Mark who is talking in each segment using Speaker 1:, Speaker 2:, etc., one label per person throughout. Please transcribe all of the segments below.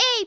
Speaker 1: Oi,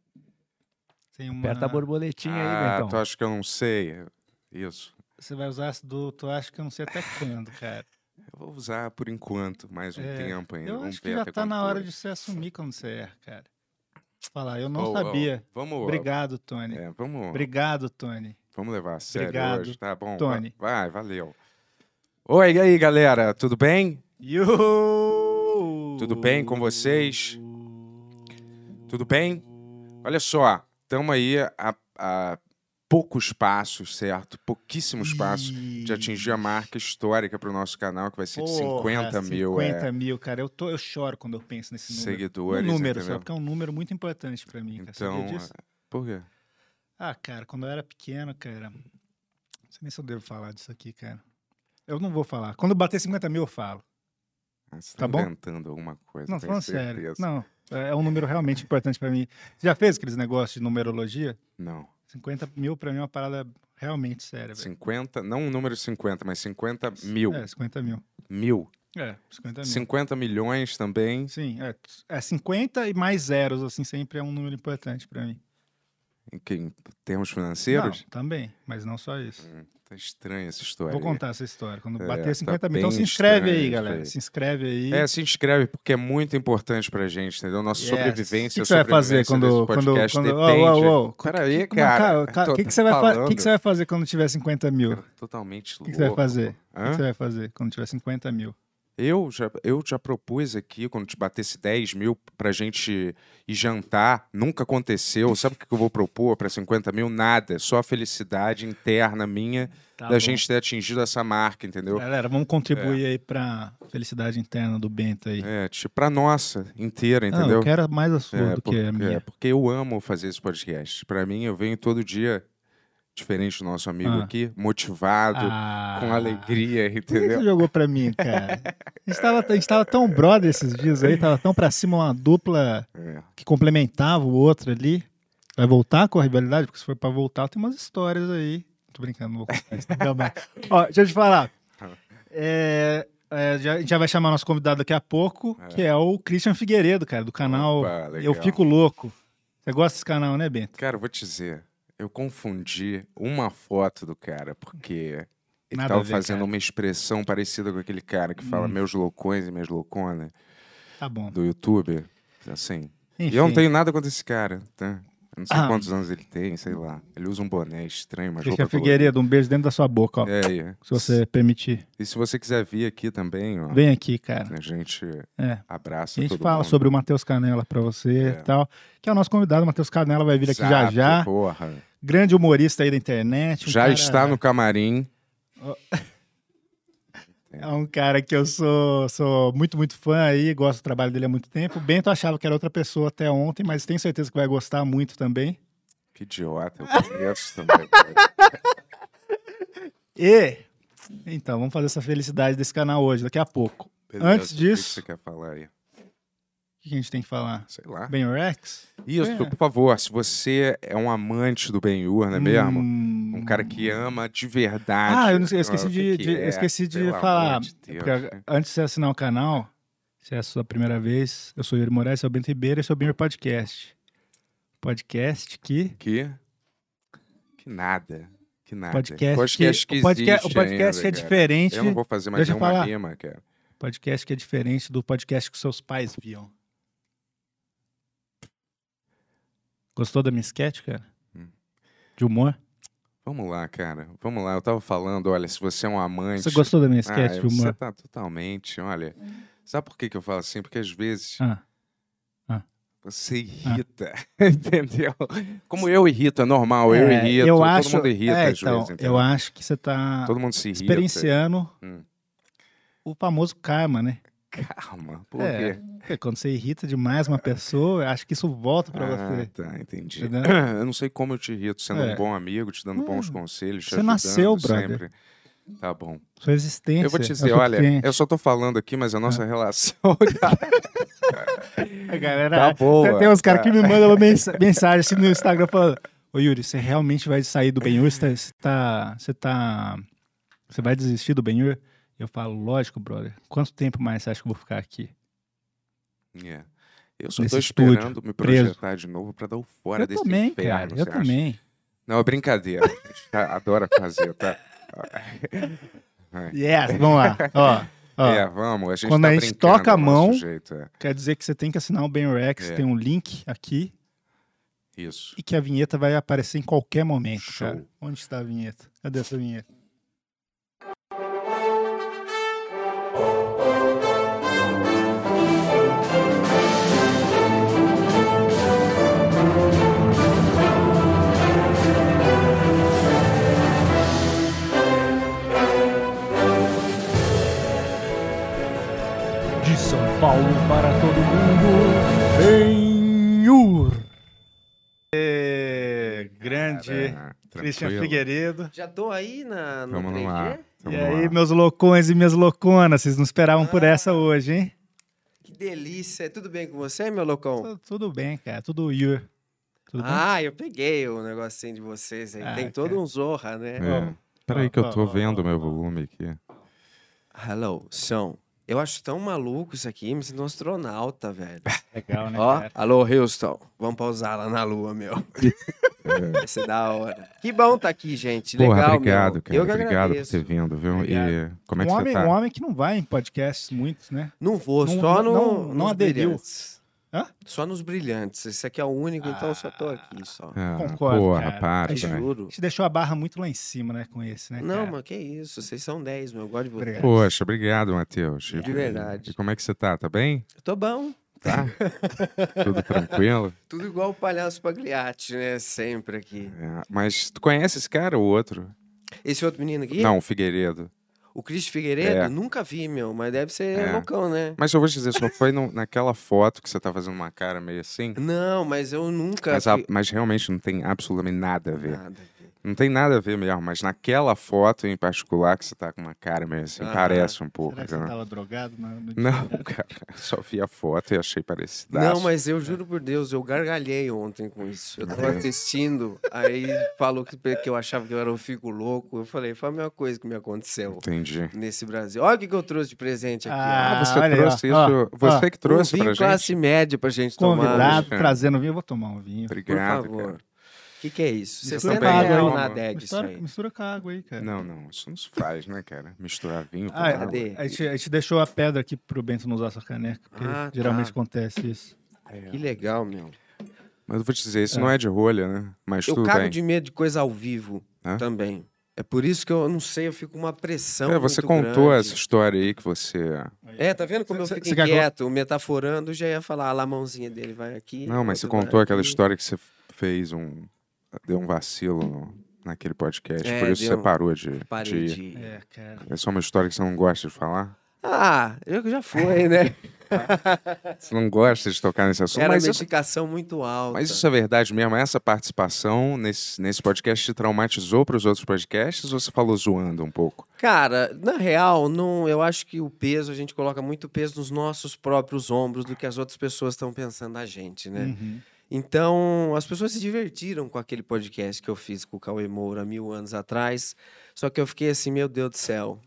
Speaker 2: Tem uma...
Speaker 3: Aperta a borboletinha aí,
Speaker 4: ah,
Speaker 3: Bentão.
Speaker 4: tu acha que eu não sei? Isso.
Speaker 2: Você vai usar essa do... Tu acha que eu não sei até quando, cara.
Speaker 4: Eu vou usar por enquanto, mais um
Speaker 2: É,
Speaker 4: tempo ainda.
Speaker 2: Eu
Speaker 4: Vamos
Speaker 2: acho
Speaker 4: ver
Speaker 2: que já
Speaker 4: até
Speaker 2: tá
Speaker 4: quanto
Speaker 2: na hora
Speaker 4: dura.
Speaker 2: de você assumir quando você erra, cara. Falar, eu
Speaker 4: Oh,
Speaker 2: não
Speaker 4: oh,
Speaker 2: sabia.
Speaker 4: Vamos.
Speaker 2: Obrigado, Tony.
Speaker 4: é, vamos,
Speaker 2: Obrigado, Tony.
Speaker 4: vamos levar a sério
Speaker 2: Obrigado,
Speaker 4: hoje, tá bom?
Speaker 2: Tony.
Speaker 4: Vai, valeu. Oi, e aí, galera? Tudo bem?
Speaker 2: Yuhu!
Speaker 4: Tudo bem com vocês? Tudo bem? Olha só, estamos aí a, a poucos passos, certo? Pouquíssimos passos de atingir a marca histórica para o nosso canal, que vai ser de 50 mil é,
Speaker 2: 50 mil, cara. Eu, tô, eu choro quando eu penso nesse número.
Speaker 4: seguidores.
Speaker 2: um número
Speaker 4: entendeu?
Speaker 2: só, porque é um número muito importante pra mim, cara.
Speaker 4: Então,
Speaker 2: Sabia disso?
Speaker 4: é, por quê?
Speaker 2: Ah, cara, quando eu era pequeno, cara. Não sei nem se eu devo falar disso aqui, cara. Eu não vou falar. Quando eu bater 50 mil, eu falo.
Speaker 4: Ah, Você
Speaker 2: Tá
Speaker 4: tá
Speaker 2: bom?
Speaker 4: inventando alguma coisa.
Speaker 2: Não, tô
Speaker 4: tenho
Speaker 2: falando sério.
Speaker 4: certeza.
Speaker 2: Não, é é um número realmente importante pra mim. Você já fez aqueles negócios de numerologia?
Speaker 4: Não.
Speaker 2: 50 mil pra mim é uma parada realmente séria, velho.
Speaker 4: 50, não o número 50, mas 50 mil.
Speaker 2: É, 50 mil.
Speaker 4: Mil.
Speaker 2: É, 50 mil.
Speaker 4: 50 milhões também.
Speaker 2: Sim, é, é 50 e mais zeros, assim, sempre é um número importante pra mim.
Speaker 4: Em, que- em termos financeiros?
Speaker 2: Não, também, mas não só isso.
Speaker 4: Tá estranha essa história.
Speaker 2: Vou
Speaker 4: aí.
Speaker 2: contar essa história. Quando
Speaker 4: É,
Speaker 2: bater
Speaker 4: tá
Speaker 2: 50 mil. Então
Speaker 4: bem
Speaker 2: se inscreve
Speaker 4: estranho
Speaker 2: aí,
Speaker 4: isso
Speaker 2: galera.
Speaker 4: aí.
Speaker 2: Se inscreve aí.
Speaker 4: É, se inscreve porque é muito importante pra gente, entendeu? Nossa
Speaker 2: Yes.
Speaker 4: sobrevivência,
Speaker 2: O que que você vai fazer
Speaker 4: sobrevivência
Speaker 2: quando.
Speaker 4: desse
Speaker 2: quando,
Speaker 4: podcast
Speaker 2: quando
Speaker 4: depende.
Speaker 2: uou, uou, uou.
Speaker 4: Peraí,
Speaker 2: Não,
Speaker 4: cara.
Speaker 2: cara, cara,
Speaker 4: tô-
Speaker 2: o que, que você vai fa- o que que
Speaker 4: falando.
Speaker 2: você vai fazer quando tiver 50 mil? O
Speaker 4: Cara, Totalmente louco.
Speaker 2: que, que você vai fazer? O que
Speaker 4: Hã?
Speaker 2: que você vai fazer quando tiver 50 mil?
Speaker 4: Eu já, eu já propus aqui, quando te batesse 10 mil pra gente ir jantar, nunca aconteceu. Sabe o que que eu vou propor pra 50 mil? Nada. Só a felicidade interna minha
Speaker 2: Tá
Speaker 4: da gente ter atingido essa marca, entendeu?
Speaker 2: Galera, vamos contribuir aí pra felicidade interna do Bento aí.
Speaker 4: É, tipo, pra nossa inteira,
Speaker 2: Não, eu
Speaker 4: entendeu?
Speaker 2: quero mais a sua
Speaker 4: É,
Speaker 2: do
Speaker 4: por-
Speaker 2: que a minha.
Speaker 4: é, porque eu amo fazer esse podcast. Pra mim, eu venho todo dia, diferente do nosso amigo
Speaker 2: Ah.
Speaker 4: aqui, motivado,
Speaker 2: Ah.
Speaker 4: com alegria,
Speaker 2: Por que que você
Speaker 4: entendeu?
Speaker 2: jogou pra mim, cara? A gente, tava, a gente tava tão brother esses dias aí, tava tão pra cima uma dupla
Speaker 4: É.
Speaker 2: que complementava o outro ali. Vai voltar com a rivalidade? Porque se for pra voltar, tem umas histórias aí. Tô brincando, não vou contar isso também. Ó, deixa eu te falar. É, é, já, a gente já vai chamar nosso convidado daqui a pouco,
Speaker 4: É.
Speaker 2: que é o Christian Figueiredo, cara, do canal
Speaker 4: Opa,
Speaker 2: Eu
Speaker 4: legal.
Speaker 2: Fico Louco. Você gosta desse canal, né, Bento?
Speaker 4: Cara, eu vou te dizer, eu confundi uma foto do cara, porque ele
Speaker 2: Nada a
Speaker 4: tava
Speaker 2: ver,
Speaker 4: fazendo
Speaker 2: cara. Hum.
Speaker 4: uma expressão parecida com aquele cara que fala meus loucões e minhas louconas
Speaker 2: Tá bom.
Speaker 4: do YouTube. Assim.
Speaker 2: Enfim,
Speaker 4: E eu não tenho nada contra esse cara, tá? Eu não sei
Speaker 2: Ah.
Speaker 4: quantos anos ele tem, sei lá. Ele usa um boné estranho, mas
Speaker 2: Christian Figueiredo, um beijo dentro da sua boca, ó.
Speaker 4: É, é.
Speaker 2: Se você permitir.
Speaker 4: E se você quiser vir aqui também, ó,
Speaker 2: Vem aqui, cara.
Speaker 4: a gente
Speaker 2: É.
Speaker 4: abraça
Speaker 2: A gente
Speaker 4: todo
Speaker 2: fala
Speaker 4: mundo.
Speaker 2: sobre o Matheus Canela pra você e
Speaker 4: É.
Speaker 2: tal, que é o nosso convidado, o Matheus Canela vai vir aqui já
Speaker 4: Exato,
Speaker 2: já.
Speaker 4: porra.
Speaker 2: Grande humorista aí da internet. um
Speaker 4: Já
Speaker 2: cara-
Speaker 4: está no camarim.
Speaker 2: É um cara que eu sou, sou muito, muito fã aí, gosto do trabalho dele há muito tempo. O Bento achava que era outra pessoa até ontem, mas tenho certeza que vai gostar muito também.
Speaker 4: Que idiota, eu conheço também. cara.
Speaker 2: E, então, vamos fazer essa felicidade desse canal hoje, daqui a pouco.
Speaker 4: Beleza,
Speaker 2: Antes
Speaker 4: O que que
Speaker 2: disso-
Speaker 4: você quer falar aí?
Speaker 2: O que a gente tem que falar?
Speaker 4: Sei lá.
Speaker 2: Ben Rex?
Speaker 4: Isso,
Speaker 2: É.
Speaker 4: por favor, se você é um amante do Ben-Hur, não é mesmo?
Speaker 2: Hum.
Speaker 4: Um cara que ama de verdade.
Speaker 2: Ah, eu, não, eu
Speaker 4: Ah,
Speaker 2: esqueci
Speaker 4: o
Speaker 2: de,
Speaker 4: que
Speaker 2: de-
Speaker 4: que
Speaker 2: eu
Speaker 4: é,
Speaker 2: esqueci de
Speaker 4: pelo amor
Speaker 2: falar. É
Speaker 4: de Deus. né?
Speaker 2: porque a- antes de você assinar o canal, se é a sua primeira vez, eu sou o Yuri Moraes, sou o Bento Ribeiro e sou o Binho Podcast. Podcast que.
Speaker 4: Que? Que nada. Que nada.
Speaker 2: Podcast,
Speaker 4: podcast
Speaker 2: que,
Speaker 4: que
Speaker 2: o podcast,
Speaker 4: existe
Speaker 2: o podcast
Speaker 4: ainda,
Speaker 2: é
Speaker 4: cara.
Speaker 2: diferente.
Speaker 4: Eu não vou fazer mais
Speaker 2: Deixa eu
Speaker 4: nenhuma
Speaker 2: falar.
Speaker 4: rima, cara.
Speaker 2: Podcast que é diferente do podcast que seus pais viam. Gostou da minha sketch, cara?
Speaker 4: Hum.
Speaker 2: De humor?
Speaker 4: Vamos lá, cara. Vamos lá. Eu tava falando, olha, se você é um amante.
Speaker 2: Você gostou da minha
Speaker 4: Ah,
Speaker 2: sketch de
Speaker 4: Você
Speaker 2: humor?
Speaker 4: tá totalmente, olha. Sabe por que, que eu falo assim? Porque às vezes
Speaker 2: Ah,
Speaker 4: você irrita, entendeu? Como eu irrito, é normal, eu
Speaker 2: É,
Speaker 4: irrito, todo
Speaker 2: acho,
Speaker 4: mundo irrita
Speaker 2: é,
Speaker 4: às
Speaker 2: então,
Speaker 4: vezes, entendeu?
Speaker 2: Eu acho que você tá
Speaker 4: Todo mundo se irrita.
Speaker 2: experienciando
Speaker 4: Hum.
Speaker 2: o famoso karma, né?
Speaker 4: Calma, por
Speaker 2: É,
Speaker 4: quê?
Speaker 2: porque quando você irrita demais uma pessoa, eu acho que isso volta pra
Speaker 4: Ah,
Speaker 2: você.
Speaker 4: tá, entendi.
Speaker 2: Entendeu?
Speaker 4: Eu não sei como eu te irrito, sendo
Speaker 2: É.
Speaker 4: um bom amigo, te dando
Speaker 2: Hum,
Speaker 4: bons conselhos, te
Speaker 2: você
Speaker 4: ajudando
Speaker 2: nasceu, brother.
Speaker 4: sempre. Tá bom.
Speaker 2: Sua existência.
Speaker 4: Eu vou te
Speaker 2: é o
Speaker 4: dizer, olha,
Speaker 2: suficiente.
Speaker 4: eu só tô falando aqui, mas a nossa
Speaker 2: Ah.
Speaker 4: relação
Speaker 2: A galera,
Speaker 4: tá boa. é.
Speaker 2: Tem, tem uns caras que me mandam uma mensa- mensagem assim no Instagram falando: Ô Yuri, você realmente vai sair do Benhur? Você tá- você tá. Você tá. Você vai desistir do Benhur? Eu falo, lógico, brother. Quanto tempo mais você acha que eu vou ficar aqui?
Speaker 4: É. Eu só
Speaker 2: Nesse
Speaker 4: tô
Speaker 2: estúdio,
Speaker 4: esperando me
Speaker 2: preso.
Speaker 4: projetar de novo pra dar o fora
Speaker 2: eu
Speaker 4: desse
Speaker 2: também,
Speaker 4: inferno,
Speaker 2: cara. Eu
Speaker 4: você acha?
Speaker 2: também.
Speaker 4: Não, é brincadeira. A gente tá- adora fazer, tá?
Speaker 2: Yes, vamos lá. Ó, ó,
Speaker 4: É, vamos, a gente
Speaker 2: quando
Speaker 4: tá
Speaker 2: a gente
Speaker 4: brincando
Speaker 2: toca a
Speaker 4: do nosso
Speaker 2: mão-
Speaker 4: jeito, é.
Speaker 2: Quer dizer que você tem que assinar o Benhur X,
Speaker 4: É.
Speaker 2: tem um link aqui
Speaker 4: Isso.
Speaker 2: e que a vinheta vai aparecer em qualquer momento,
Speaker 4: Show.
Speaker 2: cara. Onde está a vinheta? Cadê essa vinheta?
Speaker 3: De São Paulo para todo mundo, Benhur.
Speaker 2: É, grande
Speaker 4: Cara,
Speaker 2: Cristian
Speaker 4: é, tranquilo.
Speaker 2: Figueiredo.
Speaker 5: Já tô aí na, no
Speaker 4: Vamos
Speaker 5: 3G?
Speaker 4: lá.
Speaker 2: E
Speaker 4: Vamos
Speaker 2: aí,
Speaker 4: lá.
Speaker 2: meus loucões e minhas louconas, vocês não esperavam por essa
Speaker 5: Ah.
Speaker 2: hoje, hein?
Speaker 5: Que delícia. Tudo bem com você, meu loucão?
Speaker 2: Tu- Tudo bem, cara. Tudo you. Tudo
Speaker 5: Ah, eu peguei o negocinho de vocês aí.
Speaker 2: Ah,
Speaker 5: Tem todo
Speaker 2: cara.
Speaker 5: um zorra, né?
Speaker 4: É. Peraí que eu tô vendo meu volume aqui.
Speaker 5: Hello, são. Eu acho tão maluco isso aqui, me sinto um astronauta, velho.
Speaker 2: bem? Legal, né,
Speaker 5: Ó,
Speaker 2: cara?
Speaker 5: alô, Houston. Vamos pausar lá na lua, meu. Vai ser da hora. Que bom tá aqui, gente.
Speaker 4: Porra,
Speaker 5: Legal,
Speaker 4: obrigado,
Speaker 5: meu.
Speaker 4: cara.
Speaker 5: Eu que
Speaker 4: obrigado por
Speaker 5: agradeço.
Speaker 4: ter vindo, viu? E como é que
Speaker 2: um, homem,
Speaker 4: você tá?
Speaker 2: um homem que não vai em podcasts muitos, né?
Speaker 5: Não vou,
Speaker 2: Não-
Speaker 5: só
Speaker 2: não-
Speaker 5: no,
Speaker 2: não-
Speaker 5: nos
Speaker 2: não aderiu.
Speaker 5: brilhantes.
Speaker 2: Hã?
Speaker 5: Só nos brilhantes. Esse aqui é o único, então eu só tô aqui, só.
Speaker 4: Ah,
Speaker 2: Concordo,
Speaker 4: porra,
Speaker 2: cara.
Speaker 4: para,
Speaker 5: Eu
Speaker 4: cara.
Speaker 5: juro.
Speaker 2: A gente deixou a barra muito lá em cima, né, com esse, né,
Speaker 5: Não,
Speaker 2: cara?
Speaker 5: mas que isso, vocês são 10, meu. Eu gosto de vocês.
Speaker 2: Obrigado.
Speaker 4: Poxa, obrigado, Matheus. E-
Speaker 5: De verdade.
Speaker 4: E como é que você tá? Tá bem?
Speaker 5: Eu tô bom.
Speaker 4: Tá? Tudo tranquilo?
Speaker 5: Tudo igual o palhaço Pagliatti, né? Sempre aqui.
Speaker 4: É, Mas tu conhece esse cara ou outro?
Speaker 5: Esse outro menino aqui?
Speaker 4: Não, o Figueiredo.
Speaker 5: O Cris Figueiredo?
Speaker 4: É.
Speaker 5: Nunca vi, meu. Mas deve ser
Speaker 4: É.
Speaker 5: loucão, né?
Speaker 4: Mas eu vou te dizer, só foi no- naquela foto que você tá fazendo uma cara meio assim.
Speaker 5: Não, mas eu nunca
Speaker 4: Mas, a-
Speaker 5: vi Ah.
Speaker 4: mas realmente não tem absolutamente nada a ver.
Speaker 5: nada. aqui.
Speaker 4: Não tem nada a ver mesmo, mas naquela foto em particular que você tá com uma cara meio assim,
Speaker 5: Aham.
Speaker 4: parece um pouco.
Speaker 2: Será que você
Speaker 4: né?
Speaker 5: tá
Speaker 2: tava drogado? na- no dia?
Speaker 4: Não, cara, só vi a foto e achei parecida.
Speaker 5: Não, mas eu juro por Deus, eu gargalhei ontem com isso. Eu tava
Speaker 4: Deus.
Speaker 5: assistindo, aí falou que, que eu achava que eu era um fico louco. Eu falei, foi a mesma coisa que me aconteceu
Speaker 4: Entendi.
Speaker 5: nesse Brasil. Olha o que, que eu trouxe de presente aqui. ó.
Speaker 2: Ah,
Speaker 4: Ah, você
Speaker 2: olha aí,
Speaker 4: trouxe
Speaker 2: ó,
Speaker 4: isso.
Speaker 2: ó,
Speaker 4: você
Speaker 2: ó.
Speaker 4: que trouxe
Speaker 5: um vinho
Speaker 4: pra gente.
Speaker 5: classe média pra gente tomar. né?
Speaker 2: Convidado,
Speaker 4: cara.
Speaker 2: trazendo vinho. Eu vou tomar um vinho.
Speaker 5: Por
Speaker 4: Obrigado,
Speaker 5: favor.
Speaker 4: cara.
Speaker 5: O que, que é isso?
Speaker 2: Mistura
Speaker 5: 60
Speaker 2: com água
Speaker 5: reais
Speaker 2: aí,
Speaker 5: na
Speaker 4: mano.
Speaker 5: adega isso
Speaker 2: Mistura,
Speaker 5: aí.
Speaker 2: mistura com água aí, cara.
Speaker 4: Não, não, isso não se faz, né, cara? Misturar vinho com
Speaker 2: Ah,
Speaker 4: água.
Speaker 5: Cadê?
Speaker 2: a, gente, a gente deixou a pedra aqui pro Bento não usar sua caneca, porque
Speaker 5: Ah, tá.
Speaker 2: geralmente acontece isso.
Speaker 5: Que legal, meu.
Speaker 4: Mas eu vou te dizer, isso não é de rolha, né? Mas
Speaker 5: eu
Speaker 4: tudo
Speaker 5: cago
Speaker 4: bem.
Speaker 5: de medo de coisa ao vivo
Speaker 4: Hã?
Speaker 5: também. É por isso que eu não sei, eu fico com uma pressão.
Speaker 4: É, você
Speaker 5: muito
Speaker 4: contou
Speaker 5: grande.
Speaker 4: essa história aí que você.
Speaker 5: É, tá vendo como eu
Speaker 2: Cê-
Speaker 5: fico
Speaker 2: cê cagou?
Speaker 5: inquieto, metaforando, eu já ia falar, ah, lá a mãozinha dele vai aqui.
Speaker 4: Não, mas você
Speaker 5: outro vai
Speaker 4: contou aquela
Speaker 5: aqui.
Speaker 4: história que você fez um. Deu um vacilo no- naquele podcast.
Speaker 5: É,
Speaker 4: por isso
Speaker 5: deu-
Speaker 4: você parou de, de
Speaker 5: Parei
Speaker 4: ir.
Speaker 5: de...
Speaker 2: É, cara.
Speaker 4: É só uma história que você não gosta de falar?
Speaker 5: Ah, eu que já fui, né?
Speaker 4: Você não gosta de tocar nesse assunto?
Speaker 5: Era uma
Speaker 4: Mas isso,
Speaker 5: medicação muito alta.
Speaker 4: mas isso é verdade mesmo? Essa participação nesse, nesse podcast te traumatizou para os outros podcasts ou você falou zoando um pouco?
Speaker 5: Cara, na real, não, eu acho que o peso, a gente coloca muito peso nos nossos próprios ombros do que as outras pessoas estão pensando da gente, né?
Speaker 2: Uhum.
Speaker 5: Então, as pessoas se divertiram com aquele podcast que eu fiz com o Cauê Moura mil anos atrás. Só que eu fiquei assim, meu Deus do céu.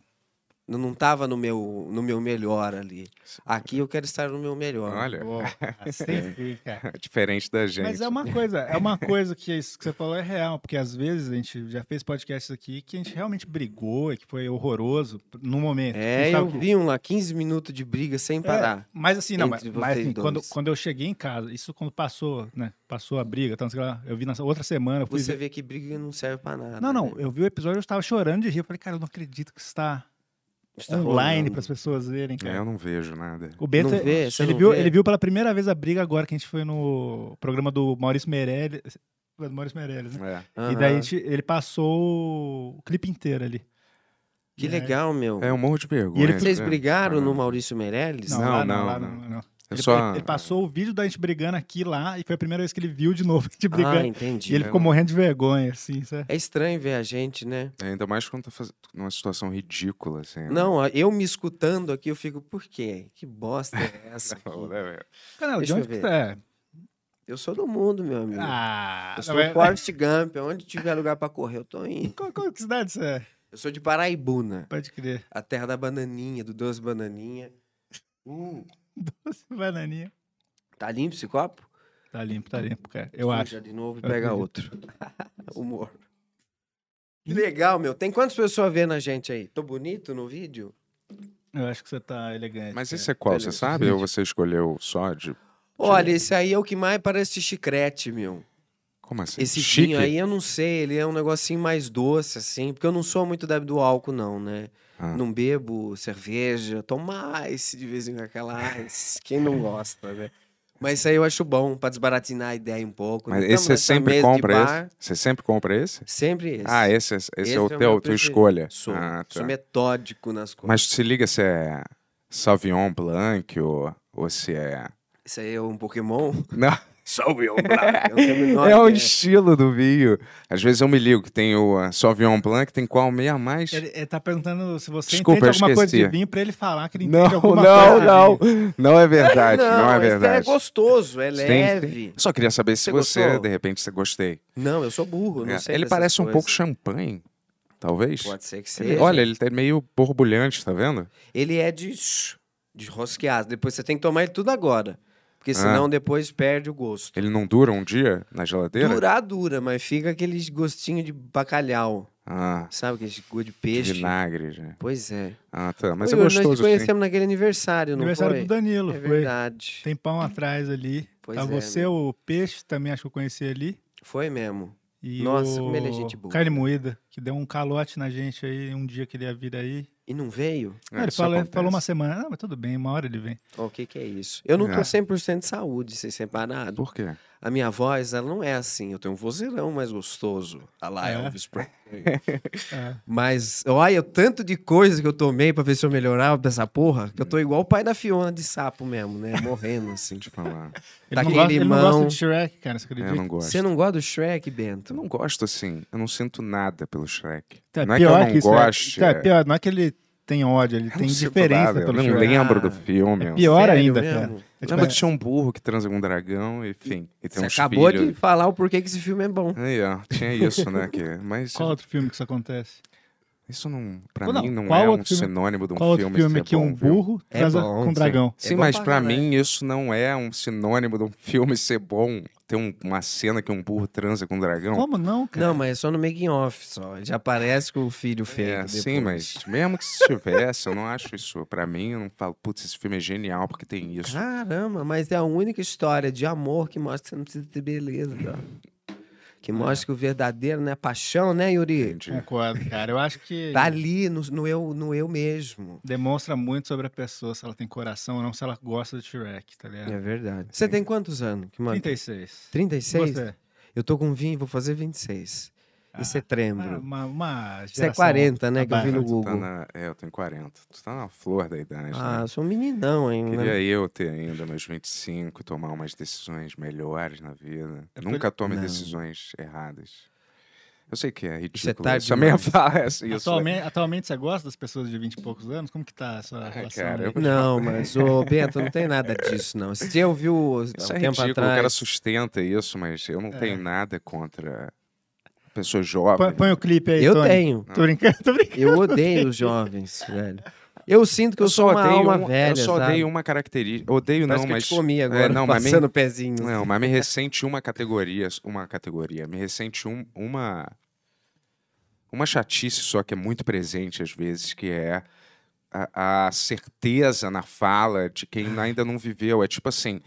Speaker 5: eu não estava no meu, no meu melhor ali. Aqui eu quero estar no meu melhor.
Speaker 4: Olha, é
Speaker 2: Pô,
Speaker 5: É.
Speaker 2: sem fim, cara.
Speaker 4: diferente da gente.
Speaker 2: Mas é uma coisa, é uma coisa que isso que você falou é real, porque às vezes a gente já fez podcasts aqui que a gente realmente brigou e que foi horroroso no momento. A
Speaker 5: É,
Speaker 2: gente
Speaker 5: eu
Speaker 2: tava-
Speaker 5: vi um lá, 15 minutos de briga sem
Speaker 2: É,
Speaker 5: parar.
Speaker 2: mas assim, não, mas,
Speaker 5: entre
Speaker 2: mas,
Speaker 5: vocês
Speaker 2: assim, quando,
Speaker 5: dois.
Speaker 2: quando eu cheguei em casa, isso quando passou, né? Passou a briga, tal, não sei lá, eu vi na outra semana, eu fui
Speaker 5: Você
Speaker 2: ver-
Speaker 5: vê que briga não serve pra nada.
Speaker 2: Não, não,
Speaker 5: né?
Speaker 2: eu vi o episódio, eu estava chorando de rir. Eu falei, cara, eu não acredito que tá está
Speaker 5: Está
Speaker 2: online
Speaker 5: Tá rolando.
Speaker 2: para as pessoas verem,
Speaker 4: É,
Speaker 2: cara.
Speaker 4: eu não vejo nada.
Speaker 2: O Bento,
Speaker 5: Não vê, você
Speaker 2: ele,
Speaker 5: não
Speaker 2: viu,
Speaker 5: vê.
Speaker 2: ele viu pela primeira vez a briga agora que a gente foi no programa do Maurício Meirelles. Do Maurício Meirelles, né?
Speaker 4: É.
Speaker 2: E
Speaker 5: Aham.
Speaker 2: daí a gente- ele passou o clipe inteiro ali.
Speaker 5: Que
Speaker 2: né?
Speaker 5: legal, meu.
Speaker 4: É um monte de perguntas.
Speaker 2: ele-
Speaker 5: Vocês
Speaker 4: né?
Speaker 5: brigaram
Speaker 4: Ah,
Speaker 5: no Maurício Meirelles?
Speaker 4: Não,
Speaker 2: lá
Speaker 4: não,
Speaker 2: lá
Speaker 4: não. Eu
Speaker 2: Ele,
Speaker 4: É só...
Speaker 2: ele- ele passou o vídeo da gente brigando aqui e lá e foi a primeira vez que ele viu de novo a gente
Speaker 5: Ah,
Speaker 2: brigando.
Speaker 5: entendi.
Speaker 2: e ele ficou
Speaker 4: né?
Speaker 2: morrendo de vergonha, assim, sabe?
Speaker 5: É estranho ver a gente, né?
Speaker 4: Ainda mais quando tá faz- numa situação ridícula, assim. né?
Speaker 5: Não, eu me escutando aqui, eu fico, por quê? Que bosta é essa? aqui?
Speaker 4: Não, né, velho?
Speaker 2: Canela, de
Speaker 5: Deixa eu
Speaker 2: onde que
Speaker 5: ver.
Speaker 2: você é?
Speaker 5: eu sou do mundo, meu amigo.
Speaker 2: Ah,
Speaker 5: eu
Speaker 2: não,
Speaker 5: sou
Speaker 2: mas-
Speaker 5: o Forrest Gump, onde tiver lugar pra correr, eu tô indo.
Speaker 2: qual, qual que cidade você é?
Speaker 5: Eu sou de Paraibuna,
Speaker 2: Pode crer.
Speaker 5: a terra da bananinha, do doce bananinha. Hum,
Speaker 2: Doce é bananinha.
Speaker 5: tá limpo esse copo?
Speaker 2: Tá limpo, tá limpo, cara. Eu
Speaker 5: Suja
Speaker 2: acho.
Speaker 5: de novo e
Speaker 2: Eu
Speaker 5: pega outro. Humor.
Speaker 2: Hum.
Speaker 5: Que legal, meu. Tem quantas pessoas vendo a gente aí? Tô bonito no vídeo?
Speaker 2: Eu acho que você tá elegante.
Speaker 4: Mas
Speaker 2: cara.
Speaker 4: esse é qual, você
Speaker 5: Beleza.
Speaker 4: sabe? Ou você escolheu só de...
Speaker 5: Olha, esse aí é o que mais parece chiclete, meu.
Speaker 4: Como assim?
Speaker 5: Esse
Speaker 4: Chique?
Speaker 5: vinho aí, eu não sei, ele é um negocinho mais doce, assim, porque eu não sou muito da do álcool, não, né?
Speaker 4: Ah.
Speaker 5: Não bebo cerveja, tomo ice de vez em quando, aquela ice, quem não gosta, né? Mas isso aí eu acho bom, pra desbaratinar a ideia um pouco.
Speaker 4: Mas
Speaker 5: né?
Speaker 4: esse
Speaker 5: Tamo
Speaker 4: você
Speaker 5: nessa
Speaker 4: sempre
Speaker 5: mesa de
Speaker 4: compra
Speaker 5: bar,
Speaker 4: esse? Você sempre compra esse?
Speaker 5: Sempre esse.
Speaker 4: Ah, esse, esse,
Speaker 5: Esse
Speaker 4: é o
Speaker 5: é o
Speaker 4: teu,
Speaker 5: meu
Speaker 4: tua
Speaker 5: preferido.
Speaker 4: escolha.
Speaker 5: Sou,
Speaker 4: Ah, tá.
Speaker 5: sou metódico nas coisas.
Speaker 4: Mas se liga se é Sauvignon Blanc ou, ou se é...
Speaker 5: Isso aí é um Pokémon?
Speaker 4: Não.
Speaker 5: Salve, Black. É um Terminator,
Speaker 4: É o
Speaker 5: né?
Speaker 4: estilo do vinho. Às vezes eu me ligo que tem o ah, Sauvignon Blanc, tem qual meia mais?
Speaker 2: Ele, ele tá perguntando se você
Speaker 4: Desculpa,
Speaker 2: entende
Speaker 4: eu
Speaker 2: alguma coisa de
Speaker 4: esqueci.
Speaker 2: vinho pra ele falar que ele
Speaker 4: Não,
Speaker 2: entende alguma
Speaker 4: não,
Speaker 2: coisa. de
Speaker 4: não.
Speaker 2: vinho.
Speaker 4: Não é verdade, não, é
Speaker 5: esse
Speaker 4: verdade.
Speaker 5: É gostoso, é
Speaker 4: Sim, sim.
Speaker 5: leve.
Speaker 4: Só queria saber se
Speaker 5: Você
Speaker 4: você,
Speaker 5: gostou?
Speaker 4: de repente, você gostei.
Speaker 5: Não, eu sou burro, não
Speaker 4: É,
Speaker 5: sei
Speaker 4: ele
Speaker 5: dessas
Speaker 4: parece um
Speaker 5: coisas.
Speaker 4: pouco champanhe, talvez.
Speaker 5: Pode ser que
Speaker 4: Ele-
Speaker 5: seja.
Speaker 4: olha, ele tá meio borbulhante, tá vendo?
Speaker 5: Ele é de, de rosqueado. Depois você tem que tomar ele tudo agora.
Speaker 4: Ah.
Speaker 5: Porque senão depois perde o gosto.
Speaker 4: Ele não dura um dia na geladeira?
Speaker 5: Durar dura, mas fica aquele gostinho de bacalhau.
Speaker 4: Ah,
Speaker 5: Sabe aquele gosto de peixe?
Speaker 4: vinagre, já.
Speaker 5: Pois é.
Speaker 4: Ah, tá. Mas
Speaker 5: Ô,
Speaker 4: é
Speaker 5: Yuri, Nós
Speaker 4: gostoso,
Speaker 5: te
Speaker 4: sim.
Speaker 5: conhecemos naquele aniversário, não
Speaker 2: Aniversário
Speaker 5: foi?
Speaker 2: do Danilo,
Speaker 5: é
Speaker 2: foi.
Speaker 5: verdade.
Speaker 2: Tem pão atrás ali.
Speaker 5: Pois
Speaker 2: tá
Speaker 5: é,
Speaker 2: você,
Speaker 5: meu.
Speaker 2: o peixe, também acho que eu conheci ali.
Speaker 5: Foi mesmo.
Speaker 2: E
Speaker 5: Nossa,
Speaker 2: o
Speaker 5: como ele é gente boa.
Speaker 2: Carne moída, que deu um calote na gente aí um dia que ele ia vir aí.
Speaker 5: E não veio?
Speaker 4: É,
Speaker 2: Ah, ele
Speaker 4: isso
Speaker 2: falou, ele
Speaker 4: acontece.
Speaker 2: falou uma semana. Ah, mas tudo bem, uma hora ele vem.
Speaker 5: Ó, O que que é isso? Eu não tô
Speaker 4: É.
Speaker 5: 100% de saúde, sem separado.
Speaker 4: Por quê?
Speaker 5: A minha voz, ela não é assim. Eu tenho um vozeirão mais gostoso. A lá,
Speaker 2: É?
Speaker 5: Elvis Presley. É.
Speaker 2: Ah,
Speaker 5: Mas, olha, o tanto de coisa que eu tomei pra ver se eu melhorava dessa porra, que eu tô igual o pai da Fiona de sapo mesmo, né? Morrendo, assim.
Speaker 4: Deixa eu falar.
Speaker 2: ele, não
Speaker 5: Tá aquele
Speaker 2: gosta, ele não gosta
Speaker 5: limão.
Speaker 2: de Shrek, cara, você acredita?
Speaker 4: Eu não gosto.
Speaker 5: Você não gosta do Shrek,
Speaker 4: Eu
Speaker 5: Bento?
Speaker 4: não gosto assim. Eu não sinto nada pelo Shrek.
Speaker 2: Tá,
Speaker 4: não é que eu
Speaker 2: pior
Speaker 4: não
Speaker 2: isso, é-
Speaker 4: goste.
Speaker 2: tá,
Speaker 4: é-
Speaker 2: pior, não é que ele tem ódio, ele
Speaker 4: eu
Speaker 2: tem
Speaker 4: não sinto
Speaker 2: diferença
Speaker 4: nada, eu
Speaker 2: pelo
Speaker 4: não
Speaker 2: Shrek. é
Speaker 4: lembro do
Speaker 5: Ah,
Speaker 4: filme. eu-
Speaker 2: pior
Speaker 5: Sério
Speaker 2: ainda,
Speaker 5: mesmo?
Speaker 2: cara. É tipo,
Speaker 4: Lembra que tinha um burro que transa com um dragão, enfim. E tem
Speaker 5: Você
Speaker 4: uns
Speaker 5: acabou
Speaker 4: filhos.
Speaker 5: de falar o porquê que esse filme é bom.
Speaker 4: Aí, ó, tinha isso, né? Que, mas
Speaker 2: Qual outro filme que isso acontece?
Speaker 4: isso não, pra
Speaker 2: Ou não,
Speaker 4: mim não
Speaker 2: qual
Speaker 4: é um
Speaker 2: outro filme-
Speaker 4: sinônimo de um
Speaker 2: Qual outro
Speaker 4: filme.
Speaker 2: filme
Speaker 4: ser
Speaker 2: que um
Speaker 4: bom, viu?
Speaker 2: burro
Speaker 5: É
Speaker 2: transa
Speaker 5: bom,
Speaker 2: com um
Speaker 5: sim.
Speaker 2: dragão?
Speaker 4: Sim,
Speaker 5: É bom
Speaker 4: mas
Speaker 5: pra
Speaker 4: pra
Speaker 5: caralho.
Speaker 4: mim isso não é um sinônimo de um filme ser bom. Tem um- uma cena que um burro transa com um dragão.
Speaker 2: Como não, cara?
Speaker 5: Não, mas é só no making off, só. Ele já aparece com o filho feio.
Speaker 4: É,
Speaker 5: depois.
Speaker 4: sim, mas mesmo que se tivesse, eu não acho isso. Pra mim, eu não falo, putz, esse filme é genial porque tem isso.
Speaker 5: Caramba, mas é a única história de amor que mostra que você não precisa ter beleza. ó. Que mostra que o verdadeiro não é paixão, né, Yuri?
Speaker 4: Entendi.
Speaker 2: Concordo, cara. é, Eu acho que
Speaker 5: Tá ali no, no eu, no eu mesmo.
Speaker 2: demonstra muito sobre a pessoa, se ela tem coração ou não, se ela gosta de Shrek, tá ligado?
Speaker 5: verdade. É. Você tem quantos anos? Que mano?
Speaker 2: 36.
Speaker 5: 36?
Speaker 2: Você?
Speaker 5: Eu tô com 20, vou fazer 26. em
Speaker 2: Ah, Uma,
Speaker 5: setembro.
Speaker 2: uma, uma
Speaker 5: Isso é
Speaker 2: geração
Speaker 5: 40, né? Que eu vi no
Speaker 2: abaixo.
Speaker 4: Tu tá
Speaker 5: Google.
Speaker 4: na- é, eu tenho 40. Tu tá na flor da idade,
Speaker 5: Ah,
Speaker 4: né?
Speaker 5: eu sou um meninão ainda.
Speaker 4: Queria eu ter ainda meus 25, tomar umas decisões melhores na vida.
Speaker 2: É por-
Speaker 4: Nunca tome
Speaker 5: Não.
Speaker 4: decisões erradas. Eu sei que é
Speaker 5: é
Speaker 4: ridículo.
Speaker 5: tarde
Speaker 4: Isso, a minha
Speaker 5: demais.
Speaker 4: fala é assim. isso, né?
Speaker 2: Atualmente, atualmente você gosta das pessoas de 20 e poucos anos? Como que tá a
Speaker 5: Ah,
Speaker 2: sua relação?
Speaker 4: cara,
Speaker 2: aí?
Speaker 4: né? eu-
Speaker 5: Não, mas, ô Bento, não tem nada disso, não. Se eu vi o,
Speaker 4: Isso
Speaker 5: há
Speaker 4: é
Speaker 5: um tempo
Speaker 4: ridículo. O
Speaker 5: atrás.
Speaker 4: cara sustenta isso, mas eu não
Speaker 5: É.
Speaker 4: tenho nada contra pessoas jovens.
Speaker 2: Põe, põe o clipe aí,
Speaker 5: Eu
Speaker 2: Tony.
Speaker 5: tenho.
Speaker 2: Tô brincando, tô brincando.
Speaker 5: Eu odeio os jovens, velho. Eu sinto que eu, sou uma alma velha,
Speaker 4: eu só odeio
Speaker 5: sabe?
Speaker 4: uma característica. Odeio
Speaker 5: Parece
Speaker 4: não,
Speaker 5: que eu
Speaker 4: mas é,
Speaker 5: te comi agora,
Speaker 4: não, mas me-
Speaker 5: passando o pezinho.
Speaker 4: Não, mas me ressente uma categoria, uma categoria, me ressente um- uma uma chatice só que é muito presente às vezes, que é a, a certeza na fala de quem ainda não viveu. É tipo assim,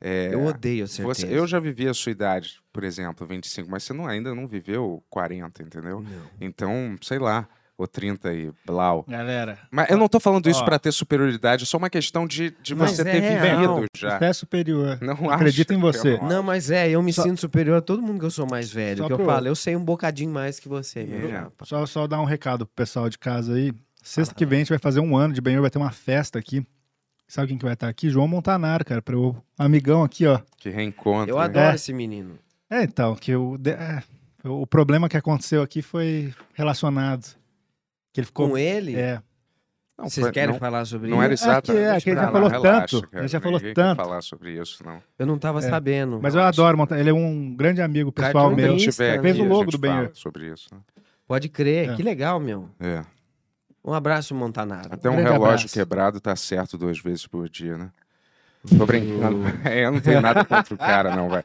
Speaker 4: é,
Speaker 5: Ah. Eu odeio a certeza.
Speaker 4: você- eu já vivi a sua idade, por exemplo, 25, mas você não, ainda não viveu 40, entendeu?
Speaker 5: Não.
Speaker 4: Então, sei lá, ou 30 e blau.
Speaker 2: Galera,
Speaker 4: Mas eu não tô falando isso
Speaker 2: Ó.
Speaker 4: pra ter superioridade, é só uma questão de, de
Speaker 5: Mas
Speaker 4: você
Speaker 5: é
Speaker 4: ter
Speaker 5: real.
Speaker 4: vivido já.
Speaker 2: você é superior.
Speaker 4: Não
Speaker 2: Acredito
Speaker 4: acho,
Speaker 2: em você.
Speaker 4: eu
Speaker 5: Não, mas é, eu me
Speaker 2: Só-
Speaker 5: sinto superior a todo mundo que eu sou mais velho.
Speaker 2: Só
Speaker 5: Que eu
Speaker 2: pro-
Speaker 5: falo, eu sei um bocadinho mais que você, meu
Speaker 4: É.
Speaker 5: chapa.
Speaker 2: Só, só dar um recado pro pessoal de casa aí. Sexta que vem a gente vai fazer um ano de banheiro, vai ter uma festa aqui. Sabe quem que vai estar aqui? João Montanar, cara, para o amigão aqui, ó.
Speaker 4: Que reencontro.
Speaker 5: Eu
Speaker 4: né?
Speaker 5: adoro
Speaker 2: É.
Speaker 5: esse menino.
Speaker 2: É, então, que o, de- é, o problema que aconteceu aqui foi relacionado. Que ele ficou.
Speaker 5: Com ele,
Speaker 2: É.
Speaker 4: Não,
Speaker 5: vocês
Speaker 4: foi-
Speaker 5: querem
Speaker 4: não,
Speaker 5: falar sobre
Speaker 4: não
Speaker 5: isso?
Speaker 4: era exato.
Speaker 2: que é,
Speaker 4: deixa
Speaker 2: que ele
Speaker 4: pra
Speaker 2: já
Speaker 4: lá,
Speaker 2: falou
Speaker 4: relaxa,
Speaker 2: tanto,
Speaker 4: cara,
Speaker 2: ele já falou
Speaker 4: ninguém quer
Speaker 2: tanto.
Speaker 4: falar sobre isso, não.
Speaker 5: Eu não tava
Speaker 2: É.
Speaker 5: sabendo.
Speaker 2: Mas eu adoro Montanar, ele é um grande amigo pessoal
Speaker 5: Cara,
Speaker 4: Quando
Speaker 5: que
Speaker 2: meu.
Speaker 4: ele
Speaker 5: Insta,
Speaker 4: tiver
Speaker 5: né?
Speaker 4: aqui,
Speaker 2: Fez o
Speaker 4: a
Speaker 2: logo
Speaker 4: gente
Speaker 2: do Ben
Speaker 4: fala
Speaker 2: Hur.
Speaker 4: sobre isso. né?
Speaker 5: Pode crer,
Speaker 2: É.
Speaker 5: que legal, meu.
Speaker 4: É.
Speaker 5: Um abraço, Montanaro.
Speaker 4: Até um
Speaker 2: Grande
Speaker 4: relógio
Speaker 2: abraço.
Speaker 4: quebrado tá certo duas vezes por dia, né? Tô brincando. É, eu não tenho nada contra o cara, não, velho.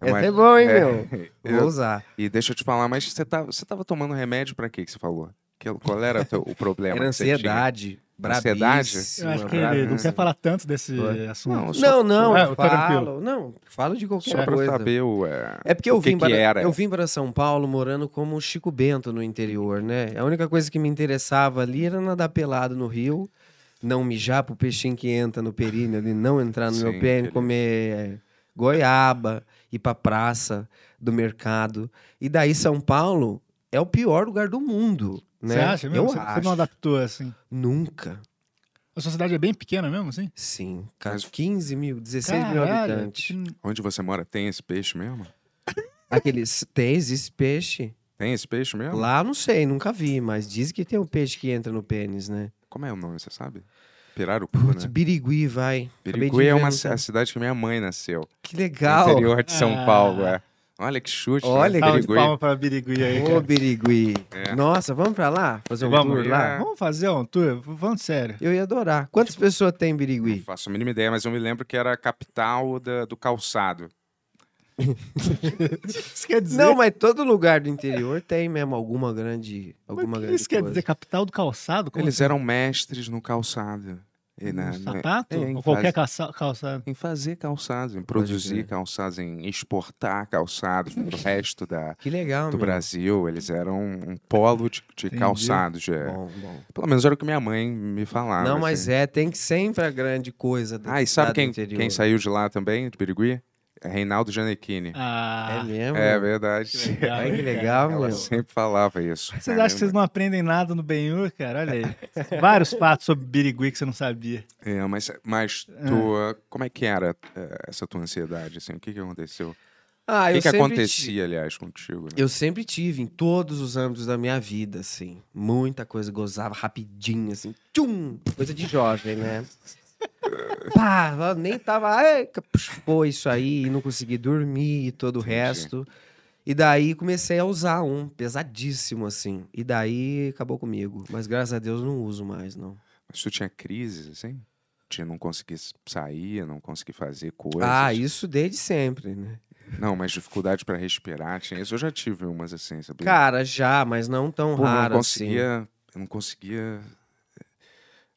Speaker 5: Essa
Speaker 4: Mas-
Speaker 5: é bom, hein,
Speaker 4: é,
Speaker 5: meu? Vou
Speaker 4: eu-
Speaker 5: usar.
Speaker 4: E deixa eu te falar, mas você tava, você tava tomando remédio pra quê que você falou? Que, qual era o teu- o problema?
Speaker 5: Era
Speaker 4: que É, você tinha?
Speaker 5: ansiedade.
Speaker 4: Ansiedade?
Speaker 2: Eu
Speaker 5: Brabíssima.
Speaker 2: acho que
Speaker 4: bravo,
Speaker 2: ele não
Speaker 4: né?
Speaker 2: quer falar tanto desse assunto.
Speaker 4: Não, só,
Speaker 5: Não, não,
Speaker 2: É,
Speaker 5: eu
Speaker 2: eu tô
Speaker 5: falo.
Speaker 2: tranquilo.
Speaker 5: Não, falo de qualquer
Speaker 4: só pra
Speaker 5: coisa.
Speaker 4: saber o... é,
Speaker 5: É porque eu
Speaker 4: o que
Speaker 5: vim
Speaker 4: que
Speaker 5: para
Speaker 4: era.
Speaker 5: eu vim para São Paulo morando como o Chico Bento no interior, né? A única coisa que me interessava ali era nadar pelado no rio, não mijar pro peixinho que entra no períneo ali, não entrar no
Speaker 4: Sim,
Speaker 5: meu pé,
Speaker 4: querido.
Speaker 5: comer é, goiaba, ir pra praça do mercado. E daí São Paulo é o pior lugar do mundo, né?
Speaker 2: Você acha mesmo?
Speaker 5: Eu
Speaker 2: Você, você
Speaker 5: acho.
Speaker 2: não adaptou assim.
Speaker 5: Nunca.
Speaker 2: A sociedade é bem pequena mesmo, assim?
Speaker 5: Sim, ca-
Speaker 4: Mas-
Speaker 5: 15 mil, 16 mil
Speaker 2: Caralho,
Speaker 5: habitantes.
Speaker 4: Onde você mora tem esse peixe mesmo?
Speaker 5: Aqueles tem existe peixe.
Speaker 4: Tem esse peixe mesmo?
Speaker 5: Lá não sei, nunca vi, mas diz que tem um peixe que entra no pênis, né?
Speaker 4: Como é o nome, você sabe? Pirarucu,
Speaker 5: Putz,
Speaker 4: né?
Speaker 5: Birigui, vai. Acabei de
Speaker 4: Pirigui é
Speaker 5: ver,
Speaker 4: uma
Speaker 5: não
Speaker 4: ci-
Speaker 5: sabe?
Speaker 4: a cidade que minha mãe nasceu.
Speaker 5: Que
Speaker 4: No
Speaker 5: legal.
Speaker 4: interior de São
Speaker 2: Ah.
Speaker 4: Paulo, é. Olha que chute.
Speaker 5: Olha
Speaker 4: né?
Speaker 5: que-
Speaker 2: Salve de
Speaker 4: Pirigui.
Speaker 2: palma pra Birigui aí,
Speaker 5: Ô,
Speaker 2: cara.
Speaker 5: Birigui.
Speaker 4: É.
Speaker 5: Nossa, vamos pra lá? Fazer um
Speaker 2: Vamos
Speaker 5: tour
Speaker 4: é.
Speaker 5: lá?
Speaker 2: Vamos fazer um tour? Vamos sério.
Speaker 5: Eu ia adorar. Quantas
Speaker 4: Tipo,
Speaker 5: pessoas tem em
Speaker 4: Não
Speaker 5: Birigui?
Speaker 4: faço a mínima ideia, mas eu me lembro que era a capital da- do calçado.
Speaker 2: Isso quer dizer...
Speaker 5: Não, mas todo lugar do interior tem mesmo alguma grande,
Speaker 2: Mas
Speaker 5: alguma
Speaker 2: o que
Speaker 5: grande
Speaker 2: isso quer
Speaker 5: coisa.
Speaker 2: dizer? Capital do calçado? Como
Speaker 4: Eles
Speaker 2: assim?
Speaker 4: eram mestres no calçado. E na-
Speaker 2: Um
Speaker 5: assim?
Speaker 4: na-
Speaker 2: sapato?
Speaker 4: é, em
Speaker 2: Ou qualquer
Speaker 4: fase-
Speaker 2: calça- calçado?
Speaker 4: Em fazer calçados, em produzir
Speaker 5: crer.
Speaker 4: calçados, em exportar calçados para o resto da,
Speaker 5: Que legal,
Speaker 4: do
Speaker 5: meu.
Speaker 4: Brasil. Eles eram um polo de, de
Speaker 2: Entendi.
Speaker 4: calçados. é.
Speaker 5: Bom, bom.
Speaker 4: Pelo menos era o que minha mãe me falava.
Speaker 5: Não, mas
Speaker 4: assim.
Speaker 5: é, tem que sempre a grande coisa da
Speaker 4: Ah, e sabe
Speaker 5: cidade
Speaker 4: quem,
Speaker 5: do interior.
Speaker 4: quem saiu de lá também, de Birigui? É Reinaldo Giannichini.
Speaker 2: Ah,
Speaker 5: É mesmo?
Speaker 4: é verdade.
Speaker 2: legal,
Speaker 5: Olha que
Speaker 2: hein, cara?
Speaker 5: legal,
Speaker 4: Ela
Speaker 5: meu.
Speaker 4: sempre falava isso.
Speaker 2: Vocês acham que vocês não aprendem nada no Benhur, cara? Olha aí. Vários fatos sobre Birigui que você não sabia.
Speaker 4: É, mas, mas tua, como é que era eh, essa tua ansiedade? Assim? O que, que aconteceu?
Speaker 5: Ah,
Speaker 4: o
Speaker 5: eu
Speaker 4: que, que
Speaker 5: sempre
Speaker 4: acontecia, aliás, contigo? né?
Speaker 5: Eu sempre tive, em todos os âmbitos da minha vida, assim. Muita coisa, gozava rapidinho, assim. Tchum! Coisa de jovem, né? Pá, eu nem tava. "Ai, que pux", Pô, isso aí, e não consegui dormir e todo o
Speaker 4: Entendi.
Speaker 5: resto. E daí comecei a usar um, pesadíssimo, assim. E daí acabou comigo. Mas graças a Deus não uso mais, não.
Speaker 4: Mas tu tinha crises, assim? Tinha não conseguir sair, não conseguir fazer coisas.
Speaker 5: Ah, isso desde sempre, né?
Speaker 4: Não, mas dificuldade para respirar, tinha isso. Eu já tive umas assim, sabia?
Speaker 5: Cara, já, mas não tão
Speaker 4: Pô, eu
Speaker 5: raro
Speaker 4: não
Speaker 5: assim.
Speaker 4: conseguia, eu não conseguia eh,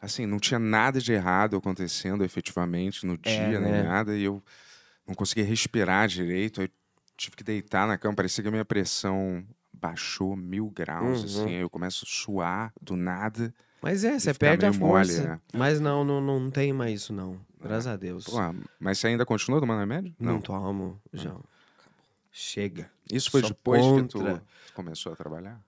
Speaker 4: assim, não tinha nada de errado acontecendo efetivamente no dia, nem
Speaker 5: né?
Speaker 4: nada, e eu não conseguia respirar direito, eu tive que deitar na cama, parecia que a minha pressão baixou mil graus,
Speaker 5: Uhum.
Speaker 4: assim, aí eu começo a suar do nada.
Speaker 5: Mas é, você
Speaker 4: ficar
Speaker 5: perde a
Speaker 4: meio mole,
Speaker 5: força.
Speaker 4: né?
Speaker 5: Mas não, não, não tem mais isso, não. Graças a Deus.
Speaker 4: Pô, Ah. mas você ainda continua tomando remédio?
Speaker 5: não. tomo, João. Chega.
Speaker 4: Isso foi
Speaker 5: Sou
Speaker 4: depois
Speaker 5: contra.
Speaker 4: que tu começou a trabalhar?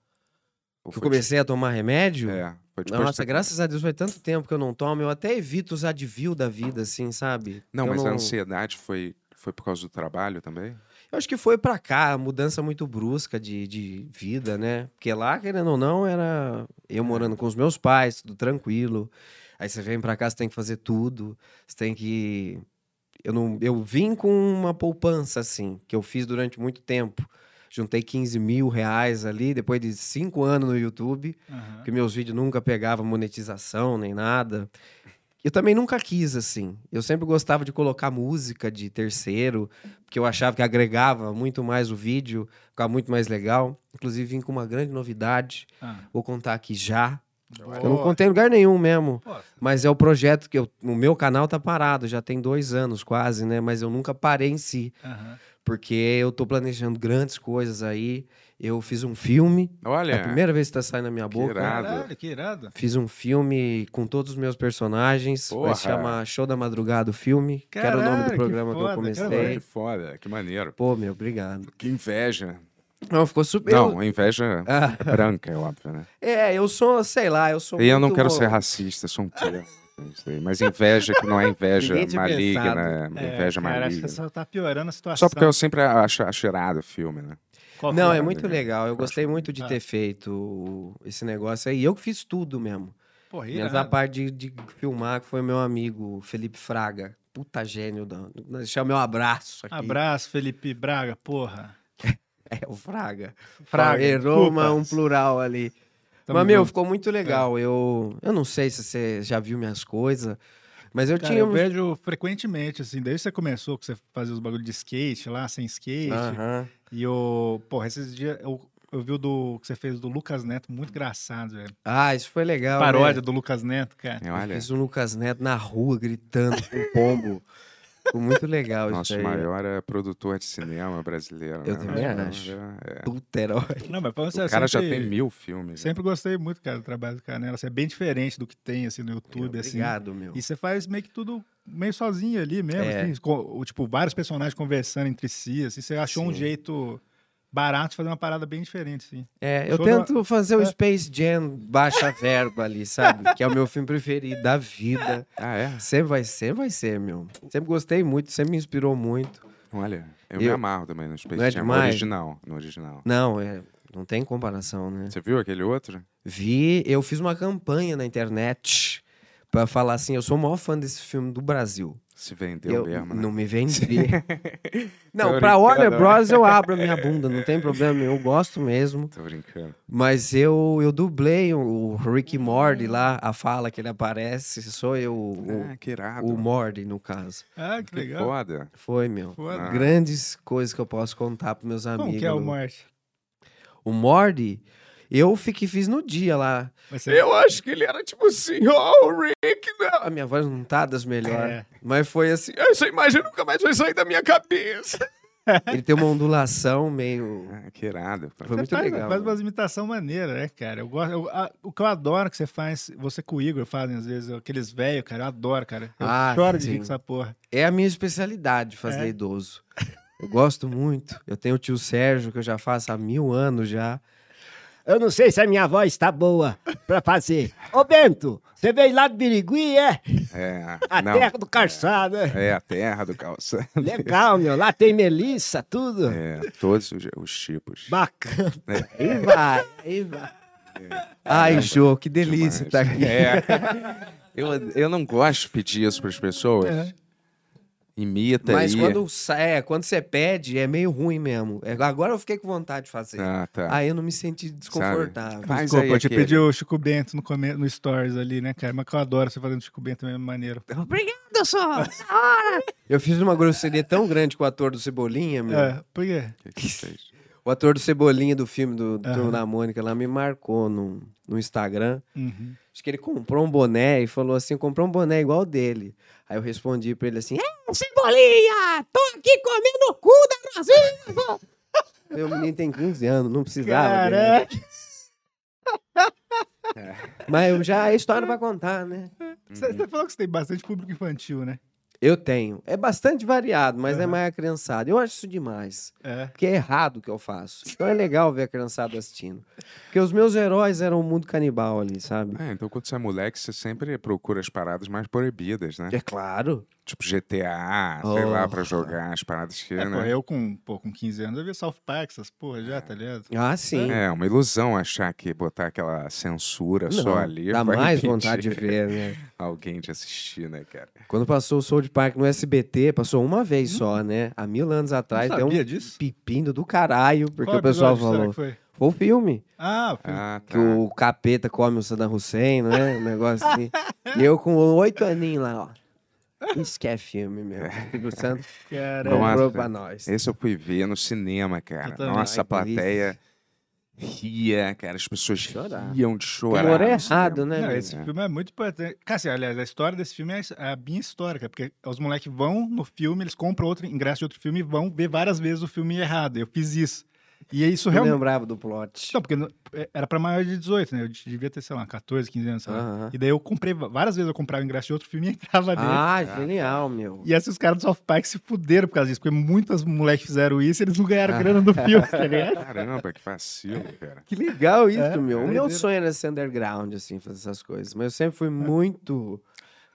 Speaker 4: Ou
Speaker 5: Que eu
Speaker 4: foi
Speaker 5: comecei a tomar remédio?
Speaker 4: de- É, foi depois
Speaker 5: Nossa,
Speaker 4: que...
Speaker 5: graças a Deus foi tanto tempo que eu não tomo. Eu até evito os Advil da vida, assim, sabe?
Speaker 4: Não,
Speaker 5: eu
Speaker 4: mas a ansiedade foi, foi por causa do trabalho também?
Speaker 5: Eu acho que foi pra cá, a mudança muito brusca de, de vida, né? Porque lá, querendo ou não, era eu morando com os meus pais, tudo tranquilo. Aí você vem pra cá, você tem que fazer tudo. Você tem que. Eu, não, eu vim com uma poupança, assim, que eu fiz durante muito tempo. Juntei 15 mil reais ali, depois de cinco anos no YouTube
Speaker 2: Aham.
Speaker 5: porque meus vídeos nunca pegavam monetização nem nada. Eu também nunca quis, assim. Eu sempre gostava de colocar música de terceiro, porque eu achava que agregava muito mais o vídeo, ficava muito mais legal. Inclusive, vim com uma grande novidade,
Speaker 2: Ah.
Speaker 5: vou contar aqui já.
Speaker 2: Boa.
Speaker 5: Eu não contei em lugar nenhum mesmo,
Speaker 2: Pô,
Speaker 5: mas é o projeto que eu, o meu canal tá parado, já tem dois anos quase, né? Mas eu nunca parei em si,
Speaker 2: aham.
Speaker 5: porque eu tô planejando grandes coisas aí. Eu fiz um filme,
Speaker 4: Olha.
Speaker 5: é a primeira vez que tá saindo na minha
Speaker 4: Que
Speaker 5: boca.
Speaker 4: irado.
Speaker 2: Caralho, que irado.
Speaker 5: Fiz um filme com todos os meus personagens.
Speaker 4: Porra.
Speaker 5: Vai se chamar Show da Madrugada o filme. que era o nome
Speaker 2: Caralho,
Speaker 5: do
Speaker 2: que
Speaker 5: programa que,
Speaker 2: foda,
Speaker 5: eu comecei.
Speaker 2: caralho.
Speaker 4: Que foda, que maneiro.
Speaker 5: Pô, meu, obrigado.
Speaker 4: Que inveja.
Speaker 5: Não, ficou super.
Speaker 4: Não, a inveja
Speaker 5: Ah,
Speaker 4: é branca, é óbvio, né?
Speaker 5: é, eu sou, sei lá, eu sou.
Speaker 4: E eu não
Speaker 5: muito
Speaker 4: quero
Speaker 5: bom.
Speaker 4: ser racista, sou um tio. não sei, Mas inveja que não é inveja
Speaker 5: Ninguém tinha
Speaker 4: maligna,
Speaker 2: É,
Speaker 4: inveja
Speaker 2: cara, acho que
Speaker 4: maligna.
Speaker 2: só tá piorando a
Speaker 5: é
Speaker 4: Só
Speaker 2: situação.
Speaker 4: porque eu sempre acho, acho irado o filme, né?
Speaker 2: Qual
Speaker 5: Não,
Speaker 2: foi?
Speaker 5: é muito legal. Eu
Speaker 4: Eu
Speaker 5: gostei muito de
Speaker 2: Ah.
Speaker 5: ter feito esse negócio aí. Eu que fiz tudo mesmo.
Speaker 2: Porra,
Speaker 5: Menos
Speaker 2: irado.
Speaker 5: a parte de, de filmar, que foi meu amigo Felipe Fraga. Puta gênio. Da... Deixar meu abraço aqui.
Speaker 2: Abraço, Felipe Braga, porra.
Speaker 5: É, o Fraga.
Speaker 2: Fraga,
Speaker 5: Fraga. Errou
Speaker 2: desculpa.
Speaker 5: uma- um plural ali.
Speaker 2: Tamo
Speaker 5: mas, meu,
Speaker 2: junto. É.
Speaker 5: ficou muito legal. Eu, eu não sei se você já viu minhas coisas, mas eu
Speaker 2: Cara,
Speaker 5: tinha. um
Speaker 2: eu
Speaker 5: uns-
Speaker 2: vejo frequentemente, assim, desde que você começou, que você fazia os bagulhos de skate lá, sem skate.
Speaker 5: Aham.
Speaker 2: E o. Porra, esses dias eu, eu vi o do, que você fez do Lucas Neto, muito engraçado, velho.
Speaker 5: Ah, isso foi legal.
Speaker 2: Paródia
Speaker 5: né?
Speaker 2: do Lucas Neto, cara.
Speaker 4: E Olha,
Speaker 5: Fiz o Lucas Neto na rua gritando com um pombo. Ficou muito legal isso
Speaker 4: nosso
Speaker 5: aí.
Speaker 4: maior é produtor de cinema brasileiro. né?
Speaker 5: Eu também
Speaker 4: Nosso
Speaker 5: acho.
Speaker 4: maior é-
Speaker 5: Puta herói.
Speaker 2: Não, mas falando
Speaker 4: O
Speaker 2: sério,
Speaker 4: cara já
Speaker 2: sempre-
Speaker 4: tem mil filmes. né?
Speaker 2: Sempre gostei muito, cara, do trabalho do Canela. Assim, é bem diferente do que tem, assim, no YouTube, assim.
Speaker 5: Obrigado, meu.
Speaker 2: E você faz meio que tudo meio sozinho ali mesmo.
Speaker 5: É.
Speaker 2: assim, com- o- tipo, vários personagens conversando entre si, assim. Você achou um
Speaker 5: Sim.
Speaker 2: jeito barato de fazer uma parada bem diferente, assim.
Speaker 5: É, eu
Speaker 2: Show da-
Speaker 5: tento fazer o Space Jam baixa verba ali, sabe? Que é o meu filme preferido da vida.
Speaker 4: Ah, é?
Speaker 5: Sempre vai ser, vai ser, meu. Sempre gostei muito, sempre me inspirou muito.
Speaker 4: Olha, eu,
Speaker 5: E
Speaker 4: me
Speaker 5: eu-
Speaker 4: amarro também no Space
Speaker 5: Não é
Speaker 4: Jam.
Speaker 5: demais?
Speaker 4: No original, no original.
Speaker 5: Não, é, não tem comparação, né?
Speaker 4: Você viu aquele outro?
Speaker 5: Vi, eu fiz uma campanha na internet pra falar assim, eu sou o maior fã desse filme do Brasil.
Speaker 4: Se vendeu
Speaker 5: eu
Speaker 4: mesmo, né?
Speaker 5: não me vendi.
Speaker 4: Tô
Speaker 5: não, pra
Speaker 4: brincando,
Speaker 5: Warner
Speaker 4: né?
Speaker 5: Bros eu abro a minha bunda, não tem problema, nenhum, eu gosto mesmo.
Speaker 4: Tô brincando.
Speaker 5: Mas eu eu dublei o, o Rick Morty lá, a fala que ele aparece, sou eu o,
Speaker 4: ah, que irado.
Speaker 5: o Morty no caso.
Speaker 2: Ah, que
Speaker 4: que
Speaker 2: legal.
Speaker 4: foda.
Speaker 5: Foi, meu.
Speaker 2: Foda.
Speaker 4: Ah.
Speaker 5: Grandes coisas que eu posso contar pros meus amigos.
Speaker 2: Como que é o Morte?
Speaker 5: O Morty, eu fiquei fiz no dia lá.
Speaker 2: Mas você-
Speaker 5: Eu acho que ele era tipo assim, ó, o Rick. né? não." A minha voz não tá das melhores.
Speaker 2: É.
Speaker 5: Mas foi assim, essa imagem nunca mais vai sair da minha cabeça. ele tem uma ondulação meio.
Speaker 4: Ah, que irado. pô.
Speaker 5: Foi muito
Speaker 2: faz,
Speaker 5: legal. né?
Speaker 2: Faz umas imitações maneiras, né, cara? Eu gosto, eu- a- o que eu adoro que você faz, você com o Igor fazem às vezes, aqueles velhos, cara, eu adoro, cara. Eu
Speaker 5: Ah,
Speaker 2: choro de rir
Speaker 5: sim.
Speaker 2: com essa porra.
Speaker 5: É a minha especialidade fazer
Speaker 2: É.
Speaker 5: idoso. Eu gosto muito. Eu tenho o tio Sérgio, que eu já faço há mil anos já.
Speaker 6: Eu não sei se a minha voz tá boa pra fazer. Ô, Bento, você veio lá do Birigui, é?
Speaker 4: É,
Speaker 6: A
Speaker 4: não.
Speaker 6: terra do calçado, é?
Speaker 4: É, a terra do calçado.
Speaker 7: É.
Speaker 6: Legal, meu. Lá tem melissa, tudo.
Speaker 4: É, todos os, os tipos.
Speaker 6: Bacana.
Speaker 5: Aí vai, aí vai. Ai, Jô, que delícia tá?
Speaker 4: Demais.
Speaker 5: estar aqui.
Speaker 4: É. Eu, eu não gosto de pedir isso para as pessoas. Imita
Speaker 5: Mas
Speaker 4: aí.
Speaker 5: quando, sa- é, quando você pede, é meio ruim mesmo. É, Agora eu fiquei com vontade de fazer.
Speaker 4: Ah, tá.
Speaker 5: Aí eu não me senti desconfortável.
Speaker 4: Faz
Speaker 2: Desculpa,
Speaker 4: aí
Speaker 2: eu te
Speaker 4: aquele.
Speaker 2: pedi o Chico Bento no, come- no Stories ali, né, cara? Mas que eu adoro você fazendo Chico Bento mesmo, maneiro.
Speaker 5: Obrigado, só! Eu fiz uma grosseria tão grande com o ator do Cebolinha, meu.
Speaker 2: É, por quê?
Speaker 4: O que que fez?
Speaker 5: O ator do Cebolinha do filme do do
Speaker 2: Aham.
Speaker 5: Turma da Mônica lá me marcou no, no Instagram.
Speaker 2: Uhum.
Speaker 5: Acho que ele comprou um boné e falou assim: comprou um boné igual o dele. Aí eu respondi pra ele assim: É, Cebolinha! Tô aqui comendo o cu da Brasil! Meu menino tem 15 anos, não
Speaker 2: né?
Speaker 5: precisava. dele.
Speaker 2: Caraca!
Speaker 5: Mas eu já é história pra contar, né?
Speaker 2: Você você falou que você tem bastante público infantil, né?
Speaker 5: Eu tenho. É bastante variado, mas é
Speaker 2: Aham.
Speaker 5: mais a criançada. Eu acho isso demais.
Speaker 2: É.
Speaker 5: Porque é errado o que eu faço. Então é legal ver a criançada assistindo. Porque os meus heróis eram o mundo canibal ali, sabe?
Speaker 4: É, então quando você é moleque, você sempre procura as paradas mais proibidas, né?
Speaker 5: É claro.
Speaker 4: Tipo GTA, sei lá, pra
Speaker 5: Porra.
Speaker 4: jogar as paradas que,
Speaker 2: É, pô,
Speaker 4: né?
Speaker 2: eu com, pô, com 15 anos, eu vi South Park, essas porra já, tá ligado?
Speaker 5: Ah, sim.
Speaker 4: É, uma ilusão achar que botar aquela censura
Speaker 5: Não,
Speaker 4: só ali
Speaker 5: dá
Speaker 4: vai
Speaker 5: mais
Speaker 4: impedir
Speaker 5: vontade de ver, né?
Speaker 4: alguém de assistir, né, cara?
Speaker 5: Quando passou o Soul South Park no SBT, passou uma vez só, né? Há mil anos atrás.
Speaker 2: Uhum. Não
Speaker 5: Deu um
Speaker 2: sabia disso?
Speaker 5: pepino do caralho, porque
Speaker 2: Qual é
Speaker 5: o pessoal
Speaker 2: episódio
Speaker 5: falou.
Speaker 2: será que foi?
Speaker 5: Foi o filme.
Speaker 2: Ah, foi.
Speaker 4: Ah, tá.
Speaker 5: Que o capeta come o Saddam Hussein, né? Um negócio assim. e eu com oito aninhos lá, ó. Isso que é filme mesmo. O Santo
Speaker 2: Caralho.
Speaker 4: Nossa.
Speaker 5: comprou pra nós.
Speaker 4: Esse eu fui ver no cinema, cara.
Speaker 2: Eu também.
Speaker 4: Nossa,
Speaker 5: Ai,
Speaker 4: a plateia ria, cara. As pessoas
Speaker 5: Chorar.
Speaker 4: riam de chorar.
Speaker 5: Humor é
Speaker 4: no cinema.
Speaker 5: errado, né?
Speaker 2: Não,
Speaker 5: velho?
Speaker 2: esse filme é muito importante. Cara, assim, aliás, a história desse filme é a minha história, cara, porque os moleques vão no filme, eles compram outro ingresso de outro filme e vão ver várias vezes o filme errado. Eu fiz isso. E é isso
Speaker 5: Eu
Speaker 2: realmente.
Speaker 5: lembrava do plot.
Speaker 2: Não, porque não- é- era pra maior de 18, né? Eu devia ter, sei lá, 14, 15 anos, sei lá.
Speaker 5: Aham.
Speaker 2: E daí eu comprei, va- várias vezes eu comprava o ingresso de outro filme e entrava nele.
Speaker 5: Ah, genial, meu.
Speaker 2: E esses caras do South Park se fuderam por causa disso, porque muitas moleques fizeram isso e eles não
Speaker 4: Ah.
Speaker 2: ganharam grana do filme, tá
Speaker 5: né?
Speaker 2: ligado?
Speaker 4: Caramba, que vacilo, cara.
Speaker 5: Que legal isso,
Speaker 2: É,
Speaker 5: meu. O meu
Speaker 2: doideira.
Speaker 5: sonho era ser underground, assim, fazer essas coisas. Mas eu sempre fui muito.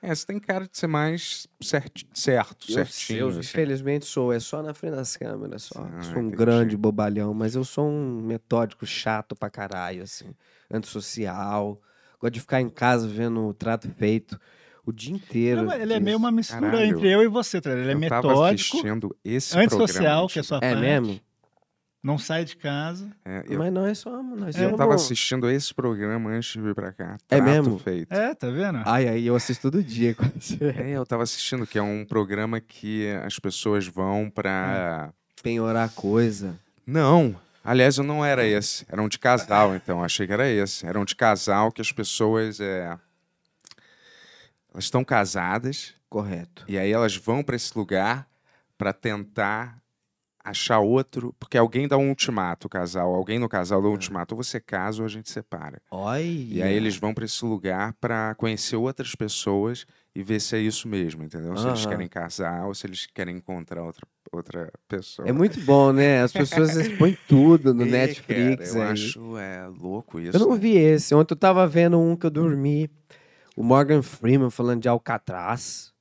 Speaker 4: É, você tem cara de ser mais certi- certo,
Speaker 5: Eu,
Speaker 4: certinho.
Speaker 5: eu,
Speaker 4: assim.
Speaker 5: infelizmente, sou. É só na frente das câmeras, só.
Speaker 4: Ah,
Speaker 5: sou um
Speaker 4: entendi.
Speaker 5: grande bobalhão, mas eu sou um metódico chato pra caralho, assim. Antissocial. Gosto de ficar em casa vendo o trato feito o dia inteiro.
Speaker 2: Não, mas ele é meio uma mistura
Speaker 4: Caralho.
Speaker 2: entre eu e você, tá? ligado? Ele é
Speaker 4: eu tava
Speaker 2: metódico,
Speaker 4: assistindo esse
Speaker 2: antissocial,
Speaker 4: programa.
Speaker 2: que é sua
Speaker 5: É
Speaker 2: parte,
Speaker 5: mesmo?
Speaker 2: não sai de casa.
Speaker 4: É, eu,
Speaker 5: Mas nós somos.
Speaker 2: É,
Speaker 5: Nós
Speaker 4: eu
Speaker 5: somos-
Speaker 4: tava assistindo esse programa antes de vir pra cá.
Speaker 5: É
Speaker 4: Trato
Speaker 5: mesmo?
Speaker 4: Feito.
Speaker 2: É, tá vendo?
Speaker 5: Ai, ai, eu assisto todo dia. quase.
Speaker 4: É, eu tava assistindo, que é um programa que as pessoas vão
Speaker 5: Hum.
Speaker 4: pra.
Speaker 5: Penhorar coisa.
Speaker 4: Não! Aliás, eu não era esse. Era um de casal, então. Achei que era esse. Era um de casal que as pessoas. É... Elas estão casadas
Speaker 5: Correto.
Speaker 4: e aí elas vão pra esse lugar pra tentar achar outro. Porque alguém dá um ultimato, o casal. Alguém no casal dá um ultimato. Ou você casa ou a gente separa.
Speaker 5: Olha.
Speaker 4: E aí eles vão pra esse lugar pra conhecer outras pessoas e ver se é isso mesmo, entendeu? Se eles
Speaker 5: Aham.
Speaker 4: querem casar ou se eles querem encontrar outra, outra pessoa.
Speaker 5: É muito bom, né? As pessoas expõem tudo
Speaker 2: É,
Speaker 5: no
Speaker 4: Ih,
Speaker 5: Netflix.
Speaker 4: cara, eu
Speaker 5: aí.
Speaker 4: acho é, louco isso.
Speaker 5: Eu não
Speaker 4: né?
Speaker 5: vi esse. Ontem eu tava vendo um que eu dormi. O Morgan Freeman falando de Alcatraz.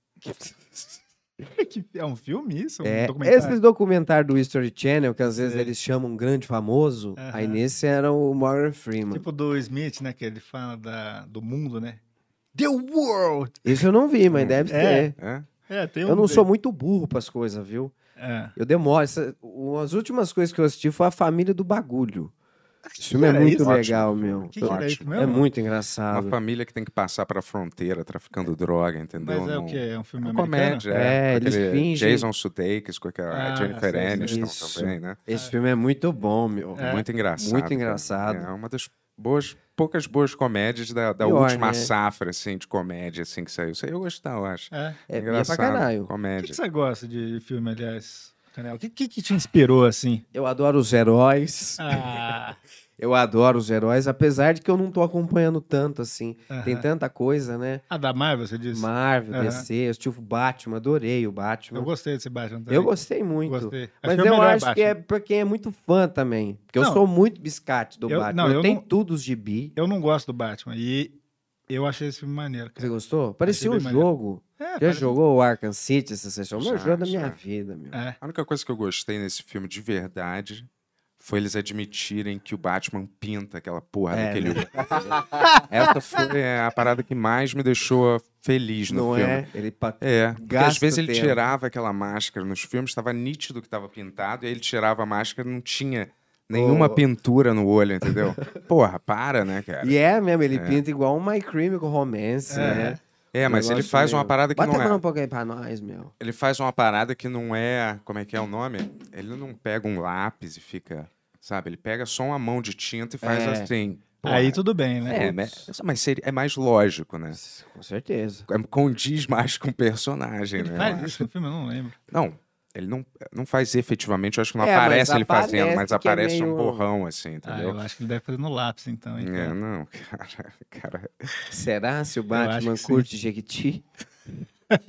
Speaker 2: Que- É um filme isso? Um
Speaker 5: É,
Speaker 2: documentário?
Speaker 5: esses documentários do History Channel, que às vezes
Speaker 2: Sei.
Speaker 5: eles chamam um grande famoso, aí
Speaker 2: Aham.
Speaker 5: nesse era o Morgan Freeman.
Speaker 2: Tipo do Smith, né? Que ele fala da, do mundo, né? The World!
Speaker 5: Esse eu não vi, mas deve
Speaker 2: É.
Speaker 5: ter.
Speaker 4: É?
Speaker 2: É, tem um
Speaker 5: Eu não
Speaker 2: de-
Speaker 5: sou muito burro pras coisas, viu?
Speaker 2: É.
Speaker 5: Eu demoro. Essa- o- As últimas coisas que eu assisti foi A Família do Bagulho. Esse filme é
Speaker 2: era
Speaker 5: muito
Speaker 2: isso?
Speaker 5: legal,
Speaker 4: Ótimo.
Speaker 5: meu.
Speaker 2: Que que era isso mesmo?
Speaker 5: É muito
Speaker 4: Uma
Speaker 5: engraçado.
Speaker 4: família que tem que passar pra fronteira traficando droga, entendeu?
Speaker 2: Mas é
Speaker 4: Não-
Speaker 2: o quê? É um filme
Speaker 4: Uma
Speaker 2: americano?
Speaker 4: comédia,
Speaker 5: É,
Speaker 4: é.
Speaker 5: eles
Speaker 4: Aquele
Speaker 5: fingem-
Speaker 4: Jason Sudeikis com aquela
Speaker 2: Ah,
Speaker 4: Jennifer
Speaker 2: sei, sei.
Speaker 4: Aniston
Speaker 5: Isso.
Speaker 4: também, né?
Speaker 5: Esse filme é muito bom, meu.
Speaker 2: É.
Speaker 4: Muito engraçado.
Speaker 5: Muito
Speaker 4: cara.
Speaker 5: engraçado.
Speaker 4: É uma das boas, poucas boas comédias da, da
Speaker 5: Pior,
Speaker 4: última
Speaker 5: né?
Speaker 4: safra, assim, de comédia, assim, que saiu. Isso aí eu gostava, eu acho.
Speaker 2: É.
Speaker 5: É, e é pra caralho.
Speaker 2: O que, que
Speaker 4: Comédia.
Speaker 2: você gosta de filme, aliás, Canel? O que, que, que te inspirou, assim?
Speaker 5: Eu adoro os heróis.
Speaker 2: Ah,
Speaker 5: Eu adoro os heróis, apesar de que eu não tô acompanhando tanto, assim. Tem
Speaker 2: aham.
Speaker 5: tanta coisa, né?
Speaker 2: a Ah. da Marvel, você disse?
Speaker 5: Marvel,
Speaker 2: Aham.
Speaker 5: DC, eu tive o Batman, adorei o Batman.
Speaker 2: Eu
Speaker 5: Eu,
Speaker 2: gostei desse Batman também.
Speaker 5: gostei muito.
Speaker 2: Gostei.
Speaker 5: Mas
Speaker 2: que é o
Speaker 5: eu
Speaker 2: melhor
Speaker 5: acho
Speaker 2: Batman.
Speaker 5: que é pra quem é muito fã também. Porque eu
Speaker 2: Não.
Speaker 5: sou muito biscate do
Speaker 2: Eu-
Speaker 5: Batman.
Speaker 2: não,
Speaker 5: eu,
Speaker 2: eu
Speaker 5: tenho
Speaker 2: não-
Speaker 5: tudo os gibi.
Speaker 2: Eu não gosto do Batman e eu achei esse filme maneiro,
Speaker 5: Você
Speaker 2: cara.
Speaker 5: gostou? Parecia
Speaker 2: bem
Speaker 5: um
Speaker 2: maneiro.
Speaker 5: jogo.
Speaker 2: É,
Speaker 5: Já
Speaker 2: parece-
Speaker 5: jogou o Arkham City essa sessão? O melhor
Speaker 4: Já,
Speaker 5: jogo da minha
Speaker 4: já.
Speaker 5: vida, meu.
Speaker 2: É.
Speaker 4: A única coisa que eu gostei nesse filme de verdade foi eles admitirem que o Batman pinta aquela porra
Speaker 5: É,
Speaker 4: daquele. Essa foi é, a parada que mais me deixou feliz no
Speaker 5: Não
Speaker 4: filme.
Speaker 5: é? Ele pa-
Speaker 4: É, porque às
Speaker 5: Gasta
Speaker 4: vezes ele
Speaker 5: tempo.
Speaker 4: tirava aquela máscara nos filmes, estava nítido que estava pintado, e aí ele tirava a máscara e não tinha nenhuma
Speaker 5: Oh.
Speaker 4: pintura no olho, entendeu? Porra, para, né, cara?
Speaker 5: E é mesmo, ele pinta igual um My Chemical Romance,
Speaker 2: É.
Speaker 5: né?
Speaker 4: É, mas ele
Speaker 5: Negócio
Speaker 4: faz uma
Speaker 5: meio-
Speaker 4: parada que
Speaker 5: Bota
Speaker 4: não
Speaker 5: a
Speaker 4: é.
Speaker 5: mão um pouquinho pra nós, meu.
Speaker 4: Ele faz uma parada que não é. Como é que é o nome? Ele não pega um lápis e fica. Sabe? Ele pega só uma mão de tinta e faz
Speaker 5: É.
Speaker 4: assim. Porra.
Speaker 2: Aí tudo bem, né?
Speaker 4: É, mas, mas seria- é mais lógico, né?
Speaker 5: Com certeza.
Speaker 4: É- Condiz mais com o personagem,
Speaker 5: É.
Speaker 2: Ele
Speaker 4: né?
Speaker 2: faz
Speaker 4: Eu
Speaker 2: isso no filme, eu não lembro.
Speaker 4: acho. Não, ele não, não faz efetivamente, eu acho que não
Speaker 5: É, mas
Speaker 4: aparece ele fazendo,
Speaker 5: aparece
Speaker 4: mas
Speaker 5: que é
Speaker 4: aparece um
Speaker 5: meio-
Speaker 4: borrão, assim,
Speaker 2: Ah,
Speaker 4: entendeu?
Speaker 2: eu acho que ele deve fazer no lápis, então. hein,
Speaker 4: É,
Speaker 2: cara.
Speaker 4: não, cara, cara.
Speaker 5: Será se o
Speaker 2: acho
Speaker 5: Batman
Speaker 2: que sim.
Speaker 5: curte Jequiti?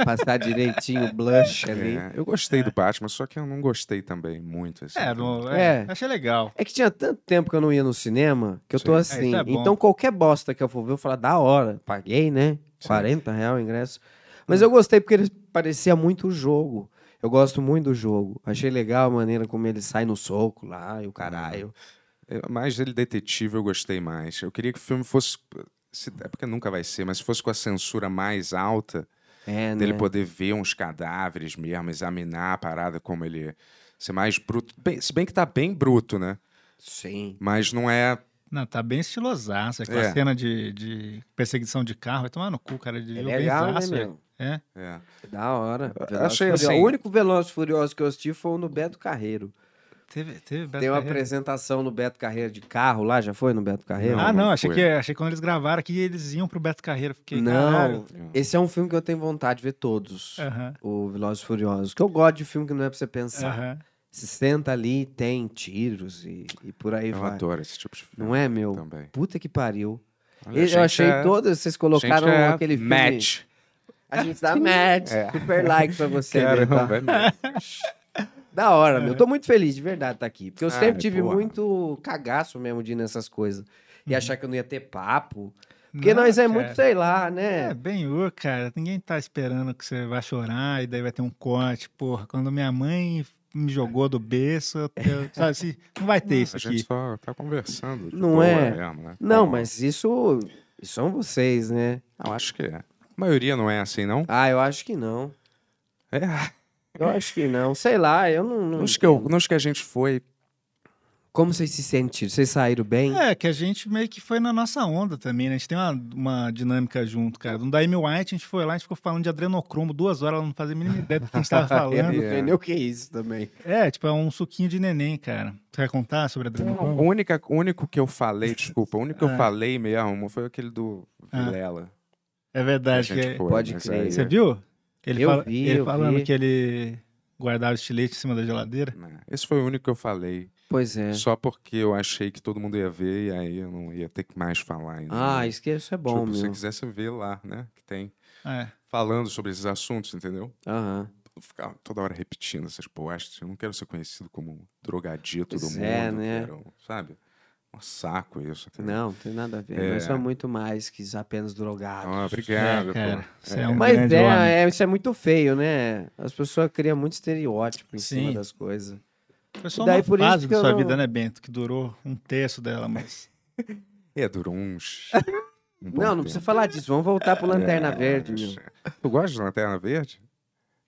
Speaker 5: Passar direitinho o blush ali. É.
Speaker 4: é, eu gostei do Batman, só que eu não gostei também muito. Assim,
Speaker 2: É,
Speaker 4: do-
Speaker 2: no- é,
Speaker 5: É.
Speaker 2: achei legal.
Speaker 5: que tinha tanto tempo que eu não ia no cinema que eu tô
Speaker 2: Sim. É,
Speaker 5: assim.
Speaker 2: isso é bom.
Speaker 5: então qualquer bosta que eu for ver, eu falo, da hora. Paguei, né?
Speaker 4: Sim. Hum.
Speaker 5: 40 real o ingresso. Mas eu gostei porque ele parecia muito o jogo. Eu gosto muito do jogo. Achei legal a maneira como ele sai no soco lá e
Speaker 4: Hum.
Speaker 5: o caralho.
Speaker 4: Eu- Mas É, ele detetive eu gostei mais. Eu queria que o filme fosse. se- é porque nunca vai ser, mas se fosse com a censura mais alta,
Speaker 5: É,
Speaker 4: dele
Speaker 5: né?
Speaker 4: poder ver uns cadáveres mesmo, examinar a parada como ele ser mais bruto. Bem- se bem que tá bem bruto, né?
Speaker 5: Sim.
Speaker 4: Mas não é.
Speaker 2: Não, tá bem estilosaço. Aquela
Speaker 4: É.
Speaker 2: cena de, de perseguição de carro. Vai tomar no cu, cara. De
Speaker 5: É
Speaker 2: bem
Speaker 5: legal, né,
Speaker 2: zaço,
Speaker 5: meu?
Speaker 2: é.
Speaker 4: é.
Speaker 5: Da hora. Velozes
Speaker 4: achei
Speaker 5: e Furiosos.
Speaker 4: assim-
Speaker 5: O único Veloz Furioso que eu assisti foi o no Beto Carreiro.
Speaker 2: Teve, teve Beto
Speaker 5: Tem uma
Speaker 2: Carreiro.
Speaker 5: apresentação no Beto Carreiro de carro lá, já foi no Beto Carreiro?
Speaker 2: Ah,
Speaker 4: Não,
Speaker 2: não.
Speaker 4: não
Speaker 2: Achei
Speaker 4: foi.
Speaker 2: que, achei que quando eles gravaram aqui, eles iam pro Beto Carreiro. Fiquei,
Speaker 5: Não,
Speaker 2: caralho. É.
Speaker 5: esse é um filme que eu tenho vontade de ver todos.
Speaker 2: Aham,
Speaker 5: O Velozes e Furiosos. Que eu gosto de filme que não é pra você pensar.
Speaker 2: aham.
Speaker 5: Se senta ali, tem tiros e, e por aí
Speaker 4: Eu
Speaker 5: vai.
Speaker 4: adoro esse tipo de filme.
Speaker 5: Não é, meu?
Speaker 4: Também.
Speaker 5: Puta que pariu.
Speaker 4: Olha,
Speaker 5: eu
Speaker 4: a gente
Speaker 5: achei
Speaker 4: é-
Speaker 5: todas,
Speaker 4: a
Speaker 5: vocês
Speaker 4: gente
Speaker 5: colocaram
Speaker 4: é
Speaker 5: aquele filme.
Speaker 4: Match.
Speaker 5: A gente dá match.
Speaker 4: É.
Speaker 5: Super like pra você, né, tá?
Speaker 4: Caramba, é mesmo.
Speaker 5: Da hora, meu. Eu tô muito feliz, de verdade, tá aqui. Porque eu
Speaker 4: É. Ah,
Speaker 5: sempre tive
Speaker 4: porra. Uhum.
Speaker 5: muito cagaço mesmo de ir nessas coisas. E achar que eu não ia ter papo. Porque nós é
Speaker 2: cara.
Speaker 5: muito, sei lá,
Speaker 2: É,
Speaker 5: né?
Speaker 2: bem ur, cara. Ninguém tá esperando que você vai chorar e daí vai ter um corte. Porra, quando minha mãe me jogou do berço, eu- eu- sabe assim, não vai ter isso
Speaker 4: A gente
Speaker 2: aqui.
Speaker 4: só tá conversando. de
Speaker 5: Não
Speaker 4: boa
Speaker 5: é?
Speaker 4: mesmo, né?
Speaker 5: Não,
Speaker 4: Como-
Speaker 5: mas isso. isso São vocês, né?
Speaker 4: Eu acho que é. A maioria não é assim, não?
Speaker 5: Ah, eu acho que não.
Speaker 4: É.
Speaker 5: Eu acho que não. Sei lá, eu não. não-
Speaker 4: Nos que, eu- nos que a gente foi.
Speaker 5: Como vocês se sentiram? Vocês saíram bem?
Speaker 2: É, que a gente meio que foi na nossa onda também, né? A gente tem uma, uma dinâmica junto, cara. No da Amy White, a gente foi lá, a gente ficou falando de adrenocromo duas horas, ela não fazia a mínima ideia do que a gente tava
Speaker 5: Eu
Speaker 2: falando.
Speaker 5: não sei nem o que é isso também.
Speaker 2: É, tipo, é um suquinho de neném, cara. Você vai contar sobre
Speaker 4: O
Speaker 5: Uhum.
Speaker 2: adrenocromo?
Speaker 4: única, o único que eu falei, desculpa, o único
Speaker 5: Ah.
Speaker 4: que eu falei mesmo foi aquele do
Speaker 2: Ah.
Speaker 4: Vilela.
Speaker 2: É
Speaker 4: que a
Speaker 2: verdade.
Speaker 4: gente
Speaker 2: Que...
Speaker 4: foi,
Speaker 5: Pode
Speaker 4: mas
Speaker 5: crer. é
Speaker 4: aí-
Speaker 2: Você viu? Ele,
Speaker 5: Eu
Speaker 2: fala-
Speaker 5: vi,
Speaker 2: ele
Speaker 5: eu
Speaker 2: falando
Speaker 5: vi.
Speaker 2: que ele guardava o estilete em cima da geladeira.
Speaker 4: né? Esse foi o único que eu falei.
Speaker 5: Pois é.
Speaker 4: Só porque eu achei que todo mundo ia ver e aí eu não ia ter que mais falar ainda.
Speaker 5: Ah,
Speaker 4: né?
Speaker 5: isso, que- isso é bom,
Speaker 4: tipo, se você
Speaker 5: meu.
Speaker 4: quisesse ver lá, né? Que tem.
Speaker 2: É.
Speaker 4: Falando sobre esses assuntos, entendeu?
Speaker 5: Aham.
Speaker 4: Eu Ficava toda hora repetindo essas postas. Eu não quero ser conhecido como um drogadito do
Speaker 5: Pois
Speaker 4: mundo.
Speaker 5: é,
Speaker 4: eu
Speaker 5: né?
Speaker 4: quero, sabe? Um saco isso. entendeu?
Speaker 5: Não, tem nada a ver.
Speaker 4: É.
Speaker 5: Nós somos muito mais que apenas drogados.
Speaker 4: Ah, obrigado,
Speaker 2: É, cara.
Speaker 4: pô.
Speaker 2: Você é um
Speaker 5: Mas
Speaker 2: grande homem.
Speaker 5: é, é, isso é muito feio, né? As pessoas criam muito estereótipo em cima
Speaker 2: Sim.
Speaker 5: das coisas.
Speaker 2: Foi só
Speaker 5: E daí
Speaker 2: uma
Speaker 5: por isso
Speaker 2: fase
Speaker 5: que
Speaker 2: da
Speaker 5: eu
Speaker 2: sua
Speaker 5: não-
Speaker 2: vida, né, Bento? Que durou um terço dela, mas...
Speaker 4: É, durou uns. um bom
Speaker 5: Não, não
Speaker 4: tempo.
Speaker 5: precisa falar disso. Vamos voltar
Speaker 2: É,
Speaker 5: pro Lanterna Verde, meu.
Speaker 4: É, Tu gosta de lanterna verde?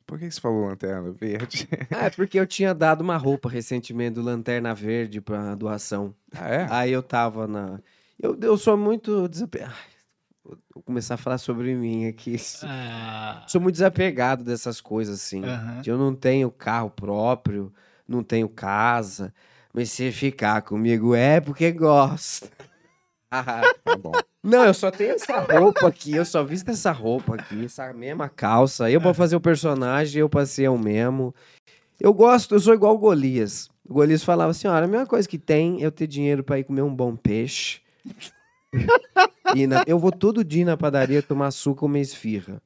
Speaker 4: Por que que você falou lanterna verde?
Speaker 5: Ah, é porque eu tinha dado uma roupa recentemente do Lanterna Verde pra doação.
Speaker 4: Ah, é?
Speaker 5: Aí eu tava na. Eu, eu sou muito desapegado. Vou começar a falar sobre mim aqui.
Speaker 2: Ah,
Speaker 5: Sou muito desapegado dessas coisas, assim.
Speaker 2: Aham.
Speaker 5: Eu não tenho carro próprio, não tenho casa. Mas se ficar comigo é porque gosta.
Speaker 4: Tá bom.
Speaker 5: Não, eu só tenho essa roupa aqui, eu só visto essa roupa aqui, essa mesma calça. Eu
Speaker 4: É.
Speaker 5: vou fazer o personagem, eu passei o mesmo. Eu gosto, eu sou igual o Golias. O Golias falava assim: olha, a mesma coisa que tem é eu ter dinheiro pra ir comer um bom peixe. E na- eu vou todo dia na padaria tomar suco comer esfirra.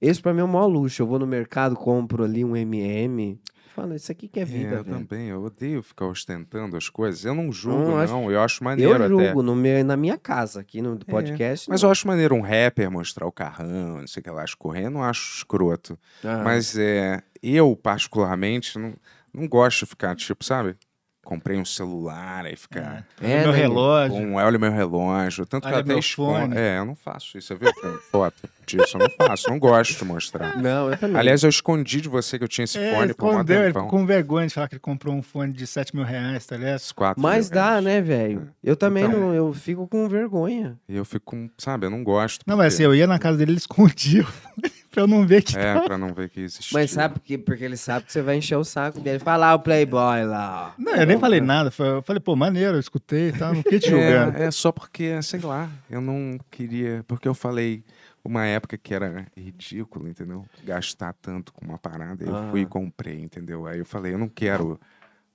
Speaker 5: Esse pra mim é o maior luxo. Eu vou no mercado, compro ali um MM. Fala, isso aqui que é
Speaker 4: É,
Speaker 5: vida,
Speaker 4: eu
Speaker 5: velho.
Speaker 4: também, eu odeio ficar ostentando as coisas. Eu não julgo,
Speaker 5: eu
Speaker 4: não.
Speaker 5: acho-
Speaker 4: Eu acho maneiro
Speaker 5: Eu
Speaker 4: até. É.
Speaker 5: julgo no meu, na minha casa, aqui no podcast.
Speaker 4: Mas eu acho maneiro um rapper mostrar o carrão, não sei o que lá, escorrendo, eu não acho escroto.
Speaker 5: Ah.
Speaker 4: Mas é, eu, particularmente, não, não gosto de ficar, tipo, sabe? Comprei um celular, aí ficar.
Speaker 5: É,
Speaker 2: meu
Speaker 5: né, meu?
Speaker 2: relógio.
Speaker 4: Bom, olha o meu relógio. Tanto que
Speaker 2: Olha
Speaker 4: eu até
Speaker 2: meu
Speaker 4: escondo.
Speaker 2: fone.
Speaker 4: É, eu não faço isso. Você viu que tem foto disso? Eu não faço, não gosto de mostrar.
Speaker 5: Não, eu também.
Speaker 4: Aliás, eu escondi de você que eu tinha esse
Speaker 2: É,
Speaker 4: fone por um
Speaker 2: escondeu, ele
Speaker 4: tempão.
Speaker 2: ficou com vergonha de falar que ele comprou um fone de 7 mil reais, tá ligado?
Speaker 4: Esses quatro
Speaker 5: Mas
Speaker 4: mil
Speaker 5: dá,
Speaker 4: reais.
Speaker 5: né,
Speaker 2: É.
Speaker 5: velho? Eu também
Speaker 4: Então.
Speaker 5: não, eu fico com vergonha.
Speaker 4: E eu fico, com- sabe, eu não gosto.
Speaker 2: Não, mas assim,
Speaker 4: porque-
Speaker 2: eu ia na casa dele, ele escondia o fone pra eu não ver que...
Speaker 4: É, pra não ver que existe.
Speaker 5: Mas sabe porque, porque ele sabe que você vai encher o saco dele. Fala lá o Playboy lá. ó.
Speaker 2: Não, eu nem
Speaker 5: é.
Speaker 2: falei nada, foi- eu falei, pô, maneiro, eu escutei e tal, não fiquei te julgando.
Speaker 4: É, é só porque, sei lá, eu não queria. Porque eu falei uma época que era ridículo, entendeu? Gastar tanto com uma parada. Eu
Speaker 5: Ah.
Speaker 4: fui e comprei, entendeu? Aí eu falei, eu não quero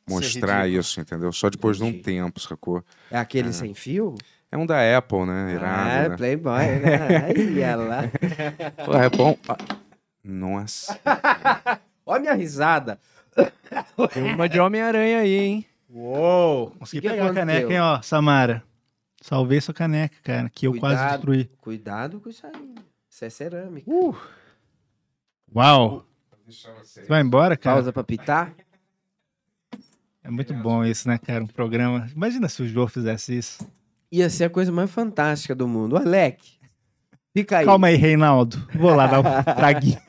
Speaker 2: Ser
Speaker 4: mostrar
Speaker 2: ridículo.
Speaker 4: isso, entendeu? Só depois de um
Speaker 5: Entendi.
Speaker 4: tempo, sacou?
Speaker 5: É aquele sem fio?
Speaker 4: É um da Apple, né? Irado,
Speaker 5: é,
Speaker 4: né?
Speaker 5: Playboy. né? Aí, olha lá.
Speaker 4: Pô, é bom. Ah, Nossa.
Speaker 5: Olha a minha risada.
Speaker 3: Tem uma de Homem-Aranha aí, hein?
Speaker 2: Uou! Consegui
Speaker 5: Que que
Speaker 2: pegar a caneca,
Speaker 5: aconteceu?
Speaker 2: hein, ó, Samara. Salvei sua caneca, cara, que eu quase
Speaker 5: Cuidado.
Speaker 2: destruí.
Speaker 5: Cuidado com isso aí. Isso é cerâmica.
Speaker 2: Uau! Você vai embora, cara?
Speaker 5: Pausa pra pitar?
Speaker 2: É muito bom isso, né, cara? Um programa. Imagina se o Jô fizesse isso.
Speaker 5: Ia ser a coisa mais fantástica do mundo. O Alec, Fica aí.
Speaker 2: Calma aí, Reinaldo. Vou lá dar um traguinho.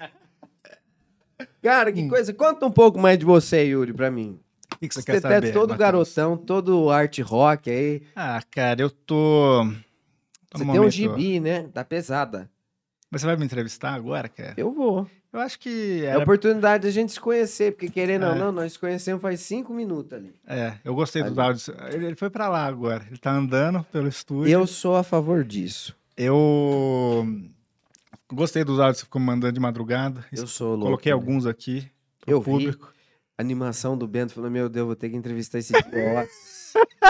Speaker 5: Cara,
Speaker 2: Hum.
Speaker 5: que coisa. Conta um pouco mais de você, Yuri, pra mim.
Speaker 2: O que, que
Speaker 5: Você é todo garotão, todo art rock aí.
Speaker 2: Ah, cara, eu tô. tô
Speaker 5: Você
Speaker 2: num
Speaker 5: tem
Speaker 2: Tá
Speaker 5: um
Speaker 2: momento-
Speaker 5: gibi, né? Tá pesada.
Speaker 2: Mas você vai me entrevistar agora, cara?
Speaker 5: Eu vou.
Speaker 2: Eu acho que.
Speaker 5: É a
Speaker 2: Era...
Speaker 5: oportunidade da gente se conhecer, porque querendo ou
Speaker 2: né? É.
Speaker 5: não, nós nos conhecemos faz cinco minutos ali.
Speaker 2: É, eu gostei dos
Speaker 5: Ali.
Speaker 2: áudios. Ele ele foi pra lá agora. Ele tá andando pelo estúdio.
Speaker 5: Eu sou a favor disso.
Speaker 2: Eu gostei dos áudios que você ficou me mandando de madrugada.
Speaker 5: Eu sou louco.
Speaker 2: Coloquei
Speaker 5: né?
Speaker 2: alguns aqui pro
Speaker 5: Eu vi
Speaker 2: público.
Speaker 5: a animação do Bento, falando, meu Deus, vou ter que entrevistar esse idiota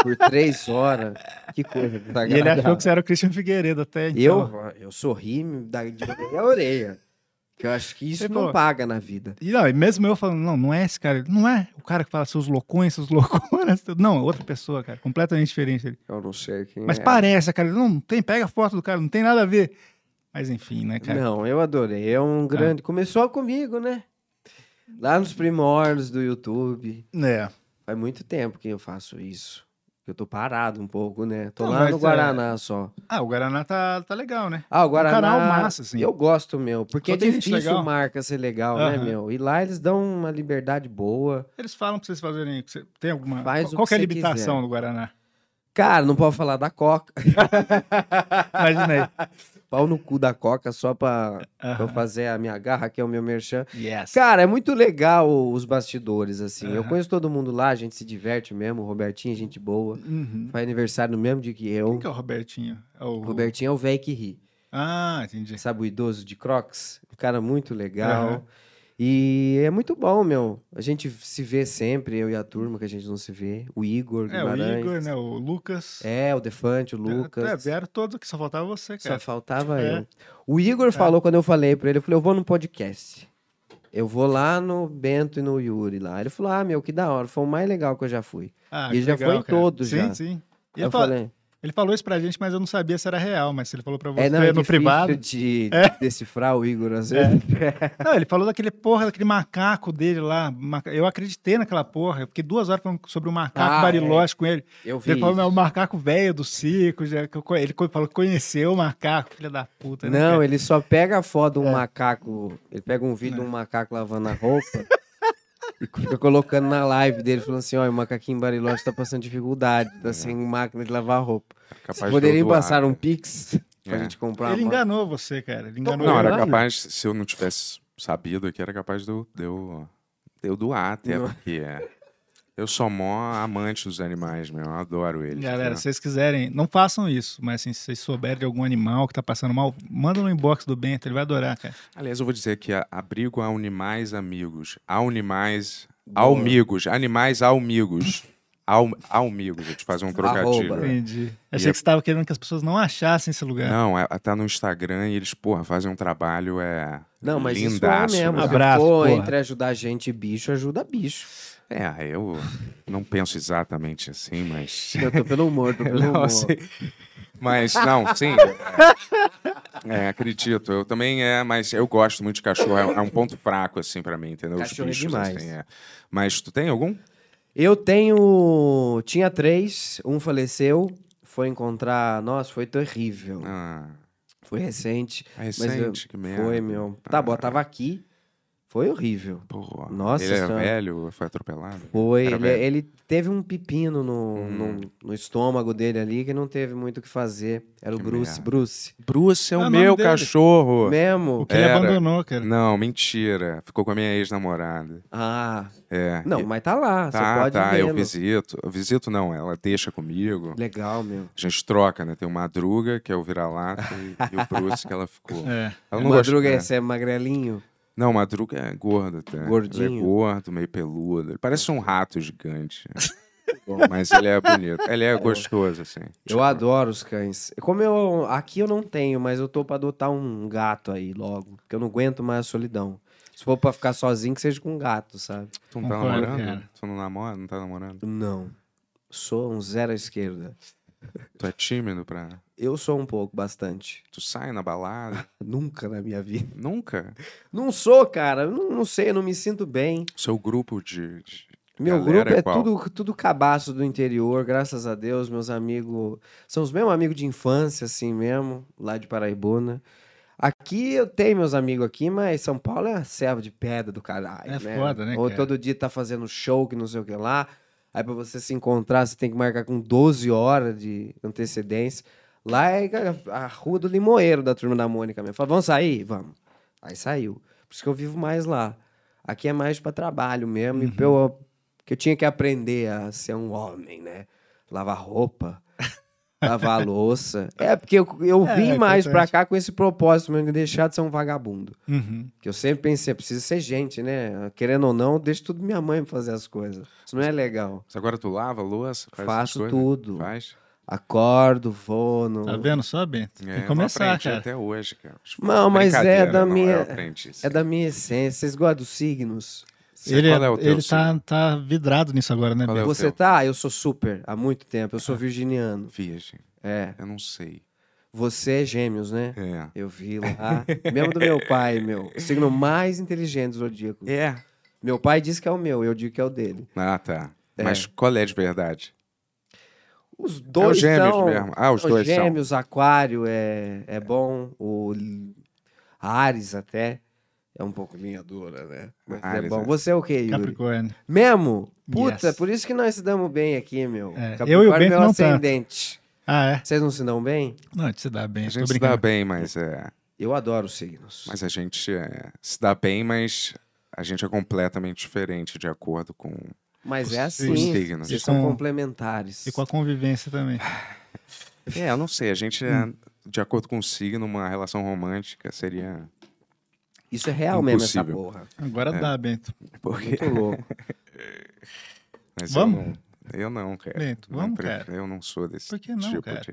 Speaker 5: por três horas. Que coisa
Speaker 2: E ele achou
Speaker 5: desagradável.
Speaker 2: que você era o Christian Figueiredo até. então.
Speaker 5: Tá Eu, eu sorri me dá de orelha a orelha. Que eu acho que isso
Speaker 2: Você
Speaker 5: não
Speaker 2: falou-
Speaker 5: paga na vida.
Speaker 2: E, não, e mesmo eu falando, não, não é esse cara. Não é o cara que fala seus loucões, seus louconas. tudo. Não, é outra pessoa, cara. Completamente diferente. dele.
Speaker 5: Eu não sei quem
Speaker 2: Mas
Speaker 5: é.
Speaker 2: parece, cara. Não, não tem, pega a foto do cara, não tem nada a ver. Mas enfim, né, cara?
Speaker 5: Não, eu adorei. É um grande. Começou comigo, né? Lá nos primórdios do YouTube.
Speaker 2: É.
Speaker 5: Faz muito tempo que eu faço isso. Eu tô parado um pouco, né? Tô
Speaker 2: Não,
Speaker 5: lá
Speaker 2: mas
Speaker 5: no
Speaker 2: é-
Speaker 5: Guaraná só.
Speaker 2: Ah, o Guaraná tá, tá legal, né?
Speaker 5: Ah, o Guaraná.
Speaker 2: canal massa, assim.
Speaker 5: Eu gosto, meu. Porque
Speaker 2: Só
Speaker 5: é
Speaker 2: tem gente
Speaker 5: difícil
Speaker 2: legal.
Speaker 5: marca ser legal, né,
Speaker 2: Aham.
Speaker 5: meu? E lá eles dão uma liberdade boa.
Speaker 2: Eles falam pra vocês fazerem. que você- Tem alguma.
Speaker 5: Faz
Speaker 2: qual
Speaker 5: o
Speaker 2: qual
Speaker 5: que
Speaker 2: que é a
Speaker 5: você
Speaker 2: limitação
Speaker 5: quiser.
Speaker 2: do Guaraná?
Speaker 5: Cara, não pode falar da Coca.
Speaker 2: Imagina aí.
Speaker 5: Pau no cu da Coca só pra pra eu
Speaker 2: Aham.
Speaker 5: fazer a minha garra, que é o meu merchan.
Speaker 2: Yes.
Speaker 5: Cara, é muito legal os bastidores, assim. Eu
Speaker 2: Aham.
Speaker 5: conheço todo mundo lá, a gente se diverte mesmo. O Robertinho, é gente boa.
Speaker 2: Uhum.
Speaker 5: Faz aniversário no mesmo dia que eu.
Speaker 2: Quem que é o Robertinho? É o...
Speaker 5: O Robertinho é o velho que ri.
Speaker 2: Ah, entendi.
Speaker 5: sabe, o idoso de Crocs, um cara muito legal.
Speaker 2: Aham.
Speaker 5: E é muito bom, meu. A gente se vê sempre, eu e a turma, que a gente não se vê. O Igor
Speaker 2: É, o
Speaker 5: Guimarães.
Speaker 2: Igor, né? O Lucas.
Speaker 5: É, o Defante, o
Speaker 2: É,
Speaker 5: Lucas.
Speaker 2: vieram todos aqui, só faltava você,
Speaker 5: Só
Speaker 2: cara.
Speaker 5: faltava
Speaker 2: É.
Speaker 5: eu. O Igor falou quando eu falei pra ele, eu falei, eu vou no podcast. Eu vou lá no Bento e no Yuri lá. Ele falou, ah, meu, que da hora. Foi o mais legal que eu já fui.
Speaker 2: Ah,
Speaker 5: E
Speaker 2: que
Speaker 5: já foi em todos,
Speaker 2: sim,
Speaker 5: já.
Speaker 2: Sim, sim.
Speaker 5: Aí eu
Speaker 2: Ele, fala-
Speaker 5: falei,
Speaker 2: ele falou isso pra gente, mas eu não sabia se era real, mas ele falou pra você
Speaker 5: é, não, é
Speaker 2: no
Speaker 5: difícil
Speaker 2: privado.
Speaker 5: de
Speaker 2: É.
Speaker 5: decifrar o Igor às
Speaker 2: É.
Speaker 5: vezes.
Speaker 2: Não, ele falou daquele porra, daquele macaco dele lá. maca- Eu acreditei naquela porra. Eu fiquei duas horas falando sobre o macaco
Speaker 5: Ah,
Speaker 2: barilógico com ele.
Speaker 5: Eu vi.
Speaker 2: Ele falou,
Speaker 5: isso.
Speaker 2: não, o macaco velho do circo. já que eu co- Ele co- falou que conheceu o macaco, filha da puta. né,
Speaker 5: Não,
Speaker 2: cara?
Speaker 5: ele só pega a foto de
Speaker 4: É.
Speaker 5: um macaco. Ele pega um vídeo de um macaco lavando a roupa e fica colocando na live dele, falando assim: ó, o macaquinho em Bariloche tá passando dificuldade,
Speaker 4: É.
Speaker 5: tá sem máquina de lavar roupa.
Speaker 4: Capaz de eu
Speaker 5: Vocês poderiam
Speaker 4: doar,
Speaker 5: passar um
Speaker 4: cara.
Speaker 5: pix pra
Speaker 4: É.
Speaker 5: gente comprar
Speaker 2: Ele
Speaker 5: uma máquina?
Speaker 2: enganou você, cara. Ele enganou
Speaker 4: Não,
Speaker 2: ele.
Speaker 4: era
Speaker 5: Caralho.
Speaker 4: capaz, se eu não tivesse sabido aqui, era capaz de eu, de eu, de eu doar até,
Speaker 5: Não.
Speaker 4: porque é, eu sou mó amante dos animais, meu, eu adoro eles.
Speaker 2: Galera, se
Speaker 4: entendeu?
Speaker 2: vocês quiserem, não façam isso, mas assim, se vocês souberem de algum animal que tá passando mal, manda no inbox do Bento, ele vai adorar, cara.
Speaker 4: Aliás, eu vou dizer que a- abrigo a animais amigos, a animais, almigos, animais almigos, al, almigos, eu te fazer um trocadilho.
Speaker 5: Arroba.
Speaker 4: é.
Speaker 2: Entendi. Achei
Speaker 4: E é-
Speaker 2: que você tava querendo que as pessoas não achassem esse lugar.
Speaker 4: Não, é, tá no Instagram e eles, porra, fazem um trabalho é,
Speaker 5: Não, mas isso é
Speaker 4: lindaço.
Speaker 5: mesmo.
Speaker 4: né?
Speaker 2: Abra-
Speaker 5: Se
Speaker 2: Abraço,
Speaker 5: for
Speaker 2: porra.
Speaker 5: entre ajudar gente e bicho, ajuda bicho.
Speaker 4: É, eu não penso exatamente assim, mas...
Speaker 5: Eu tô pelo humor, tô pelo
Speaker 4: Não,
Speaker 5: humor.
Speaker 4: assim, Mas não, sim. É, é, acredito. Eu também é, mas eu gosto muito de cachorro. É, é um ponto fraco assim pra mim, entendeu? Os
Speaker 5: Cachorro é
Speaker 4: bichos,
Speaker 5: demais.
Speaker 4: assim, é. Mas tu tem algum?
Speaker 5: Eu tenho. Tinha três, um faleceu, foi encontrar. Nossa, foi terrível.
Speaker 4: Ah,
Speaker 5: Foi recente.
Speaker 4: é recente, que merda. Ah,
Speaker 5: Foi, meu. Tá bom, tava aqui. Foi horrível.
Speaker 4: Porra.
Speaker 5: Nossa
Speaker 4: ele é
Speaker 5: senhora.
Speaker 4: velho, foi atropelado.
Speaker 5: Foi.
Speaker 4: Era
Speaker 5: Ele,
Speaker 4: velho.
Speaker 5: ele teve um pepino no,
Speaker 4: Hum.
Speaker 5: no, no estômago dele ali que não teve muito o que fazer. Era o
Speaker 4: Que
Speaker 5: Bruce.
Speaker 4: merda.
Speaker 5: Bruce.
Speaker 4: Bruce é
Speaker 2: Ah,
Speaker 4: o
Speaker 2: o nome
Speaker 4: meu
Speaker 2: dele.
Speaker 4: cachorro.
Speaker 5: Mesmo? É.
Speaker 2: O que ele
Speaker 4: Era.
Speaker 2: abandonou, cara.
Speaker 4: Não, mentira. Ficou com a minha ex-namorada.
Speaker 5: Ah.
Speaker 4: É.
Speaker 5: Não,
Speaker 4: E-
Speaker 5: mas tá lá. você
Speaker 4: tá,
Speaker 5: pode
Speaker 4: tá,
Speaker 5: ver.
Speaker 4: eu visito. Eu visito não, ela deixa comigo.
Speaker 5: Legal, meu.
Speaker 4: A gente troca, né? Tem o Madruga, que é o vira-lata, e, e o Bruce, que ela ficou.
Speaker 2: É.
Speaker 4: Ela não gosta-
Speaker 5: Madruga,
Speaker 4: é.
Speaker 5: esse é magrelinho.
Speaker 4: Não, o Madruga é gordo até.
Speaker 5: Gordinho.
Speaker 4: Ele é gordo, meio peludo. Ele parece um rato gigante. Mas ele é bonito. Ele é gostoso, assim.
Speaker 5: Eu adoro os cães. Como eu. Aqui eu não tenho, mas eu tô pra adotar um gato aí logo. Porque eu não aguento mais a solidão. Se for pra ficar sozinho, que seja com um gato, sabe?
Speaker 4: Tu não tá
Speaker 2: Concordo,
Speaker 4: namorando?
Speaker 2: cara.
Speaker 4: Tu não namora? Não tá namorando?
Speaker 5: Não. Sou um zero à esquerda.
Speaker 4: Tu é tímido pra...
Speaker 5: Eu sou um pouco, bastante.
Speaker 4: Tu sai na balada?
Speaker 5: Nunca na minha vida.
Speaker 4: Nunca.
Speaker 5: Não sou, cara. Eu Não, não sei, eu não me sinto bem.
Speaker 4: Seu grupo de, de,
Speaker 5: Meu
Speaker 4: Galera
Speaker 5: grupo é,
Speaker 4: é qual?
Speaker 5: tudo, tudo cabaço do interior, graças a Deus. Meus amigos são os mesmos amigos de infância, assim mesmo, lá de Paraibuna. Aqui eu tenho meus amigos aqui, mas São Paulo é uma serva de pedra do caralho.
Speaker 2: É foda, né,
Speaker 5: Ou
Speaker 2: cara?
Speaker 5: todo dia tá fazendo show que não sei o que lá. Aí pra você se encontrar, você tem que marcar com 12 horas de antecedência. Lá é a- a rua do Limoeiro da turma da Mônica mesmo. Fala, vamos sair? Vamos. Aí saiu. Por isso que eu vivo mais lá. Aqui é mais pra trabalho mesmo. E pra eu, que eu tinha que aprender a ser um homem, né? Lavar roupa, lavar louça. É, porque eu, eu
Speaker 2: É,
Speaker 5: vim
Speaker 2: é
Speaker 5: mais pra
Speaker 2: importante.
Speaker 5: cá com esse propósito mesmo de deixar de ser um vagabundo.
Speaker 2: Uhum.
Speaker 5: Que eu sempre pensei, precisa ser gente, né? Querendo ou não, eu deixo tudo minha mãe fazer as coisas. Isso não é legal.
Speaker 4: Mas agora tu lava a louça? Faz essas
Speaker 5: Faço
Speaker 4: coisas?
Speaker 5: tudo.
Speaker 4: Faz?
Speaker 5: Acordo, vou no...
Speaker 2: Tá vendo só, Bento?
Speaker 4: É,
Speaker 2: Tem que
Speaker 4: não
Speaker 2: começar,
Speaker 4: aprendi
Speaker 2: cara.
Speaker 4: até hoje, cara.
Speaker 5: Não, mas é
Speaker 4: Brincadeira,
Speaker 5: da
Speaker 4: não,
Speaker 5: minha...
Speaker 4: eu aprendi isso.
Speaker 5: É da minha essência. Vocês gostam dos signos?
Speaker 4: Você-
Speaker 2: Ele,
Speaker 4: qual é o teu
Speaker 2: ele tá, tá vidrado nisso agora, né,
Speaker 4: Qual é
Speaker 2: Bento?
Speaker 4: o
Speaker 5: Você
Speaker 4: teu?
Speaker 5: tá? Eu sou super há muito tempo. Eu sou virginiano.
Speaker 4: Virgem.
Speaker 5: É.
Speaker 4: Eu não sei.
Speaker 5: Você é gêmeos, né?
Speaker 4: É.
Speaker 5: Eu vi lá. Mesmo do meu pai, meu. O signo mais inteligente do zodíaco.
Speaker 4: É.
Speaker 5: Meu pai diz que é o meu, eu digo que é o dele.
Speaker 4: Ah, tá.
Speaker 5: É.
Speaker 4: Mas qual é de verdade?
Speaker 5: Os
Speaker 4: é os
Speaker 5: dois
Speaker 4: gêmeos
Speaker 5: são...
Speaker 4: mesmo. Ah, os,
Speaker 5: Os
Speaker 4: dois
Speaker 5: gêmeos, aquário é, é bom. O Li- Ares até é um pouco linha dura, né? Mas
Speaker 4: Ares,
Speaker 5: é bom.
Speaker 4: é.
Speaker 5: Você é o quê, Yuri?
Speaker 2: Capricórnio.
Speaker 5: Mesmo? Puta,
Speaker 2: Yes.
Speaker 5: por isso que nós se damos bem aqui, meu.
Speaker 2: É,
Speaker 5: Capricórnio
Speaker 2: eu e o
Speaker 5: é
Speaker 2: Bento
Speaker 5: meu
Speaker 2: não tanto.
Speaker 5: ascendente.
Speaker 2: Ah, é?
Speaker 5: Vocês não se dão bem?
Speaker 2: Não, a gente se dá
Speaker 4: são.
Speaker 2: bem.
Speaker 4: A
Speaker 2: Tô
Speaker 4: gente se dá
Speaker 2: brincando.
Speaker 4: bem, mas é.
Speaker 5: Eu adoro os signos.
Speaker 4: Mas a gente é, se dá bem, mas a gente é completamente diferente de acordo com.
Speaker 5: Mas
Speaker 2: Os
Speaker 5: é assim.
Speaker 2: signos.
Speaker 4: signos.
Speaker 5: Vocês são
Speaker 2: Com-
Speaker 5: complementares.
Speaker 2: Então, E com a convivência também.
Speaker 4: É, eu não sei. A gente é, de acordo com o signo, uma relação romântica seria.
Speaker 5: Isso é real mesmo, essa
Speaker 4: Impossível.
Speaker 5: porra.
Speaker 2: Agora dá, Bento.
Speaker 4: Porque...
Speaker 5: Muito louco.
Speaker 4: Mas
Speaker 2: Vamos?
Speaker 4: Eu não, eu não cara.
Speaker 2: Bento,
Speaker 4: Não
Speaker 2: vamos,
Speaker 4: pref-
Speaker 2: cara.
Speaker 4: Eu não sou desse
Speaker 2: Por que não,
Speaker 4: tipo
Speaker 2: cara?
Speaker 4: de...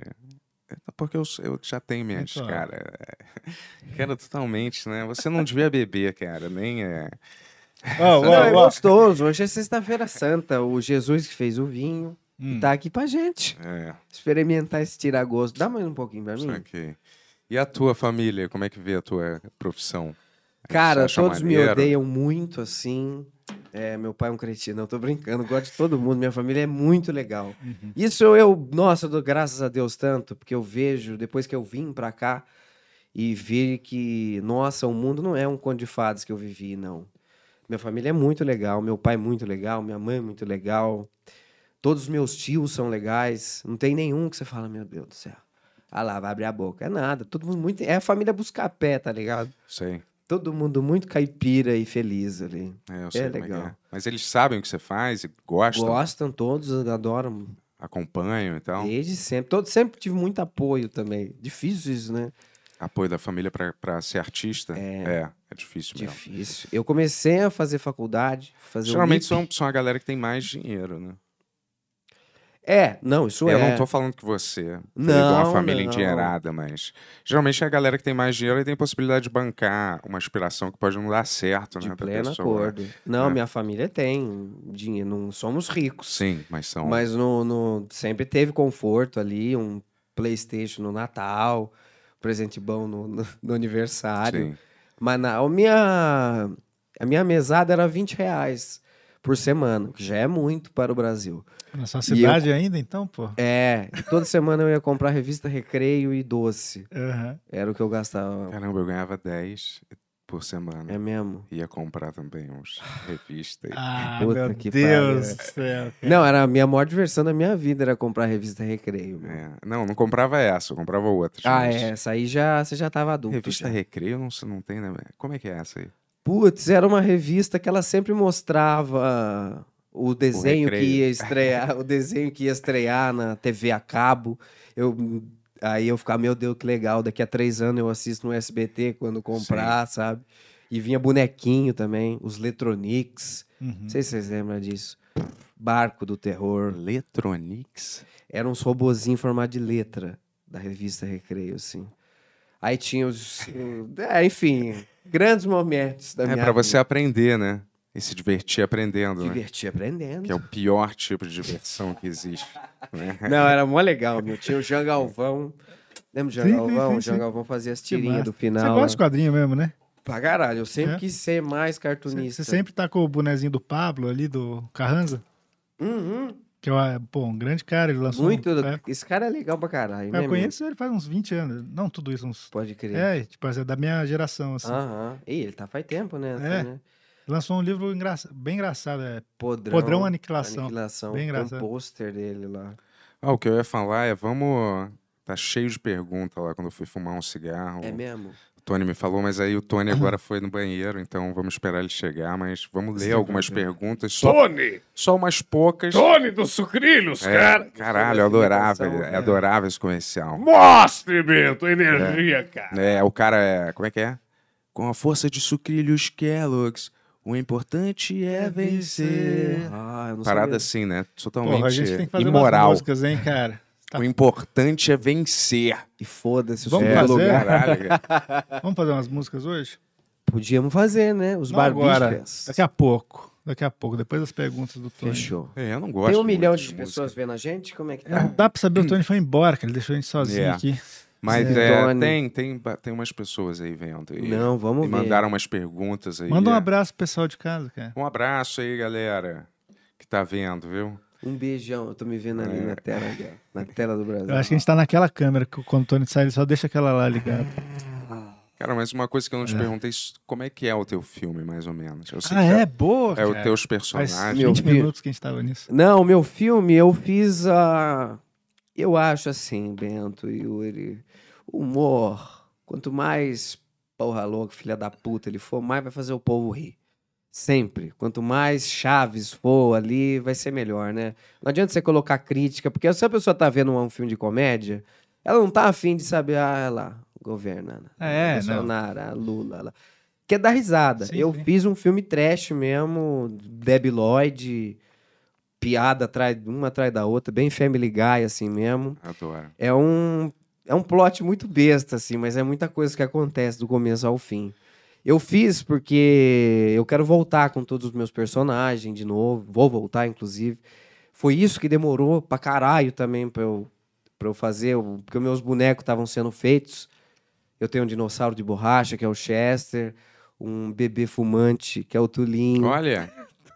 Speaker 4: É Porque eu, sou- eu já tenho minhas,
Speaker 2: Então.
Speaker 4: cara. É, Cara, totalmente, né? Você não devia beber, cara. Nem é...
Speaker 2: Ó,
Speaker 5: Não, é
Speaker 2: ó, ó.
Speaker 5: gostoso. Hoje é sexta-feira santa. O Jesus que fez o vinho
Speaker 2: Hum.
Speaker 5: tá aqui pra gente.
Speaker 4: é
Speaker 5: Experimentar esse tiragosto. Dá mais um pouquinho pra mim?
Speaker 4: saquei. E a tua família? Como é que vê a tua profissão? Aí
Speaker 5: Cara,
Speaker 4: você acha
Speaker 5: todos me
Speaker 4: maneiro?
Speaker 5: odeiam muito, assim. É, meu pai é um cretino, eu tô brincando, eu gosto de todo mundo, minha família é muito legal. Isso eu, nossa, eu dou graças a Deus tanto, porque eu vejo, depois que eu vim pra cá e vi que, nossa, o mundo não é um conto de fadas que eu vivi, não. Minha família é muito legal, meu pai é muito legal, minha mãe é muito legal. Todos os meus tios são legais, não tem nenhum que você fala, meu Deus do céu. Ah lá, vai abrir a boca. É nada, todo mundo muito. É a família buscar pé, tá ligado?
Speaker 4: Sei.
Speaker 5: Todo mundo muito caipira e feliz ali.
Speaker 4: É, eu sei como é que
Speaker 5: legal.
Speaker 4: é. Mas eles sabem o que você faz e gostam, Então.
Speaker 5: Gostam todos, adoram
Speaker 4: acompanham e tal.
Speaker 5: desde sempre. Todo, sempre tive muito apoio também. Difícil isso, né?
Speaker 4: Apoio da família pra- pra ser artista. É, é, difícil mesmo.
Speaker 5: Difícil. Eu comecei a fazer faculdade, fazer o
Speaker 4: Geralmente
Speaker 5: IP.
Speaker 4: são, são a galera que tem mais dinheiro, né?
Speaker 5: É, não, isso
Speaker 4: Eu
Speaker 5: é.
Speaker 4: não tô falando que você não,
Speaker 5: Não,
Speaker 4: igual uma família
Speaker 5: não.
Speaker 4: endinheirada, mas geralmente é a galera que tem mais dinheiro e tem possibilidade de bancar uma aspiração que pode não dar certo,
Speaker 5: de
Speaker 4: né? pra
Speaker 5: pleno
Speaker 4: pessoa.
Speaker 5: acordo. Não,
Speaker 4: É.
Speaker 5: minha família tem dinheiro, não somos ricos.
Speaker 4: Sim, mas são.
Speaker 5: Mas no, no- sempre teve conforto ali, um Playstation no Natal, presente bom no, no- no aniversário.
Speaker 4: sim.
Speaker 5: Mas na, a, minha, a minha mesada era 20 reais por semana, que já é muito para o Brasil.
Speaker 2: Na sua
Speaker 5: E eu-
Speaker 2: cidade ainda, então, pô?
Speaker 5: É, e toda semana eu ia comprar revista Recreio e Doce.
Speaker 2: Aham.
Speaker 5: Era o que eu gastava.
Speaker 4: Caramba, eu ganhava 10 por semana.
Speaker 5: É mesmo.
Speaker 4: Ia comprar também uns revistas.
Speaker 2: Ah,
Speaker 5: Puta
Speaker 2: meu
Speaker 5: que
Speaker 2: Deus
Speaker 5: pariu.
Speaker 2: do céu.
Speaker 4: É.
Speaker 5: Não, era a minha maior diversão da minha vida, era comprar revista Recreio. meu.
Speaker 4: É. Não, não comprava essa, eu comprava outra.
Speaker 5: Ah, é, essa aí já, você já tava adulto.
Speaker 4: Revista
Speaker 5: já.
Speaker 4: Recreio não, se- não tem, né? Como é que é essa aí?
Speaker 5: Putz, era uma revista que ela sempre mostrava o desenho que
Speaker 4: recreio.
Speaker 5: ia estrear, o desenho que ia estrear na TV a cabo. Eu, aí eu ficava, meu Deus, que legal, daqui a três anos eu assisto no SBT quando comprar, sabe? E vinha bonequinho também, os Letronics.
Speaker 2: Uhum.
Speaker 5: Não sei se vocês lembram disso. Barco do Terror.
Speaker 4: Letronics?
Speaker 5: Eram uns robozinhos em formato de letra da revista Recreio, assim. Aí tinha os. é, enfim, grandes momentos da
Speaker 4: É
Speaker 5: minha
Speaker 4: pra
Speaker 5: vida.
Speaker 4: você aprender, né? E se divertir aprendendo, né?
Speaker 5: Divertir aprendendo.
Speaker 4: Que é o pior tipo de diversão que existe. né?
Speaker 5: Não, era mó legal, meu. Tinha o
Speaker 4: É.
Speaker 5: Jean Galvão. Lembra o Jean
Speaker 2: Sim, sim,
Speaker 5: Galvão?
Speaker 2: sim,
Speaker 5: O Jean
Speaker 2: sim.
Speaker 5: Galvão fazia as
Speaker 2: Que
Speaker 5: tirinhas
Speaker 2: massa.
Speaker 5: do final.
Speaker 2: Você gosta de
Speaker 5: né?
Speaker 2: quadrinho mesmo, né?
Speaker 5: Pra caralho, eu sempre
Speaker 2: É.
Speaker 5: quis ser mais
Speaker 2: Você
Speaker 5: cartunista.
Speaker 2: sempre tá com o bonezinho do Pablo ali, do Carranza,
Speaker 5: Uhum,
Speaker 2: que é uma- pô, um grande cara, ele lançou. um-
Speaker 5: muito.
Speaker 2: é.
Speaker 5: Esse cara é legal pra caralho, né,
Speaker 2: Eu
Speaker 5: meu?
Speaker 2: conheço ele faz uns 20 anos. Não, tudo isso, uns.
Speaker 5: Pode crer.
Speaker 2: É, tipo, é da minha geração, assim.
Speaker 5: Aham. Ih, ele tá faz tempo,
Speaker 2: É.
Speaker 5: né? Tá, né?
Speaker 2: Lançou um livro engraça- bem engraçado, é
Speaker 5: Podrão.
Speaker 2: Podrão Aniquilação.
Speaker 5: Aniquilação.
Speaker 2: Bem
Speaker 5: Tem
Speaker 2: engraçado.
Speaker 5: um pôster dele lá.
Speaker 4: Ah, o que eu ia falar é, vamos... Tá cheio de pergunta lá quando eu fui fumar um cigarro.
Speaker 5: É mesmo?
Speaker 4: O Tony me falou, mas aí o Tony agora foi no banheiro, então vamos esperar ele chegar, mas vamos ler algumas perguntas. Só,
Speaker 7: Tony!
Speaker 4: só umas poucas.
Speaker 7: Tony dos sucrilhos,
Speaker 4: É,
Speaker 7: cara!
Speaker 4: caralho, eu adorava,
Speaker 5: Essa imitação,
Speaker 4: eu adorava esse comercial.
Speaker 7: Mostre, Bento, energia, cara!
Speaker 4: É, o cara é. Como é que é? Com a força de sucrilhos Kellogg's, o importante é vencer.
Speaker 5: Ah, eu não
Speaker 4: Parada
Speaker 5: sabia.
Speaker 4: assim, né? Totalmente
Speaker 2: Porra, a gente tem que fazer umas
Speaker 4: imoral.
Speaker 2: músicas, hein, cara? Tá.
Speaker 4: O importante é vencer.
Speaker 5: E foda-se. os
Speaker 2: Vamos
Speaker 5: caras.
Speaker 2: fazer?
Speaker 4: Caralho, cara.
Speaker 2: Vamos fazer umas músicas hoje?
Speaker 5: Podíamos fazer, né? Os
Speaker 2: Não agora,
Speaker 5: barbicas.
Speaker 2: Daqui a pouco. Daqui a pouco, depois das perguntas do Tony.
Speaker 5: Fechou.
Speaker 4: É, eu não gosto.
Speaker 5: Tem um
Speaker 4: muito
Speaker 5: milhão de
Speaker 4: música.
Speaker 5: pessoas vendo a gente? Como é que
Speaker 2: É,
Speaker 5: tá?
Speaker 2: não dá pra saber, o Tony foi embora, cara. Ele deixou a gente sozinho
Speaker 4: Yeah.
Speaker 2: aqui.
Speaker 4: Mas
Speaker 5: É.
Speaker 4: é,
Speaker 5: Tony.
Speaker 4: tem, tem, ba- tem umas pessoas aí vendo. E,
Speaker 5: Não, vamos
Speaker 4: e
Speaker 5: ver.
Speaker 4: mandaram umas perguntas aí.
Speaker 2: Manda um
Speaker 4: é.
Speaker 2: abraço pro pessoal de casa, cara.
Speaker 4: Um abraço aí, galera, que tá vendo, viu?
Speaker 5: Um beijão. Eu tô me vendo ali na tela. ali, ó. Na tela do Brasil.
Speaker 2: Eu acho que a gente tá naquela câmera que quando o Tony sai, ele só deixa aquela lá ligada.
Speaker 4: Cara, mas uma coisa que eu não te perguntei, s- como é que é o teu filme, mais ou menos? Eu sei
Speaker 2: Ah,
Speaker 4: que
Speaker 2: é? Boa,
Speaker 4: É
Speaker 2: cara.
Speaker 4: os teus
Speaker 2: Faz
Speaker 4: personagens.
Speaker 5: 20
Speaker 2: 20
Speaker 5: filho.
Speaker 2: minutos que a gente tava nisso.
Speaker 5: Não, meu filme eu fiz a. Eu acho assim, Bento e Yuri. Humor. Quanto mais porra louca, filha da puta ele for, mais vai fazer o povo rir. Sempre. Quanto mais Chaves for ali, vai ser melhor, né? Não adianta você colocar crítica, porque se a pessoa tá vendo um filme de comédia, ela não tá afim de saber, ah, é lá, governa.
Speaker 2: Ah, é, não.
Speaker 5: Bolsonaro, ah, Lula. Lá. Quer é dar risada.
Speaker 2: Sim,
Speaker 5: eu
Speaker 2: sim.
Speaker 5: fiz um filme trash mesmo, Debi Lloyd, piada atrás, uma atrás da outra, bem Family Guy, assim mesmo.
Speaker 4: Adoro.
Speaker 5: É um, é um plot muito besta, assim, mas é muita coisa que acontece do começo ao fim. Eu fiz porque eu quero voltar com todos os meus personagens de novo, vou voltar, inclusive. Foi isso que demorou pra caralho também pra eu, pra eu fazer, eu- porque meus bonecos estavam sendo feitos. Eu tenho um dinossauro de borracha, que é o Chester, um bebê fumante, que é o Tulinho.
Speaker 4: Olha,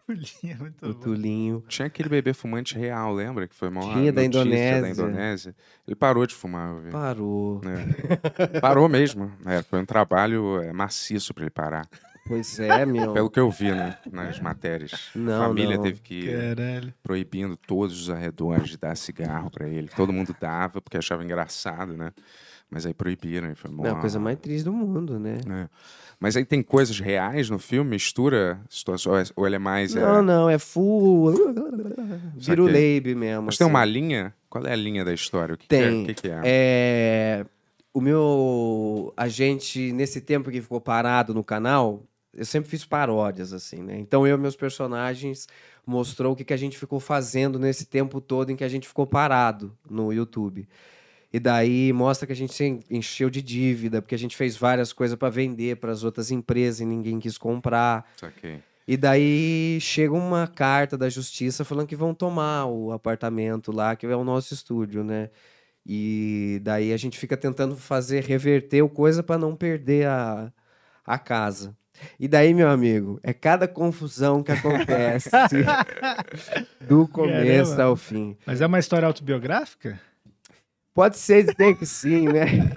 Speaker 2: Pulinha, muito
Speaker 5: o
Speaker 2: bom.
Speaker 5: Tulinho.
Speaker 4: tinha aquele bebê fumante real, lembra? Que foi uma
Speaker 5: Tinha, da
Speaker 4: notícia
Speaker 5: Indonésia.
Speaker 4: da Indonésia. Ele parou de fumar, eu vi.
Speaker 5: Parou.
Speaker 4: É. Parou mesmo. É, foi um trabalho é, maciço pra ele parar.
Speaker 5: Pois é, meu.
Speaker 4: Pelo que eu vi, né? Nas matérias.
Speaker 5: Não,
Speaker 4: a família
Speaker 5: não.
Speaker 4: teve que ir
Speaker 2: Caralho.
Speaker 4: proibindo todos os arredores de dar cigarro pra ele. Todo mundo dava, porque achava engraçado, né? Mas aí proibiram. Ele foi,
Speaker 5: É a
Speaker 4: "Mó,
Speaker 5: coisa mais triste do mundo, né?
Speaker 4: É. Mas aí tem coisas reais no filme? Mistura situações? Ou ele é mais. é,
Speaker 5: Não, não, é full. Viruleibe mesmo.
Speaker 4: Mas tem um
Speaker 5: assim.
Speaker 4: uma linha? Qual é a linha da história? O que,
Speaker 5: Tem.
Speaker 4: Que é? O que que é?
Speaker 5: É, O meu. A gente, nesse tempo que ficou parado no canal, eu sempre fiz paródias, assim, né? Então eu e meus personagens mostrou o que, que a gente ficou fazendo nesse tempo todo em que a gente ficou parado no YouTube. E daí mostra que a gente se en- encheu de dívida, porque a gente fez várias coisas para vender para as outras empresas e ninguém quis comprar.
Speaker 4: Saquei.
Speaker 5: E daí chega uma carta da justiça falando que vão tomar o apartamento lá, que é o nosso estúdio, né? E daí a gente fica tentando fazer, reverter o coisa para não perder a, a casa. E daí, meu amigo, é cada confusão que acontece do começo
Speaker 2: Caramba.
Speaker 5: ao fim.
Speaker 2: Mas é uma história autobiográfica?
Speaker 5: Pode ser dizer que sim, né?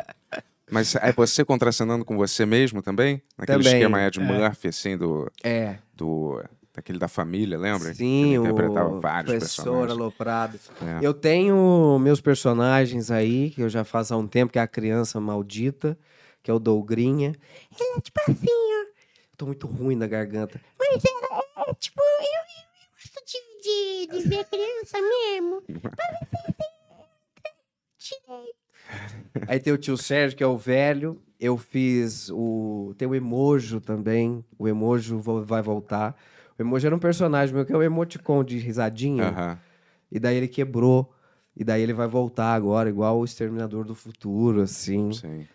Speaker 4: Mas é você contracenando com você mesmo também? Naquele
Speaker 5: Também,
Speaker 4: esquema Ed Murphy, assim, do,
Speaker 5: É.
Speaker 4: do. Daquele da família, lembra? Que
Speaker 5: Sim,
Speaker 4: ele
Speaker 5: o
Speaker 4: interpretava vários
Speaker 5: professor
Speaker 4: personagens.
Speaker 5: aloprado.
Speaker 4: É.
Speaker 5: Eu tenho meus personagens aí, que eu já faço há um tempo, que é a criança maldita, que é o Dougrinha. Ele é tipo assim, ó. Eu tô muito ruim na garganta.
Speaker 8: Mas é, é, tipo, eu, eu- eu gosto de, de, de ver criança mesmo.
Speaker 5: assim, Aí tem o tio Sérgio, que é o velho. Eu fiz o. Tem o Emojo também. O Emojo vo- vai voltar. O Emojo era um personagem meu, que é o emoticon de risadinha.
Speaker 4: Aham.
Speaker 5: E daí ele quebrou. E daí ele vai voltar agora, igual o Exterminador do Futuro, assim.
Speaker 4: Sim.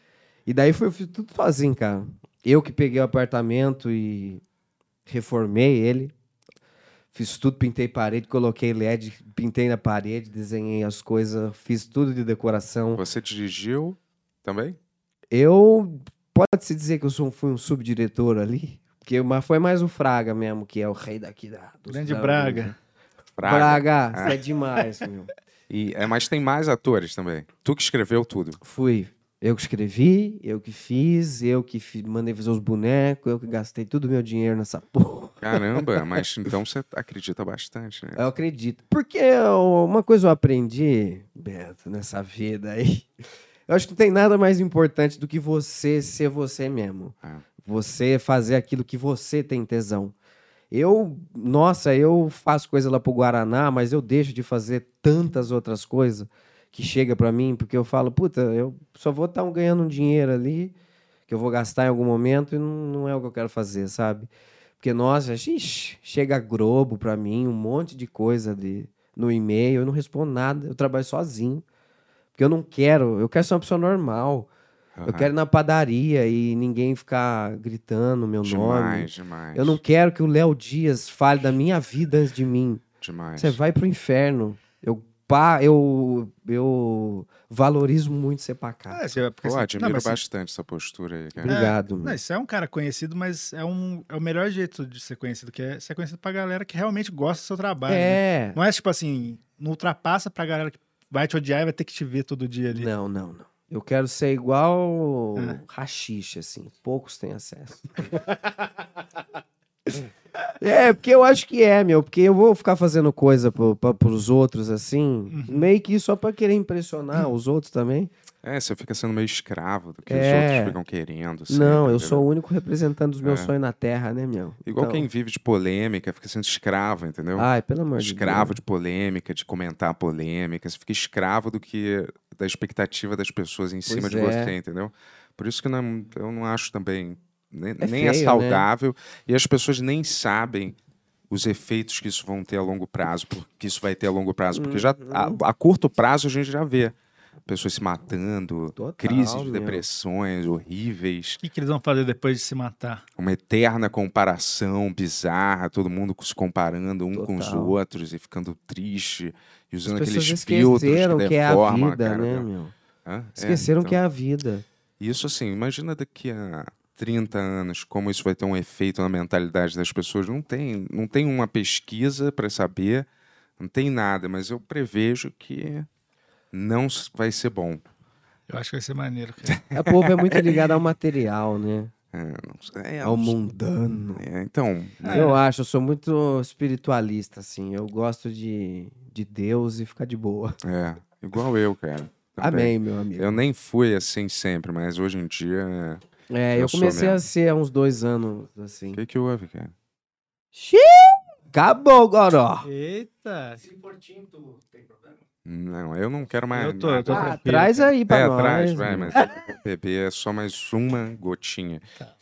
Speaker 5: E daí foi, eu fiz tudo sozinho, cara. Eu que peguei o apartamento e reformei ele. Fiz tudo, pintei parede, coloquei LED, pintei na parede, desenhei as coisas, fiz tudo de decoração.
Speaker 4: Você dirigiu também?
Speaker 5: Eu Pode-se dizer que eu sou, fui um subdiretor ali? Porque mas foi mais o Fraga mesmo, que é o rei daqui da... dos-
Speaker 2: Grande
Speaker 5: da-
Speaker 2: Braga.
Speaker 5: Braga,
Speaker 4: Ah.
Speaker 5: você é demais, meu.
Speaker 4: E, é, mas tem mais atores também. Tu que escreveu tudo.
Speaker 5: Fui. Eu que escrevi, eu que fiz, eu que fi- mandei fazer os bonecos, eu que gastei todo o meu dinheiro nessa porra.
Speaker 4: Caramba, mas então você acredita bastante, né?
Speaker 5: Eu acredito. Porque eu- uma coisa eu aprendi, Beto, nessa vida aí. Eu acho que não tem nada mais importante do que você ser você mesmo.
Speaker 4: É.
Speaker 5: Você fazer aquilo que você tem tesão. Eu, nossa, eu faço coisa lá pro Guaraná, mas eu deixo de fazer tantas outras coisas que chega pra mim, porque eu falo, puta, eu só vou estar ganhando um dinheiro ali que eu vou gastar em algum momento e não, não é o que eu quero fazer, sabe? Porque, nossa, ixi, chega Globo pra mim, um monte de coisa de, no e-mail, eu não respondo nada, eu trabalho sozinho. Porque eu não quero, eu quero ser uma pessoa normal. Eu
Speaker 4: Aham.
Speaker 5: quero ir na padaria e ninguém ficar gritando meu nome.
Speaker 4: Demais, demais.
Speaker 5: Eu não quero que o Léo Dias fale da minha vida antes de mim.
Speaker 4: Demais.
Speaker 5: Você vai pro inferno. Eu, pá, eu, eu valorizo muito ser pacá.
Speaker 2: É, você vai- porque
Speaker 4: Pô,
Speaker 2: assim-
Speaker 4: admiro
Speaker 2: não, mas assim,
Speaker 4: bastante essa postura aí, cara.
Speaker 5: Obrigado.
Speaker 2: Não, isso é um cara conhecido, mas é, um, é o melhor jeito de ser conhecido, que é ser conhecido pra galera que realmente gosta do seu trabalho. né?
Speaker 5: é.
Speaker 2: Não é tipo assim, não ultrapassa pra galera que vai te odiar e vai ter que te ver todo dia ali.
Speaker 5: Não, não, não. Eu quero ser igual
Speaker 2: Ah.
Speaker 5: rachixe, assim. Poucos têm acesso. é, porque eu acho que é, meu. Porque eu vou ficar fazendo coisa pro, pra, pros outros, assim.
Speaker 4: Uhum.
Speaker 5: Meio que só pra querer impressionar os outros também.
Speaker 4: É, você fica sendo meio escravo do que os
Speaker 5: É.
Speaker 4: outros ficam querendo. sempre,
Speaker 5: não, eu
Speaker 4: entendeu?
Speaker 5: sou o único representante dos meus
Speaker 4: É.
Speaker 5: sonhos na Terra, né, meu?
Speaker 4: Igual
Speaker 5: Então-
Speaker 4: quem vive de polêmica, fica sendo escravo, entendeu?
Speaker 5: Ai, pelo amor de
Speaker 4: escravo de polêmica, de comentar polêmica. Você fica escravo do que da expectativa das pessoas em cima
Speaker 5: Pois
Speaker 4: de
Speaker 5: é.
Speaker 4: você, entendeu? Por isso que não é- eu não acho também nem nem é,
Speaker 5: feio, né?
Speaker 4: saudável e as pessoas nem sabem os efeitos que isso vão ter a longo prazo, porque isso vai ter a longo prazo, porque já
Speaker 5: Uhum.
Speaker 4: a, a curto prazo a gente já vê pessoas se matando,
Speaker 5: Total,
Speaker 4: crises de
Speaker 5: meu.
Speaker 4: depressões horríveis,
Speaker 2: O que, que eles vão fazer depois de se matar?
Speaker 4: uma eterna comparação bizarra, todo mundo se comparando um com os
Speaker 5: Total.
Speaker 4: outros e ficando triste e
Speaker 5: Deus.
Speaker 4: usando
Speaker 5: As pessoas
Speaker 4: aqueles filtros
Speaker 5: esqueceram que,
Speaker 4: que
Speaker 5: é a
Speaker 4: deformam a
Speaker 5: vida,
Speaker 4: cara
Speaker 5: né,
Speaker 4: dela.
Speaker 5: meu?
Speaker 4: Hã?
Speaker 5: Esqueceram
Speaker 4: então,
Speaker 5: que é a vida.
Speaker 4: Isso assim, imagina daqui a 30 anos como isso vai ter um efeito na mentalidade das pessoas. Não tem, não tem uma pesquisa para saber, não tem nada, mas eu prevejo que não s- vai ser bom.
Speaker 2: Eu acho que vai ser maneiro, cara.
Speaker 5: O povo é muito ligado ao material, né?
Speaker 4: É,
Speaker 5: Ao mundano.
Speaker 4: é, então,
Speaker 5: Eu acho, eu sou muito espiritualista, assim. Eu gosto de, de Deus e ficar de boa.
Speaker 4: é, igual eu, cara. Também.
Speaker 5: Amém, meu amigo.
Speaker 4: Eu nem fui assim sempre, mas hoje em dia.
Speaker 5: É, eu,
Speaker 4: eu sou
Speaker 5: comecei a
Speaker 4: mesmo.
Speaker 5: ser há uns dois anos, assim.
Speaker 4: O que, que houve, cara?
Speaker 5: Xiii! Acabou, goró!
Speaker 2: Eita!
Speaker 4: Não, eu não quero mais.
Speaker 2: Eu tô, eu tô
Speaker 5: Ah,
Speaker 2: tranquilo.
Speaker 5: traz aí pra
Speaker 4: É,
Speaker 5: nós. né?
Speaker 4: atrás, vai,
Speaker 5: meu.
Speaker 4: mas eu vou beber é só mais uma gotinha.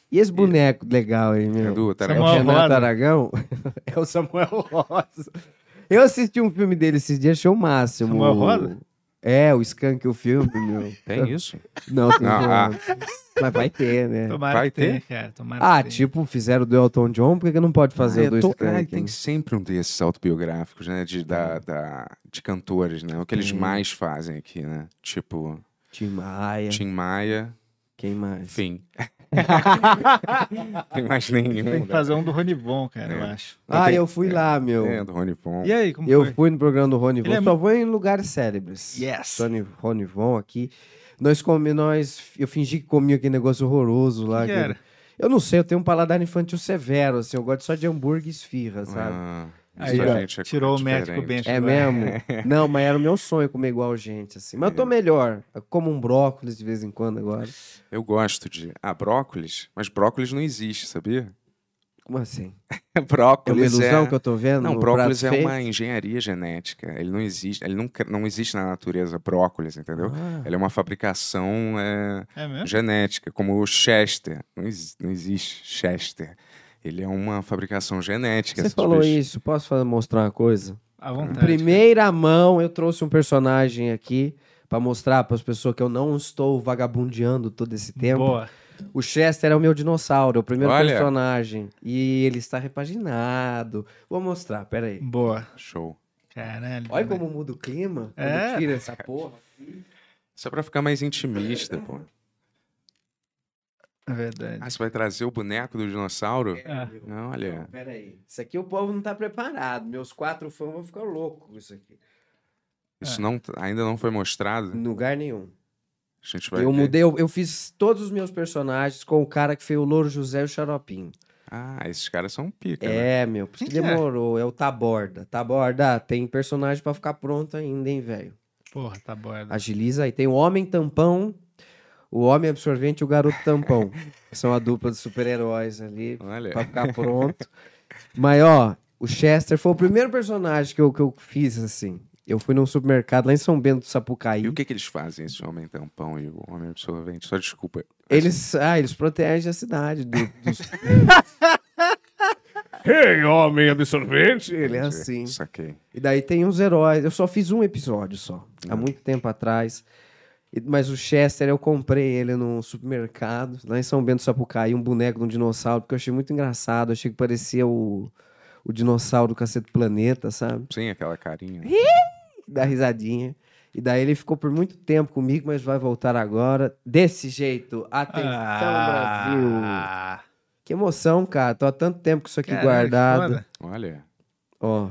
Speaker 5: E esse boneco legal aí, meu?
Speaker 4: Edu, tá
Speaker 5: É o
Speaker 2: Samuel
Speaker 5: Renato
Speaker 2: Rosa.
Speaker 5: Aragão? é o Samuel Rosa. Eu assisti um filme dele esses dias, achei o máximo.
Speaker 2: Samuel Rosa?
Speaker 5: É, o Skank, o filme, meu.
Speaker 4: Tem isso?
Speaker 5: Não, tem
Speaker 4: Não,
Speaker 5: não.
Speaker 4: ah.
Speaker 5: Mas vai ter, né?
Speaker 2: Tomara
Speaker 4: Vai
Speaker 2: que tenha, cara. Tomara
Speaker 5: Ah,
Speaker 2: que tenha.
Speaker 5: tipo, fizeram do Elton John, por que que não pode fazer
Speaker 4: Ah,
Speaker 5: o do
Speaker 4: eu tô-
Speaker 5: Skank?
Speaker 4: Ai, tem
Speaker 5: né?
Speaker 4: sempre um desses autobiográficos, né? De,
Speaker 2: É.
Speaker 4: da, da- de cantores, né? O que eles
Speaker 5: Tem.
Speaker 4: mais fazem aqui, né? Tipo,
Speaker 5: Tim
Speaker 2: É.
Speaker 5: Maia,
Speaker 4: Tim Maia,
Speaker 5: quem mais?
Speaker 4: enfim. Tem mais nenhum.
Speaker 2: Tem
Speaker 4: né?
Speaker 2: que fazer um do Ronivon, cara,
Speaker 4: É.
Speaker 2: eu acho.
Speaker 5: Ah,
Speaker 4: tem-
Speaker 5: eu fui lá, meu.
Speaker 4: É, do Rony Von.
Speaker 2: E aí, como
Speaker 5: eu
Speaker 2: foi?
Speaker 5: fui no programa do Rony
Speaker 2: Ele
Speaker 5: Von,
Speaker 2: é
Speaker 5: só vou em lugares célebres.
Speaker 2: Yes!
Speaker 5: Tony, Rony Von aqui. Nós comi, nós, eu fingi que comi aquele negócio horroroso lá.
Speaker 2: Que
Speaker 5: aquele-
Speaker 2: era?
Speaker 5: Eu não sei, eu tenho um paladar infantil severo, assim, eu gosto só de hambúrguer e esfirra, sabe?
Speaker 4: Ah,
Speaker 2: Aí,
Speaker 4: isso a
Speaker 2: ó,
Speaker 4: gente é
Speaker 2: tirou o médico
Speaker 4: diferente.
Speaker 2: bem.
Speaker 5: É mesmo? Não, mas era o meu sonho comer igual gente, assim. Mas eu tô melhor. Eu como um brócolis de vez em quando agora.
Speaker 4: Eu gosto de. Ah, brócolis? Mas brócolis não existe, sabia?
Speaker 5: Como assim? É uma
Speaker 4: brócolis
Speaker 5: ilusão
Speaker 4: é...
Speaker 5: que eu tô vendo?
Speaker 4: Não,
Speaker 5: no
Speaker 4: brócolis é
Speaker 5: prato
Speaker 4: uma engenharia genética. Ele não existe, ele não, cre- não existe na natureza brócolis, entendeu?
Speaker 5: Ah.
Speaker 4: Ele é uma fabricação é,
Speaker 2: É mesmo?
Speaker 4: genética, como o Chester. Não, ex- não existe Chester. Ele é uma fabricação genética.
Speaker 5: Você
Speaker 4: esses É,
Speaker 5: falou
Speaker 4: bichos.
Speaker 5: isso, posso fa- mostrar uma coisa?
Speaker 2: À vontade.
Speaker 5: Primeira mão, eu trouxe um personagem aqui pra mostrar pras pessoas que eu não estou vagabundeando todo esse tempo.
Speaker 2: Boa.
Speaker 5: O Chester é o meu dinossauro, é o primeiro
Speaker 4: Olha.
Speaker 5: personagem. E ele está repaginado. Vou mostrar, peraí.
Speaker 2: Boa.
Speaker 4: Show.
Speaker 2: Caralho.
Speaker 5: Olha
Speaker 2: cara.
Speaker 5: como muda o clima quando
Speaker 2: É.
Speaker 5: tira essa porra.
Speaker 4: é Só pra ficar mais intimista, pô.
Speaker 2: É verdade.
Speaker 4: Ah, você vai trazer o boneco do dinossauro?
Speaker 2: Ah,
Speaker 4: Não, olha.
Speaker 5: Peraí. Isso aqui o povo não tá preparado. Meus quatro fãs vão ficar loucos com isso aqui. É.
Speaker 4: Isso não, ainda não foi mostrado.
Speaker 5: Em lugar nenhum.
Speaker 4: A gente vai
Speaker 5: Eu
Speaker 4: ver.
Speaker 5: mudei, eu, eu fiz todos os meus personagens com o cara que fez o Louro José e o Xaropim.
Speaker 4: Ah, esses caras são pica, né?
Speaker 5: É, meu, por isso que
Speaker 2: Quem que é?
Speaker 5: demorou. É o Taborda. Taborda, ah, tem personagem pra ficar pronto ainda, hein, velho?
Speaker 2: porra, tá borda.
Speaker 5: Agiliza aí. Tem o Homem Tampão, o Homem Absorvente e o Garoto Tampão. que são a dupla de super-heróis ali.
Speaker 4: Olha.
Speaker 5: pra ficar pronto. Mas, ó, o Chester foi o primeiro personagem que eu, que eu fiz, assim. Eu fui num supermercado lá em São Bento do Sapucaí.
Speaker 4: E o que, que eles fazem, esse homem tampão e o homem absorvente? Só desculpa.
Speaker 5: Eles, ah, eles protegem a cidade. do- dos-
Speaker 7: Ei, homem absorvente!
Speaker 5: ele é
Speaker 4: Entendi.
Speaker 5: assim.
Speaker 4: Saquei.
Speaker 5: E daí tem uns heróis. Eu só fiz um episódio só,
Speaker 2: Ah.
Speaker 5: há muito tempo atrás. E- Mas o Chester, eu comprei ele num supermercado, lá em São Bento do Sapucaí, um boneco de um dinossauro, porque eu achei muito engraçado. Eu achei que parecia o, o dinossauro do Cacete Planeta, sabe?
Speaker 4: Sim, aquela carinha.
Speaker 5: dá risadinha. E daí ele ficou por muito tempo comigo, mas vai voltar agora. Desse jeito. Atenção, Ah, Brasil.
Speaker 2: Ah,
Speaker 5: Que emoção, cara. Tô há tanto tempo com isso aqui
Speaker 2: caralho,
Speaker 5: guardado.
Speaker 2: foda.
Speaker 4: Olha,
Speaker 5: Ó,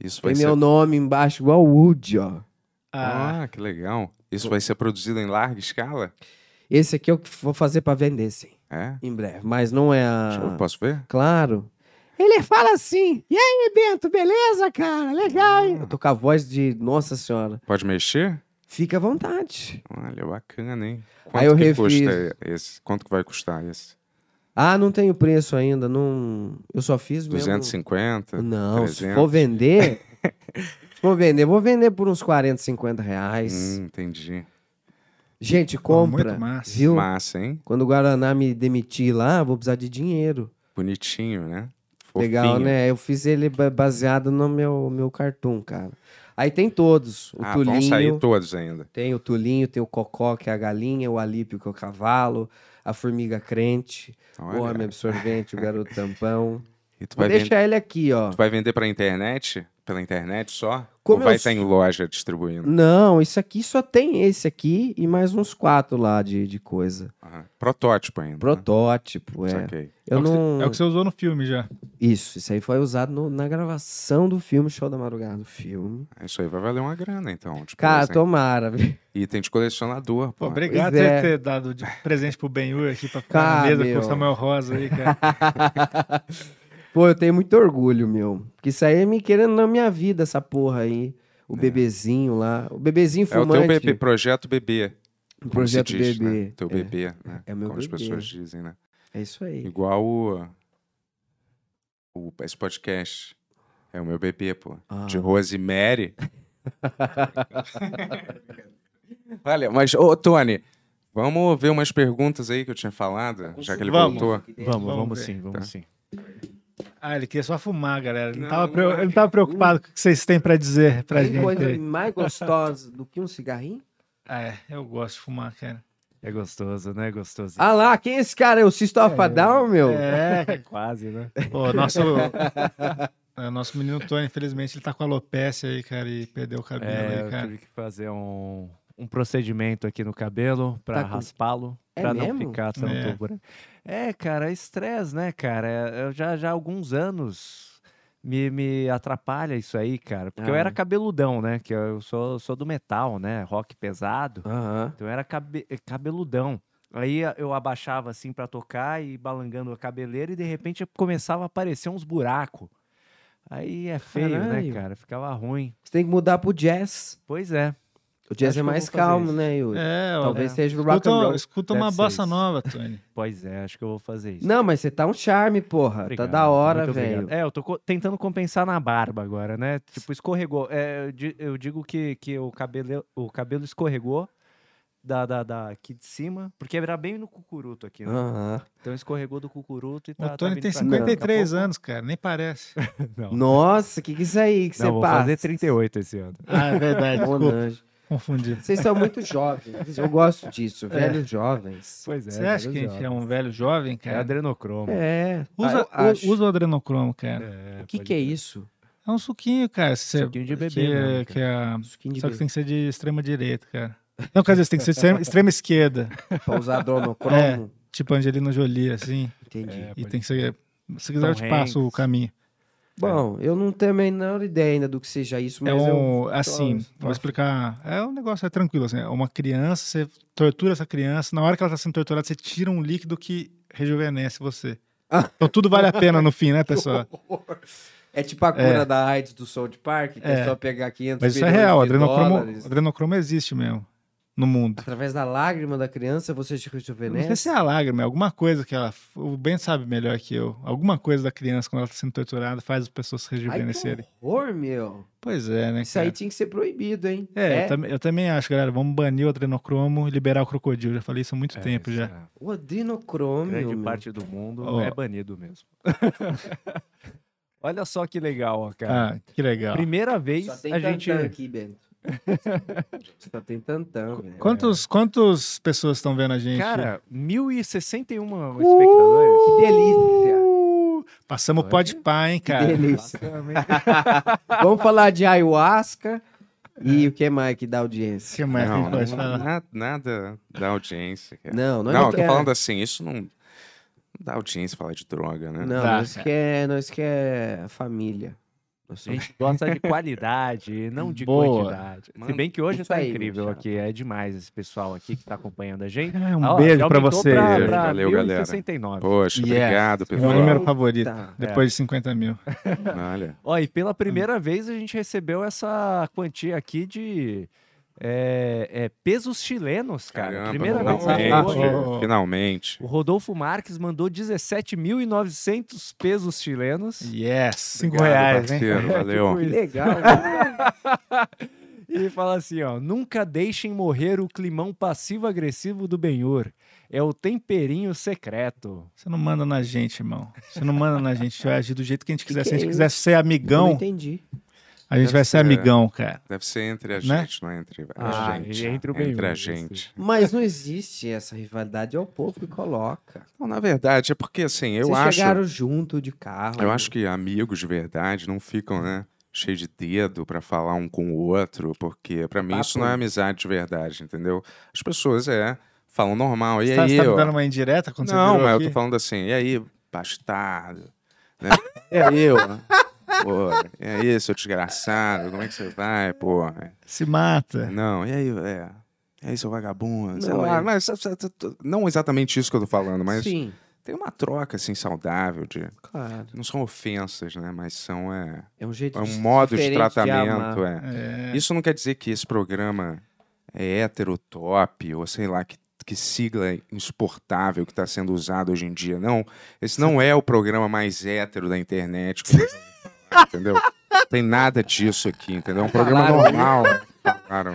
Speaker 4: isso vai
Speaker 5: tem
Speaker 4: ser.
Speaker 5: meu nome embaixo, igual o Woody, ó.
Speaker 2: Ah,
Speaker 4: Ah, que legal. Isso vai ser produzido em larga escala?
Speaker 5: Esse aqui eu que vou fazer pra vender, sim.
Speaker 4: É?
Speaker 5: Em breve. Mas não é a...
Speaker 4: Deixa eu- Posso ver?
Speaker 5: Claro. Ele fala assim. E aí, Bento, beleza, cara? Legal,
Speaker 4: Ah.
Speaker 5: hein? Eu tô com a voz de Nossa Senhora.
Speaker 4: Pode mexer?
Speaker 5: Fica à vontade.
Speaker 4: Olha, bacana, hein? Quanto
Speaker 5: Aí eu
Speaker 4: que
Speaker 5: refiz.
Speaker 4: custa esse? Quanto que vai custar esse?
Speaker 5: Ah, não tenho preço ainda. Não... Eu só fiz mesmo...
Speaker 4: 250?
Speaker 5: Não, se
Speaker 4: 300?
Speaker 5: for vender. se for vender, vou vender por uns 40, 50 reais.
Speaker 4: Hum, entendi.
Speaker 5: Gente,
Speaker 2: Pô, muito
Speaker 5: compra.
Speaker 2: massa.
Speaker 5: Viu?
Speaker 4: Massa, hein?
Speaker 5: Quando o Guaraná me demitir lá, vou precisar de dinheiro.
Speaker 4: Bonitinho, né?
Speaker 5: Legal,
Speaker 4: Fofinho.
Speaker 5: né? Eu fiz ele ba- baseado no meu, meu cartoon, cara. Aí tem todos. O
Speaker 4: Ah, vão sair
Speaker 5: Tulinho.
Speaker 4: todos ainda.
Speaker 5: Tem o Tulinho, tem o Cocó, que é a galinha, o Alípio, que é o cavalo, a formiga crente,
Speaker 4: Olha.
Speaker 5: o homem absorvente, o garoto tampão.
Speaker 4: E tu
Speaker 5: Vou
Speaker 4: vai,
Speaker 5: deixar
Speaker 4: vender,
Speaker 5: ele aqui, ó.
Speaker 4: tu vai vender pra internet? Pela internet só?
Speaker 5: Como
Speaker 4: Ou vai
Speaker 5: eu
Speaker 4: estar
Speaker 5: sou-
Speaker 4: em loja distribuindo?
Speaker 5: Não, isso aqui só tem esse aqui e mais uns quatro lá de, de coisa.
Speaker 4: Aham. Protótipo ainda. né?
Speaker 5: Protótipo, é.
Speaker 4: Saquei.
Speaker 2: é,
Speaker 5: Eu
Speaker 2: o que
Speaker 5: não.
Speaker 2: você, é o que você usou no filme já.
Speaker 5: Isso, isso aí foi usado no- na gravação do filme Show da Madrugada, do filme.
Speaker 4: Isso aí vai valer uma grana, então. Tipo,
Speaker 5: Cara,
Speaker 4: assim,
Speaker 5: tomara. viu?
Speaker 4: Item de colecionador,
Speaker 2: Pô,
Speaker 4: pô.
Speaker 2: obrigado por
Speaker 5: Pois é.
Speaker 2: ter dado de presente pro Benhur aqui pra ficar
Speaker 5: Cara,
Speaker 2: na mesa
Speaker 5: meu.
Speaker 2: com o Samuel Rosa aí, cara.
Speaker 5: Pô, eu tenho muito orgulho, meu. Porque isso aí é me querendo na minha vida, essa porra aí. O bebezinho lá. O bebezinho
Speaker 4: é o teu
Speaker 5: fumante.
Speaker 4: bebê, projeto bebê.
Speaker 5: o
Speaker 4: como se
Speaker 5: projeto
Speaker 4: diz, né?
Speaker 5: bebê.
Speaker 4: Teu
Speaker 5: é.
Speaker 4: bebê, né?
Speaker 5: É meu
Speaker 4: como as
Speaker 5: bebê.
Speaker 4: pessoas dizem, né?
Speaker 5: É, isso aí.
Speaker 4: Igual o, o- Esse podcast. É o meu bebê, pô.
Speaker 5: Ah.
Speaker 4: De Rosemary. Olha, mas, ô, Tony, vamos ver umas perguntas aí que eu tinha falado, já que ele
Speaker 2: Vamos.
Speaker 4: voltou.
Speaker 3: Vamos,
Speaker 2: Vamos
Speaker 3: vamos
Speaker 2: ver. Tá.
Speaker 3: sim, vamos sim.
Speaker 2: Ah, ele queria só fumar, galera. Ele não,
Speaker 4: Não,
Speaker 2: tava,
Speaker 4: não
Speaker 2: preo-
Speaker 4: é.
Speaker 2: ele não tava preocupado com o que vocês têm pra dizer pra
Speaker 5: Tem
Speaker 2: gente.
Speaker 5: coisa
Speaker 2: aí.
Speaker 5: mais gostosa do que um cigarrinho?
Speaker 2: Ah, é, eu gosto de fumar, cara.
Speaker 3: É gostoso, né? Gostoso.
Speaker 5: Ah lá, quem é esse cara? É o Sister of a Down, meu?
Speaker 2: É,
Speaker 3: Quase, né?
Speaker 2: pô, nosso, é, nosso menino Tony, infelizmente, ele tá com alopecia aí, cara, e perdeu o cabelo
Speaker 3: É,
Speaker 2: aí,
Speaker 3: eu
Speaker 2: cara.
Speaker 3: tive que fazer um, um procedimento aqui no cabelo pra
Speaker 5: Tá com-
Speaker 3: raspá-lo,
Speaker 5: É
Speaker 3: pra não
Speaker 5: mesmo?
Speaker 3: ficar tanto
Speaker 2: É.
Speaker 3: branco. É, cara, é estresse, né, cara? É, Eu já já há alguns anos me, me atrapalha isso aí, cara, porque eu
Speaker 5: Ah.
Speaker 3: era cabeludão, né? Que eu sou sou do metal, né? Rock pesado.
Speaker 5: Aham.
Speaker 3: Então eu era cabe- cabeludão. Aí a- eu abaixava assim pra tocar e balangando a cabeleira e de repente começava a aparecer uns buracos. Aí é feio,
Speaker 5: Caralho.
Speaker 3: né, cara? Ficava ruim.
Speaker 5: Você tem que mudar pro jazz.
Speaker 3: Pois é.
Speaker 5: O jazz é
Speaker 3: Acho que eu
Speaker 5: mais
Speaker 3: vou fazer
Speaker 5: calmo,
Speaker 3: isso.
Speaker 5: né, Yuri?
Speaker 2: É, ó,
Speaker 5: Talvez
Speaker 3: é.
Speaker 5: seja o rock and
Speaker 2: escuta,
Speaker 5: roll.
Speaker 2: escuta
Speaker 3: Deve
Speaker 2: uma
Speaker 3: ser
Speaker 2: bossa
Speaker 3: isso.
Speaker 2: nova, Tony.
Speaker 3: Pois é, acho que eu vou fazer isso.
Speaker 5: Não, mas você tá um charme, porra.
Speaker 3: Obrigado,
Speaker 5: tá da hora,
Speaker 3: muito obrigado.
Speaker 5: velho.
Speaker 3: É, eu tô co- tentando compensar na barba agora, né? Tipo, escorregou. É, eu di- eu digo que, que o, cabelo, o cabelo escorregou da, da, da- aqui de cima, porque era bem no cucuruto aqui, né?
Speaker 5: Aham.
Speaker 3: Então escorregou do cucuruto e tá. tá
Speaker 2: o Tony
Speaker 3: vindo
Speaker 2: tem
Speaker 3: pra cá. Daqui a
Speaker 2: 53
Speaker 3: pouco-
Speaker 2: anos, cara, nem parece.
Speaker 3: Não, não,
Speaker 5: Nossa, o que, que é isso aí que você
Speaker 3: vou
Speaker 5: passa?
Speaker 3: fazer 38 esse ano.
Speaker 2: Ah, é verdade,
Speaker 5: Ô,
Speaker 2: desculpa,
Speaker 5: Nanjo.
Speaker 2: confundi.
Speaker 5: Vocês são muito jovens. Eu gosto
Speaker 2: É.
Speaker 5: disso. Velhos jovens.
Speaker 3: Pois é.
Speaker 2: Você acha que a
Speaker 3: maravilhoso.
Speaker 2: gente é um velho jovem,
Speaker 3: É
Speaker 2: cara?
Speaker 3: adrenocromo.
Speaker 5: É.
Speaker 2: Usa,
Speaker 5: Ah, eu
Speaker 2: u-
Speaker 5: acho.
Speaker 2: usa o adrenocromo, cara.
Speaker 3: É,
Speaker 5: O que,
Speaker 3: pode
Speaker 5: que é
Speaker 3: ser.
Speaker 5: isso?
Speaker 2: É um suquinho, cara. se você-
Speaker 3: Suquinho de bebê
Speaker 2: Que,
Speaker 3: mesmo,
Speaker 2: que é-
Speaker 5: Skin de
Speaker 2: Só que
Speaker 5: bebê.
Speaker 2: tem que ser de extrema direita, cara. Não, quer dizer, você tem que ser de extrema, extrema esquerda.
Speaker 5: Pra usar adrenocromo.
Speaker 2: tipo Angelina Jolie, assim.
Speaker 5: Entendi.
Speaker 2: e tem que ser. Se quiser, eu te
Speaker 3: Tom
Speaker 2: passo o
Speaker 3: Hanks.
Speaker 2: caminho.
Speaker 5: Bom, eu não tenho a menor ideia ainda do que seja isso, mas
Speaker 2: é um.
Speaker 5: eu...
Speaker 2: assim,
Speaker 5: tô-
Speaker 2: vou explicar. É um negócio é tranquilo, assim. É uma criança, você tortura essa criança. Na hora que ela tá sendo torturada, você tira um líquido que rejuvenesce você.
Speaker 5: Ah.
Speaker 2: Então tudo vale a pena no fim, né, pessoal?
Speaker 5: É tipo a cura da AIDS do South Park, que é,
Speaker 2: É.
Speaker 5: só pegar 500
Speaker 2: Mas isso é
Speaker 5: milhões
Speaker 2: real.
Speaker 5: de
Speaker 2: Adrenocromo,
Speaker 5: dólares.
Speaker 2: adrenocromo existe mesmo. No mundo.
Speaker 5: Através da lágrima da criança, você se
Speaker 2: Não sei se
Speaker 5: rejuvenesce.
Speaker 2: é a lágrima, é alguma coisa que ela. O Ben sabe melhor que eu. Alguma coisa da criança, quando ela tá sendo torturada, faz as pessoas se
Speaker 5: Ai, que
Speaker 2: rejuvenescerem.
Speaker 5: horror, meu.
Speaker 2: Pois é, né?
Speaker 5: Isso aí
Speaker 2: cara?
Speaker 5: tinha que ser proibido, hein?
Speaker 2: É, Eu, tam- eu também acho, galera. Vamos banir o adrenocromo e liberar o crocodilo. Já falei isso há
Speaker 5: É,
Speaker 2: muito tempo já.
Speaker 5: O adrenocrômio,
Speaker 3: É, Grande
Speaker 5: meu.
Speaker 3: parte do mundo
Speaker 2: Ó.
Speaker 3: é banido mesmo. Olha só que legal, ó, cara.
Speaker 2: Ah, que legal.
Speaker 3: Primeira vez
Speaker 5: Só tem
Speaker 3: a
Speaker 5: tantão
Speaker 3: gente.
Speaker 5: aqui, Bento. Só tem tantão, velho. É.
Speaker 2: Quantos, quantas pessoas estão vendo a gente?
Speaker 3: Cara, 1061 espectadores.
Speaker 5: Uh! Que delícia.
Speaker 2: Passamos pode pá, hein,
Speaker 5: Que
Speaker 2: cara?
Speaker 5: delícia. Vamos falar de ayahuasca e o que mais que dá audiência?
Speaker 2: Que mais que a
Speaker 4: Não,
Speaker 2: gente pode
Speaker 4: não,
Speaker 2: falar?
Speaker 4: na- nada da audiência. cara.
Speaker 5: Não, nós
Speaker 4: não,
Speaker 5: não
Speaker 4: eu tô
Speaker 5: quer-
Speaker 4: falando assim, isso não não dá audiência falar de droga, né?
Speaker 5: Não,
Speaker 2: Tá.
Speaker 5: nós quer, nós quer família. Nós
Speaker 3: A
Speaker 5: somos-
Speaker 3: gente gosta de qualidade, não de
Speaker 2: Boa.
Speaker 3: quantidade. Se
Speaker 4: Mano,
Speaker 3: bem que hoje
Speaker 5: isso
Speaker 3: tá
Speaker 5: aí,
Speaker 3: incrível
Speaker 5: Michel.
Speaker 3: aqui. É demais esse pessoal aqui que tá acompanhando a gente.
Speaker 2: Ah, um
Speaker 3: Ah, ó, já
Speaker 2: beijo pra
Speaker 3: aumentou
Speaker 2: vocês.
Speaker 3: Pra,
Speaker 4: Beijo,
Speaker 3: pra
Speaker 4: valeu, galera.
Speaker 3: 1069.
Speaker 4: Poxa,
Speaker 2: Yes.
Speaker 4: obrigado,
Speaker 2: É Meu
Speaker 4: pessoal.
Speaker 2: número favorito.
Speaker 5: Tá.
Speaker 2: Depois de 50 mil.
Speaker 4: Olha,
Speaker 3: Ó, e pela primeira vez a gente recebeu essa quantia aqui de é, é, pesos chilenos, cara.
Speaker 4: caramba,
Speaker 3: primeira vez. na
Speaker 4: finalmente.
Speaker 3: história.
Speaker 2: Ah, ah, ah.
Speaker 4: finalmente.
Speaker 3: O Rodolfo Marques mandou 17.900 pesos chilenos.
Speaker 2: Yes. 5
Speaker 4: Obrigado,
Speaker 2: reais, hein?
Speaker 4: parceiro,
Speaker 3: É,
Speaker 4: Valeu.
Speaker 3: tipo
Speaker 5: Que
Speaker 3: isso.
Speaker 5: legal. né?
Speaker 3: E fala assim, ó, nunca deixem morrer o climão passivo-agressivo do Benhur. É o temperinho secreto.
Speaker 2: Você não manda na gente, irmão. Você não manda na gente. A gente vai agir do jeito que a gente quiser.
Speaker 5: que
Speaker 2: Se a
Speaker 5: é
Speaker 2: gente
Speaker 5: isso?
Speaker 2: quiser ser
Speaker 5: Não
Speaker 2: amigão,
Speaker 5: entendi.
Speaker 2: a gente
Speaker 4: Deve
Speaker 2: vai ser
Speaker 4: ser.
Speaker 2: amigão, cara.
Speaker 4: Deve ser entre a
Speaker 2: Né?
Speaker 4: gente, não é entre a
Speaker 3: Ah,
Speaker 4: gente.
Speaker 3: e entre o
Speaker 4: entre a
Speaker 3: Benhur,
Speaker 4: gente.
Speaker 5: Mas não existe essa rivalidade, é o povo que coloca.
Speaker 4: Não, na verdade, é porque assim, eu
Speaker 5: Vocês
Speaker 4: acho.
Speaker 5: chegaram junto de carro.
Speaker 4: Eu acho que amigos de verdade não ficam, né? Cheio de dedo pra falar um com o outro, porque pra mim isso
Speaker 5: Papo.
Speaker 4: não é amizade de verdade, entendeu? As pessoas é falam normal. E
Speaker 2: Você tá,
Speaker 4: aí,
Speaker 2: você tá me
Speaker 4: ó,
Speaker 2: dando uma indireta quando você
Speaker 4: Não,
Speaker 2: virou
Speaker 4: mas
Speaker 2: aqui?
Speaker 4: eu tô falando assim, e aí, bastardo? Né? E aí, ó? Pô, e aí, seu desgraçado, como é que você vai, pô?
Speaker 2: Se mata.
Speaker 4: Não, e aí, é. E aí, seu vagabundo? sei
Speaker 5: Não,
Speaker 4: lá,
Speaker 5: é-
Speaker 4: mas- não exatamente isso que eu tô falando, mas
Speaker 5: Sim,
Speaker 4: tem uma troca, assim, saudável de...
Speaker 5: claro.
Speaker 4: Não são ofensas, né? Mas são, é...
Speaker 5: É um jeito
Speaker 4: É um modo de
Speaker 5: diferente amar.
Speaker 4: tratamento, é.
Speaker 2: É.
Speaker 4: Isso não quer dizer que esse programa é heterotop, ou sei lá, que, que sigla insuportável que está sendo usado hoje em dia, não. Esse não é o programa mais hétero da internet, como a gente fala, entendeu? Não tem nada disso aqui, entendeu? É um programa
Speaker 5: Falaram, né?
Speaker 4: normal. Claro,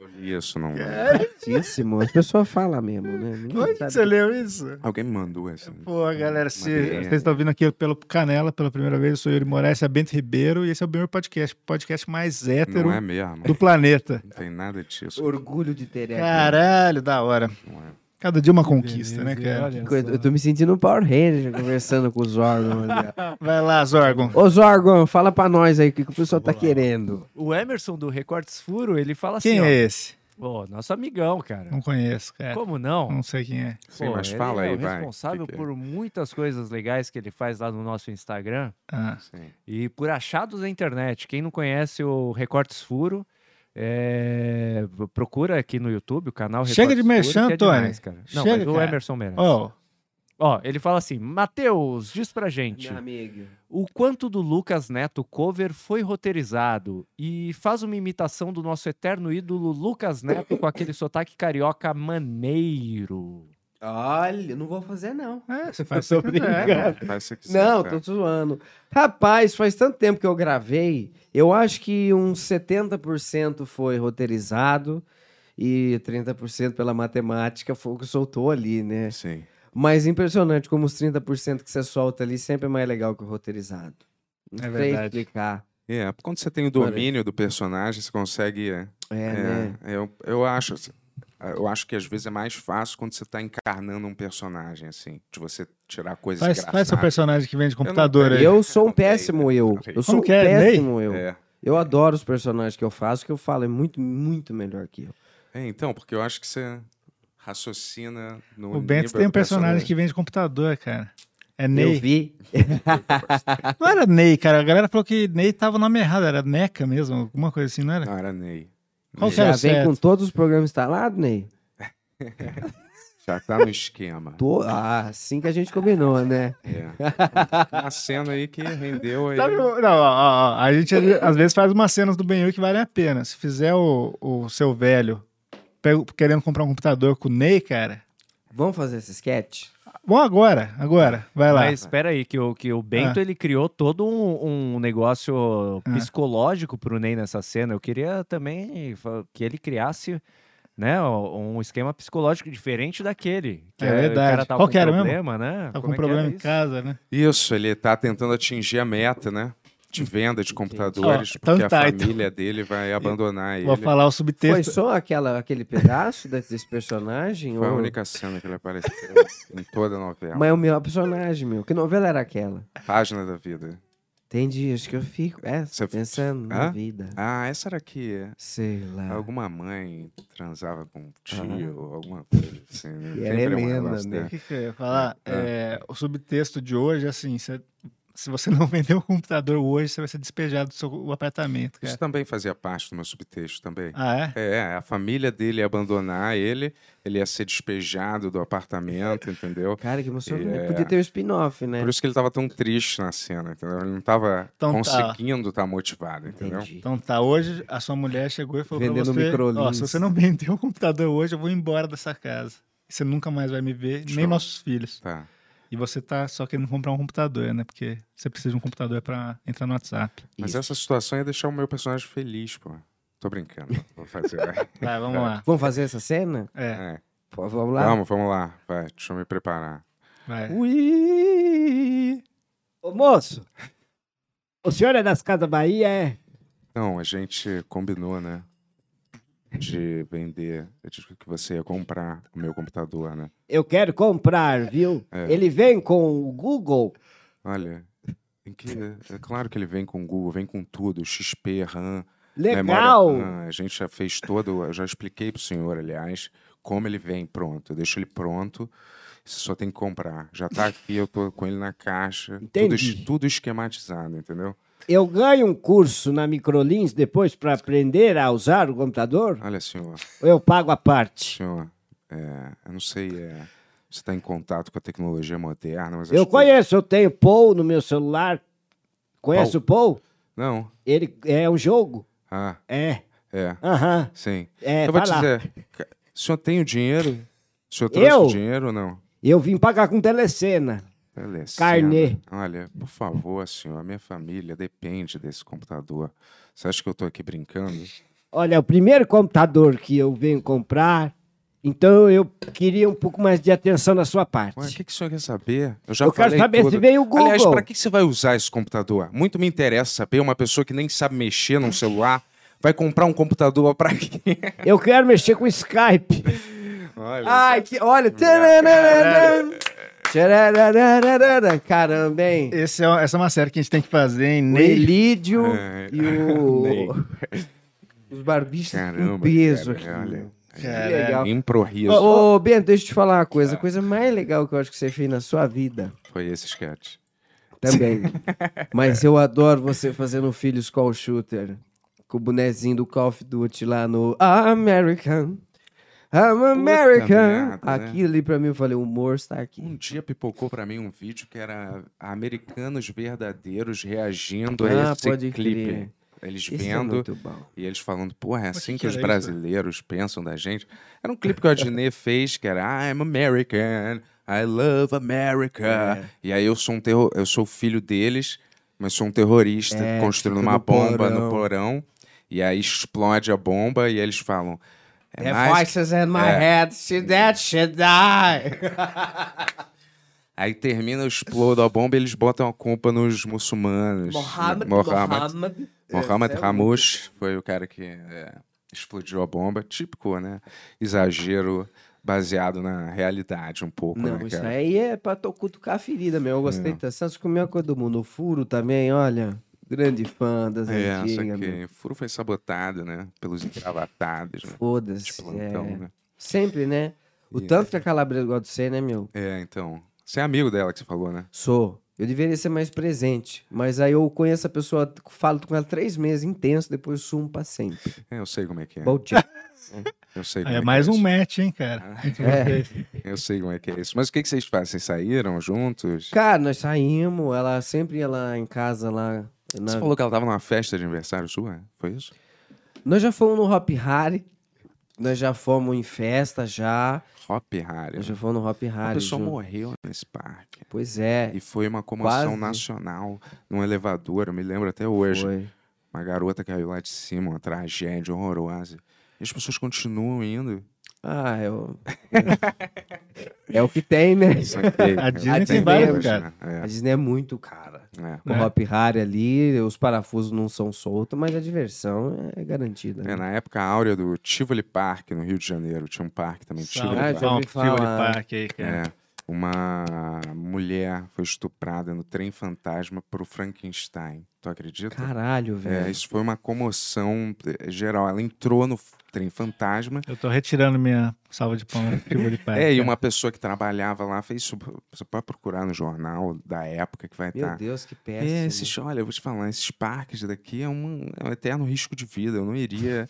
Speaker 4: eu li isso, não. é."
Speaker 5: Certíssimo. As pessoas falam mesmo, né? Ninguém
Speaker 2: Onde que
Speaker 5: sabe.
Speaker 2: você leu isso?
Speaker 4: Alguém me mandou essa.
Speaker 2: Pô, galera, se
Speaker 4: Maneiro.
Speaker 2: vocês estão vindo aqui pelo Canela pela primeira vez, eu sou Yuri Moraes, esse é Bento Ribeiro e esse é o Benhur Podcast, o podcast mais hétero
Speaker 4: Não é mesmo.
Speaker 2: do planeta.
Speaker 4: Não tem nada disso.
Speaker 5: Orgulho de ter né, hétero.
Speaker 2: Caralho, da hora. Cada dia uma conquista, né,
Speaker 3: Beleza,
Speaker 2: cara?
Speaker 3: olha
Speaker 5: Que coisa-
Speaker 3: só.
Speaker 5: Eu tô me sentindo um Power Ranger conversando com o Zorgon. ali, ó.
Speaker 2: Vai lá,
Speaker 3: Assim,
Speaker 2: Zorgon.
Speaker 5: Ô, Zorgon, fala pra nós aí o que, que o pessoal tá querendo.
Speaker 3: O Emerson do Recortes Furo, ele fala assim,
Speaker 2: Quem
Speaker 3: ó,
Speaker 2: é esse?
Speaker 3: "Pô, nosso amigão, cara.
Speaker 2: Não conheço, cara.
Speaker 3: Como não?
Speaker 2: Não sei quem é.
Speaker 4: Sim,
Speaker 3: Pô,
Speaker 4: mas
Speaker 3: ele
Speaker 4: fala
Speaker 3: é
Speaker 4: aí,
Speaker 3: o
Speaker 4: vai.
Speaker 3: responsável
Speaker 4: Que que é?
Speaker 3: por muitas coisas legais que ele faz lá no nosso Instagram
Speaker 2: Ah,
Speaker 4: Sim.
Speaker 3: e por achados da internet. Quem não conhece o Recortes Furo, é, procura aqui no YouTube o canal Recortes
Speaker 2: Chega de
Speaker 3: Furo,
Speaker 2: merchan,
Speaker 3: que é demais,
Speaker 2: Tony.
Speaker 3: cara. Não,
Speaker 2: Chega,
Speaker 3: mas o
Speaker 2: cara.
Speaker 3: Emerson merece.
Speaker 2: ó,
Speaker 3: Ó, ele fala assim: Matheus, diz pra gente
Speaker 5: amigo.
Speaker 3: o quanto do Lucas Neto cover foi roteirizado e faz uma imitação do nosso eterno ídolo Lucas Neto com aquele sotaque carioca maneiro.
Speaker 5: Olha, não vou fazer, não.
Speaker 2: é, você faz é. o que
Speaker 5: brincando.
Speaker 2: quiser.
Speaker 4: Faz se quiser,
Speaker 5: Não,
Speaker 4: tá?
Speaker 5: tô zoando. Rapaz, faz tanto tempo que eu gravei. Eu acho que um uns 70% foi roteirizado e 30% pela matemática foi o que soltou ali, né?
Speaker 4: Sim.
Speaker 5: Mas impressionante como os 30% que você solta ali sempre é mais legal que o roteirizado. Não
Speaker 2: É
Speaker 5: sei
Speaker 2: verdade.
Speaker 5: explicar.
Speaker 4: É, quando você tem o
Speaker 5: Parei.
Speaker 4: domínio do personagem, você consegue. é,
Speaker 5: É,
Speaker 4: É,
Speaker 5: né?
Speaker 4: eu, eu acho assim, eu acho que às vezes é mais fácil quando você tá encarnando um personagem, assim, de você tirar coisas
Speaker 2: Faz,
Speaker 4: engraçadas.
Speaker 2: faz seu personagem que vende computador
Speaker 4: tenho.
Speaker 2: aí.
Speaker 5: Eu sou um
Speaker 4: Não tem,
Speaker 5: péssimo
Speaker 4: né?
Speaker 5: eu.
Speaker 4: Ok.
Speaker 5: Eu sou
Speaker 2: Como
Speaker 5: um
Speaker 2: que é? Ney?
Speaker 5: péssimo eu.
Speaker 4: É.
Speaker 5: Eu adoro os personagens que eu faço, que eu falo é muito, muito melhor que eu.
Speaker 4: É, então, porque eu acho que você raciocina no
Speaker 2: O Bento
Speaker 4: nível
Speaker 2: tem um
Speaker 4: do
Speaker 2: personagem que vende computador, cara. É Ney.
Speaker 5: Eu vi.
Speaker 2: Não era Ney, cara. A galera falou que Ney tava o nome errado, era Neca mesmo, alguma coisa assim, não era?
Speaker 4: Não, era Ney.
Speaker 2: Qual que
Speaker 5: Já
Speaker 2: era
Speaker 5: vem
Speaker 2: o certo?
Speaker 5: com todos os programas instalados, Ney?
Speaker 4: Já tá no esquema.
Speaker 5: Tô... Ah, assim que a gente combinou, né?
Speaker 4: É. Uma cena aí que rendeu aí.
Speaker 2: Sabe o- não, ó, ó, ó, a gente às vezes faz umas cenas do Ben que valem a pena. Se fizer o, o seu velho pego- querendo comprar um computador com o Ney, cara.
Speaker 5: Vamos fazer esse sketch?
Speaker 2: Bom, agora, agora, vai lá.
Speaker 3: Mas espera aí, que o, que o Bento ele criou todo um, um negócio
Speaker 2: Ah.
Speaker 3: psicológico pro Ney nessa cena. Eu queria também fa- que ele criasse né, um esquema psicológico diferente daquele. Que
Speaker 2: É
Speaker 3: era-
Speaker 2: verdade.
Speaker 3: O cara tava
Speaker 2: Qual
Speaker 3: com
Speaker 2: que era mesmo?
Speaker 3: problema, né?
Speaker 2: Tá
Speaker 3: Como
Speaker 2: com
Speaker 3: é que
Speaker 2: problema
Speaker 3: era
Speaker 2: em
Speaker 3: isso?
Speaker 2: casa, né?
Speaker 4: Isso, ele tá tentando atingir a meta, né? De venda de computadores,
Speaker 2: Ó, então
Speaker 4: porque
Speaker 2: tá,
Speaker 4: a
Speaker 2: então.
Speaker 4: família dele vai abandonar
Speaker 2: Vou
Speaker 4: ele.
Speaker 2: falar o
Speaker 5: Foi
Speaker 2: subtexto.
Speaker 5: só aquela, aquele pedaço desse, desse personagem?
Speaker 4: Foi a
Speaker 5: ou-
Speaker 4: única cena que ele apareceu em toda a novela.
Speaker 5: Mas é o melhor personagem, meu. Que novela era aquela?
Speaker 4: Página da vida.
Speaker 5: Tem dias que eu fico é,
Speaker 4: Você-
Speaker 5: pensando
Speaker 4: Hã?
Speaker 5: na vida.
Speaker 4: Ah, essa era que
Speaker 5: Sei lá.
Speaker 4: alguma mãe transava com um tio, alguma coisa assim. né?
Speaker 5: E era
Speaker 4: Sempre é um
Speaker 5: Helena,
Speaker 4: negócio
Speaker 5: né?
Speaker 2: O que, que eu ia falar?
Speaker 3: Ah.
Speaker 2: É, o subtexto de hoje é assim: cê- se você não vender o computador hoje, você vai ser despejado do seu o
Speaker 5: É.
Speaker 2: apartamento,
Speaker 4: Isso
Speaker 2: cara.
Speaker 4: também fazia parte do meu subtexto também.
Speaker 2: Ah, é?
Speaker 4: É, a família dele ia abandonar ele, ele ia ser despejado do apartamento, entendeu?
Speaker 5: Cara, que emocionante.
Speaker 4: É.
Speaker 5: Podia ter um spin-off, né?
Speaker 4: Por isso que ele tava tão triste na cena, entendeu? Ele não tava
Speaker 2: Então tá.
Speaker 4: conseguindo estar motivado, entendeu?
Speaker 5: Entendi.
Speaker 2: Então tá, hoje a sua mulher chegou e falou
Speaker 5: Vendendo
Speaker 2: pra você,
Speaker 5: microlins.
Speaker 2: ó, se você não vender o computador hoje, eu vou embora dessa casa. Você nunca mais vai me ver, nem
Speaker 4: Show.
Speaker 2: nossos filhos.
Speaker 4: Tá.
Speaker 2: E você tá só querendo comprar um computador, né? Porque você precisa de um computador pra entrar no WhatsApp.
Speaker 4: Mas é
Speaker 5: Isso.
Speaker 4: essa situação ia deixar o meu personagem feliz, pô. Tô brincando. Vou fazer.
Speaker 2: Vai, vamos lá.
Speaker 5: Vamos fazer essa cena?
Speaker 2: É,
Speaker 4: É.
Speaker 5: Pô, vamos lá.
Speaker 4: Vamos, vamos lá. Vai, deixa eu me preparar.
Speaker 2: vai.
Speaker 5: Ui!
Speaker 6: Ô, moço, o senhor é das Casas Bahia, é?
Speaker 4: Não, a gente combinou, né? De vender. Eu disse que você ia comprar o meu computador, né?
Speaker 6: Eu quero comprar, viu?
Speaker 4: É.
Speaker 6: Ele vem com o Google.
Speaker 4: Olha, tem que. É claro que ele vem com Google, vem com tudo, XP, RAM,
Speaker 6: Legal!
Speaker 4: memória. Ah. RAM. A gente já fez todo, eu já expliquei pro senhor, aliás, como ele vem pronto. Eu deixo ele pronto. Você só tem que comprar. Já tá aqui, eu tô com ele na caixa. Tudo, es-
Speaker 6: Entendi.
Speaker 4: tudo esquematizado, entendeu?
Speaker 6: Eu ganho um curso na Microlins depois para aprender a usar o computador?
Speaker 4: Olha, senhor,
Speaker 6: Ou eu pago a parte?
Speaker 4: senhor, é, eu não sei é, se está em contato com a tecnologia moderna, mas.
Speaker 6: Eu
Speaker 4: acho que-
Speaker 6: conheço, eu tenho Paul no meu celular. Conhece o Paul?
Speaker 4: Não.
Speaker 6: Ele é um jogo?
Speaker 4: Ah,
Speaker 6: É.
Speaker 4: é.
Speaker 6: Aham.
Speaker 4: Sim.
Speaker 6: É,
Speaker 4: eu
Speaker 6: vai
Speaker 4: vou te
Speaker 6: lá.
Speaker 4: dizer, ca- o senhor tem o dinheiro? O senhor trouxe
Speaker 6: Eu?
Speaker 4: o dinheiro ou não?
Speaker 6: Eu vim pagar com telecena.
Speaker 4: Telecena.
Speaker 6: Carnê.
Speaker 4: Olha, por favor, senhor, a minha família depende desse computador. Você acha que eu tô aqui brincando?
Speaker 6: Olha, o primeiro computador que eu venho comprar, então eu queria um pouco mais de atenção da sua parte.
Speaker 4: Ué, o que, que o senhor quer saber? Eu já
Speaker 6: eu quero
Speaker 4: falei
Speaker 6: saber
Speaker 4: tudo.
Speaker 6: se veio o Google.
Speaker 4: Aliás, para que que você vai usar esse computador? Muito me interessa saber. Uma pessoa que nem sabe mexer num celular vai comprar um computador para quê?
Speaker 6: Eu quero mexer com Skype.
Speaker 4: Olha,
Speaker 5: Ai, que. Olha. Tcharanana. Tcharanana. Caramba, hein?
Speaker 2: Esse é- essa é uma série que a gente tem que fazer, hein?
Speaker 5: O
Speaker 2: Ney.
Speaker 5: Elídio
Speaker 4: É.
Speaker 5: e o.
Speaker 4: Ney.
Speaker 5: Os barbistas com
Speaker 4: Caramba,
Speaker 5: peso
Speaker 4: cara,
Speaker 5: aqui.
Speaker 4: olha.
Speaker 5: Que
Speaker 2: Cara,
Speaker 5: legal.
Speaker 4: Improviso.
Speaker 5: Ô, ô, Bento, deixa eu te falar uma coisa. A coisa mais legal que eu acho que você fez na sua vida
Speaker 4: Foi esse sketch.
Speaker 5: também. Mas eu adoro você fazendo filhos call shooter com o bonezinho do Call of Duty lá no American. I'm American.
Speaker 4: merda, né?
Speaker 5: Aquilo ali pra mim, eu falei, o humor está
Speaker 4: Um
Speaker 5: aqui.
Speaker 4: dia pipocou pra mim um vídeo que era americanos verdadeiros reagindo
Speaker 5: Ah,
Speaker 4: a esse
Speaker 5: pode
Speaker 4: clipe.
Speaker 5: crer.
Speaker 4: Eles
Speaker 5: Isso é
Speaker 4: vendo
Speaker 5: muito bom.
Speaker 4: e eles falando, porra, é assim que,
Speaker 2: que que
Speaker 4: os
Speaker 2: era isso?
Speaker 4: brasileiros pensam da gente. Era um clipe que o Adnet fez, que era I'm American, I love America.
Speaker 5: É.
Speaker 4: E aí eu sou um terror, eu sou filho deles, mas sou um terrorista
Speaker 5: É,
Speaker 4: construindo
Speaker 5: fica
Speaker 4: uma
Speaker 5: no
Speaker 4: bomba
Speaker 5: porão.
Speaker 4: no porão. E aí explode a bomba e eles falam. É
Speaker 5: The
Speaker 4: mais É.
Speaker 5: voices in my head, she dead, she die.
Speaker 4: Aí termina, eu explodo a bomba e eles botam a culpa nos muçulmanos.
Speaker 5: Mohammed,
Speaker 4: Né? Mohammed,
Speaker 5: Mohammed.
Speaker 4: Mohammed
Speaker 5: Esse é
Speaker 4: Ramush foi o cara que é, explodiu a bomba. Típico, né? Exagero baseado na realidade um pouco,
Speaker 5: Não,
Speaker 4: né,
Speaker 5: isso
Speaker 4: cara?
Speaker 5: aí é pra to- cutucar a ferida mesmo. Eu
Speaker 4: É.
Speaker 5: gostei da Santos com a melhor coisa do mundo. O furo também, olha. Grande fã das
Speaker 4: É, só
Speaker 5: antigas, meu.
Speaker 4: que o furo foi sabotado, né? Pelos engravatados, né?
Speaker 5: Foda-se.
Speaker 4: De plantão,
Speaker 5: é.
Speaker 4: né?
Speaker 5: Sempre, né? O
Speaker 4: Ih,
Speaker 5: tanto que a Calabresa gosta de você, né, meu?
Speaker 4: É, então. Você é amigo dela que você falou, né?
Speaker 5: Sou. Eu deveria ser mais presente. Mas aí eu conheço a pessoa, falo com ela três meses, intenso, depois sumo pra sempre.
Speaker 4: É, eu sei como é que é.
Speaker 5: Bom dia.
Speaker 4: Eu sei como
Speaker 2: É
Speaker 4: que
Speaker 2: mais um
Speaker 4: isso.
Speaker 2: match, hein, cara?
Speaker 5: É.
Speaker 4: Eu sei como é que é isso. Mas o que, que vocês fazem? Vocês saíram juntos?
Speaker 5: Cara, nós saímos, ela sempre ia lá em casa, lá. na-
Speaker 4: Você falou que ela tava numa festa de aniversário sua? Foi isso?
Speaker 5: Nós já fomos no Hop Harry, nós já fomos em festa já,
Speaker 4: Hop Harry.
Speaker 5: nós já fomos no Hop
Speaker 4: A
Speaker 5: Harry.
Speaker 4: pessoa
Speaker 5: junto.
Speaker 4: morreu nesse parque.
Speaker 5: Pois é,
Speaker 4: E foi uma comoção
Speaker 5: Quase.
Speaker 4: nacional num elevador, eu me lembro até hoje.
Speaker 5: foi.
Speaker 4: Uma garota caiu lá de cima, uma tragédia horrorosa. E as pessoas continuam indo.
Speaker 5: Ah, eu... é o que tem, né?
Speaker 2: A Disney
Speaker 5: tem vários,
Speaker 2: cara.
Speaker 5: A Disney é muito cara.
Speaker 4: né? É,
Speaker 5: O
Speaker 2: É.
Speaker 5: Hop Harry ali, os parafusos não são soltos, mas a diversão é garantida.
Speaker 4: É,
Speaker 5: né?
Speaker 4: na época áurea do Tivoli Park, no Rio de Janeiro, tinha um parque também,
Speaker 2: Salve,
Speaker 4: Tivoli
Speaker 5: Ah, já
Speaker 4: Park.
Speaker 5: ouvi
Speaker 2: Palm,
Speaker 5: falar.
Speaker 2: Tivoli Park aí, cara.
Speaker 4: É, uma mulher foi estuprada no trem fantasma pro Frankenstein. Tu acredita?
Speaker 5: Caralho,
Speaker 4: É,
Speaker 5: velho.
Speaker 4: isso foi uma comoção eh, geral. Ela entrou no f- trem fantasma.
Speaker 2: Eu tô retirando minha salva de pão do Tivoli Park.
Speaker 4: É, e
Speaker 2: cara.
Speaker 4: uma pessoa que trabalhava lá fez isso. Você pode procurar no jornal da época que vai
Speaker 5: Meu
Speaker 4: estar.
Speaker 5: Deus, que péssimo.
Speaker 4: tá. É, esses, olha, eu vou te falar, esses parques daqui é um, é um eterno risco de vida. Eu não iria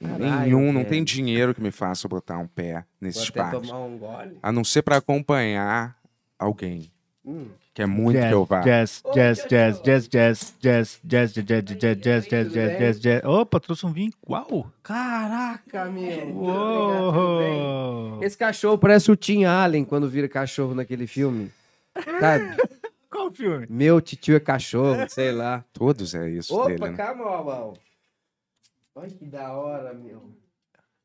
Speaker 4: em
Speaker 5: Caralho,
Speaker 4: nenhum, não
Speaker 5: velho.
Speaker 4: tem dinheiro que me faça botar um pé nesses parques.
Speaker 5: um gole.
Speaker 4: A não ser pra acompanhar alguém.
Speaker 5: Hum.
Speaker 4: Que é muito que eu vá.
Speaker 2: Jazz, jazz, jazz, jazz, jazz, jazz, jazz, jazz, jazz, jazz, jazz, jazz, jazz, jazz, jazz. Opa, trouxe um vinho. Qual?
Speaker 5: Caraca, meu. Tudo bem?
Speaker 2: Uou!
Speaker 5: Esse cachorro parece o Tim Allen quando vira cachorro naquele filme. Sabe?
Speaker 2: Qual filme?
Speaker 5: Meu titio é cachorro, sei lá.
Speaker 4: Todos é isso
Speaker 5: Opa,
Speaker 4: dele, né?
Speaker 5: calma, Albão. Olha que da hora, meu.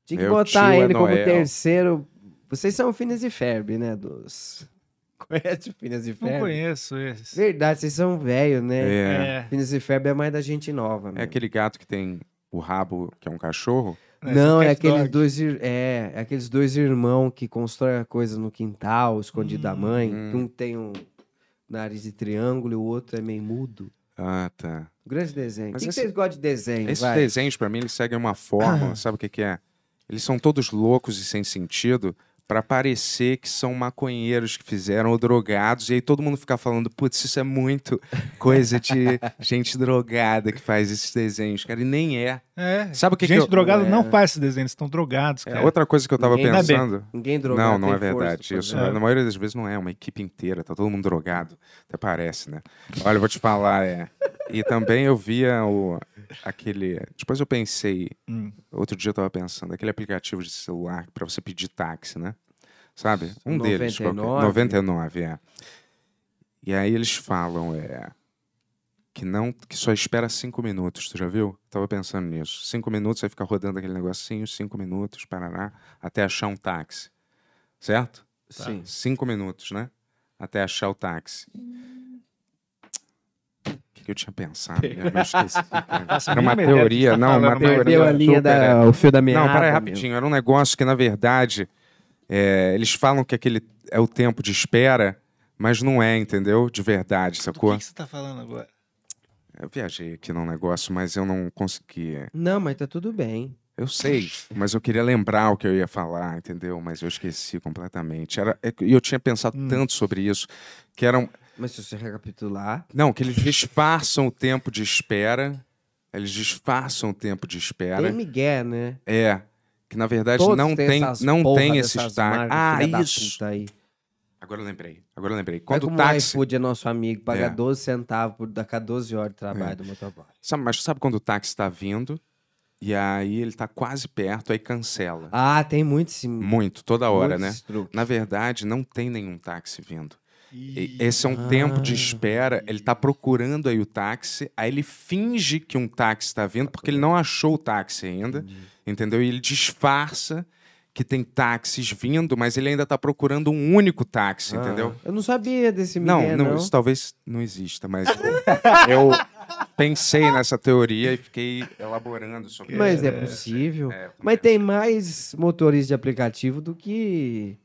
Speaker 5: Tinha que
Speaker 4: Meu
Speaker 5: botar
Speaker 4: tio é
Speaker 5: ele como
Speaker 4: Noel.
Speaker 5: terceiro. Vocês são o Phineas e Ferb, né? Dos... Conhece o Phineas e
Speaker 2: Não
Speaker 5: Ferb?
Speaker 2: conheço esse.
Speaker 5: Verdade, vocês são velho, né?
Speaker 4: É,
Speaker 2: É.
Speaker 5: Phineas e Ferb é mais da gente nova, né?
Speaker 4: é
Speaker 5: meu.
Speaker 4: aquele gato que tem o rabo, que é um cachorro.
Speaker 5: Não, é
Speaker 2: Cat Dog.
Speaker 5: aqueles, dois, ir- é, é aqueles dois irmãos que constroem a coisa no quintal, escondido da mãe. que
Speaker 4: Hum.
Speaker 5: Um tem um nariz de triângulo e o outro é meio mudo.
Speaker 4: Ah, tá.
Speaker 5: Grande desenho. O
Speaker 4: Mas
Speaker 5: que que
Speaker 4: esse-
Speaker 5: vocês gostam de desenho?
Speaker 4: Esses
Speaker 5: vai?
Speaker 4: desenhos, pra mim, eles seguem uma fórmula, sabe o que, que é? Eles são todos loucos e sem sentido pra parecer que são maconheiros que fizeram ou drogados, e aí todo mundo fica falando, putz, isso é muito coisa de gente drogada que faz esses desenhos, cara, e nem é.
Speaker 2: É.
Speaker 4: Sabe o que, que
Speaker 2: Gente
Speaker 4: eu-
Speaker 2: drogada não faz esse desenho, eles estão drogados,
Speaker 4: É,
Speaker 2: cara.
Speaker 4: outra coisa que eu tava
Speaker 5: Ninguém-
Speaker 4: pensando...
Speaker 5: Ninguém drogou.
Speaker 4: Não, não é verdade. Isso,
Speaker 2: fazer.
Speaker 4: Na maioria das vezes não é, uma equipe inteira, tá todo mundo drogado. Até parece, né? Olha, eu vou te falar, é. E também eu via o, aquele. Depois eu pensei,
Speaker 2: Hum.
Speaker 4: outro dia eu tava pensando, aquele aplicativo de celular pra você pedir táxi, né? Sabe? Um deles, qualquer-
Speaker 5: 99?
Speaker 4: 99, é. E aí eles falam, é. Que, não, que só espera cinco minutos, tu já viu? Tava pensando nisso. Cinco minutos, aí fica rodando aquele negocinho, cinco minutos, parará, até achar um táxi. Certo?
Speaker 5: Sim.
Speaker 4: Cinco minutos, né? Até achar o táxi. O que, que eu tinha pensado? mesmo? Eu esqueci, cara. Era é uma
Speaker 2: mínima ideia do que
Speaker 4: teoria,
Speaker 2: você tá
Speaker 4: não, uma
Speaker 2: falando, mas-
Speaker 4: teoria.
Speaker 5: Perdeu a linha,
Speaker 4: super, é.
Speaker 5: da, o fio da meada.
Speaker 4: Não, para aí
Speaker 5: meu.
Speaker 4: rapidinho. Era um negócio que, na verdade, é, eles falam que aquele é o tempo de espera, mas não é, entendeu? De verdade,
Speaker 2: Do que
Speaker 4: sacou?
Speaker 2: que você tá falando agora?
Speaker 4: Eu viajei aqui num negócio, mas eu não consegui.
Speaker 5: Não, mas tá tudo bem.
Speaker 4: Eu sei, mas eu queria lembrar o que eu ia falar, entendeu? Mas eu esqueci completamente. Era- é que- E eu tinha pensado
Speaker 5: Hum.
Speaker 4: tanto sobre isso, que era um-
Speaker 5: Mas se você recapitular...
Speaker 4: Não, que eles disfarçam o tempo de espera. Eles disfarçam o tempo de espera.
Speaker 5: Tem Miguel, né?
Speaker 4: É. Que na verdade
Speaker 5: Todos
Speaker 4: não
Speaker 5: têm
Speaker 4: tem,
Speaker 5: essas
Speaker 4: não
Speaker 5: porra
Speaker 4: tem
Speaker 5: dessas
Speaker 4: esse destaque.
Speaker 5: marcas,
Speaker 4: Ah,
Speaker 5: filha da
Speaker 4: isso.
Speaker 5: puta Aí.
Speaker 4: Agora eu lembrei. Agora eu lembrei.
Speaker 5: Quando
Speaker 4: Quando
Speaker 5: como
Speaker 4: o
Speaker 5: táxi...
Speaker 4: táxi.
Speaker 5: o iFood é nosso amigo, paga
Speaker 4: É.
Speaker 5: 12 centavos por daqui 12 horas de trabalho
Speaker 4: É.
Speaker 5: do motoboy.
Speaker 4: Sabe, mas sabe quando o táxi tá vindo? E aí ele tá quase perto, aí cancela.
Speaker 5: Ah, tem muito esse...
Speaker 4: Muito, toda hora,
Speaker 5: muito
Speaker 4: né?
Speaker 5: esse truque.
Speaker 4: Na verdade, não tem nenhum táxi vindo. E- Esse é um tempo de
Speaker 5: Ah.
Speaker 4: espera. Ele tá procurando aí o táxi, aí ele finge que um táxi tá vindo, porque ele não achou o táxi ainda, entendeu? E ele disfarça que tem táxis vindo, mas ele ainda tá procurando um único táxi,
Speaker 5: Ah,
Speaker 4: entendeu?
Speaker 5: Eu não sabia desse
Speaker 4: Não,
Speaker 5: Miguel,
Speaker 4: não,
Speaker 5: não.
Speaker 4: isso talvez não exista, mas eu pensei nessa teoria e fiquei elaborando sobre
Speaker 5: Mas
Speaker 4: isso.
Speaker 5: é possível.
Speaker 4: É,
Speaker 5: Mas tem mais motores de aplicativo do que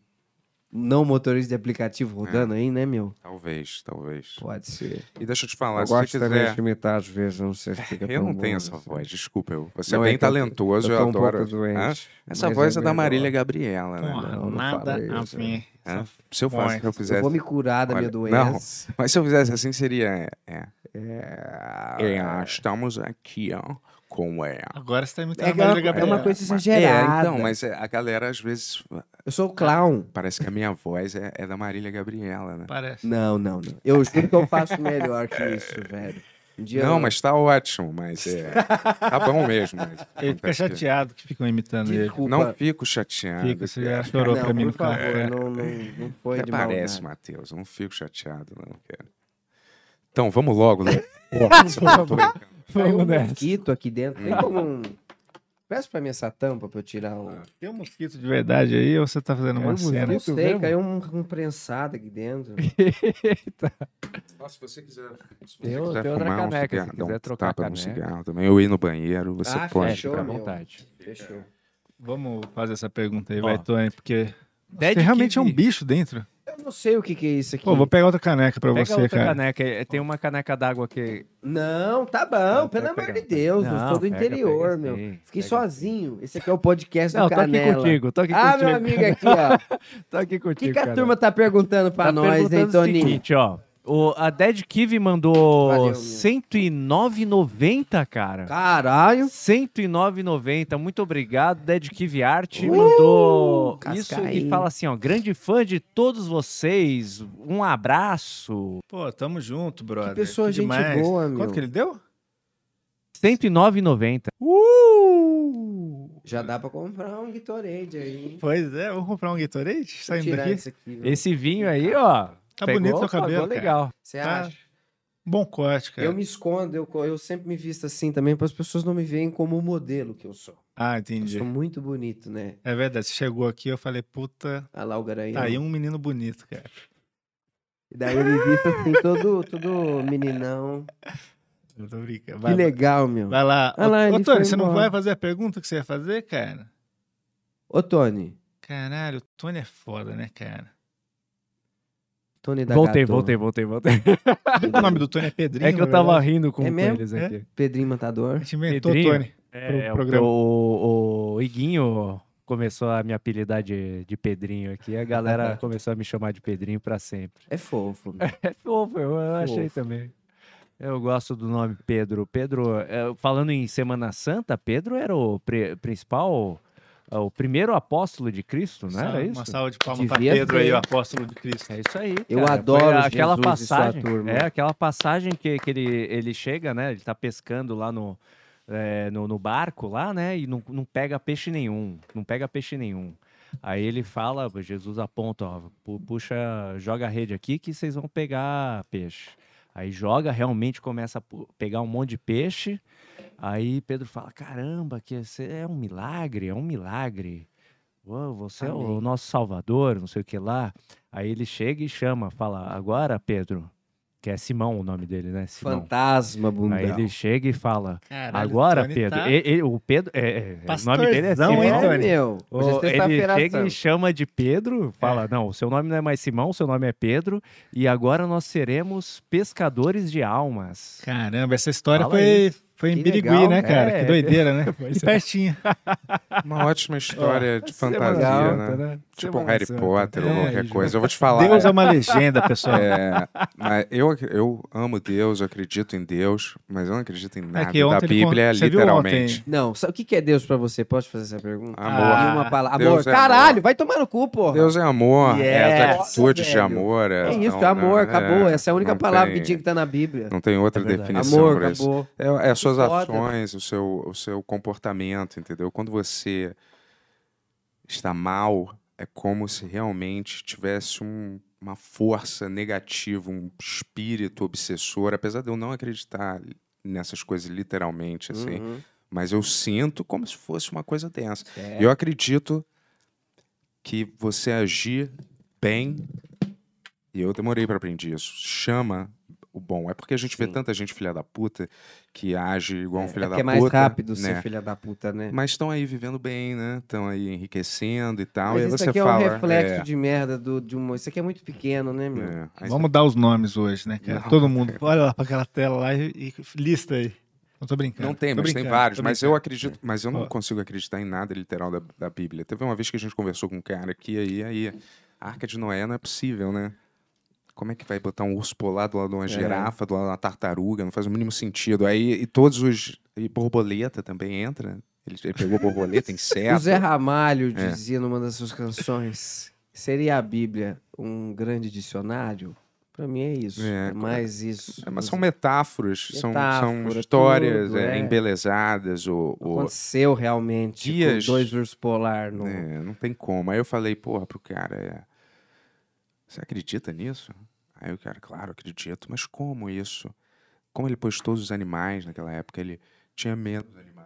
Speaker 5: não motorista de aplicativo
Speaker 4: É.
Speaker 5: rodando aí, né, meu?
Speaker 4: Talvez, talvez.
Speaker 5: Pode ser.
Speaker 4: E deixa eu te falar,
Speaker 5: eu
Speaker 4: se você
Speaker 5: gosto também
Speaker 4: quiser.
Speaker 5: de imitar às vezes, não sei se fica
Speaker 4: Eu
Speaker 5: tão
Speaker 4: não
Speaker 5: bom
Speaker 4: tenho essa
Speaker 5: assim.
Speaker 4: voz, desculpa. Eu. Você
Speaker 5: Não,
Speaker 4: é
Speaker 5: é
Speaker 4: bem
Speaker 5: que eu tô-
Speaker 4: talentoso,
Speaker 5: eu
Speaker 4: eu,
Speaker 5: tô um
Speaker 4: adoro.
Speaker 5: pouco doente,
Speaker 4: Hã? Essa
Speaker 5: mas
Speaker 4: voz
Speaker 5: é
Speaker 4: é da
Speaker 5: melhor.
Speaker 4: Marília Gabriela, né?
Speaker 2: Porra,
Speaker 5: não, não
Speaker 2: nada
Speaker 5: fala
Speaker 2: a
Speaker 5: isso,
Speaker 2: ver.
Speaker 4: Hã?
Speaker 2: Só-
Speaker 4: Se eu fosse,
Speaker 2: Bom,
Speaker 4: se eu
Speaker 5: Eu
Speaker 4: fizesse.
Speaker 5: vou me curar da
Speaker 4: Olha,
Speaker 5: minha
Speaker 4: não.
Speaker 5: doença.
Speaker 4: Mas se eu fizesse assim, seria. É, é,
Speaker 5: É,
Speaker 4: estamos aqui, ó. Com é.
Speaker 2: Agora você tá imitando
Speaker 5: é,
Speaker 2: a
Speaker 5: que é uma,
Speaker 2: Marília
Speaker 5: é uma
Speaker 2: Gabriela.
Speaker 5: coisa
Speaker 4: É,
Speaker 5: exagerada.
Speaker 4: então, mas é, a galera às vezes
Speaker 5: Eu sou o clown.
Speaker 4: parece que a minha voz é, é da Marília Gabriela, né?
Speaker 2: Parece.
Speaker 5: Não, não, não. Eu juro que eu faço melhor que isso, velho. Um dia
Speaker 4: Não,
Speaker 5: eu-
Speaker 4: mas tá ótimo, mas é. Tá bom mesmo. mas
Speaker 2: Ele fica
Speaker 4: acontece que-
Speaker 2: chateado que ficam imitando ele.
Speaker 5: Desculpa.
Speaker 4: Não fico chateado.
Speaker 2: Fica, você já
Speaker 4: cara.
Speaker 2: chorou pra
Speaker 5: Ah, não,
Speaker 2: mim no É.
Speaker 5: por favor,
Speaker 2: café.
Speaker 5: não, não, não foi
Speaker 4: Até
Speaker 5: de maldade.
Speaker 4: parece, Matheus. Eu não fico chateado, não, cara. Então, vamos logo, né?
Speaker 5: Tem um
Speaker 3: Vamos nessa.
Speaker 5: mosquito aqui dentro.
Speaker 4: Hum.
Speaker 5: Tem como um... Peço pra mim essa tampa pra eu tirar um...
Speaker 2: Tem um mosquito de verdade aí ou você tá fazendo
Speaker 3: É
Speaker 2: uma
Speaker 3: um
Speaker 2: cena?
Speaker 5: Não
Speaker 3: mosquito.
Speaker 5: sei,
Speaker 3: mesmo?
Speaker 5: caiu um, um prensado aqui dentro.
Speaker 4: Nossa, se você quiser. Se
Speaker 3: você Eu quiser tenho outra fumar um caneca, se cigarro, quiser dar um trocar a tapa no caneca.
Speaker 4: também. Eu ir no banheiro, você
Speaker 5: Ah,
Speaker 4: pode.
Speaker 5: fechou,
Speaker 3: É, Fica à
Speaker 5: meu.
Speaker 3: vontade.
Speaker 5: Fechou.
Speaker 2: Vamos fazer essa pergunta aí,
Speaker 3: Ó.
Speaker 2: vai, Tony, porque
Speaker 3: Dead
Speaker 2: você realmente é um
Speaker 3: Kiwi.
Speaker 2: bicho dentro.
Speaker 5: Eu não sei o que que é isso aqui.
Speaker 2: Pô, vou pegar outra caneca pra
Speaker 3: Pega
Speaker 2: você,
Speaker 3: outra
Speaker 2: cara.
Speaker 3: caneca. é, Tem uma caneca d'água que.
Speaker 5: Não, tá bom, pelo
Speaker 2: pega,
Speaker 5: amor de
Speaker 2: pega.
Speaker 5: Deus. eu
Speaker 3: Não,
Speaker 5: sou do
Speaker 3: pega,
Speaker 5: interior,
Speaker 3: pega
Speaker 5: meu.
Speaker 3: sim,
Speaker 5: Fiquei
Speaker 3: pega
Speaker 5: sozinho. Esse aqui é o podcast
Speaker 3: Não,
Speaker 5: do
Speaker 3: tô aqui
Speaker 5: Canela.
Speaker 3: contigo, tô aqui
Speaker 5: ah,
Speaker 3: contigo.
Speaker 5: meu amigo aqui, ó.
Speaker 3: Tô aqui
Speaker 5: O que,
Speaker 3: contigo.
Speaker 5: que a
Speaker 3: cara.
Speaker 5: turma tá perguntando pra
Speaker 3: Tá
Speaker 5: nós, hein,
Speaker 3: perguntando o
Speaker 5: Toninho?
Speaker 3: seguinte, ó. O, a Dead Kiwi mandou
Speaker 5: Valeu, meu.
Speaker 3: 109,90, cara.
Speaker 5: Caralho.
Speaker 3: 109,90. Muito obrigado, Dead Kiwi Art. mandou
Speaker 5: Uh, casca
Speaker 3: isso
Speaker 5: aí.
Speaker 3: e fala assim, ó. Grande fã de todos vocês. Um abraço.
Speaker 2: Pô, tamo junto, brother.
Speaker 5: Que pessoa gente
Speaker 2: demais.
Speaker 5: boa, meu.
Speaker 2: Quanto que ele deu?
Speaker 3: 109,90.
Speaker 5: Uh. Já dá pra comprar um Gatorade aí. hein?
Speaker 2: Pois é, vamos comprar um Gatorade saindo
Speaker 5: Tirar
Speaker 2: daqui?
Speaker 5: isso aqui. meu.
Speaker 3: Tá Esse vinho aí, ó.
Speaker 2: Tá
Speaker 3: pegou,
Speaker 2: bonito seu
Speaker 3: pagou
Speaker 2: cabelo, cara.
Speaker 3: legal.
Speaker 5: Você
Speaker 2: tá-
Speaker 5: acha?
Speaker 2: Bom corte, cara.
Speaker 5: Eu me escondo, eu, co- eu sempre me visto assim também, para as pessoas não me veem como o modelo que eu sou.
Speaker 2: Ah,
Speaker 5: Eu
Speaker 2: entendi.
Speaker 5: sou muito bonito, né?
Speaker 2: É verdade, você chegou aqui eu falei, puta,
Speaker 5: Olha lá o garanhão.
Speaker 2: tá aí um menino bonito, cara.
Speaker 5: E daí eu me visto assim, todo, todo meninão.
Speaker 2: Eu tô brincando.
Speaker 5: Que
Speaker 2: Vai, lá.
Speaker 5: legal, meu.
Speaker 2: vai lá.
Speaker 5: Ah lá,
Speaker 2: ô,
Speaker 5: ele
Speaker 2: ô,
Speaker 5: foi
Speaker 2: Tony, você não
Speaker 5: embora.
Speaker 2: vai fazer a pergunta que você ia fazer, cara?
Speaker 5: Ô, Tony.
Speaker 2: Caralho, o Tony é foda, né, cara?
Speaker 5: Tony Tá da
Speaker 3: Voltei,
Speaker 5: Gatô.
Speaker 3: voltei, voltei, voltei.
Speaker 2: O nome do Tony é Pedrinho.
Speaker 3: É que eu
Speaker 2: na
Speaker 3: tava
Speaker 2: verdade.
Speaker 3: rindo com
Speaker 5: É
Speaker 3: com
Speaker 5: mesmo?
Speaker 3: eles
Speaker 2: É?
Speaker 3: aqui.
Speaker 5: Pedrinho Matador.
Speaker 2: A gente inventou o
Speaker 3: Pedrinho.
Speaker 2: Tony. pro
Speaker 3: É,
Speaker 2: programa.
Speaker 3: O, o, o Iguinho começou a me apelidar de, de Pedrinho aqui. A galera começou a me chamar de Pedrinho pra sempre.
Speaker 5: É fofo. meu.
Speaker 3: É fofo, eu achei também. Eu gosto do nome Pedro. Pedro, é, falando em Semana Santa, Pedro era o pri- principal, é, o primeiro apóstolo de Cristo, não era
Speaker 2: Salve,
Speaker 3: isso?
Speaker 2: Uma salva de palmas pra
Speaker 5: Devia
Speaker 2: Pedro aí,
Speaker 5: ser.
Speaker 2: o apóstolo de Cristo.
Speaker 3: É isso aí.
Speaker 5: Eu
Speaker 3: cara.
Speaker 5: adoro
Speaker 3: Foi
Speaker 5: Jesus e sua turma.
Speaker 3: É, aquela passagem que, que ele, ele chega, né? Ele tá pescando lá no, é, no, no barco lá, né? E não, não pega peixe nenhum. Não pega peixe nenhum. Aí ele fala, Jesus aponta, ó, pu- puxa, joga a rede aqui que vocês vão pegar peixe. Aí joga, realmente começa a pu- pegar um monte de peixe. Aí Pedro fala: caramba, que esse é um milagre, é um milagre. Uou, você é o
Speaker 5: Amém.
Speaker 3: nosso salvador, não sei o que lá. Aí ele chega e chama, fala: agora, Pedro, que é Simão o nome dele, né? Simão.
Speaker 5: Fantasma, bundão.
Speaker 3: Aí ele chega e fala:
Speaker 2: Caralho,
Speaker 3: agora,
Speaker 2: Tony
Speaker 3: Pedro.
Speaker 2: tá-
Speaker 3: e- e- o Pedro, é, é, o nome dele é
Speaker 2: Pastorzão,
Speaker 3: Simão.
Speaker 2: hein,
Speaker 5: é,
Speaker 2: Tony?
Speaker 5: meu.
Speaker 3: Ô,
Speaker 5: Hoje é
Speaker 3: ele
Speaker 5: sexta-feira
Speaker 3: chega
Speaker 5: santa.
Speaker 3: e chama de Pedro, fala: Não, o seu nome não é mais Simão, o seu nome é Pedro, e agora nós seremos pescadores de almas.
Speaker 2: Caramba, essa história
Speaker 3: Fala
Speaker 2: foi, foi em
Speaker 5: Que
Speaker 2: Birigui,
Speaker 5: legal,
Speaker 2: né,
Speaker 3: né?
Speaker 2: cara?
Speaker 3: É,
Speaker 2: que doideira, né?
Speaker 3: pois
Speaker 2: E
Speaker 3: é.
Speaker 2: pertinho.
Speaker 4: Uma ótima história de fantasia, né? Tipo um Harry Potter ou
Speaker 2: É,
Speaker 4: qualquer
Speaker 2: Ju.
Speaker 4: coisa. Eu vou te falar.
Speaker 2: Deus é uma legenda, pessoal.
Speaker 4: é, mas eu, ac- eu amo Deus, eu acredito em Deus, mas eu não acredito em nada
Speaker 2: que
Speaker 4: da
Speaker 2: ontem ele
Speaker 4: Bíblia,
Speaker 2: con- você viu
Speaker 4: literalmente.
Speaker 5: Não, sabe o que que é Deus pra você? Posso fazer essa pergunta?
Speaker 4: Amor.
Speaker 5: Ah, uma palavra.
Speaker 4: Deus
Speaker 5: Amor.
Speaker 4: é amor.
Speaker 5: Caralho, vai tomar no cu, porra.
Speaker 4: Deus é amor, é as
Speaker 2: Yes.
Speaker 4: atitudes de
Speaker 5: Velho.
Speaker 4: amor.
Speaker 5: é isso,
Speaker 4: não-
Speaker 5: amor,
Speaker 4: não-
Speaker 5: acabou. Essa é a única
Speaker 4: não
Speaker 5: palavra
Speaker 4: tem-
Speaker 5: que tinha que estar na Bíblia.
Speaker 4: Não tem outra
Speaker 3: É verdade.
Speaker 4: definição
Speaker 5: Amor,
Speaker 4: pra isso.
Speaker 5: acabou.
Speaker 4: É, é as suas
Speaker 5: Foda.
Speaker 4: ações, o seu, o seu comportamento, entendeu? Quando você está mal, é como se realmente tivesse um- uma força negativa, um espírito obsessor. Apesar de eu não acreditar nessas coisas literalmente, assim,
Speaker 5: Uhum.
Speaker 4: mas eu sinto como se fosse uma coisa densa.
Speaker 5: É.
Speaker 4: E Eu acredito que você agir bem, e eu demorei para aprender isso, chama o bom. É porque a gente vê
Speaker 5: Sim.
Speaker 4: tanta gente filha da puta que age igual um filha
Speaker 5: é
Speaker 4: da
Speaker 5: que é
Speaker 4: puta.
Speaker 5: mais rápido
Speaker 4: né?
Speaker 5: ser filha da puta, né?
Speaker 4: Mas estão aí vivendo bem, né? Estão aí enriquecendo e tal.
Speaker 5: Mas
Speaker 4: e aí
Speaker 5: isso
Speaker 4: você
Speaker 5: aqui
Speaker 4: fala.
Speaker 5: é um reflexo
Speaker 4: é,
Speaker 5: de merda do, de um... Isso aqui é muito pequeno, né, meu?
Speaker 4: é. Aí
Speaker 2: Vamos dar os nomes hoje, né, cara?
Speaker 4: Não.
Speaker 2: Todo mundo. Olha lá pra aquela tela lá e, e lista aí. Não tô brincando.
Speaker 4: Não tem,
Speaker 2: tô
Speaker 4: mas tem
Speaker 2: brincando,
Speaker 4: vários.
Speaker 2: tô
Speaker 4: Mas eu
Speaker 2: brincando. é.
Speaker 4: acredito, mas eu não
Speaker 2: Ó.
Speaker 4: consigo acreditar em nada literal da, da Bíblia. Teve uma vez que a gente conversou com um cara aqui, aí, aí, a Arca de Noé não é possível, né? Como é que vai botar um urso polar do lado
Speaker 2: É.
Speaker 4: de uma girafa, do lado de uma tartaruga? Não faz o mínimo sentido. Aí, e todos os. E borboleta também entra. Ele, ele pegou borboleta,
Speaker 5: O
Speaker 4: inseto.
Speaker 5: Zé Ramalho
Speaker 4: É.
Speaker 5: dizia numa das suas canções: seria a Bíblia um grande dicionário? Pra mim é isso.
Speaker 4: É,
Speaker 5: É, mais isso.
Speaker 4: É, mas são metáforas, são- são,
Speaker 5: Metáfora,
Speaker 4: histórias
Speaker 5: tudo,
Speaker 4: é,
Speaker 5: é.
Speaker 4: embelezadas ou, ou-
Speaker 5: Aconteceu realmente
Speaker 4: Dias-
Speaker 5: com dois ursos polar no.
Speaker 4: É, não tem como. Aí eu falei, porra, pro cara, é, você acredita nisso? Aí o cara, claro, acredito, mas como isso? Como ele pôs todos os animais naquela época? Ele tinha menos animais.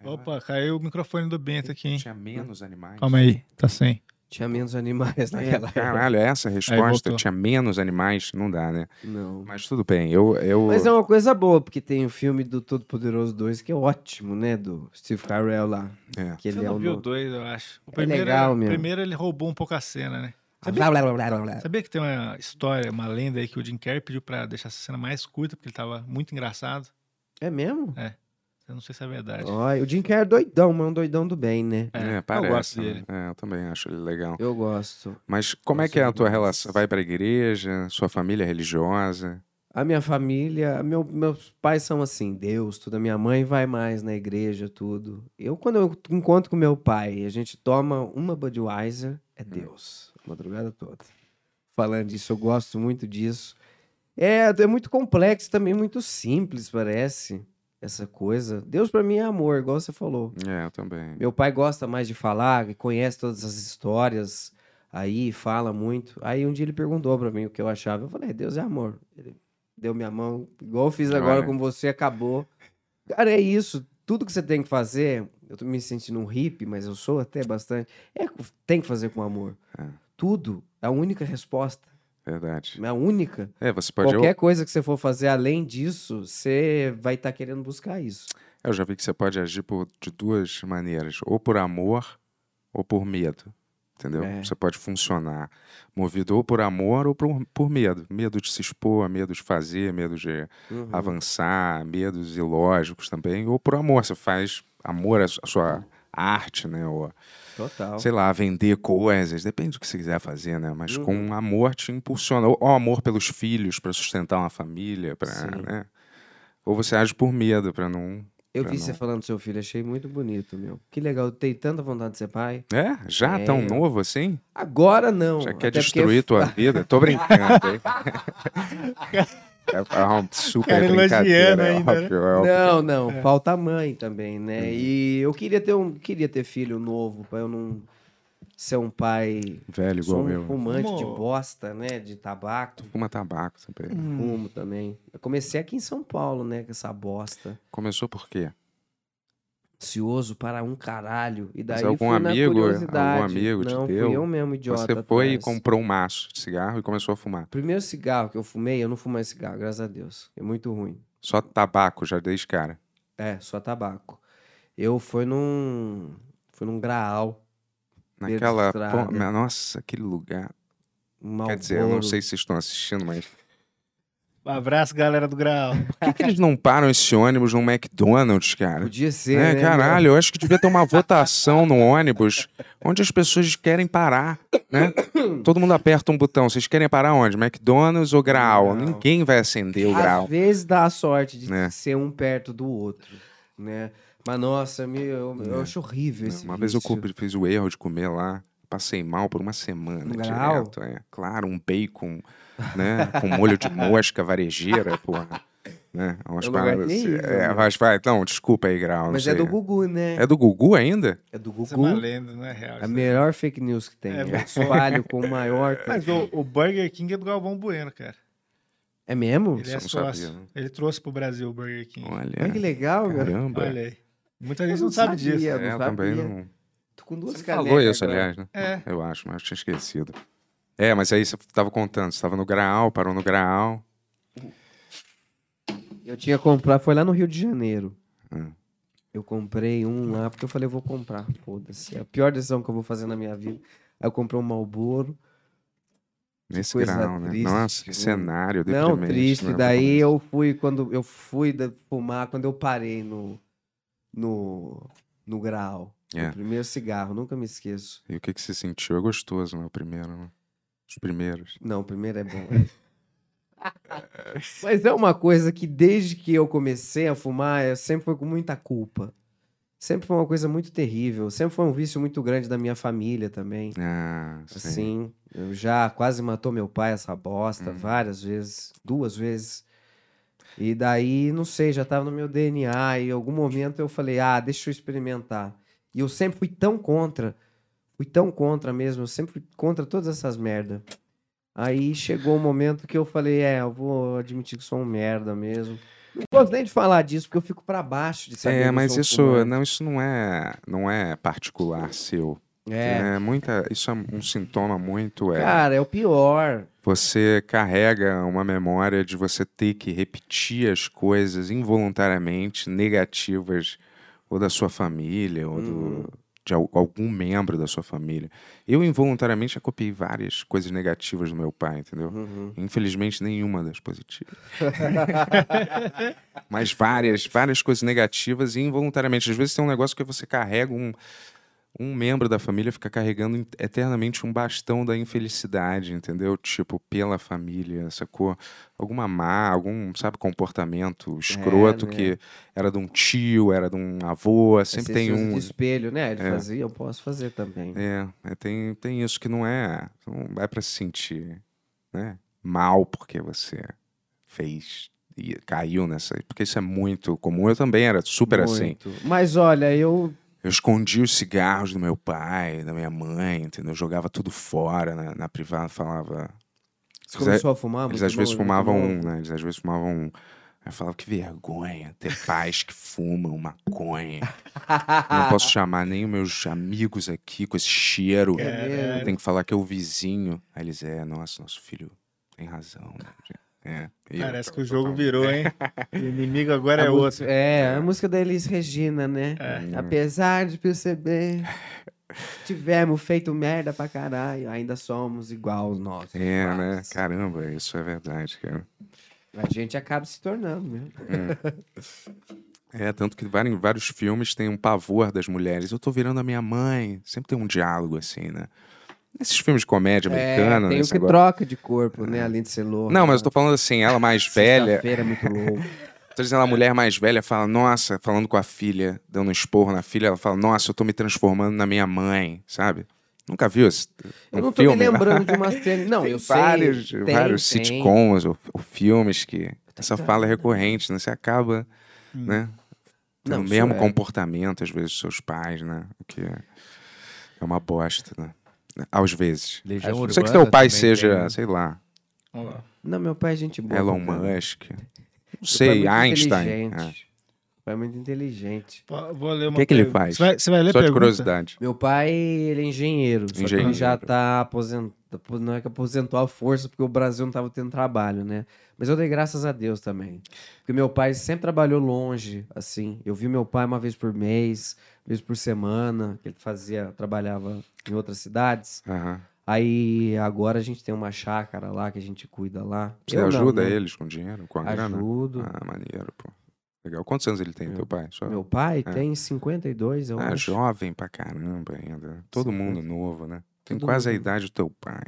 Speaker 4: Aí eu,
Speaker 2: Opa, caiu o microfone do Bento aqui,
Speaker 4: ah,
Speaker 2: hein?
Speaker 4: Tinha menos animais.
Speaker 2: Calma aí, tá sem.
Speaker 5: Tinha menos
Speaker 4: É,
Speaker 5: animais naquela época.
Speaker 4: Caralho, essa resposta,
Speaker 2: voltou.
Speaker 4: tinha menos animais, não dá, né?
Speaker 5: Não.
Speaker 4: Mas tudo bem, eu. eu...
Speaker 5: Mas é uma coisa boa, porque tem o filme do Todo Poderoso 2, que é ótimo, né? Do Steve Carell lá.
Speaker 4: É.
Speaker 5: Que ele
Speaker 2: Você
Speaker 5: é
Speaker 2: não
Speaker 5: o.
Speaker 2: viu
Speaker 5: no-
Speaker 2: dois, eu acho. O
Speaker 5: É
Speaker 2: primeiro,
Speaker 5: legal
Speaker 2: o
Speaker 5: mesmo.
Speaker 2: primeiro ele roubou um pouco a cena, né? Sabia
Speaker 5: Ah, Blá, blá, blá, blá,
Speaker 4: É.
Speaker 5: blá.
Speaker 2: Sabia que tem uma história, uma lenda aí que o Jim Carrey pediu pra deixar essa cena mais curta, porque ele tava muito engraçado.
Speaker 5: É mesmo?
Speaker 2: Eu não sei se é verdade.
Speaker 5: Olha, o Jim Carrey é doidão, mas é um doidão do bem, né?
Speaker 2: É,
Speaker 4: É,
Speaker 2: eu
Speaker 4: parece.
Speaker 2: gosto
Speaker 4: né?
Speaker 2: dele.
Speaker 4: É, eu também acho ele legal.
Speaker 5: Eu gosto.
Speaker 4: Mas como é
Speaker 5: Nossa,
Speaker 4: que é a
Speaker 5: eu
Speaker 4: tua
Speaker 5: gosto.
Speaker 4: relação? Vai pra igreja? Sua família é religiosa?
Speaker 5: A minha família, meu- meus pais são assim, Deus, tudo. A minha mãe vai mais na igreja, tudo. Eu, quando eu encontro com meu pai, a gente toma uma Budweiser, é Deus, a madrugada toda. Falando disso, eu gosto muito disso. É, é muito complexo também, muito simples, parece, essa coisa. Deus pra mim é amor, igual você falou.
Speaker 4: É, eu também.
Speaker 5: Meu pai gosta mais de falar, conhece todas as histórias aí, fala muito. Aí um dia ele perguntou pra mim o que eu achava. Eu falei, Deus é amor. Ele deu minha mão, igual eu fiz agora
Speaker 4: Olha.
Speaker 5: com você, acabou. Cara, é isso. Tudo que você tem que fazer, eu tô me sentindo um hippie, mas eu sou até bastante. É, tem que fazer com amor.
Speaker 4: É.
Speaker 5: Tudo. A única resposta. né,
Speaker 4: Verdade.
Speaker 5: A única.
Speaker 4: É, você pode.
Speaker 5: Qualquer coisa que você for fazer além disso, você vai estar querendo buscar isso.
Speaker 4: Eu já vi que você pode agir por, de duas maneiras: ou por amor ou por medo. Entendeu?
Speaker 5: É.
Speaker 4: Você pode funcionar movido ou por amor ou por, por medo. Medo de se expor, medo de fazer, medo de
Speaker 5: Uhum.
Speaker 4: avançar, medos ilógicos também, ou por amor. Você faz amor à su- à
Speaker 5: Hum.
Speaker 4: sua arte, né? Ou,
Speaker 5: Total.
Speaker 4: sei lá, vender coisas, depende do que você quiser fazer, né? Mas
Speaker 5: Uhum.
Speaker 4: com amor te impulsiona. Ou, ou amor pelos filhos, para sustentar uma família, para,
Speaker 5: Sim.
Speaker 4: né? Ou você age por medo, para não.
Speaker 5: Eu
Speaker 4: pra
Speaker 5: vi
Speaker 4: não-
Speaker 5: você falando do seu filho, achei muito bonito, meu. Que legal, eu tenho tanta vontade de ser pai.
Speaker 4: É? Já
Speaker 5: É,
Speaker 4: tão
Speaker 5: eu-
Speaker 4: novo assim?
Speaker 5: Agora não.
Speaker 4: Já quer
Speaker 5: até porque-
Speaker 4: destruir tua vida? Tô brincando, hein? É uma super
Speaker 2: Cara,
Speaker 4: brincadeira,
Speaker 2: elogiando
Speaker 4: é
Speaker 2: ainda, né?
Speaker 4: óbvio, é óbvio.
Speaker 5: Não, não, falta a mãe também, né?
Speaker 4: Uhum.
Speaker 5: E eu queria ter um, queria ter filho novo, pra eu não ser um pai
Speaker 4: Velho
Speaker 5: sou
Speaker 4: igual
Speaker 5: um
Speaker 4: eu.
Speaker 5: fumante de
Speaker 2: Amor.
Speaker 5: bosta, né, de tabaco,
Speaker 4: Fuma tabaco também.
Speaker 5: fumo também. Eu comecei aqui em São Paulo, né, com essa bosta.
Speaker 4: Começou por quê?
Speaker 5: Ansioso para um caralho. E daí
Speaker 4: Mas algum
Speaker 5: fui na
Speaker 4: amigo-
Speaker 5: curiosidade.
Speaker 4: algum amigo te
Speaker 5: não,
Speaker 4: deu?
Speaker 5: fui eu mesmo idiota. tá
Speaker 4: Você foi e
Speaker 5: atrás.
Speaker 4: comprou um maço de cigarro e começou a fumar.
Speaker 5: Primeiro cigarro que eu fumei, eu não fumo mais cigarro, graças a Deus. É muito ruim.
Speaker 4: Só tabaco, já desde cara.
Speaker 5: É, só tabaco. Eu fui num. Fui num graal. Beira de
Speaker 4: Naquela.
Speaker 5: estrada.
Speaker 4: pô, mas nossa, aquele lugar.
Speaker 5: Um
Speaker 4: Quer dizer, eu não
Speaker 5: Marlboro.
Speaker 4: sei se vocês estão assistindo, mas.
Speaker 2: Um abraço, galera do Graal.
Speaker 4: Por que, que eles não param esse ônibus no McDonald's, cara?
Speaker 5: Podia ser.
Speaker 4: É,
Speaker 5: né,
Speaker 4: caralho, eu acho que devia ter uma votação no ônibus onde as pessoas querem parar, né? Todo mundo aperta um botão. Vocês querem parar onde? McDonald's ou Graal?
Speaker 5: Graal.
Speaker 4: Ninguém vai acender
Speaker 5: meu?
Speaker 4: o Graal.
Speaker 5: Às vezes dá a sorte de
Speaker 4: Né.
Speaker 5: ser um perto do outro, né? Mas nossa, me, eu, eu
Speaker 4: Né.
Speaker 5: acho horrível esse.
Speaker 4: Uma vez eu
Speaker 5: vício.
Speaker 4: cu- fiz o erro de comer lá. Passei mal por uma semana
Speaker 5: Um Graal?
Speaker 4: direto. É. Claro, um bacon, né? com molho de mosca, varejeira, porra. Né? Umas
Speaker 5: É um lugar
Speaker 4: paradas assim.
Speaker 5: terrível,
Speaker 4: É,
Speaker 5: né?
Speaker 4: mas vai, então, desculpa aí, Graal. não
Speaker 5: Mas é
Speaker 4: sei.
Speaker 5: do Gugu, né?
Speaker 4: É do Gugu ainda?
Speaker 5: É do
Speaker 2: Isso é uma
Speaker 5: Gugu.
Speaker 2: lenda, não é real.
Speaker 5: A melhor fake news que tem.
Speaker 2: É,
Speaker 5: É,
Speaker 2: mas-
Speaker 5: o espalho com o maior.
Speaker 2: Mas o, o Burger King é do Galvão Bueno, cara.
Speaker 5: É mesmo?
Speaker 2: Ele é
Speaker 4: Isso eu não
Speaker 2: sócio.
Speaker 4: sabia, né?
Speaker 2: Ele trouxe pro Brasil o Burger King.
Speaker 5: Olha que
Speaker 4: Olha.
Speaker 5: legal, cara.
Speaker 4: Caramba.
Speaker 2: Olha aí. Muita
Speaker 5: Eu
Speaker 2: gente
Speaker 5: não
Speaker 2: não sabe
Speaker 5: sabia.
Speaker 2: disso.
Speaker 5: Eu
Speaker 4: É,
Speaker 5: não
Speaker 4: eu também
Speaker 5: sabia.
Speaker 4: não.
Speaker 5: Tô com duas
Speaker 4: Você falou
Speaker 5: canecas
Speaker 4: isso,
Speaker 5: agora.
Speaker 4: aliás, né?
Speaker 2: É.
Speaker 4: Eu acho, mas eu tinha esquecido. É, mas aí você tava contando, você tava no Graal, parou no Graal.
Speaker 5: Eu tinha comprado, foi lá no Rio de Janeiro.
Speaker 4: Hum.
Speaker 5: Eu comprei um lá, porque eu falei, eu vou comprar, foda-se. É a pior decisão que eu vou fazer na minha vida. Aí eu comprei um Malboro.
Speaker 4: Nesse
Speaker 5: coisa
Speaker 4: grau, né?
Speaker 5: triste,
Speaker 4: Nossa, que
Speaker 5: né?
Speaker 4: cenário
Speaker 5: Não,
Speaker 4: deprimente.
Speaker 5: triste.
Speaker 4: né?
Speaker 5: Daí eu fui, quando eu fui da- fumar, quando eu parei no, no, no grau.
Speaker 4: É.
Speaker 5: No primeiro cigarro, nunca me esqueço.
Speaker 4: E o que, que você sentiu? É gostoso, né? O primeiro, né? Os primeiros.
Speaker 5: Não, o primeiro é bom. Mas é uma coisa que desde que eu comecei a fumar, eu sempre foi com muita culpa. Sempre foi uma coisa muito terrível. Sempre foi um vício muito grande da minha família também.
Speaker 4: Ah, sim.
Speaker 5: Assim, eu já quase matou meu pai essa bosta
Speaker 4: Hum.
Speaker 5: várias vezes, duas vezes. E daí, não sei, já tava no meu DNA e em algum momento eu falei: "Ah, deixa eu experimentar". E eu sempre fui tão contra, fui tão contra mesmo, eu sempre fui contra todas essas merda. Aí chegou o momento que eu falei: "É, eu vou admitir que sou um merda mesmo". Não gosto nem de falar disso porque eu fico pra baixo de saber que
Speaker 4: É,
Speaker 5: eu
Speaker 4: mas
Speaker 5: sou um
Speaker 4: isso
Speaker 5: fumante.
Speaker 4: não, isso não é, não é particular seu.
Speaker 5: é,
Speaker 4: É muita, isso é um sintoma muito. É,
Speaker 5: cara, é o pior.
Speaker 4: Você carrega uma memória de você ter que repetir as coisas involuntariamente negativas, ou da sua família, ou do-
Speaker 5: Uhum.
Speaker 4: de al- algum membro da sua família. Eu involuntariamente já copiei várias coisas negativas do meu pai, entendeu?
Speaker 5: Uhum.
Speaker 4: Infelizmente, nenhuma das positivas. Mas várias, várias coisas negativas e involuntariamente. Às vezes tem um negócio que você carrega um. Um membro da família fica carregando in- eternamente um bastão da infelicidade, entendeu? Tipo, pela família, sacou? Alguma má, algum, sabe, comportamento escroto
Speaker 5: né?
Speaker 4: que era de um tio, era de um avô, sempre
Speaker 5: Esse
Speaker 4: tem
Speaker 5: uso
Speaker 4: um.
Speaker 5: De espelho, né? Ele
Speaker 4: É.
Speaker 5: fazia, eu posso fazer também.
Speaker 4: É, é, tem, tem isso que não é. você Não é pra se sentir né, mal porque você fez e caiu nessa. Porque isso é muito comum. Eu também era super assim.
Speaker 5: Muito. Mas olha, eu.
Speaker 4: Eu escondia os cigarros do meu pai, da minha mãe, entendeu? Eu jogava tudo fora na, na privada, falava.
Speaker 5: Você
Speaker 4: Eles
Speaker 5: começou a fumar?
Speaker 4: Eles
Speaker 5: muito
Speaker 4: às vezes
Speaker 5: novo, muito
Speaker 4: fumavam um,
Speaker 5: novo?
Speaker 4: né? Eles às vezes fumavam um. Eu falava que vergonha ter pais que fumam maconha. Não posso chamar nem os meus amigos aqui com esse cheiro.
Speaker 5: É,
Speaker 4: Tem que falar que é o vizinho. Aí eles, é, nossa, nosso filho tem razão. né? É. E eu,
Speaker 2: Parece
Speaker 4: tá,
Speaker 2: que o
Speaker 4: tá,
Speaker 2: jogo
Speaker 4: tá.
Speaker 2: virou, hein? O inimigo agora
Speaker 5: a
Speaker 2: é
Speaker 5: música-
Speaker 2: outro.
Speaker 5: É, a música da Elis Regina, né?
Speaker 4: É.
Speaker 5: Apesar de perceber, tivemos feito merda pra caralho, ainda somos igual aos nossos.
Speaker 4: É,
Speaker 5: pais.
Speaker 4: né? Caramba, isso é verdade, cara.
Speaker 5: A gente acaba se tornando, né?
Speaker 4: É, tanto que vari- vários filmes têm um pavor das mulheres. Eu tô virando a minha mãe. Sempre tem um diálogo assim, né? Nesses filmes de comédia americana,
Speaker 5: É, tem o
Speaker 4: nesse
Speaker 5: que
Speaker 4: negócio- É.
Speaker 5: troca de corpo, né? Além de ser louco.
Speaker 4: Não, mas eu tô falando assim, ela mais velha.
Speaker 5: Feira é muito louco.
Speaker 4: Tô dizendo, a mulher mais velha fala, nossa, falando com a filha, dando um esporro na filha, ela fala, nossa, eu tô me transformando na minha mãe, sabe? Nunca viu esse
Speaker 5: Eu
Speaker 4: um
Speaker 5: não tô
Speaker 4: filme?
Speaker 5: me lembrando de uma cena. Não, eu sei.
Speaker 4: vários,
Speaker 5: tem,
Speaker 4: vários
Speaker 5: tem.
Speaker 4: sitcoms ou, ou filmes que essa fala é recorrente, né? Você acaba, né? Tendo
Speaker 5: Hum. Não,
Speaker 4: o
Speaker 5: isso
Speaker 4: mesmo
Speaker 5: é.
Speaker 4: comportamento, às vezes, dos seus pais, né? O que é, é uma bosta, né? Às vezes.
Speaker 3: Legião
Speaker 4: Às-
Speaker 3: Urbana
Speaker 4: não sei que teu pai
Speaker 3: É também
Speaker 4: seja, assim,
Speaker 3: tem. né?
Speaker 4: sei lá,
Speaker 2: Vamos lá.
Speaker 5: Não, meu pai é gente boa.
Speaker 4: Elon
Speaker 5: cara.
Speaker 4: Musk. Não
Speaker 5: Meu pai é
Speaker 4: sei,
Speaker 5: muito
Speaker 4: Einstein. é.
Speaker 5: inteligente. Meu pai é muito inteligente.
Speaker 2: Vou- Vou ler uma
Speaker 4: O que, que ele
Speaker 2: pergunta.
Speaker 4: faz?
Speaker 2: Você vai, você vai ler
Speaker 4: Só de
Speaker 2: pergunta?
Speaker 4: curiosidade.
Speaker 5: Meu pai, ele é engenheiro. só que
Speaker 4: Engenheiro.
Speaker 5: ele já tá aposentado. Não é que aposentou a força, porque o Brasil não tava tendo trabalho, né? Mas eu dei graças a Deus também. Porque meu pai sempre trabalhou longe, assim. Eu vi meu pai uma vez por mês, uma vez por semana, que ele fazia, trabalhava em outras cidades.
Speaker 4: Aham.
Speaker 5: Aí agora a gente tem uma chácara lá que a gente cuida lá.
Speaker 4: Você
Speaker 5: Eu não,
Speaker 4: ajuda
Speaker 5: né?
Speaker 4: eles com dinheiro, com a grana?
Speaker 5: Ajudo.
Speaker 4: Ah, maneiro, pô. Legal. Quantos anos ele tem,
Speaker 5: Meu-
Speaker 4: teu pai? Só...
Speaker 5: Meu pai
Speaker 4: É.
Speaker 5: tem 52, eu
Speaker 4: Ah,
Speaker 5: acho.
Speaker 4: jovem pra caramba ainda. Todo
Speaker 5: Então, Sim.
Speaker 4: mundo novo, né? Tem
Speaker 5: Todo
Speaker 4: quase a
Speaker 5: mundo.
Speaker 4: idade do teu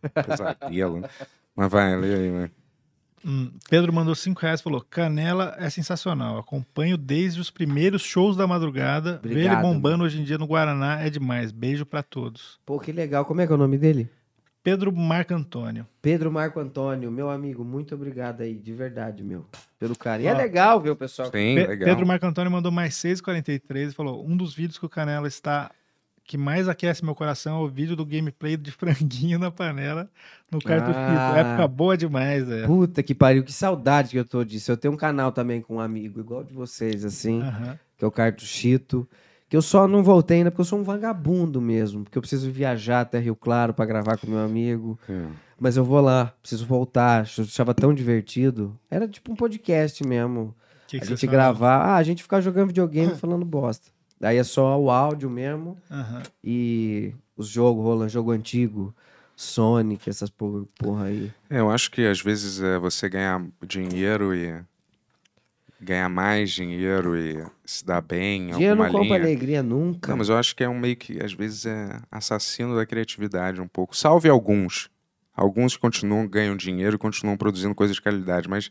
Speaker 4: pai. Pesadelo. né? Mas vai, lê aí, né?
Speaker 2: Hum, Pedro mandou 5 reais e falou: Canela é sensacional. Acompanho desde os primeiros shows da madrugada. Ver ele
Speaker 5: Obrigado,
Speaker 2: bombando hoje em dia no Guaraná é demais. Beijo pra todos.
Speaker 5: Pô, que legal. Como é que é o nome dele?
Speaker 2: Pedro Marco Antônio.
Speaker 5: Pedro Marco Antônio, meu amigo, muito obrigado aí, de verdade, meu, pelo carinho. E
Speaker 2: Ó.
Speaker 5: é legal ver o pessoal.
Speaker 4: Sim,
Speaker 2: Pe-
Speaker 4: legal.
Speaker 2: Pedro Marco Antônio mandou mais 6,43 e falou: Um dos vídeos que o Canela está. Que mais aquece meu coração é o vídeo do gameplay de franguinho na panela no cartucho.
Speaker 5: Ah.
Speaker 2: Época boa demais, é.
Speaker 5: Puta que pariu, que saudade que eu tô disso. Eu tenho um canal também com um amigo, igual de vocês, assim,
Speaker 2: Aham.
Speaker 5: que é o Cartuchito, Que eu só não voltei ainda porque eu sou um vagabundo mesmo. Porque eu preciso viajar até Rio Claro pra gravar com meu amigo.
Speaker 4: É.
Speaker 5: Mas eu vou lá, preciso voltar. Eu achava tão divertido. Era tipo um podcast mesmo.
Speaker 2: Que que
Speaker 5: a
Speaker 2: você
Speaker 5: gente
Speaker 2: fala?
Speaker 5: gravar. Ah, a gente ficar jogando videogame e falando bosta. Daí é só o áudio mesmo
Speaker 2: Aham.
Speaker 5: e os jogos rolando, jogo antigo, Sonic, essas por- porra aí.
Speaker 4: É, eu acho que às vezes é, você ganhar dinheiro e ganhar mais dinheiro e se dar bem, em
Speaker 5: Dinheiro não
Speaker 4: alguma
Speaker 5: compra
Speaker 4: linha.
Speaker 5: alegria nunca.
Speaker 4: Não, mas eu acho que é um meio que, às vezes, é assassino da criatividade um pouco. Salve alguns. Alguns continuam, ganham dinheiro e continuam produzindo coisas de qualidade, mas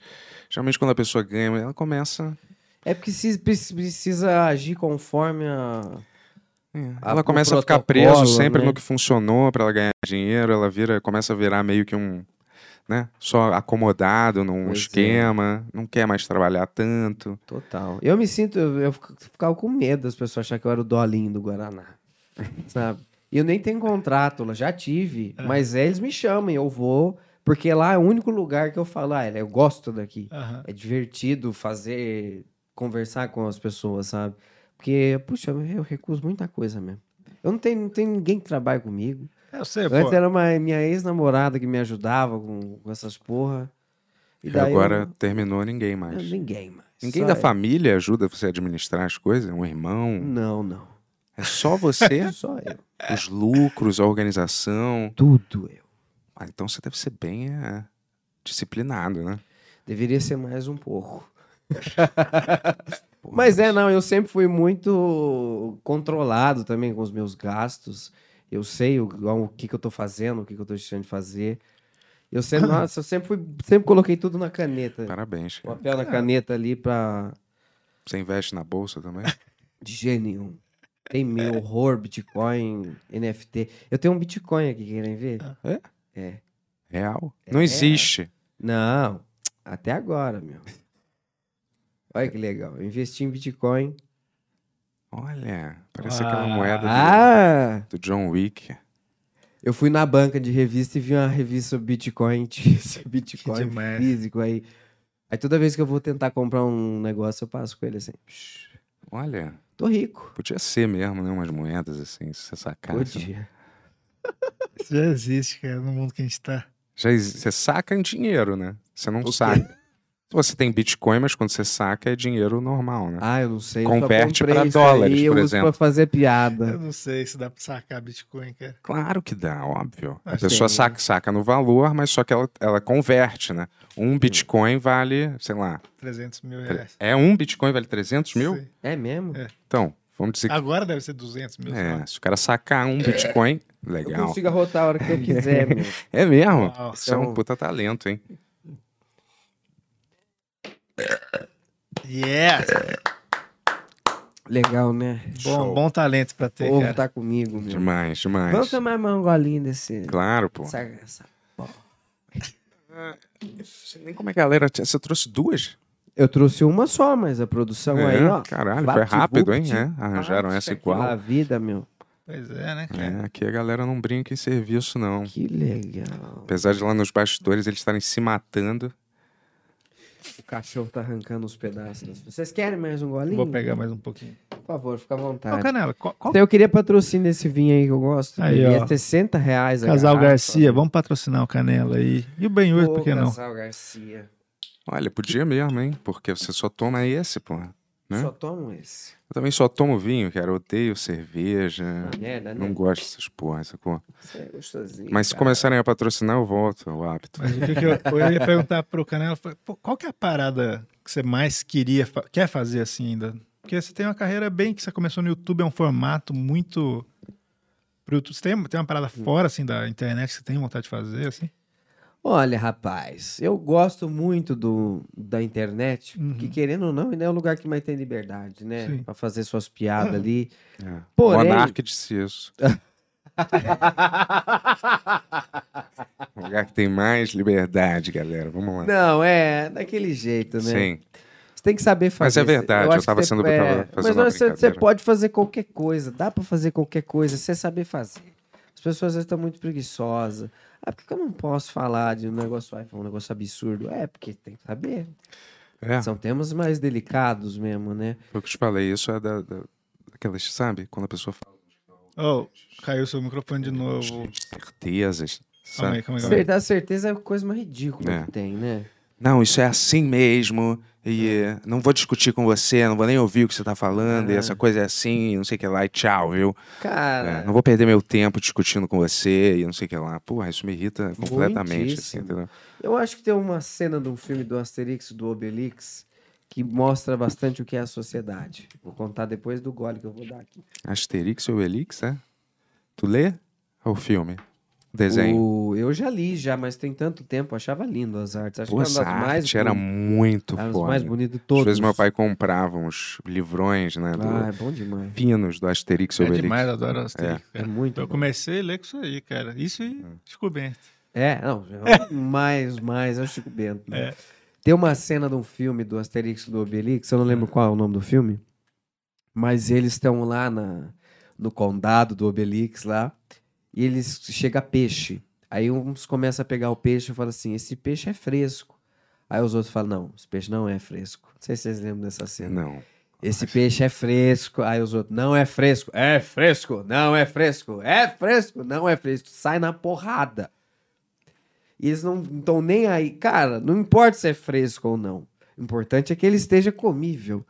Speaker 4: geralmente quando a pessoa ganha, ela começa.
Speaker 5: É porque se pre- precisa agir conforme a.
Speaker 4: é,
Speaker 5: Ah,
Speaker 4: ela
Speaker 5: o
Speaker 4: começa a ficar
Speaker 5: protocolo,
Speaker 4: preso sempre
Speaker 5: né?
Speaker 4: no que funcionou para ela ganhar dinheiro, ela vira, começa a virar meio que um. Né? Só acomodado num
Speaker 5: Pois é.
Speaker 4: esquema, não quer mais trabalhar tanto.
Speaker 5: Total. Eu me sinto. Eu, eu fic- ficava com medo das pessoas acharem que eu era o dolinho do Guaraná. sabe? E eu nem tenho contrato, lá, já tive. Mas é, eles me chamam e eu vou. Porque lá é o único lugar que eu falo, ah, eu gosto daqui.
Speaker 2: Aham.
Speaker 5: É divertido fazer. conversar com as pessoas, sabe? Porque, puxa, eu recuso muita coisa mesmo. Eu não tenho, não tenho ninguém que trabalha comigo.
Speaker 2: É, Eu sei,
Speaker 5: Antes
Speaker 2: pô.
Speaker 5: era uma, minha ex-namorada que me ajudava com, com essas porra. E
Speaker 4: E
Speaker 5: daí eu-
Speaker 4: agora terminou ninguém
Speaker 5: eu-
Speaker 4: mais.
Speaker 5: ninguém mais.
Speaker 4: Ninguém
Speaker 5: Só
Speaker 4: da
Speaker 5: eu.
Speaker 4: família ajuda você a administrar as coisas? Um irmão?
Speaker 5: Não, não.
Speaker 4: É só você?
Speaker 5: Só eu.
Speaker 4: os lucros, a organização.
Speaker 5: Tudo eu.
Speaker 4: Ah, então você deve ser bem é, disciplinado, né?
Speaker 5: Deveria ser mais um pouco. Mas é, não, eu sempre fui muito controlado também com os meus gastos. Eu sei o, o que, que eu tô fazendo, o que, que eu tô deixando de fazer. Eu sempre, nossa, eu sempre, fui, sempre coloquei tudo na caneta.
Speaker 4: Parabéns. cara.
Speaker 5: Papel na caneta ali pra.
Speaker 4: Você investe na bolsa também?
Speaker 5: De jeito nenhum. Tem meu horror, Bitcoin, NFT. Eu tenho um Bitcoin aqui, querem ver?
Speaker 4: É?
Speaker 5: É.
Speaker 4: Real? Não existe.
Speaker 5: Não, até agora, meu. Olha que legal. Eu investi em Bitcoin.
Speaker 4: Olha, parece aquela moeda
Speaker 5: Ah!
Speaker 4: do, do John Wick.
Speaker 5: Eu fui na banca de revista e vi uma revista sobre Bitcoin, tinha esse Bitcoin
Speaker 2: demais.
Speaker 5: físico aí. Aí toda vez que eu vou tentar comprar um negócio, eu passo com ele assim. "Psh,
Speaker 4: Olha,
Speaker 5: Tô rico.
Speaker 4: podia ser mesmo, né? Umas moedas assim, se você sacasse.
Speaker 5: Podia.
Speaker 2: Isso já existe, cara, no mundo que a gente tá.
Speaker 4: Já, exi- você saca em dinheiro, né? Você não saca. Você tem Bitcoin, mas quando você saca é dinheiro normal, né?
Speaker 5: Ah, eu não sei.
Speaker 4: Converte
Speaker 5: eu só comprei
Speaker 4: pra
Speaker 5: isso aí,
Speaker 4: dólares,
Speaker 5: eu
Speaker 4: por
Speaker 5: uso
Speaker 4: exemplo.
Speaker 5: pra fazer piada.
Speaker 2: Eu não sei se dá pra sacar Bitcoin, cara.
Speaker 4: Claro que dá, óbvio. A
Speaker 2: Mas
Speaker 4: pessoa
Speaker 5: tem,
Speaker 4: saca, saca no valor, mas só que ela, ela converte, né? Um Bitcoin vale, sei lá,
Speaker 2: 300 mil
Speaker 4: tre-
Speaker 2: reais.
Speaker 4: é um Bitcoin vale 300 mil?
Speaker 2: Sei.
Speaker 5: É mesmo?
Speaker 2: É.
Speaker 4: Então, vamos dizer
Speaker 5: Ah,
Speaker 4: que...
Speaker 2: Agora deve ser 200 mil. sei lá.
Speaker 4: É, se o cara sacar um Bitcoin,
Speaker 5: Eu
Speaker 4: legal.
Speaker 5: consigo arrotar a hora que eu quiser, meu.
Speaker 4: É mesmo?
Speaker 2: Uau,
Speaker 4: Isso é um
Speaker 5: então-
Speaker 4: puta talento, hein?
Speaker 2: Yes!
Speaker 5: Legal, né?
Speaker 2: Bom, bom talento pra ter,
Speaker 5: O povo
Speaker 2: cara.
Speaker 5: tá comigo, meu.
Speaker 4: Demais, demais.
Speaker 5: Vamos tomar mais um golinho desse.
Speaker 4: Claro, pô.
Speaker 5: Essa, essa-
Speaker 4: Sei Nem como é que a galera... tinha- Você trouxe duas?
Speaker 5: Eu trouxe uma só, mas a produção
Speaker 4: É,
Speaker 5: aí, ó.
Speaker 4: Caralho, foi
Speaker 5: vapt-vupt,
Speaker 4: rápido, hein? É, arranjaram
Speaker 5: vapt,
Speaker 4: essa
Speaker 5: aquilo lá,
Speaker 4: igual.
Speaker 5: vida, meu.
Speaker 2: Pois é, né?
Speaker 4: É, aqui a galera não brinca em serviço, não.
Speaker 5: Que legal.
Speaker 4: Apesar de lá nos bastidores eles estarem se matando.
Speaker 5: O cachorro tá arrancando os pedaços. das- Vocês querem mais um golinho?
Speaker 2: Vou pegar mais um pouquinho.
Speaker 5: Por favor, fica à
Speaker 2: Ô,
Speaker 5: vontade.
Speaker 2: Canela, qual, qual...
Speaker 5: Então, eu queria patrocinar esse vinho aí que eu gosto.
Speaker 2: Aí,
Speaker 5: e
Speaker 2: ó.
Speaker 5: é 60 reais a
Speaker 2: Casal
Speaker 5: garrafa.
Speaker 2: Garcia, vamos patrocinar o Canela aí. E o Benhur,
Speaker 5: Ô,
Speaker 2: por que não?
Speaker 5: Casal Garcia.
Speaker 4: Olha, podia mesmo, hein? Porque você só toma esse, porra. Né?
Speaker 5: Só tomo esse.
Speaker 4: Eu também só tomo vinho, cara. Eu odeio cerveja.
Speaker 5: Ah, merda, né?
Speaker 4: Não gosto dessas porras, sacou?
Speaker 5: Isso é gostosinho.
Speaker 4: Mas se
Speaker 5: cara.
Speaker 4: começarem a patrocinar, eu volto ao hábito.
Speaker 2: Mas o que que eu, eu ia perguntar pro Canela, foi, pô, qual que é a parada que você mais queria, fa- quer fazer assim ainda? Porque você tem uma carreira bem que você começou no YouTube, é um formato muito... Pro YouTube. Você tem, tem uma parada fora, assim, da internet que você tem vontade de fazer, assim?
Speaker 5: Olha, rapaz, eu gosto muito do, da internet,
Speaker 2: Uhum.
Speaker 5: que querendo ou não, ainda é o lugar que mais tem liberdade, né?
Speaker 2: Sim.
Speaker 5: Pra fazer suas piadas ali.
Speaker 4: É.
Speaker 5: Porém-
Speaker 4: Monark disse isso. Um lugar que tem mais liberdade, galera. Vamos lá.
Speaker 5: Não, é daquele jeito, né?
Speaker 4: Sim.
Speaker 5: Você tem que saber fazer.
Speaker 4: Mas é verdade, eu
Speaker 5: acho que
Speaker 4: tava
Speaker 5: você- é,
Speaker 4: sendo- eu tava fazendo
Speaker 5: Mas
Speaker 4: uma
Speaker 5: olha, você, você
Speaker 4: brincadeira.
Speaker 5: pode fazer qualquer coisa, dá pra fazer qualquer coisa, você saber fazer. As pessoas às vezes estão muito preguiçosas. Ah, por que que eu não posso falar de um negócio iPhone, um negócio absurdo? É, porque tem que saber.
Speaker 4: É,
Speaker 5: São temas mais delicados mesmo, né?
Speaker 4: foi o que eu te falei. Isso é da, da- da aquelas, sabe? Quando a pessoa fala
Speaker 2: Oh, caiu seu microfone de novo.
Speaker 4: certezas,
Speaker 2: Calma
Speaker 4: sabe?
Speaker 2: aí, calma aí, calma aí.
Speaker 5: Acertar a certeza é a coisa mais ridícula
Speaker 4: É.
Speaker 5: que tem, né?
Speaker 4: Não, isso é assim mesmo, e
Speaker 5: É.
Speaker 4: eh, não vou discutir com você, não vou nem ouvir o que você tá falando, e essa coisa é assim, e não sei o que lá, e tchau, viu? É,
Speaker 5: Cara,
Speaker 4: não vou perder meu tempo discutindo com você, e não sei o que lá. Porra, isso me irrita completamente, assim,
Speaker 5: Muitíssimo.
Speaker 4: entendeu?
Speaker 5: eu acho que tem uma cena de um filme do Asterix e do Obelix que mostra bastante o que é a sociedade. Vou contar depois do gole que eu vou dar aqui.
Speaker 4: Asterix ou Elix, é? Tu lê? Ou o filme? Desenho?
Speaker 5: O- Eu já li, já, mas tem tanto tempo, eu achava lindo as artes. Acho
Speaker 4: Pô,
Speaker 5: que
Speaker 4: essa
Speaker 5: era uma das mais
Speaker 4: arte era
Speaker 5: boni-
Speaker 4: muito
Speaker 5: era
Speaker 4: foda.
Speaker 5: mais bonito de
Speaker 4: Às
Speaker 5: todos.
Speaker 4: vezes meu pai comprava uns livrões, né? Do...
Speaker 5: Ah, é bom demais.
Speaker 4: Finos do Asterix e
Speaker 2: É
Speaker 4: Obelix.
Speaker 2: demais, adoro Asterix,
Speaker 5: É
Speaker 2: cara.
Speaker 5: muito.
Speaker 2: Eu
Speaker 5: bom.
Speaker 2: comecei a ler com isso aí, cara. Isso e Chico Bento.
Speaker 5: É, não, é mais, mais, é o Chico Bento. né? Tem uma cena de um filme do Asterix e do Obelix, eu não lembro qual é o nome do filme, mas eles estão lá na, no condado do Obelix lá, e eles chega peixe. Aí uns começam a pegar o peixe e falam assim: esse peixe é fresco. Aí os outros falam: não, esse peixe não é fresco. Não sei se vocês lembram dessa cena.
Speaker 4: É, Não.
Speaker 5: Esse peixe é fresco. Aí os outros, não é fresco. É fresco, não é fresco. É fresco, não é fresco. Sai na porrada. E eles não estão nem aí. Cara, não importa se é fresco ou não. O importante é que ele esteja comível.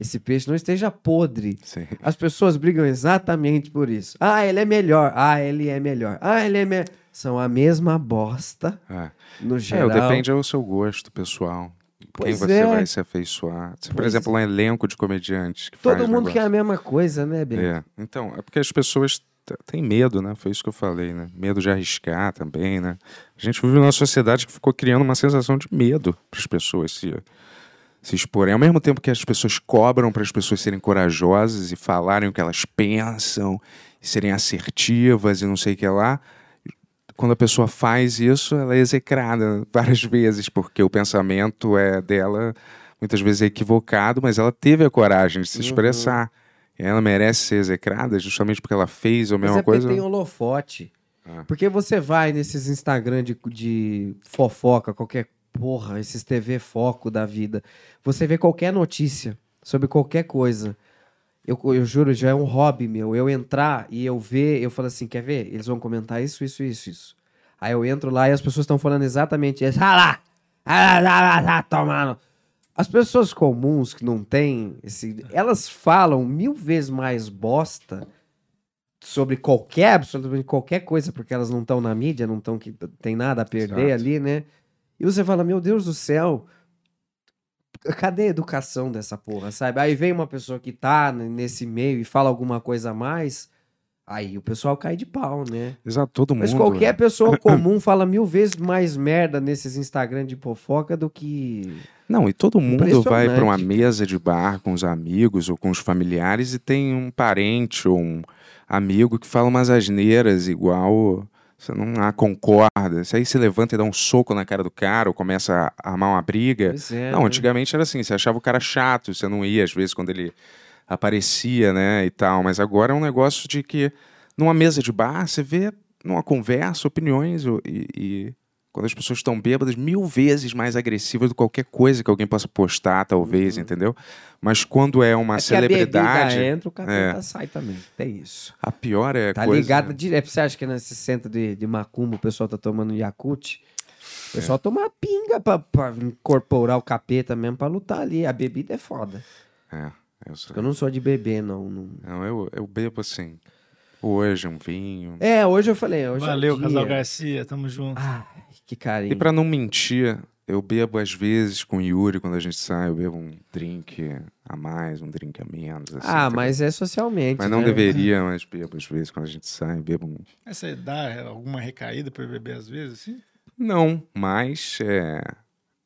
Speaker 5: Esse peixe não esteja podre.
Speaker 4: Sim.
Speaker 5: As pessoas brigam exatamente por isso. Ah, ele é melhor. Ah, ele é melhor. Ah, ele é melhor. São a mesma bosta,
Speaker 4: Ah.
Speaker 5: no
Speaker 4: É,
Speaker 5: geral.
Speaker 4: depende do seu gosto pessoal. Quem
Speaker 5: Pois
Speaker 4: você
Speaker 5: é.
Speaker 4: vai se afeiçoar. Se, por
Speaker 5: Pois é.
Speaker 4: exemplo, um elenco de comediantes. Que
Speaker 5: Todo
Speaker 4: faz
Speaker 5: mundo é quer a
Speaker 4: negócio.
Speaker 5: mesma coisa, né, Ben?
Speaker 4: É. Então, é porque as pessoas t- têm medo, né? Foi isso que eu falei, né? Medo de arriscar também, né? A gente vive numa sociedade que ficou criando uma sensação de medo para as pessoas se, se exporem. Ao mesmo tempo que as pessoas cobram para as pessoas serem corajosas e falarem o que elas pensam, e serem assertivas e não sei o que lá, quando a pessoa faz isso, ela é execrada várias vezes, porque o pensamento é dela muitas vezes é equivocado, mas ela teve a coragem
Speaker 5: Uhum.
Speaker 4: de se expressar. E ela merece ser execrada justamente porque ela fez a
Speaker 5: Mas
Speaker 4: mesma
Speaker 5: é porque
Speaker 4: coisa.
Speaker 5: tem holofote.
Speaker 4: Ah.
Speaker 5: Porque você vai nesses Instagram de, de fofoca, qualquer porra, esses TV foco da vida. Você vê qualquer notícia sobre qualquer coisa. Eu, eu juro, já é um hobby meu. Eu entrar e eu ver, eu falo assim, quer ver? Eles vão comentar isso, isso, isso, isso. Aí eu entro lá e as pessoas estão falando exatamente isso. Ah lá! Ah lá, lá, lá, lá, tomando. As pessoas comuns que não têm esse. Elas falam mil vezes mais bosta sobre qualquer, absolutamente qualquer coisa, porque elas não estão na mídia, não estão que tem nada a perder
Speaker 4: Exato.
Speaker 5: ali, né? E você fala, meu Deus do céu, cadê a educação dessa porra, sabe? Aí vem uma pessoa que tá n- nesse meio e fala alguma coisa a mais, aí o pessoal cai de pau, né?
Speaker 4: Exato, todo mundo.
Speaker 5: Mas qualquer
Speaker 4: né?
Speaker 5: pessoa comum fala mil vezes mais merda nesses Instagram de fofoca do que.
Speaker 4: Não, e todo mundo vai para uma
Speaker 5: Impressionante.
Speaker 4: mesa de bar com os amigos ou com os familiares e tem um parente ou um amigo que fala umas asneiras igual. Você não a concorda. Você aí se levanta e dá um soco na cara do cara ou começa a armar uma briga.
Speaker 5: Pois é,
Speaker 4: Não,
Speaker 5: né?
Speaker 4: antigamente era assim, você achava o cara chato, você não ia às vezes quando ele aparecia, né, e tal, mas agora é um negócio de que numa mesa de bar você vê numa conversa opiniões o- e, e quando as pessoas estão bêbadas, mil vezes mais agressivas do que qualquer coisa que alguém possa postar, talvez, entendeu? Mas quando é uma
Speaker 5: Uhum. É que a
Speaker 4: celebridade,
Speaker 5: bebida entra, o capeta
Speaker 4: É.
Speaker 5: sai também. Tem isso.
Speaker 4: a pior é
Speaker 5: Tá
Speaker 4: coisa...
Speaker 5: ligado direto. Você acha que nesse centro de, de macumba o pessoal tá tomando Yakut? O pessoal
Speaker 4: É.
Speaker 5: toma uma pinga pra, pra incorporar o capeta mesmo pra lutar ali. A bebida é foda.
Speaker 4: É, eu, sou-
Speaker 5: Eu não sou de beber, não. não.
Speaker 4: não, eu, eu bebo assim, hoje um vinho,
Speaker 5: É, hoje eu falei. Hoje é
Speaker 2: Valeu,
Speaker 5: dia.
Speaker 2: Casal Garcia. Tamo junto.
Speaker 5: Ai, que carinho.
Speaker 4: E pra não mentir, eu bebo às vezes com o Yuri quando a gente sai, eu bebo um drink a mais, um drink a menos. assim,
Speaker 5: ah,
Speaker 4: entendeu?
Speaker 5: mas é socialmente.
Speaker 4: Mas não
Speaker 5: né?
Speaker 4: deveria, mas bebo às vezes quando a gente sai, bebo um.
Speaker 2: Mas Você dá alguma recaída pra beber às vezes, assim?
Speaker 4: Não, mas é...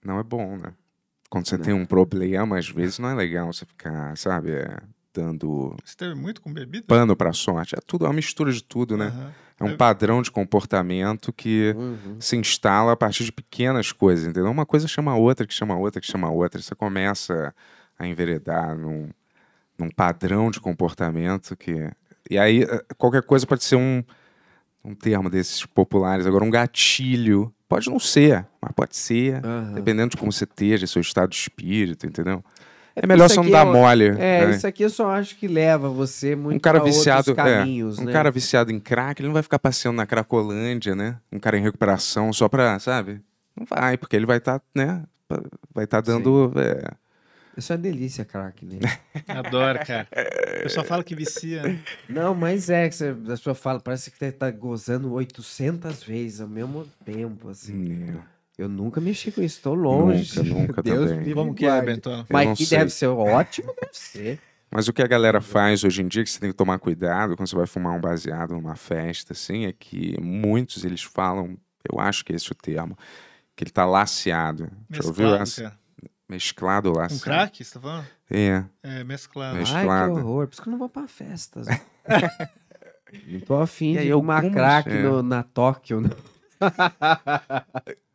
Speaker 4: não é bom, né? Quando você tem um problema, às vezes não é legal você ficar, sabe, é, dando
Speaker 2: Você teve muito com bebida?
Speaker 4: pano pra sorte. É tudo, é uma mistura de tudo, né?
Speaker 2: Aham.
Speaker 4: É um padrão de comportamento que
Speaker 5: Uhum.
Speaker 4: se instala a partir de pequenas coisas, entendeu? Uma coisa chama a outra, que chama a outra, que chama a outra. Você começa a enveredar num, num padrão de comportamento que. E aí, eh, qualquer coisa pode ser um, um termo desses populares. Agora, um gatilho. Pode não ser, mas pode ser.
Speaker 5: Aham.
Speaker 4: Dependendo de como você esteja, seu estado de espírito, entendeu? É melhor
Speaker 5: isso
Speaker 4: só não
Speaker 5: aqui
Speaker 4: dar
Speaker 5: eu-
Speaker 4: mole.
Speaker 5: É,
Speaker 4: né?
Speaker 5: isso aqui eu só acho que leva você muito
Speaker 4: um cara
Speaker 5: pra outros
Speaker 4: viciado, é,
Speaker 5: caminhos,
Speaker 4: um
Speaker 5: né?
Speaker 4: cara viciado em crack, ele não vai ficar passeando na Cracolândia, né? Um cara em recuperação só pra, sabe? Não vai, porque ele vai estar, né? pa- Vai estar dando. é,
Speaker 5: Isso é uma delícia, crack, né?
Speaker 2: Adoro, cara. O pessoal fala que vicia. né?
Speaker 5: Não, mas é que você, a pessoa fala, parece que tá gozando 800 vezes ao mesmo tempo, assim. Eu nunca mexi com isso, tô longe.
Speaker 4: Hum. Nunca, nunca
Speaker 5: Deus
Speaker 4: também.
Speaker 5: me
Speaker 2: Como que é,
Speaker 5: guarde.
Speaker 2: Bentola?
Speaker 4: Eu não
Speaker 5: Mas que
Speaker 4: sei.
Speaker 5: deve ser ótimo, deve ser.
Speaker 4: Mas o que a galera faz hoje em dia, que você tem que tomar cuidado quando você vai fumar um baseado numa festa, assim, é que muitos eles falam, eu acho que é esse o termo, que ele tá laceado. Já ouviu
Speaker 2: Mesclado,
Speaker 4: essa?
Speaker 2: cara.
Speaker 4: Mesclado ou
Speaker 2: Um
Speaker 4: laceado?
Speaker 2: crack, você tá falando?
Speaker 4: É.
Speaker 2: É, mesclado.
Speaker 4: Mas-
Speaker 5: Ai, que
Speaker 4: Mesclado.
Speaker 5: horror. Por isso que eu não vou pra festas. né? não tô afim
Speaker 4: E aí,
Speaker 5: de uma
Speaker 4: algumas-
Speaker 5: crack
Speaker 4: é.
Speaker 5: no- na Tóquio. né?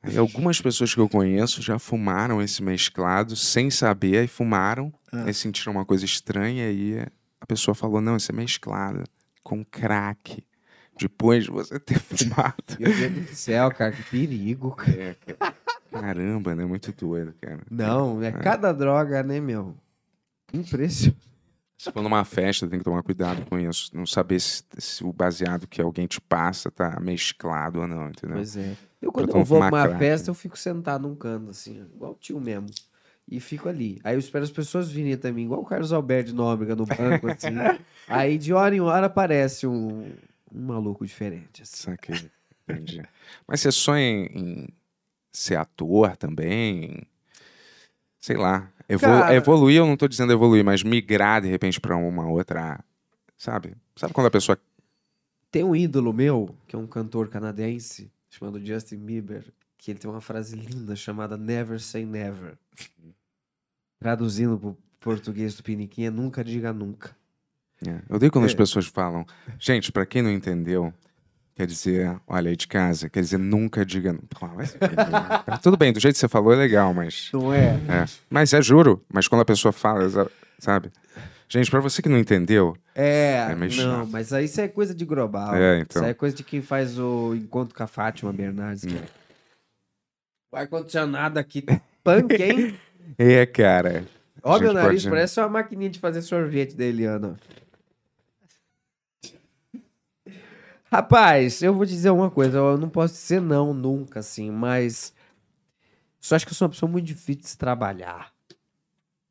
Speaker 4: E algumas pessoas que eu conheço já fumaram esse mesclado sem saber, aí fumaram,
Speaker 2: Ah.
Speaker 4: aí sentiram uma coisa estranha e a pessoa falou, não, isso é mesclado com crack. Depois de você ter fumado.
Speaker 5: Meu Deus do céu, cara, que perigo, cara.
Speaker 4: É, cara. Caramba, né? Muito doido, cara.
Speaker 5: Não, é cada droga, né, meu? Impressionante.
Speaker 4: Se for numa festa, tem que tomar cuidado com isso. Não saber se, se o baseado que alguém te passa tá mesclado ou não, entendeu?
Speaker 5: Pois é. Eu, quando
Speaker 4: tô
Speaker 5: eu vou pra
Speaker 4: fumar
Speaker 5: uma
Speaker 4: crack,
Speaker 5: festa, eu fico sentado num canto, assim, igual o tio mesmo. E fico ali. Aí eu espero as pessoas virem até mim, igual o Carlos Alberto de Nóbrega no banco, assim. Aí de hora em hora aparece um, um maluco diferente, assim.
Speaker 4: Saquei. Entendi. Mas você sonha em, em ser ator também? Sei lá. Evolu
Speaker 5: Cara-
Speaker 4: Evoluir, eu não tô dizendo evoluir, mas migrar de repente pra uma outra. Sabe? Sabe quando a pessoa.
Speaker 5: Tem um ídolo meu, que é um cantor canadense, chamado Justin Bieber, que ele tem uma frase linda chamada Never Say Never. Uhum. Traduzindo pro português do Piniquim é nunca diga nunca.
Speaker 4: É, Eu odeio quando as
Speaker 5: É.
Speaker 4: pessoas falam. Gente, pra quem não entendeu, quer dizer, olha aí de casa, quer dizer, nunca diga. nu- Pô, vai se fuder, cara. Tudo bem, do jeito que você falou é legal, mas.
Speaker 5: Não é?
Speaker 4: É. Mas é juro, mas quando a pessoa fala, sa- sabe? Gente, pra você que não entendeu,
Speaker 5: É,
Speaker 4: É meio
Speaker 5: não,
Speaker 4: chato.
Speaker 5: mas aí isso é coisa de global.
Speaker 4: É, então. Hum.
Speaker 5: Isso é coisa de quem faz o encontro com a Fátima Bernardes. que é, O ar-condicionado aqui, punk, hein?
Speaker 4: é, cara.
Speaker 5: Ó, meu
Speaker 4: Gente,
Speaker 5: nariz,
Speaker 4: pode-
Speaker 5: parece uma maquininha de fazer sorvete da Eliana. Rapaz, eu vou dizer uma coisa, eu não posso dizer não nunca, assim, mas. Só acho que eu sou uma pessoa muito difícil de se trabalhar.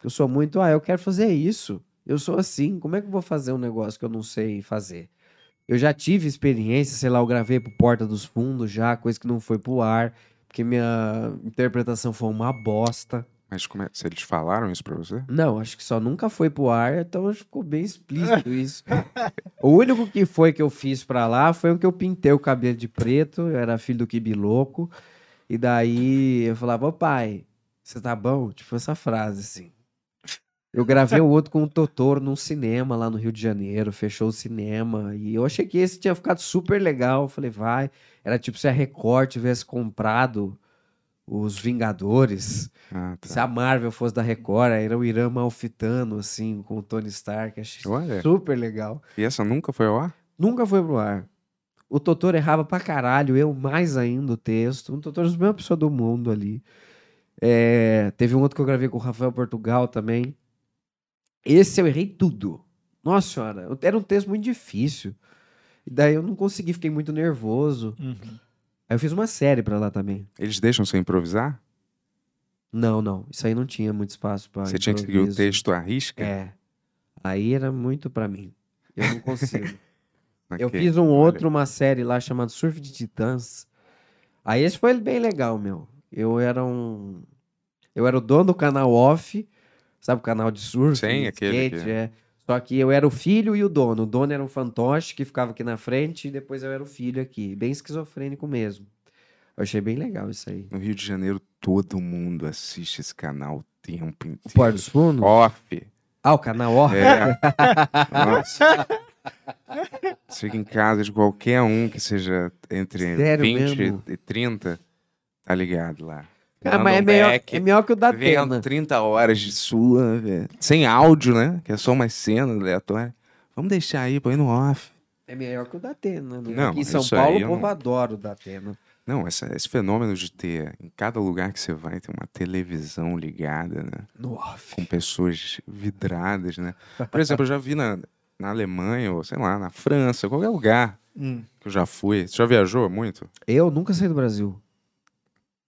Speaker 5: Eu sou muito, ah, eu quero fazer isso. Eu sou assim, como é que eu vou fazer um negócio que eu não sei fazer? Eu já tive experiência, sei lá, eu gravei pro Porta dos Fundos já, coisa que não foi pro ar, porque minha interpretação foi uma bosta.
Speaker 4: Mas como é? Se eles falaram isso pra você?
Speaker 5: Não, acho que só nunca foi pro ar, então acho que ficou bem explícito isso. o único que foi que eu fiz pra lá foi o que eu pintei o cabelo de preto, eu era filho do Kibi Louco, e daí eu falava, ô pai, você tá bom? Tipo essa frase, assim. Eu gravei o outro com o Totoro num cinema lá no Rio de Janeiro, fechou o cinema, e eu achei que esse tinha ficado super legal, eu falei, vai. Era tipo se a Record tivesse comprado os Vingadores...
Speaker 4: Ah, tá.
Speaker 5: Se a Marvel fosse da Record, aí era o Irã malfitano, assim, com o Tony Stark. Achei
Speaker 4: Olha.
Speaker 5: super legal.
Speaker 4: E essa nunca foi ao ar?
Speaker 5: Nunca foi pro ar. O Totoro errava pra caralho, eu mais ainda o texto. O Totoro é a melhor pessoa do mundo ali. É, teve um outro que eu gravei com o Rafael Portugal também. Esse eu errei tudo. Nossa senhora, eu- era um texto muito difícil. E daí eu não consegui, fiquei muito nervoso.
Speaker 2: Uhum.
Speaker 5: Aí eu fiz uma série pra lá também.
Speaker 4: Eles deixam você improvisar?
Speaker 5: Não, não, isso aí não tinha muito espaço pra.
Speaker 4: você tinha que seguir o
Speaker 5: Ah, improviso.
Speaker 4: texto à risca?
Speaker 5: É. Aí era muito pra mim. Eu não consigo. eu
Speaker 4: Ok,
Speaker 5: fiz um
Speaker 4: olha.
Speaker 5: outro, uma série lá chamada Surf de Titãs. Aí esse foi bem legal, meu. Eu era um. Eu era o dono do canal off, sabe o canal de surf?
Speaker 4: Sim,
Speaker 5: de
Speaker 4: aquele
Speaker 5: skate,
Speaker 4: que-
Speaker 5: é. Só que eu era o filho e o dono. O dono era um fantoche que ficava aqui na frente e depois eu era o filho aqui. Bem esquizofrênico mesmo. Eu achei bem legal isso aí.
Speaker 4: No Rio de Janeiro, todo mundo assiste esse canal o tempo
Speaker 5: O
Speaker 4: inteiro.
Speaker 5: Pôr dos Fundos?
Speaker 4: Off.
Speaker 5: Ah, o canal off?
Speaker 4: É. Nossa. Chega em casa de qualquer um que seja entre
Speaker 5: Sério
Speaker 4: 20
Speaker 5: mesmo?
Speaker 4: e 30, tá ligado lá.
Speaker 5: Cara,
Speaker 4: Manda
Speaker 5: mas é
Speaker 4: um
Speaker 5: melhor,
Speaker 4: back,
Speaker 5: é melhor que o da Atena.
Speaker 4: Vem 30 horas de sua, velho. Sem áudio, né? Que é só uma cena aleatória. Vamos deixar aí, põe no off.
Speaker 5: É melhor que o da Atena, né?
Speaker 4: Não,
Speaker 5: Aqui em São
Speaker 4: isso aí
Speaker 5: Paulo, o
Speaker 4: eu
Speaker 5: povo
Speaker 4: não-
Speaker 5: adora o da Atena.
Speaker 4: Não, essa- esse fenômeno de ter em cada lugar que você vai tem uma televisão ligada, né?
Speaker 5: No off.
Speaker 4: Com pessoas vidradas, né? Por exemplo, eu já vi na, na Alemanha, ou sei lá, na França, qualquer lugar
Speaker 2: Hum.
Speaker 4: que eu já fui. Você já viajou muito?
Speaker 5: Eu nunca saí do Brasil.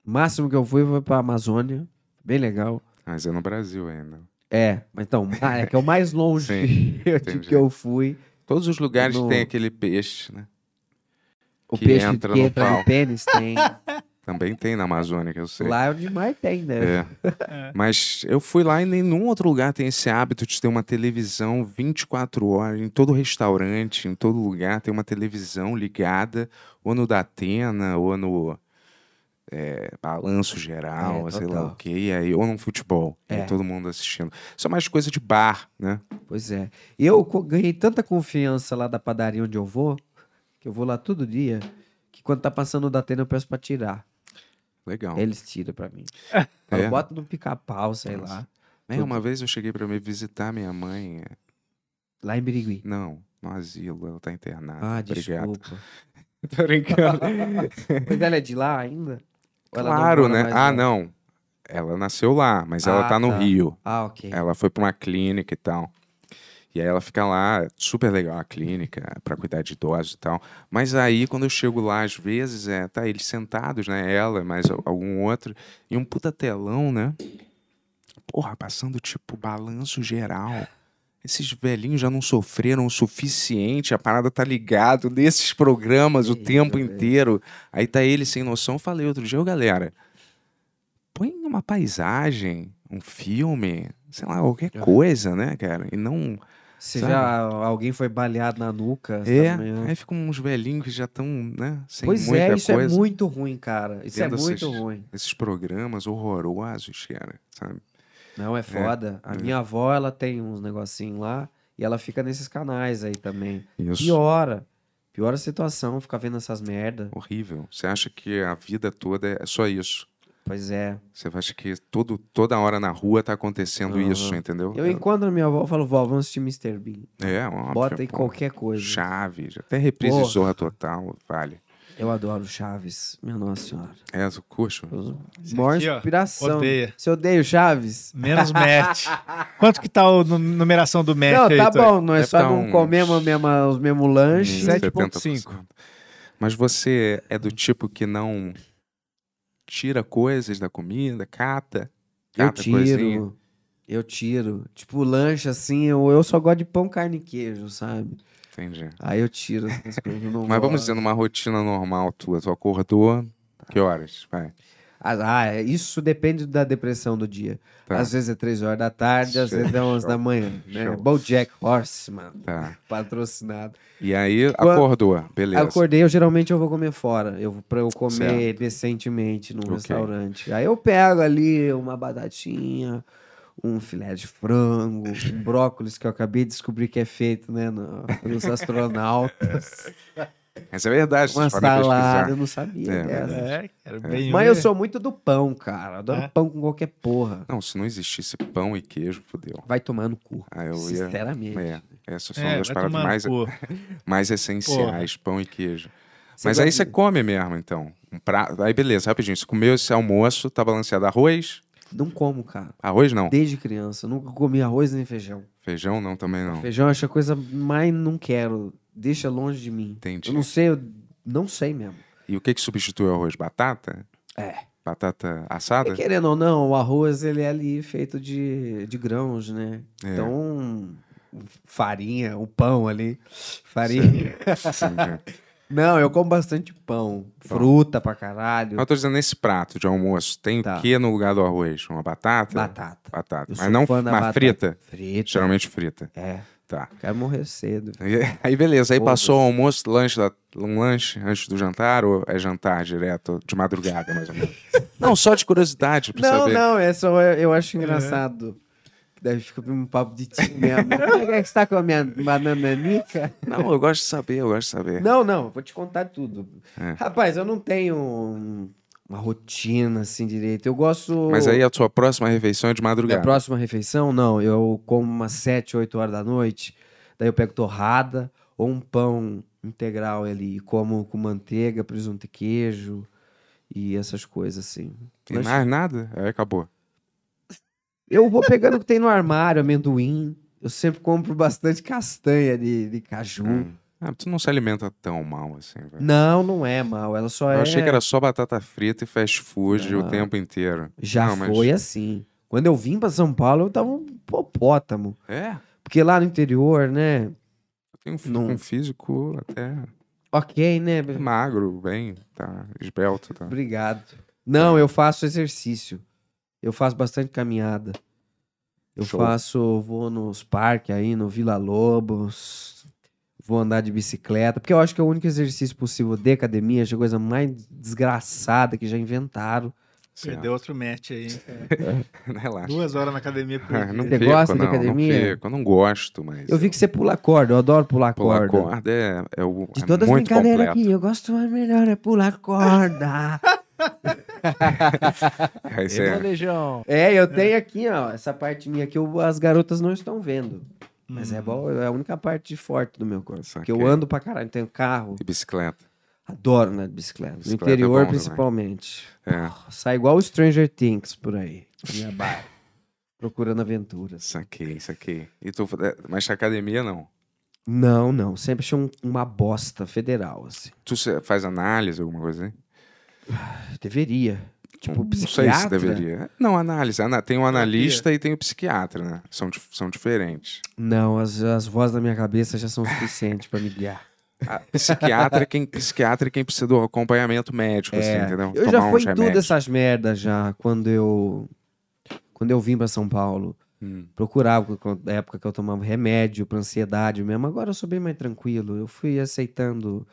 Speaker 5: O máximo que eu fui foi pra Amazônia. Bem legal.
Speaker 4: Mas é no Brasil ainda.
Speaker 5: É, mas então, ah, é que é o mais longe
Speaker 4: Sim,
Speaker 5: de
Speaker 4: entendi.
Speaker 5: que eu fui.
Speaker 4: Todos os lugares
Speaker 5: No-
Speaker 4: tem aquele peixe, né?
Speaker 5: O
Speaker 4: Que
Speaker 5: peixe
Speaker 4: entra
Speaker 5: que
Speaker 4: no
Speaker 5: entra
Speaker 4: pau.
Speaker 5: no pênis tem.
Speaker 4: Também tem na Amazônia, que eu sei.
Speaker 5: Lá é onde mais tem, né?
Speaker 4: É. Mas eu fui lá e nenhum outro lugar tem esse hábito de ter uma televisão 24 horas, em todo restaurante, em todo lugar tem uma televisão ligada, ou no Datena, ou no é, Balanço Geral,
Speaker 5: É,
Speaker 4: sei lá
Speaker 5: total.
Speaker 4: o quê, e aí, ou no futebol, e
Speaker 5: É.
Speaker 4: todo mundo assistindo. Isso é mais coisa de bar, né?
Speaker 5: Pois é. Eu co- ganhei tanta confiança lá da padaria onde eu vou, que eu vou lá todo dia, que quando tá passando da tenda eu peço pra tirar.
Speaker 4: Legal.
Speaker 5: Eles tiram pra mim.
Speaker 4: É.
Speaker 5: Eu boto no pica-pau, sei lá.
Speaker 4: Né, uma vez eu cheguei pra me visitar minha mãe. é,
Speaker 5: Lá em Birigui.
Speaker 4: Não, no asilo, ela tá internada.
Speaker 5: Ah,
Speaker 4: Obrigado.
Speaker 5: desculpa. Tô brincando. Mas ela é de lá ainda? Ou ela não
Speaker 4: Claro,
Speaker 5: mora
Speaker 4: né?
Speaker 5: mais
Speaker 4: Ah,
Speaker 5: lá?
Speaker 4: não. Ela nasceu lá, mas ela
Speaker 5: Ah,
Speaker 4: tá no
Speaker 5: tá.
Speaker 4: Rio.
Speaker 5: Ah, ok.
Speaker 4: Ela foi pra uma clínica e tal. E aí ela fica lá, é super legal a clínica, pra cuidar de idosos e tal. Mas aí, quando eu chego lá, às vezes, é, tá eles sentados, né? Ela, mais al- algum outro. E um puta telão, né? Porra, passando, tipo, balanço geral. Esses velhinhos já não sofreram o suficiente, a parada tá ligado nesses programas o
Speaker 5: Ih,
Speaker 4: tempo
Speaker 5: meu Deus.
Speaker 4: inteiro. Aí tá ele sem noção, falei outro dia, ô galera, põe uma paisagem, um filme, sei lá, qualquer
Speaker 5: Aham.
Speaker 4: coisa, né, cara? E não.
Speaker 5: Se
Speaker 4: sabe?
Speaker 5: já alguém foi baleado na nuca. essa
Speaker 4: É,
Speaker 5: manhã.
Speaker 4: aí ficam uns velhinhos que já estão, né, sem
Speaker 5: né?" Pois
Speaker 4: muita
Speaker 5: é, isso
Speaker 4: coisa.
Speaker 5: é muito ruim, cara. Isso
Speaker 4: Vendo
Speaker 5: é muito
Speaker 4: esses-
Speaker 5: ruim.
Speaker 4: Esses programas horrorosos, cara, sabe?
Speaker 5: Não, é foda. A
Speaker 4: é.
Speaker 5: minha avó, ela tem uns negocinhos lá e ela fica nesses canais aí também.
Speaker 4: Isso.
Speaker 5: Piora. Piora a situação, ficar vendo essas merda.
Speaker 4: Horrível. Você acha que a vida toda é só isso.
Speaker 5: Pois é.
Speaker 4: Você acha que todo, toda hora na rua tá acontecendo
Speaker 5: Aham.
Speaker 4: isso, entendeu?
Speaker 5: Eu encontro a minha avó e falo, vó, vamos assistir Mr. Bean.
Speaker 4: É, óbvio.
Speaker 5: Bota aí
Speaker 4: pô.
Speaker 5: qualquer coisa.
Speaker 4: Chaves, até reprise de
Speaker 5: Porra.
Speaker 4: Zorra Total, vale.
Speaker 5: Eu adoro Chaves, minha nossa senhora.
Speaker 4: É, eu curto.
Speaker 5: Eu-
Speaker 2: Esse
Speaker 5: Maior
Speaker 2: aqui, ó,
Speaker 5: inspiração.
Speaker 2: odeia.
Speaker 5: Você odeia o Chaves?
Speaker 2: Menos match. Quanto que tá a numeração do match
Speaker 5: não,
Speaker 2: aí,
Speaker 5: tá
Speaker 2: Tony?
Speaker 5: bom, não é
Speaker 4: Deve
Speaker 5: só
Speaker 4: tá
Speaker 5: não
Speaker 4: uns-
Speaker 5: comer a mesma- os mesmos lanches.
Speaker 4: Hum,
Speaker 3: 7,5.
Speaker 4: 70%. Mas você é do tipo que não tira coisas da comida, cata?
Speaker 5: Eu
Speaker 4: cata coisinha?
Speaker 5: tiro. Eu tiro. Tipo, lanche assim, eu, eu só gosto de pão, carne e queijo, sabe?
Speaker 4: Entendi.
Speaker 5: Aí eu tiro essas coisas. eu não
Speaker 4: Mas vamos
Speaker 5: gosto.
Speaker 4: dizer, numa rotina normal tua, tu acordou, que horas? Vai.
Speaker 5: Ah, ah, isso depende da depressão do dia.
Speaker 4: Tá.
Speaker 5: Às vezes é 3 horas da tarde, às
Speaker 4: Show,
Speaker 5: vezes é 11 da
Speaker 4: show,
Speaker 5: manhã. Né?
Speaker 4: show.
Speaker 5: Bojack Horseman,
Speaker 4: Tá.
Speaker 5: patrocinado.
Speaker 4: E aí,
Speaker 5: Quando-
Speaker 4: acordou, beleza.
Speaker 5: Acordei, eu geralmente eu vou comer fora. Eu, pra eu comer
Speaker 4: Certo.
Speaker 5: decentemente num
Speaker 4: Ok.
Speaker 5: restaurante. Aí eu pego ali uma batatinha, um filé de frango, um brócolis que eu acabei de descobrir que é feito, né, no- pelos astronautas.
Speaker 4: Mas é verdade,
Speaker 5: uma
Speaker 4: vocês podem
Speaker 5: salada,
Speaker 4: pesquisar.
Speaker 5: eu não sabia
Speaker 4: É,
Speaker 5: dessa.
Speaker 2: É, cara, bem
Speaker 5: Mas eu sou muito do pão, cara. Eu Adoro
Speaker 2: É?
Speaker 5: pão com qualquer porra.
Speaker 4: Não, se não existisse pão e queijo, fodeu.
Speaker 5: Vai tomar no cu.
Speaker 4: Ah, eu ia...
Speaker 5: Sinceramente.
Speaker 4: É, essas são
Speaker 2: É,
Speaker 4: duas
Speaker 2: vai
Speaker 4: paradas
Speaker 2: tomar no
Speaker 4: mais,
Speaker 2: cu.
Speaker 4: mais essenciais, pão e queijo.
Speaker 5: Você
Speaker 4: Mas aí
Speaker 5: gosta
Speaker 4: você
Speaker 5: de-
Speaker 4: come mesmo, então. Um prato. Aí beleza, rapidinho. Você comeu esse almoço, tá balanceado arroz?
Speaker 5: Não como, cara.
Speaker 4: Arroz não.
Speaker 5: Desde criança. Eu nunca comi arroz nem feijão.
Speaker 4: Feijão não, também não.
Speaker 5: Feijão eu acho a coisa mais não quero. Deixa longe de mim.
Speaker 4: Entendi.
Speaker 5: Eu não sei, eu não sei mesmo.
Speaker 4: E o que que substitui o arroz? Batata?
Speaker 5: É.
Speaker 4: Batata
Speaker 5: E
Speaker 4: assada?
Speaker 5: querendo ou não, o arroz ele é ali feito de, de grãos, né?
Speaker 4: É.
Speaker 5: Então, farinha, o pão ali. Farinha.
Speaker 4: Entendi.
Speaker 5: Não, eu como bastante pão. Fruta pra caralho.
Speaker 4: Mas eu tô dizendo, nesse prato de almoço, tem
Speaker 5: Tá.
Speaker 4: o que no lugar do arroz? Uma batata?
Speaker 5: Batata.
Speaker 4: Batata.
Speaker 5: Eu
Speaker 4: Mas
Speaker 5: sou
Speaker 4: não
Speaker 5: fã da
Speaker 4: uma
Speaker 5: batata.
Speaker 4: frita?
Speaker 5: Frita.
Speaker 4: Geralmente frita.
Speaker 5: É,
Speaker 4: Tá.
Speaker 5: quero morrer cedo.
Speaker 4: Aí, aí beleza, aí
Speaker 5: Foda-se.
Speaker 4: passou o almoço, lanche da- um lanche antes do jantar ou é jantar direto de madrugada, mais ou menos? não, só de curiosidade, pra
Speaker 5: Não,
Speaker 4: saber.
Speaker 5: não, é só eu, eu acho engraçado. Que Daí fica um papo de ti mesmo. Como é que você tá com a minha bananica?
Speaker 4: Não, eu gosto de saber, eu gosto de saber.
Speaker 5: Não, não, vou te contar tudo.
Speaker 4: É.
Speaker 5: Rapaz, eu não tenho um- uma rotina assim direito. Eu gosto.
Speaker 4: Mas aí a sua próxima refeição é de
Speaker 5: Minha
Speaker 4: madrugada.
Speaker 5: próxima refeição, não. Eu como umas 7, 8 horas da noite. Daí eu pego torrada ou um pão integral ali. e Como com manteiga, presunto e queijo. e essas coisas, assim.
Speaker 4: Tem
Speaker 5: Mas
Speaker 4: mais nada? Aí acabou.
Speaker 5: Eu vou pegando o que tem no armário, amendoim. Eu sempre compro bastante castanha de, de caju.
Speaker 4: Hum. Ah, tu não se alimenta tão mal assim, velho.
Speaker 5: Não, não é mal. Ela só é.
Speaker 4: Eu achei que era só batata frita e fast food
Speaker 5: Não.
Speaker 4: o tempo inteiro.
Speaker 5: Já
Speaker 4: Não, mas-
Speaker 5: foi assim. Quando eu vim pra São Paulo, eu tava um hipopótamo.
Speaker 4: É,
Speaker 5: Porque lá no interior, né?
Speaker 4: eu tenho um fi-
Speaker 5: Não.
Speaker 4: um físico até
Speaker 5: Ok, né?
Speaker 4: magro, bem, tá, esbelto, tá.
Speaker 5: Obrigado. Não, eu faço exercício. Eu faço bastante caminhada. Eu
Speaker 4: Show.
Speaker 5: faço, vou nos parques aí, no Vila Lobos, vou andar de bicicleta, porque eu acho que é o único exercício possível de academia, acho é a coisa mais desgraçada que já inventaram.
Speaker 2: Perdeu outro match aí. hein, cara.
Speaker 4: Relaxa.
Speaker 2: Duas horas na academia por
Speaker 4: Ah,
Speaker 2: dia.
Speaker 4: não
Speaker 5: Você
Speaker 4: fico,
Speaker 5: gosta de
Speaker 4: não,
Speaker 5: academia?
Speaker 4: Não fico. Eu não gosto, mas.
Speaker 5: Eu vi que você pula corda, eu adoro pular,
Speaker 4: pular
Speaker 5: corda.
Speaker 4: corda, é, é, o,
Speaker 5: De
Speaker 4: é
Speaker 5: todas as
Speaker 4: muito
Speaker 5: brincadeiras
Speaker 4: completo.
Speaker 5: aqui, eu gosto mais melhor é pular corda.
Speaker 4: Aí você-
Speaker 3: Ê, manejão.
Speaker 5: é, eu tenho aqui, ó, essa parte minha que eu- as garotas não estão vendo. Mas é, bom, é a única parte forte do meu corpo. Porque eu
Speaker 4: Saquei.
Speaker 5: ando pra caralho, tenho carro.
Speaker 4: E bicicleta.
Speaker 5: Adoro andar de bicicleta. No
Speaker 4: Bicicleta é
Speaker 5: interior,
Speaker 4: bom também.
Speaker 5: principalmente.
Speaker 4: É,
Speaker 5: Sai igual o Stranger Things por aí. Minha barra. Procurando aventuras.
Speaker 4: saquei, saquei. E tu, é, mas academia não.
Speaker 5: Não, não. Sempre achei um- uma bosta federal, assim.
Speaker 4: Tu se- faz análise, alguma coisa assim?
Speaker 5: Deveria. Tipo,
Speaker 4: não sei
Speaker 5: psiquiatra.
Speaker 4: se deveria. Não, análise. ana- Tem o analista e tem o psiquiatra, né? São, dif- são diferentes.
Speaker 5: Não, as, as vozes da minha cabeça já são suficientes pra me guiar.
Speaker 4: A psiquiatra, é quem, psiquiatra é quem precisa do acompanhamento médico, assim, entendeu?
Speaker 5: É. Eu já fui em
Speaker 4: remédios.
Speaker 5: tudo essas merdas já, quando eu... Quando eu vim pra São Paulo.
Speaker 4: Hum.
Speaker 5: procurava quando- na época que eu tomava remédio para ansiedade mesmo. Agora eu sou bem mais tranquilo. Eu fui aceitando.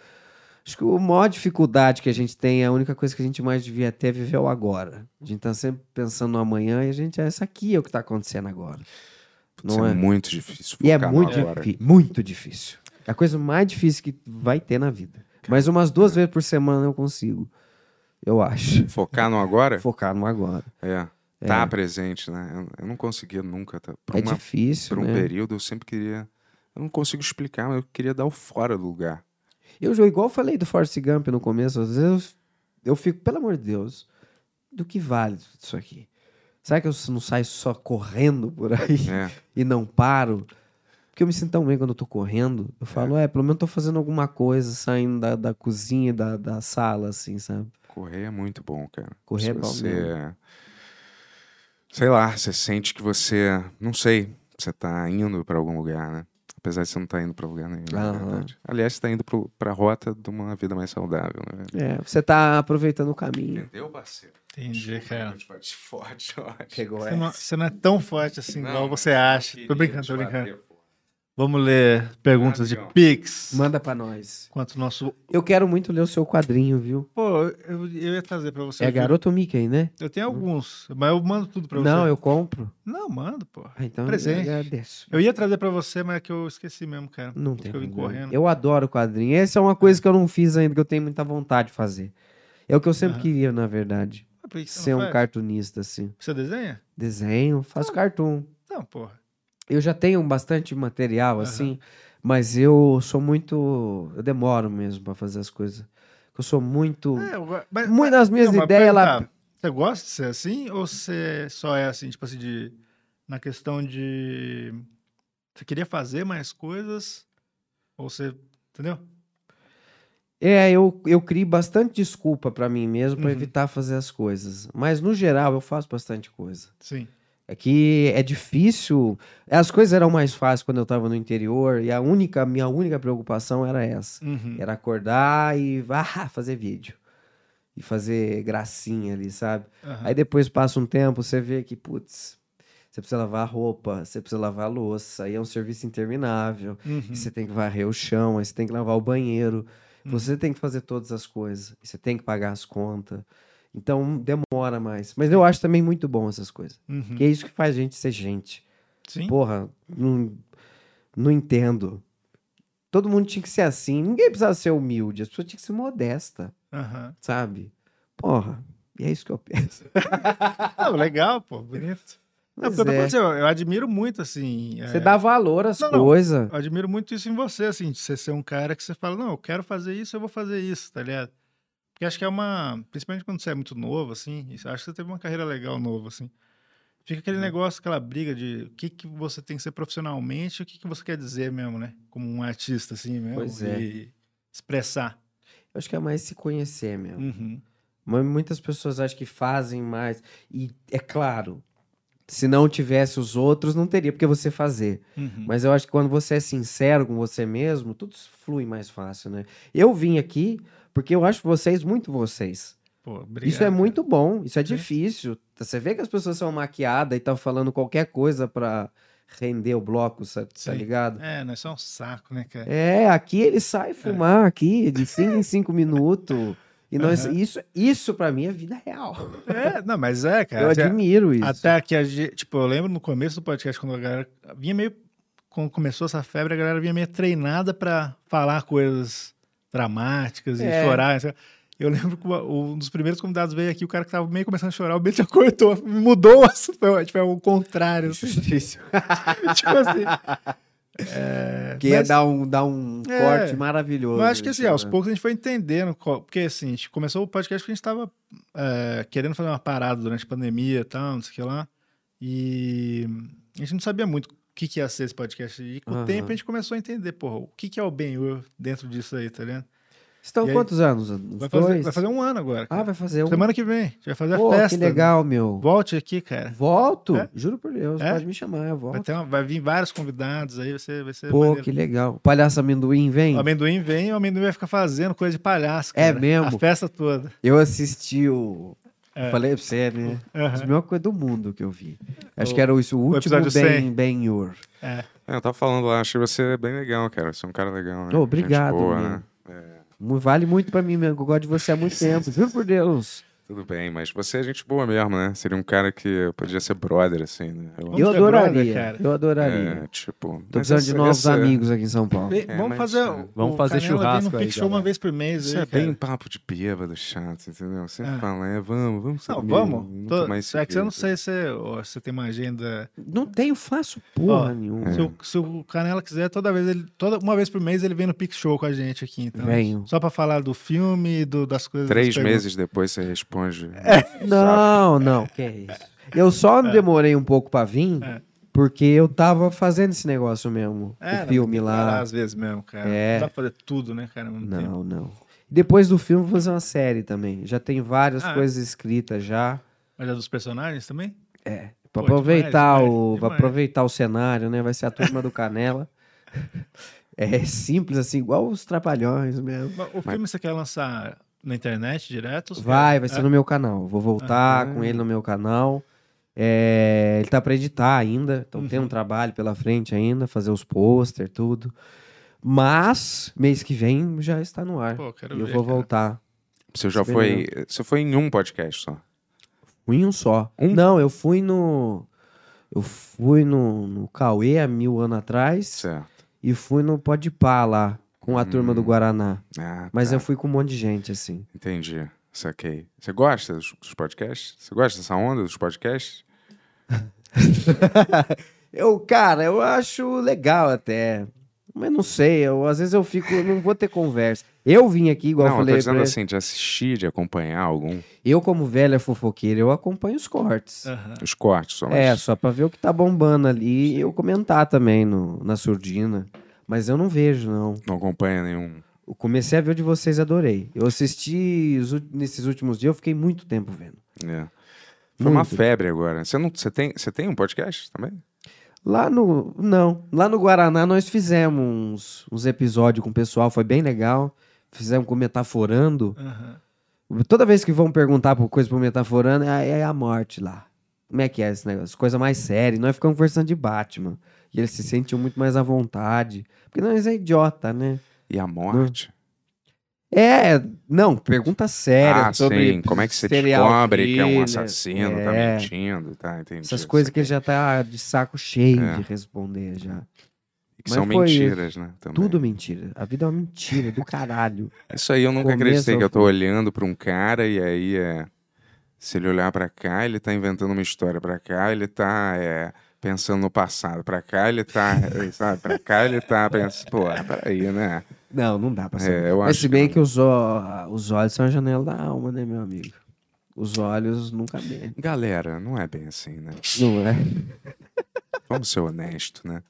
Speaker 5: Acho que a maior dificuldade que a gente tem, a única coisa que a gente mais devia ter é viver o agora. A gente tá sempre pensando no amanhã e a gente, ah, isso aqui é o que tá acontecendo agora.
Speaker 4: Isso
Speaker 5: não
Speaker 4: é,
Speaker 5: é?
Speaker 4: muito difícil.
Speaker 5: E é
Speaker 4: focar no
Speaker 5: muito,
Speaker 4: agora.
Speaker 5: difí- muito difícil. É a coisa mais difícil que vai ter na vida. Mas umas duas vezes por semana eu consigo. Eu acho.
Speaker 4: Focar no agora?
Speaker 5: Focar no agora.
Speaker 4: É. Tá presente, né? Eu, eu não conseguia nunca. Tá? Por,
Speaker 5: É
Speaker 4: uma-
Speaker 5: difícil,
Speaker 4: por um
Speaker 5: né?
Speaker 4: período eu sempre queria. Eu não consigo explicar, mas eu queria dar o fora do lugar.
Speaker 5: Eu, jo- igual eu falei do Force Gump no começo, às vezes eu, eu fico, pelo amor de Deus, do que vale isso aqui? Será que eu s- não saio só correndo por aí
Speaker 4: É.
Speaker 5: e não paro? Porque eu me sinto tão bem quando eu tô correndo. Eu falo, é, pelo menos eu tô fazendo alguma coisa, saindo da, da cozinha, da, da sala, assim, sabe?
Speaker 4: Correr é muito bom, cara.
Speaker 5: Correr
Speaker 4: Se
Speaker 5: é bom
Speaker 4: você...
Speaker 5: mesmo.
Speaker 4: Sei lá, você sente que você. Não sei, você tá indo pra algum lugar, né? Apesar de você não tá indo pra lugar nenhum, na
Speaker 5: Aham.
Speaker 4: verdade. Aliás, você tá indo pro, pra rota de uma vida mais saudável, né?
Speaker 5: É, você tá aproveitando o caminho.
Speaker 4: Entendeu, parceiro?
Speaker 2: Entendi, cara.
Speaker 4: Forte,
Speaker 5: Pegou
Speaker 2: Você não, você não é tão forte assim, igual você acha. Tô brincando, tô brincando. Vamos ler perguntas de
Speaker 4: Rapidão.
Speaker 2: Pix.
Speaker 5: Manda pra nós.
Speaker 2: Quanto nosso.
Speaker 5: Eu quero muito ler o seu quadrinho, viu?
Speaker 2: Pô, eu, eu ia trazer pra você.
Speaker 5: é
Speaker 2: viu?
Speaker 5: Garoto Mickey, né?
Speaker 2: Eu tenho alguns, mas eu mando tudo pra você.
Speaker 5: Não, eu compro.
Speaker 2: Não, mando, pô.
Speaker 5: Ah, então eu
Speaker 2: Presente.
Speaker 5: agradeço.
Speaker 2: Eu ia trazer pra você, mas é que eu esqueci mesmo, cara.
Speaker 5: Não
Speaker 2: Por isso
Speaker 5: tem
Speaker 2: que eu vim
Speaker 5: problema.
Speaker 2: correndo.
Speaker 5: Eu adoro quadrinho. Essa é uma coisa que eu não fiz ainda, que eu tenho muita vontade de fazer. É o que eu sempre
Speaker 2: Aham.
Speaker 5: queria, na verdade.
Speaker 2: Ah, por que você
Speaker 5: ser
Speaker 2: não
Speaker 5: um
Speaker 2: faz? Ah.
Speaker 5: cartunista, assim.
Speaker 2: Você desenha?
Speaker 5: Desenho, faço cartoon.
Speaker 2: Não, porra.
Speaker 5: Eu já tenho bastante material,
Speaker 2: Aham.
Speaker 5: assim, mas eu sou muito. Eu demoro mesmo pra fazer as coisas. Eu sou Hum. muito.
Speaker 2: É, eu go- mas,
Speaker 5: Muitas das minhas
Speaker 2: não, mas
Speaker 5: ideias, ela.
Speaker 2: perguntar, Você gosta de ser assim ou você só é assim, tipo assim, de. Na questão de. Você queria fazer mais coisas? Ou você. Entendeu?
Speaker 5: É, eu, eu crio bastante desculpa pra mim mesmo pra
Speaker 2: Uhum.
Speaker 5: evitar fazer as coisas. Mas, no geral, eu faço bastante coisa.
Speaker 2: Sim.
Speaker 5: É que é difícil. As coisas eram mais fáceis quando eu tava no interior e a única minha única preocupação era essa.
Speaker 2: Uhum.
Speaker 5: Era acordar e vá fazer vídeo. E fazer gracinha ali, sabe?
Speaker 2: Aham.
Speaker 5: Aí depois passa um tempo, você vê que, putz, você precisa lavar roupa, você precisa lavar louça, aí é um serviço interminável.
Speaker 2: Uhum.
Speaker 5: Você tem que varrer o chão, aí você tem que lavar o banheiro.
Speaker 2: Hum.
Speaker 5: Você tem que fazer todas as coisas. e Você tem que pagar as contas. Então demora mais. Mas eu acho também muito bom essas coisas.
Speaker 2: Uhum.
Speaker 5: Que é isso que faz a gente ser gente.
Speaker 2: Sim.
Speaker 5: Porra, não, não entendo. Todo mundo tinha que ser assim. Ninguém precisava ser humilde. As pessoas tinham que ser modesta,
Speaker 2: Aham.
Speaker 5: sabe? Porra, e é isso que eu penso.
Speaker 2: Ah, legal, pô, bonito. Não,
Speaker 5: Mas
Speaker 2: porque eu tô
Speaker 5: é,
Speaker 2: falando assim, eu, eu admiro muito, assim.
Speaker 5: Você
Speaker 2: é,
Speaker 5: dá valor às
Speaker 2: Não, não.
Speaker 5: coisas.
Speaker 2: Eu admiro muito isso em você, assim, de você ser um cara que você fala, não, eu quero fazer isso, eu vou fazer isso, tá ligado? Porque acho que é uma. Principalmente quando você é muito novo, assim, e você acha que você teve uma carreira legal nova, assim. Fica
Speaker 5: Uhum.
Speaker 2: aquele negócio, aquela briga de o que, que você tem que ser profissionalmente e o que, que você quer dizer mesmo, né? Como um artista, assim, mesmo.
Speaker 5: Pois é.
Speaker 2: E expressar.
Speaker 5: Eu acho que é mais se conhecer mesmo.
Speaker 2: Uhum.
Speaker 5: Mas muitas pessoas acham que fazem mais. E é claro, se não tivesse os outros, não teria porque você fazer.
Speaker 2: Uhum.
Speaker 5: Mas eu acho que quando você é sincero com você mesmo, tudo flui mais fácil, né? Eu vim aqui porque eu acho vocês muito vocês.
Speaker 2: Pô, obrigado.
Speaker 5: Isso é muito bom, isso é
Speaker 2: Sim.
Speaker 5: difícil. Você vê que as pessoas são maquiadas e estão falando qualquer coisa pra render o bloco, sa- tá
Speaker 2: Sim.
Speaker 5: ligado?
Speaker 2: É, não é só um saco, né, cara?
Speaker 5: É, aqui ele sai fumar aqui de 5 em 5 minutos. E nós,
Speaker 2: Aham.
Speaker 5: isso, isso para mim é vida real.
Speaker 2: É, não, mas é, cara.
Speaker 5: eu
Speaker 2: Até-
Speaker 5: admiro isso.
Speaker 2: Até que a gente, tipo, eu lembro no começo do podcast, quando a galera vinha meio. Quando começou essa febre, a galera vinha meio treinada pra falar coisas dramáticas e
Speaker 5: É.
Speaker 2: chorar. sabe? Eu lembro que uma- um dos primeiros convidados veio aqui, o cara que tava meio começando a chorar, o Bento já cortou, mudou o assunto. foi, Tipo, é o contrário. assim. tipo assim. É,
Speaker 5: Que
Speaker 2: mas-
Speaker 5: ia dar um, dar um
Speaker 2: É,
Speaker 5: corte maravilhoso.
Speaker 2: mas acho que assim,
Speaker 5: isso,
Speaker 2: aos
Speaker 5: né?
Speaker 2: poucos a gente foi entendendo. qual- porque assim, a gente começou o podcast porque a gente tava é, querendo fazer uma parada durante a pandemia e tal, não sei o que lá. E a gente não sabia muito o que, que ia ser esse podcast. E com o
Speaker 5: Aham.
Speaker 2: tempo a gente começou a entender, porra, o que, que é o Ben Hur dentro disso aí, tá ligado?
Speaker 5: Estão
Speaker 2: E aí-
Speaker 5: quantos anos? Uns
Speaker 2: Vai fazer,
Speaker 5: dois?
Speaker 2: vai fazer um ano agora.
Speaker 5: Ah,
Speaker 2: cara.
Speaker 5: vai fazer um.
Speaker 2: Semana que vem, a gente vai fazer
Speaker 5: Pô,
Speaker 2: a festa.
Speaker 5: que legal, meu.
Speaker 2: Volte aqui, cara.
Speaker 5: Volto?
Speaker 2: É?
Speaker 5: Juro por Deus,
Speaker 2: É?
Speaker 5: pode me chamar,
Speaker 2: Vai,
Speaker 5: eu volto.
Speaker 2: ter uma- vai vir vários convidados aí, vai ser, vai ser
Speaker 5: Pô,
Speaker 2: maneiro.
Speaker 5: que legal. Palhaço amendoim, vem.
Speaker 2: O amendoim vem e o amendoim vai ficar fazendo coisa de palhaço,
Speaker 5: É
Speaker 2: cara.
Speaker 5: mesmo?
Speaker 2: A festa toda.
Speaker 5: Eu assisti o...
Speaker 2: É.
Speaker 5: Falei pra você, né?
Speaker 2: Aham.
Speaker 5: A melhor coisa do mundo que eu vi. Acho
Speaker 2: O-
Speaker 5: que era isso, o último
Speaker 2: episódio
Speaker 5: Ben,
Speaker 2: 100.
Speaker 5: ben Hur.
Speaker 4: É, eu tava falando lá, achei você bem legal, cara. Você é um cara legal, né? Gente
Speaker 5: obrigado,
Speaker 4: boa,
Speaker 5: meu.
Speaker 4: né?
Speaker 5: Mu- Vale muito pra mim mesmo, que eu gosto de você há muito tempo. Juro por Deus.
Speaker 4: Tudo bem, mas você é gente boa mesmo, né? Seria um cara que podia ser brother, assim, né? Eu,
Speaker 2: Vamos
Speaker 5: Eu
Speaker 2: ser brother,
Speaker 5: adoraria,
Speaker 2: cara.
Speaker 5: eu adoraria.
Speaker 4: é, tipo...
Speaker 5: Tô precisando de novos amigos aqui em São Paulo.
Speaker 2: Vê- vamos
Speaker 4: mas,
Speaker 2: fazer,
Speaker 4: é.
Speaker 2: o-
Speaker 3: Vamos
Speaker 2: o Canela
Speaker 3: fazer
Speaker 2: vem
Speaker 3: churrasco
Speaker 2: no
Speaker 3: aí,
Speaker 2: Pix Show uma
Speaker 3: galera.
Speaker 2: vez por mês.
Speaker 4: Isso
Speaker 2: aí,
Speaker 4: é bem
Speaker 2: cara.
Speaker 4: papo de bêbado chato, entendeu? Sempre
Speaker 2: É.
Speaker 4: fala, é, vamos, vamos ser
Speaker 2: Não,
Speaker 4: amigo,
Speaker 2: vamos.
Speaker 4: nunca
Speaker 2: Tô,
Speaker 4: mais se
Speaker 2: é que você
Speaker 4: vê,
Speaker 2: não sei se ó, você tem uma agenda.
Speaker 5: Não tenho, faço porra nenhuma.
Speaker 2: Se, o, se o Canela quiser, toda vez ele, toda, uma vez por mês ele vem no Pix Show com a gente aqui. Então,
Speaker 5: Venho.
Speaker 2: Só pra falar do filme, do, das coisas. das
Speaker 4: Três
Speaker 2: perguntas. É,
Speaker 4: meses depois você responde.
Speaker 5: Não, não, que é isso. Eu só demorei um pouco pra vir,
Speaker 2: É.
Speaker 5: porque eu tava fazendo esse negócio mesmo.
Speaker 2: É,
Speaker 5: o
Speaker 2: não,
Speaker 5: filme
Speaker 2: tem que parar
Speaker 5: lá.
Speaker 2: Às vezes mesmo, cara.
Speaker 5: É.
Speaker 2: Não dá pra fazer tudo, né, cara? ao mesmo tempo.
Speaker 5: Não, não. Depois do filme, vou fazer uma série também. Já tem várias
Speaker 2: Ah.
Speaker 5: coisas escritas já.
Speaker 2: Mas é dos personagens também?
Speaker 5: Pra
Speaker 2: Pô,
Speaker 5: aproveitar,
Speaker 2: demais,
Speaker 5: o,
Speaker 2: demais,
Speaker 5: pra
Speaker 2: demais.
Speaker 5: aproveitar o cenário, né? Vai ser a turma do Canela. É simples assim, igual os Trapalhões mesmo.
Speaker 2: Mas O filme você quer lançar na internet direto? Você
Speaker 5: Vai,
Speaker 2: quer-
Speaker 5: vai ser
Speaker 2: É.
Speaker 5: no meu canal. Vou voltar com ele no meu canal. É, ele tá pra editar ainda, então
Speaker 2: Uhum.
Speaker 5: tem um trabalho pela frente ainda, fazer os pôster, tudo. Mas mês que vem já está no ar.
Speaker 2: Ah, Pô, quero
Speaker 5: e eu
Speaker 2: ver,
Speaker 5: vou
Speaker 2: cara.
Speaker 5: voltar.
Speaker 4: Você já
Speaker 5: Isso
Speaker 4: foi... Você foi em um podcast só.
Speaker 5: Fui em um só. Não, eu fui no. Eu fui no, no Cauê há mil anos atrás
Speaker 4: Certo.
Speaker 5: e fui no Podpah lá, com a turma do
Speaker 4: Hum.
Speaker 5: Guaraná.
Speaker 4: Ah,
Speaker 5: Mas
Speaker 4: tá.
Speaker 5: eu fui com um monte de gente, assim.
Speaker 4: Entendi. Saquei. Você gosta dos, dos podcasts? Você gosta dessa onda dos podcasts?
Speaker 5: Eu, cara, eu acho legal até. Mas não sei, eu, às vezes eu fico, não vou ter conversa. Eu vim aqui, igual
Speaker 4: não,
Speaker 5: eu
Speaker 4: eu tô
Speaker 5: falei,
Speaker 4: dizendo
Speaker 5: pra-
Speaker 4: assim, de assistir, de acompanhar algum.
Speaker 5: eu como velha fofoqueira, eu acompanho os cortes.
Speaker 2: Aham.
Speaker 4: Os cortes só.
Speaker 5: É,
Speaker 4: É, mas-
Speaker 5: só pra ver o que tá bombando ali e eu comentar também no, na surdina. Mas eu não vejo, não.
Speaker 4: Não acompanha nenhum.
Speaker 5: Eu comecei a ver o de vocês e adorei. Eu assisti os ú- nesses últimos dias, eu fiquei muito tempo vendo.
Speaker 4: né? Foi uma
Speaker 5: Muito.
Speaker 4: febre agora. Você, não, você, tem, você tem um podcast também?
Speaker 5: Lá no. Não. Lá no Guaraná nós fizemos uns, uns episódios com o pessoal, foi bem legal. Fizemos com o Metaforando.
Speaker 2: Aham.
Speaker 5: Toda vez que vão perguntar por coisa pro Metaforando, é, é a morte lá. Como é que é esse negócio? Coisa mais séria. E Nós ficamos conversando de Batman. E eles se sentiam muito mais à vontade. Porque nós é idiota, né?
Speaker 4: E a morte?
Speaker 5: É, não, pergunta séria
Speaker 4: ah,
Speaker 5: sobre.
Speaker 4: sim. Como é que você
Speaker 5: serial
Speaker 4: descobre que é um
Speaker 5: killer.
Speaker 4: assassino, tá
Speaker 5: É.
Speaker 4: mentindo, tá? Entendi.
Speaker 5: Essas coisas que ele já tá de saco cheio
Speaker 4: É.
Speaker 5: de responder já.
Speaker 4: Que
Speaker 5: mas
Speaker 4: são
Speaker 5: foi isso.
Speaker 4: mentiras, né? Também.
Speaker 5: Tudo mentira. A vida é uma mentira do caralho.
Speaker 4: É Isso aí eu nunca
Speaker 5: Começo
Speaker 4: acreditei
Speaker 5: ao
Speaker 4: que eu tô
Speaker 5: fim.
Speaker 4: olhando pra um cara e aí é. Se ele olhar pra cá, ele tá inventando uma história pra cá, ele tá é, pensando no passado. Pra cá, ele tá. sabe? Pra cá, ele tá pensando. Pô, é, peraí, né?
Speaker 5: Não, não dá pra saber.
Speaker 4: É, eu
Speaker 5: Mas
Speaker 4: acho
Speaker 5: se bem que os, ó- os olhos são a janela da alma, né, meu amigo? Os olhos nunca bem.
Speaker 4: Galera, não é bem assim, né?
Speaker 5: Não é?
Speaker 4: Vamos ser honesto, né?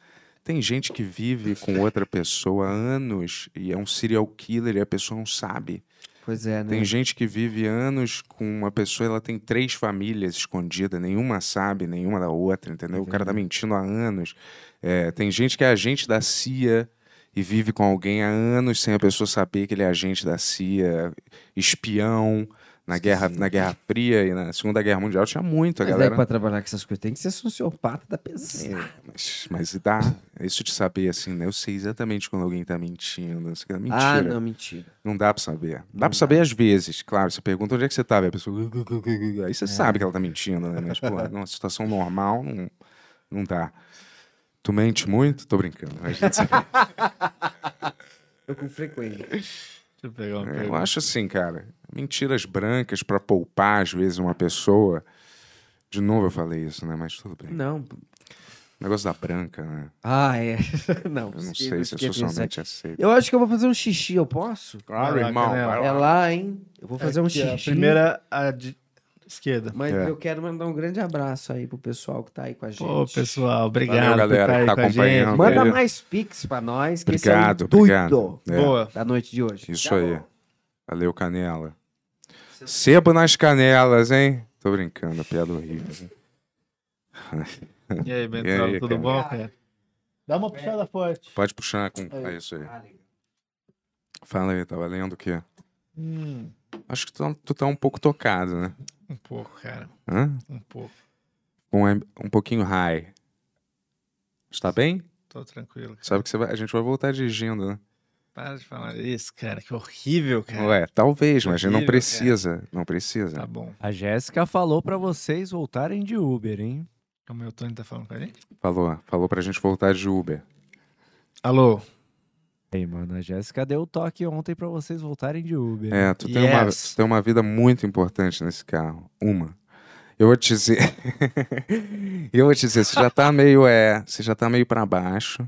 Speaker 4: Tem gente que vive com outra pessoa há anos e é um serial killer e a pessoa não sabe.
Speaker 5: Pois é, né?
Speaker 4: Tem gente que vive anos com uma pessoa, ela tem três famílias escondidas, nenhuma sabe, nenhuma da outra, entendeu? O cara tá mentindo há anos. É, tem gente que é agente da CIA e vive com alguém há anos sem a pessoa saber que ele é agente da CIA, espião. Na guerra, na guerra Fria e na Segunda Guerra Mundial tinha muito, a
Speaker 5: Mas
Speaker 4: galera.
Speaker 5: aí pra trabalhar com essas coisas tem que ser sociopata da pesada.
Speaker 4: É, mas, mas dá. Isso de saber, assim, né? Eu sei exatamente quando alguém tá mentindo. Isso aqui é mentira.
Speaker 5: Ah,
Speaker 4: não.
Speaker 5: não, mentira.
Speaker 4: dá pra saber. Dá pra saber às vezes, claro. Você pergunta onde é que você tava. e A pessoa. Aí
Speaker 5: É.
Speaker 4: você sabe que ela tá mentindo, né? Mas, porra, numa situação normal, não, não dá. Tu mente muito? Tô brincando. A gente sabe.
Speaker 5: Eu com frequência.
Speaker 2: Deixa eu pegar uma
Speaker 4: Eu
Speaker 2: pergunta.
Speaker 4: acho assim, cara. Mentiras brancas pra poupar, às vezes, uma pessoa. De novo eu falei isso, né? Mas tudo bem.
Speaker 5: Não.
Speaker 4: Negócio da branca, né?
Speaker 5: Ah, é. não,
Speaker 4: Eu não
Speaker 5: sim,
Speaker 4: sei se é
Speaker 5: fiquei pensando.
Speaker 4: socialmente aceito.
Speaker 5: Eu acho que eu vou fazer um xixi, eu posso?
Speaker 4: Claro,
Speaker 2: Vai lá,
Speaker 4: irmão.
Speaker 2: Canela.
Speaker 4: vai lá.
Speaker 5: É lá, hein? Eu vou fazer um
Speaker 2: Aqui,
Speaker 5: xixi.
Speaker 2: A primeira, a de esquerda.
Speaker 5: Mas
Speaker 4: É.
Speaker 5: eu quero mandar um grande abraço aí pro pessoal que tá aí com a gente.
Speaker 2: Pô, pessoal, obrigado
Speaker 4: Valeu, galera, que
Speaker 2: por
Speaker 4: tá
Speaker 2: estar aí com a gente.
Speaker 4: acompanhando.
Speaker 5: Manda
Speaker 4: Valeu.
Speaker 5: mais pix pra nós, que
Speaker 4: Obrigado,
Speaker 5: esse é o intuito
Speaker 4: obrigado. É,
Speaker 2: Boa.
Speaker 5: da noite de hoje.
Speaker 4: Isso
Speaker 5: Tá
Speaker 4: aí.
Speaker 5: bom.
Speaker 4: Valeu, Canela. Sebo nas canelas, hein? Tô brincando, é piada horrível.
Speaker 2: E aí, Bentão,
Speaker 4: E aí,
Speaker 2: tudo
Speaker 4: cara?
Speaker 2: bom, cara? Dá uma puxada forte.
Speaker 4: Pode puxar com. É isso aí. Fala aí, tava lendo o quê? Acho que tu, tu tá um pouco tocado, né?
Speaker 2: Hum. Um pouco, cara.
Speaker 4: Hã?
Speaker 2: Um pouco.
Speaker 4: Um, um pouquinho high. Está bem?
Speaker 2: Tô tranquilo.
Speaker 4: Sabe que você vai- a gente vai voltar dirigindo, né?
Speaker 2: Para de falar isso, cara. Que horrível, cara.
Speaker 4: Ué, talvez, mas a gente não
Speaker 2: Horrível,
Speaker 4: precisa. Não precisa.
Speaker 2: Tá bom.
Speaker 3: A Jéssica falou pra vocês voltarem de Uber, hein?
Speaker 2: Como é o Tony tá falando com a gente?
Speaker 4: Falou, falou pra gente voltar de Uber.
Speaker 2: Alô?
Speaker 3: Ei, mano, a Jéssica deu o toque ontem pra vocês voltarem de Uber.
Speaker 4: É, tu tem, uma,
Speaker 2: Yes.
Speaker 4: tu tem uma vida muito importante nesse carro. Uma. Eu vou te dizer. eu vou te dizer, você já tá meio. É, você já tá meio pra baixo,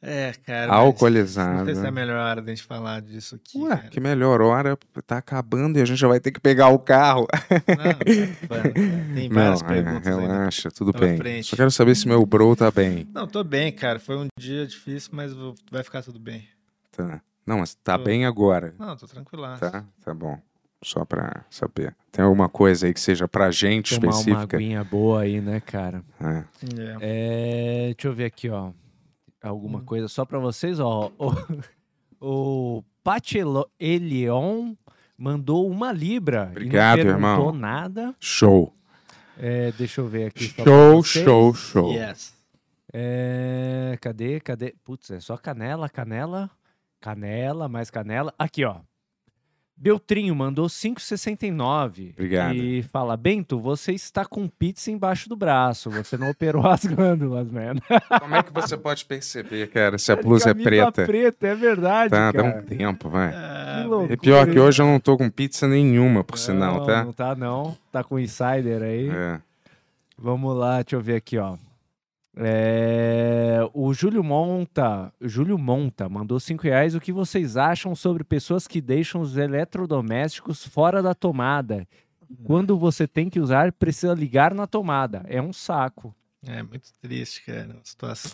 Speaker 2: É, cara. mas Não
Speaker 4: alcoolizado.
Speaker 2: sei se é a melhor hora da gente falar disso aqui.
Speaker 4: Ué,
Speaker 2: cara.
Speaker 4: que melhor hora. Tá acabando e a gente já vai ter que pegar o carro.
Speaker 2: Não, tá acabando, cara. Tem várias
Speaker 4: Não, é,
Speaker 2: perguntas né? ainda.
Speaker 4: relaxa, tudo
Speaker 2: pela
Speaker 4: bem.
Speaker 2: frente.
Speaker 4: Só quero saber se meu bro tá bem.
Speaker 2: Não, tô bem, cara. Foi um dia difícil, mas vou- vai ficar tudo bem.
Speaker 4: Tá. Não, mas tá
Speaker 2: Tô.
Speaker 4: bem agora.
Speaker 2: Não, tô tranquilaço.
Speaker 4: Tá? Tá bom. Só pra saber. Tem alguma coisa aí que seja pra gente
Speaker 3: Tomar uma
Speaker 4: específica?
Speaker 3: aguinha boa aí, né, cara?
Speaker 4: É.
Speaker 2: É.
Speaker 3: É, deixa eu ver aqui, ó. Alguma coisa só pra vocês, ó. O, o Pat Elo- Elion mandou uma libra.
Speaker 4: Obrigado,
Speaker 3: e não perguntou
Speaker 4: irmão.
Speaker 3: nada.
Speaker 4: Show.
Speaker 3: É, deixa eu ver aqui. só pra
Speaker 4: Show,
Speaker 3: vocês.
Speaker 4: show, show.
Speaker 2: Yes.
Speaker 3: É, cadê, cadê? Putz, é só canela, canela, canela, mais canela. Aqui, ó. Beltrinho mandou 5,69.
Speaker 4: Obrigado.
Speaker 3: E fala, Bento, você está com pizza embaixo do braço. Você não operou as glândulas, né?
Speaker 4: Como é que você pode perceber, cara, se a blusa é
Speaker 3: Camisa
Speaker 4: preta?
Speaker 3: preta, é verdade,
Speaker 4: Tá, dá
Speaker 3: cara.
Speaker 4: um tempo, vai.
Speaker 2: Ah,
Speaker 3: Que loucura,
Speaker 4: E pior que
Speaker 3: hein?
Speaker 4: hoje eu não tô com pizza nenhuma, por sinal,
Speaker 3: não,
Speaker 4: tá?
Speaker 3: Não tá, não. Tá com insider aí.
Speaker 4: É.
Speaker 3: Vamos lá, deixa eu ver aqui, ó. É, O Júlio Monta, Júlio Monta mandou 5 reais. O que vocês acham sobre pessoas que deixam os eletrodomésticos fora da tomada? Quando você tem que usar, precisa ligar na tomada. É um saco.
Speaker 2: É muito triste, cara. A situação.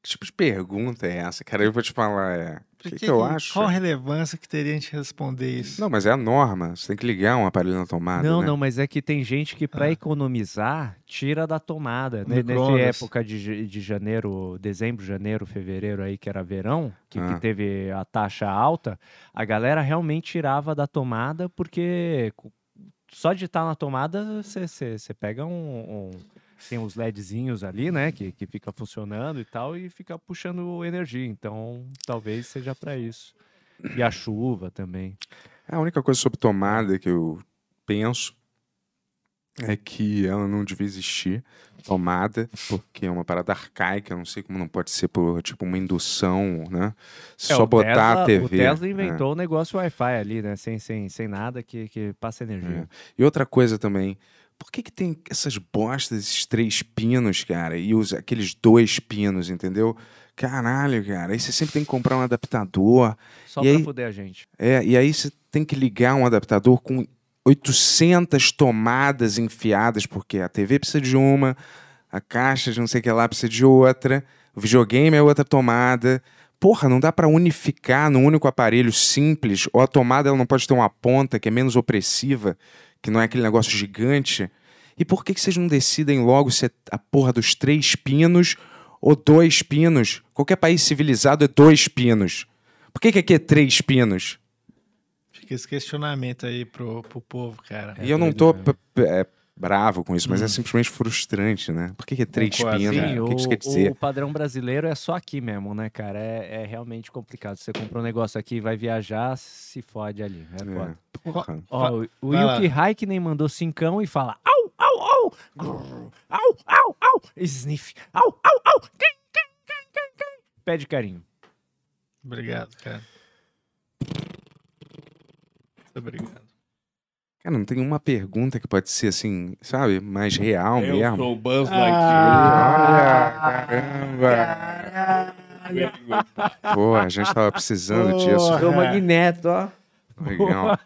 Speaker 4: Que tipo de pergunta é essa, cara? Eu vou te falar, é. O que,
Speaker 2: Por
Speaker 4: que eu acho?
Speaker 3: é
Speaker 2: Qual a relevância que teria a gente responder isso?
Speaker 4: Não, mas é a norma. Você tem que ligar um aparelho na tomada.
Speaker 3: não,
Speaker 4: né?
Speaker 3: não, mas é que tem gente que, para
Speaker 2: Ah.
Speaker 3: economizar, tira da tomada.
Speaker 2: O
Speaker 3: Né? Nessa
Speaker 2: micro-ondas.
Speaker 3: época de, ja- de janeiro, dezembro, janeiro, fevereiro aí, que era verão, que, que
Speaker 4: Ah.
Speaker 3: teve a taxa alta, a galera realmente tirava da tomada, porque co- só de estar na tomada, você pega um. um- tem uns LEDzinhos ali, né? Que, que fica funcionando e tal, e fica puxando energia. Então, talvez seja para isso. E a chuva também.
Speaker 4: A única coisa sobre tomada que eu penso é que ela não devia existir, tomada, porque é uma parada arcaica, eu não sei como não pode ser por, tipo, uma indução, né?
Speaker 3: É,
Speaker 4: Só
Speaker 3: o
Speaker 4: botar
Speaker 3: Tesla-
Speaker 4: a TV.
Speaker 3: O Tesla
Speaker 4: né?
Speaker 3: inventou o
Speaker 4: É.
Speaker 3: negócio Wi-Fi ali, né? Sem, sem, sem nada que, que passa energia.
Speaker 4: E outra coisa também, por que, que tem essas bostas, esses três pinos, cara, e os, aqueles dois pinos, entendeu? Caralho, cara, aí você sempre tem que comprar um adaptador.
Speaker 3: Só
Speaker 4: E
Speaker 3: pra
Speaker 4: aí-
Speaker 3: fuder a gente.
Speaker 4: É, e aí você tem que ligar um adaptador com 800 tomadas enfiadas, porque a TV precisa de uma, a caixa de não sei o que lá precisa de outra, o videogame é outra tomada. Porra, não dá pra unificar num único aparelho simples, ou a tomada ela não pode ter uma ponta que é menos opressiva, que não é aquele negócio gigante. E por que, que vocês não decidem logo se é a porra dos três pinos ou dois pinos? Qualquer país civilizado é dois pinos. Por que, que aqui é três pinos?
Speaker 2: Fica esse questionamento aí pro, pro povo, cara.
Speaker 4: E eu não tô p- p- é, bravo com isso, mas é simplesmente frustrante, né? Por que, que é três
Speaker 2: Concordo.
Speaker 4: pinos?
Speaker 2: Sim,
Speaker 4: né? O que, que isso
Speaker 3: o-
Speaker 4: quer dizer?
Speaker 3: O padrão brasileiro é só aqui mesmo, né, cara? É, é realmente complicado. Você compra um negócio aqui, vai viajar, se fode ali. É
Speaker 4: É,
Speaker 3: foda.
Speaker 4: porra.
Speaker 3: Ó, o- o
Speaker 2: vai
Speaker 3: Yuki Raikkonen mandou cincão e fala au, au, au, grrr, au, au, au, sniff, au, au, au, quim, quim, quim, quim, quim. Pede carinho.
Speaker 2: Obrigado, cara. Muito obrigado.
Speaker 4: Cara, não tem uma pergunta que pode ser assim, sabe? Mais real
Speaker 7: Eu
Speaker 4: mesmo.
Speaker 7: sou o Buzz
Speaker 4: Olha, caramba!
Speaker 7: Lightyear.
Speaker 4: Porra, a gente tava precisando disso.
Speaker 5: Sou magneto, ó.
Speaker 4: Legal.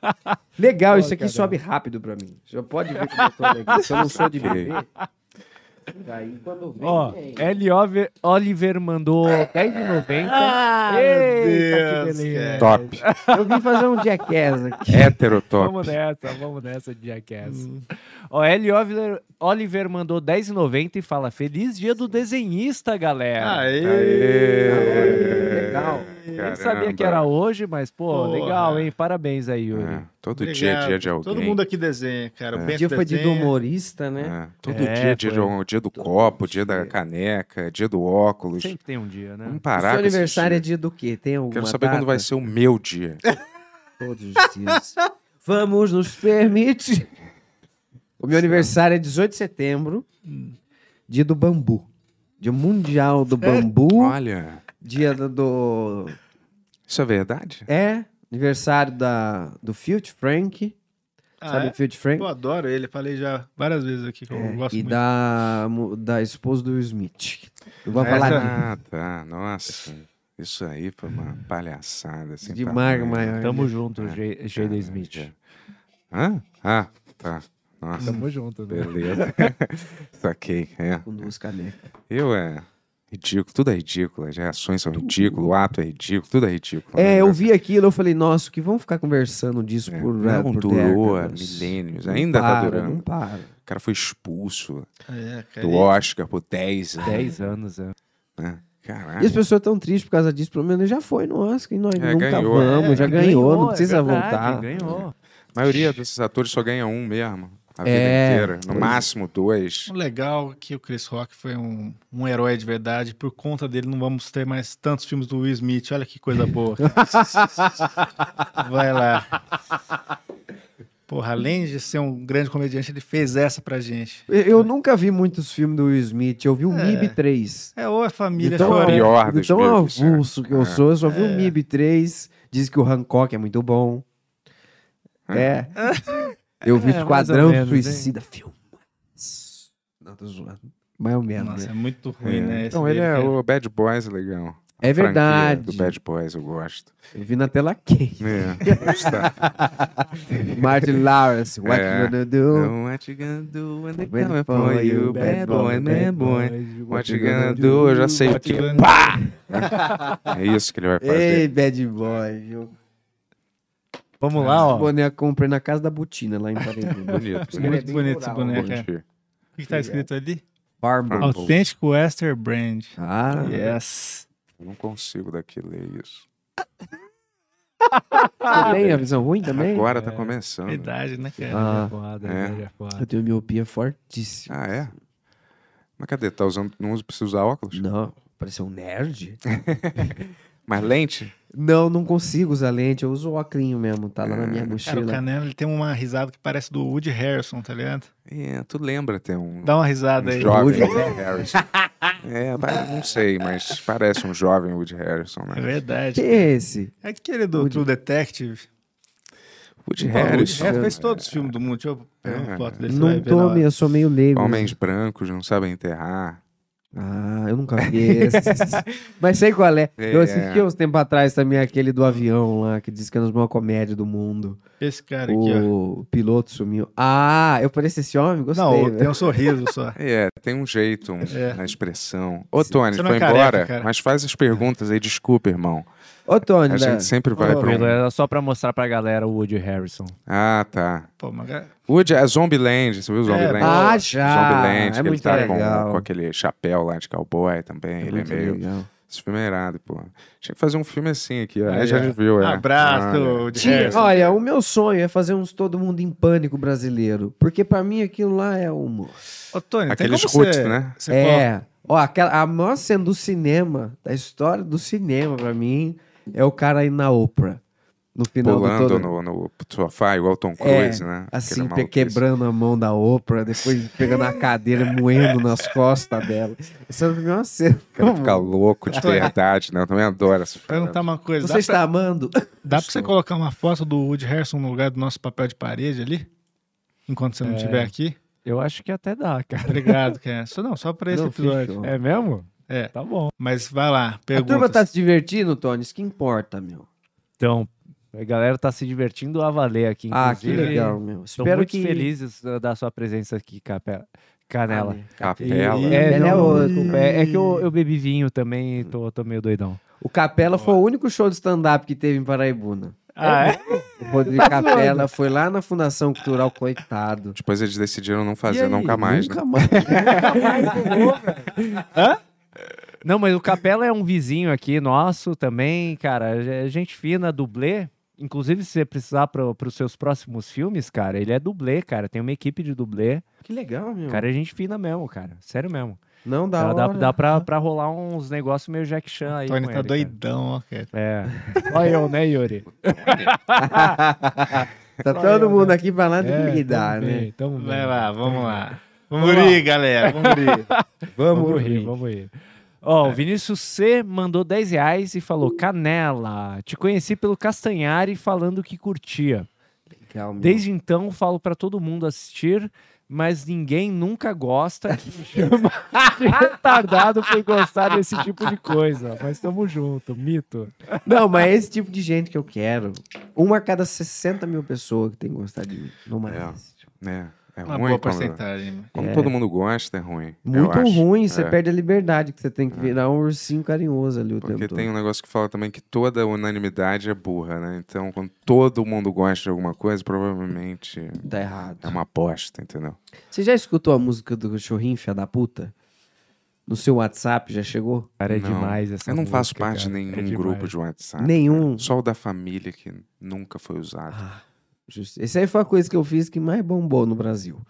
Speaker 5: Legal, isso aqui sobe rápido pra mim. Já pode ver que eu tô legal. Se eu não sou de beber. Daí quando vem.
Speaker 3: Ó, é
Speaker 5: vem.
Speaker 3: L. Oliver mandou 10,90.
Speaker 5: Então,
Speaker 2: Ah,
Speaker 3: Eita,
Speaker 2: meu
Speaker 3: que
Speaker 2: Deus,
Speaker 3: beleza.
Speaker 2: cara.
Speaker 4: Top.
Speaker 5: Eu vim fazer um jackass aqui.
Speaker 4: Hétero top.
Speaker 3: Vamos nessa, vamos nessa, Jackass. Ó, L. Oliver, Oliver mandou 10,90 e fala: Feliz dia do desenhista, galera.
Speaker 2: Aê!
Speaker 4: Aê!
Speaker 5: Legal.
Speaker 3: Nem sabia que era um.
Speaker 4: Caramba.
Speaker 3: hoje, mas, pô,
Speaker 2: Porra.
Speaker 3: legal, hein? Parabéns aí, Yuri.
Speaker 4: É, todo dia é
Speaker 2: Obrigado.
Speaker 4: dia de alguém.
Speaker 2: Todo mundo aqui desenha, cara. O
Speaker 4: É.
Speaker 2: Bento
Speaker 5: Dia foi de do
Speaker 2: desenha.
Speaker 5: humorista, né?
Speaker 4: É, todo
Speaker 3: É,
Speaker 4: dia é dia, de,
Speaker 3: pô.
Speaker 4: um- dia do copo, dia da caneca, dia do óculos.
Speaker 3: Sempre tem um dia, né?
Speaker 4: Vamos
Speaker 5: O
Speaker 4: parar
Speaker 5: seu
Speaker 4: com esses
Speaker 5: aniversário é
Speaker 4: dias.
Speaker 5: dia do quê? Tem alguma
Speaker 4: Quero saber quando
Speaker 5: data? É.
Speaker 4: vai ser o meu dia.
Speaker 5: Todos os dias. Vamos nos permitir. O meu aniversário é 18 de setembro, dia do bambu. Dia mundial do bambu,
Speaker 4: Olha,
Speaker 5: dia do- do
Speaker 4: isso é verdade?
Speaker 5: É, aniversário da, do Field Frank.
Speaker 2: Ah,
Speaker 5: sabe
Speaker 2: é?
Speaker 5: o Field Frank?
Speaker 2: Eu adoro ele. Falei já várias vezes aqui que eu
Speaker 5: É,
Speaker 2: gosto
Speaker 5: e
Speaker 2: muito.
Speaker 5: da, mu- da esposa do Will Smith. Eu vou
Speaker 2: Essa-
Speaker 5: falar
Speaker 4: Ah, tá. Nossa. Isso aí foi uma palhaçada.
Speaker 5: de,
Speaker 4: Assim,
Speaker 5: de
Speaker 4: pra
Speaker 5: Marga
Speaker 4: mãe.
Speaker 5: Maior.
Speaker 3: Tamo junto, G-
Speaker 4: Caraca.
Speaker 3: Jada Smith.
Speaker 4: Hã? Ah, tá. Nossa,
Speaker 3: Tamo junto, né?
Speaker 4: beleza. Saquei, é.
Speaker 5: Com duas canecas.
Speaker 4: Eu é ridículo, tudo é ridículo. As reações são ridículas, o ato é ridículo, tudo é ridículo.
Speaker 5: É,
Speaker 4: né?
Speaker 5: eu vi aquilo, eu falei, nossa, que vamos ficar conversando disso
Speaker 4: É,
Speaker 5: por eh,
Speaker 4: não
Speaker 5: por
Speaker 4: durou
Speaker 5: décadas.
Speaker 4: milênios,
Speaker 5: Não
Speaker 4: ainda tá
Speaker 5: para, né?
Speaker 4: durando.
Speaker 5: Não para.
Speaker 4: O cara foi expulso
Speaker 2: É, cara.
Speaker 4: do Oscar por 10 anos.
Speaker 3: 10 anos, é.
Speaker 4: né? Caralho.
Speaker 5: E as pessoas tão tristes por causa disso, pelo menos já foi, nós, que nós
Speaker 4: É,
Speaker 5: nunca
Speaker 4: ganhou.
Speaker 5: vamos, já ganhou, não
Speaker 3: é
Speaker 5: precisa
Speaker 3: verdade,
Speaker 5: voltar.
Speaker 3: Ganhou.
Speaker 4: A maioria desses atores só ganha um mesmo. A vida
Speaker 5: É,
Speaker 4: inteira. No
Speaker 5: pois é.
Speaker 4: máximo dois.
Speaker 2: O legal é que o Chris Rock foi um, um herói de verdade. Por conta dele, não vamos ter mais tantos filmes do Will Smith. Olha que coisa boa. Vai lá. Porra, além de ser um grande comediante, ele fez essa pra gente.
Speaker 5: Eu, eu nunca vi muitos filmes do Will Smith, eu vi o
Speaker 2: É.
Speaker 5: MIB 3.
Speaker 2: É ou a família
Speaker 5: Então,
Speaker 4: é o
Speaker 2: chorando.
Speaker 4: pior
Speaker 5: De
Speaker 4: dos
Speaker 5: tão
Speaker 4: Beatles, né?
Speaker 5: avulso que eu
Speaker 4: É.
Speaker 5: sou, eu só vi o MIB 3. Diz que o Hancock é muito bom. É. Eu vi
Speaker 3: É, mais
Speaker 5: Esquadrão
Speaker 3: ou menos, hein?
Speaker 5: Suicida Filme. Não, tô zoando. Mais ou menos.
Speaker 2: Nossa,
Speaker 5: né?
Speaker 2: é muito ruim, né? esse
Speaker 4: Então ele
Speaker 2: dele,
Speaker 4: é
Speaker 2: cara.
Speaker 4: o Bad Boys legal.
Speaker 5: É,
Speaker 4: A franquia
Speaker 5: verdade.
Speaker 4: Do Bad Boys eu gosto.
Speaker 5: Eu vi na tela quente.
Speaker 4: É, gostar.
Speaker 5: Martin Lawrence, What
Speaker 4: É.
Speaker 5: You Gonna Do?
Speaker 4: Então, What you gonna do when they
Speaker 5: When
Speaker 4: come for you, bad boy,
Speaker 5: né?
Speaker 4: bad boy. What you gonna do? Eu já sei o que. Pá! É isso que ele vai fazer.
Speaker 5: Ei, bad boy, viu?
Speaker 3: Vamos lá,
Speaker 5: Esse
Speaker 3: ó.
Speaker 5: boneco eu comprei na casa da Butina, lá em Paredão.
Speaker 4: Bonito, bonito.
Speaker 2: Muito bonito esse
Speaker 5: né,
Speaker 2: boneco. cara.
Speaker 4: Bonito.
Speaker 2: O
Speaker 4: é
Speaker 2: que, que tá escrito ali?
Speaker 4: Ah,
Speaker 5: Farm.
Speaker 2: Autêntico Western Brand.
Speaker 5: Ah,
Speaker 2: Yes.
Speaker 4: Eu não consigo daqui ler isso.
Speaker 5: você tem a visão ruim também?
Speaker 4: Agora tá começando.
Speaker 2: Verdade, né, cara?
Speaker 5: Ah.
Speaker 3: É foda,
Speaker 4: É.
Speaker 3: velho, é
Speaker 5: Eu
Speaker 2: Ah.
Speaker 3: foda.
Speaker 5: tenho miopia fortíssima.
Speaker 4: Ah, é? Mas cadê? Tá usando. Não usa- precisa usar óculos?
Speaker 5: Não, pareceu um nerd.
Speaker 4: Mas lente?
Speaker 5: Não, não consigo usar lente, eu uso o ocrinho mesmo, tá lá na minha
Speaker 2: Cara, o
Speaker 5: mochila.
Speaker 2: Canelo ele tem uma risada que parece do Woody Harrison, tá ligado?
Speaker 4: É, tu lembra ter um.
Speaker 2: Dá uma
Speaker 4: um
Speaker 2: risada aí.
Speaker 4: jovem
Speaker 5: Woody
Speaker 4: Woody Harrison. é, pa- não sei, mas parece um jovem Woody Harrison,
Speaker 2: É
Speaker 4: né?
Speaker 2: verdade.
Speaker 5: Que é esse?
Speaker 2: É aquele do True Detective.
Speaker 4: Woody
Speaker 2: Pô, Woody
Speaker 4: Harrison.
Speaker 2: Harrison fez todos os filmes do mundo. Deixa eu pegar uma
Speaker 4: É.
Speaker 2: foto dele. você vai
Speaker 5: Não
Speaker 2: ver na
Speaker 5: tô,
Speaker 2: hora.
Speaker 5: eu sou meio leigo.
Speaker 4: Homens brancos não sabem enterrar.
Speaker 5: Ah, eu nunca vi esse. Mas sei qual é. Eu
Speaker 4: É.
Speaker 5: assisti uns tempo atrás também aquele do avião lá, que diz que é a maior comédia do mundo.
Speaker 2: Esse cara aqui, ó.
Speaker 5: O piloto sumiu. Ah, eu pareço esse homem? Gostei. né?
Speaker 2: Não,
Speaker 5: velho.
Speaker 2: tem um sorriso só.
Speaker 4: É, tem um jeito um-
Speaker 2: É.
Speaker 4: na expressão. Ô, Tony,
Speaker 2: Você
Speaker 4: foi
Speaker 2: não é
Speaker 4: embora,
Speaker 2: careca, cara.
Speaker 4: mas faz as perguntas aí. Desculpa, irmão.
Speaker 5: Ô, Tony,
Speaker 4: A
Speaker 5: né?
Speaker 4: gente sempre vai
Speaker 2: Ô,
Speaker 4: pra um...
Speaker 3: Era só pra mostrar pra galera o Woody Harrison.
Speaker 4: Ah, tá.
Speaker 2: Pô, mas...
Speaker 4: Woody é Zombieland, você viu Zombieland?
Speaker 5: Ah, já.
Speaker 4: Zombieland,
Speaker 5: é
Speaker 4: que ele
Speaker 5: muito
Speaker 4: tá
Speaker 5: legal.
Speaker 4: com, com aquele chapéu lá de cowboy também.
Speaker 5: É
Speaker 4: ele é
Speaker 5: muito
Speaker 4: meio...
Speaker 5: legal.
Speaker 4: Esse filme é irado, pô. Tinha que fazer um filme assim aqui, ó.
Speaker 2: Aí,
Speaker 4: Aí já
Speaker 2: ó.
Speaker 4: viu, é.
Speaker 2: Abraço,
Speaker 4: Olha.
Speaker 2: Woody
Speaker 5: Tinha-
Speaker 2: Harrison.
Speaker 5: Olha, o meu sonho é fazer uns Todo Mundo em Pânico brasileiro. Porque pra mim aquilo lá é humor.
Speaker 2: Ô, Tony,
Speaker 4: Aqueles
Speaker 2: tem como você...
Speaker 4: roots, né?
Speaker 2: você
Speaker 5: é. Ó, aquela, a maior cena do cinema, da história do cinema pra mim, é o cara aí na Oprah. No final do
Speaker 4: Pulando
Speaker 5: todo.
Speaker 4: no, no sofá, igual Tom
Speaker 5: É,
Speaker 4: Cruise, né?
Speaker 5: Assim,
Speaker 4: Aquele
Speaker 5: pe-
Speaker 4: maluquice.
Speaker 5: quebrando a mão da Oprah, depois pegando a cadeira, moendo nas costas dela. Essa é a melhor cena.
Speaker 4: O cara fica louco de verdade, né? Eu também adoro essa
Speaker 2: Perguntar uma coisa.
Speaker 5: Você
Speaker 2: dá
Speaker 5: está amando?
Speaker 2: Dá pra você colocar uma foto do Woody Harrison no lugar do nosso papel de parede ali? Enquanto você não estiver aqui?
Speaker 3: Eu acho que até dá, cara.
Speaker 2: Obrigado, Ken. Só não, só pra esse
Speaker 5: Não,
Speaker 2: episódio.
Speaker 5: fechou.
Speaker 3: É mesmo?
Speaker 2: É.
Speaker 3: Tá bom.
Speaker 2: Mas vai lá,
Speaker 5: A
Speaker 3: É,
Speaker 5: turma
Speaker 2: pergunta.
Speaker 5: tá se divertindo, Tony? Isso que importa, meu.
Speaker 3: Então, a galera tá se divertindo a valer aqui.
Speaker 5: Ah, que
Speaker 3: inclusive.
Speaker 5: legal, meu.
Speaker 3: Tô
Speaker 5: Espero
Speaker 3: muito
Speaker 5: que...
Speaker 3: felizes eh, da sua presença aqui, Cape- Canela.
Speaker 4: capela.
Speaker 5: E-
Speaker 3: É,
Speaker 5: Capela
Speaker 3: não,
Speaker 5: é outro.
Speaker 3: desculpa, é, é que eu, eu bebi vinho também e tô, tô meio doidão.
Speaker 5: O Capela foi o único show de stand-up que teve em Paraibuna.
Speaker 2: Ah, é?
Speaker 5: O Rodrigo Capela foi lá na Fundação Cultural, coitado.
Speaker 4: Depois eles decidiram não
Speaker 5: E
Speaker 4: fazer
Speaker 5: aí?
Speaker 4: nunca mais, né?
Speaker 5: Nunca mais.
Speaker 3: Não, mas o Capela é um vizinho aqui nosso também, cara. É gente fina, dublê. Inclusive, se você precisar pro, pros seus próximos filmes, cara, ele é dublê, cara. Tem uma equipe de dublê.
Speaker 5: que legal, meu.
Speaker 3: Cara, é gente fina mesmo, cara. Sério mesmo.
Speaker 5: não dá
Speaker 3: Dá, dá,
Speaker 5: hora.
Speaker 3: dá pra, pra rolar uns negócios meio Jack Chan aí.
Speaker 2: Tony
Speaker 3: com
Speaker 2: tá
Speaker 3: ele, cara.
Speaker 2: doidão, ó, cara.
Speaker 3: É. Olha eu, né, Yuri?
Speaker 5: Tá todo mundo aqui falando
Speaker 3: É,
Speaker 5: que dá,
Speaker 3: tamo
Speaker 5: né?
Speaker 3: bem, tamo bem.
Speaker 2: Vai lá, vamos lá. Vamos rir, galera. Vamos rir.
Speaker 3: Vamos, rir, vamos rir. Ó, o Vinícius C mandou 10 reais e falou: Canela, te conheci pelo Castanhari falando que curtia.
Speaker 5: Legal, meu.
Speaker 3: Desde então falo pra todo mundo assistir, mas ninguém nunca gosta que me chama de retardado por gostar desse tipo de coisa. Mas tamo junto, mito.
Speaker 5: Não, mas é esse tipo de gente que eu quero. Uma a cada 60 mil pessoas que tem que gostar de mim. Não mais.
Speaker 4: É, é
Speaker 2: Uma
Speaker 4: ruim
Speaker 2: boa
Speaker 4: quando,
Speaker 2: porcentagem.
Speaker 4: quando todo mundo gosta, é ruim. eu
Speaker 5: Muito
Speaker 4: acho.
Speaker 5: ruim, você
Speaker 4: É.
Speaker 5: perde a liberdade, que você tem que virar um ursinho carinhoso ali o
Speaker 4: Porque
Speaker 5: tempo
Speaker 4: tem um negócio que fala também que toda unanimidade é burra, né? Então, quando todo mundo gosta de alguma coisa, provavelmente
Speaker 5: todo. Tá errado.
Speaker 4: é uma aposta, entendeu?
Speaker 5: Você já escutou a música do cachorrinho, filha da puta? No seu WhatsApp já chegou?
Speaker 3: Cara, é
Speaker 4: Não,
Speaker 3: demais essa
Speaker 4: Eu não
Speaker 3: música,
Speaker 4: faço parte de
Speaker 3: cara. É
Speaker 4: nenhum
Speaker 3: demais.
Speaker 4: grupo de WhatsApp.
Speaker 5: Nenhum.
Speaker 4: Só o da família que nunca foi usado.
Speaker 5: Ah, justo. Essa aí foi a coisa que eu fiz que mais bombou no Brasil.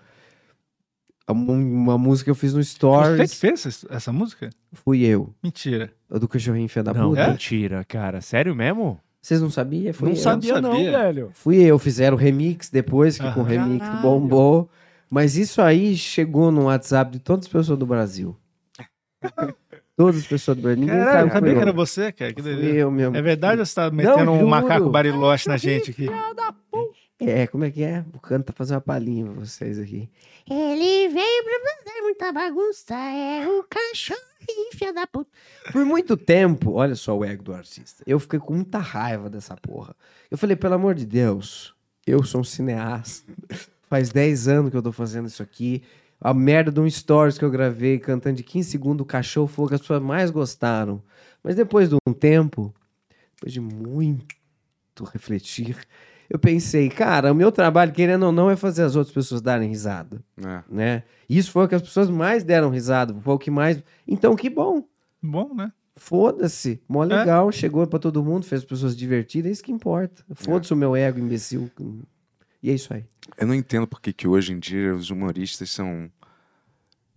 Speaker 5: A mu- Uma, música que eu fiz no
Speaker 2: Você que
Speaker 5: Stories,
Speaker 2: fez essa, essa música?
Speaker 5: fui eu.
Speaker 2: Mentira.
Speaker 5: A do cachorrinho filha da
Speaker 3: Não,
Speaker 5: puta.
Speaker 2: É?
Speaker 3: mentira, cara. Sério mesmo?
Speaker 5: Vocês não sabiam? Fui
Speaker 3: não
Speaker 5: eu.
Speaker 3: sabia, não,
Speaker 2: sabia.
Speaker 3: velho.
Speaker 5: Fui eu, fizeram o remix depois, que com
Speaker 2: Aham.
Speaker 5: o remix
Speaker 3: Caralho.
Speaker 5: bombou. Mas isso aí chegou no WhatsApp de todas as pessoas do Brasil. todas as pessoas do Brasil. Ninguém
Speaker 2: Caralho,
Speaker 5: sabe
Speaker 2: eu sabia
Speaker 5: fui
Speaker 2: que era
Speaker 5: eu.
Speaker 2: você, cara. Que
Speaker 5: Fui
Speaker 2: doideira.
Speaker 5: eu mesmo.
Speaker 2: É verdade ou você tá metendo um
Speaker 5: juro.
Speaker 2: macaco bariloche na gente aqui?
Speaker 5: É, como é que é? O canto tá fazendo uma palhinha pra vocês aqui.
Speaker 8: Ele veio pra fazer muita bagunça. É o cachorrinho, filha da puta.
Speaker 5: Por muito tempo, olha só o ego do artista. Eu fiquei com muita raiva dessa porra. Eu falei, pelo amor de Deus, eu sou um cineasta. Faz 10 anos que eu tô fazendo isso aqui. A merda de um stories que eu gravei cantando de 15 segundos o cachorro foi o que as pessoas mais gostaram. Mas depois de um tempo, depois de muito refletir, eu pensei, cara, o meu trabalho, querendo ou não, é fazer as outras pessoas darem risada
Speaker 4: É.
Speaker 5: né? Isso foi o que as pessoas mais deram risada, foi o que mais. Então, que bom.
Speaker 2: Bom, né?
Speaker 5: Foda-se. Mó
Speaker 2: É.
Speaker 5: legal, chegou pra todo mundo, fez as pessoas divertidas, é isso que importa. Foda-se o meu ego imbecil. E é isso aí.
Speaker 4: Eu não entendo porque que hoje em dia os humoristas são,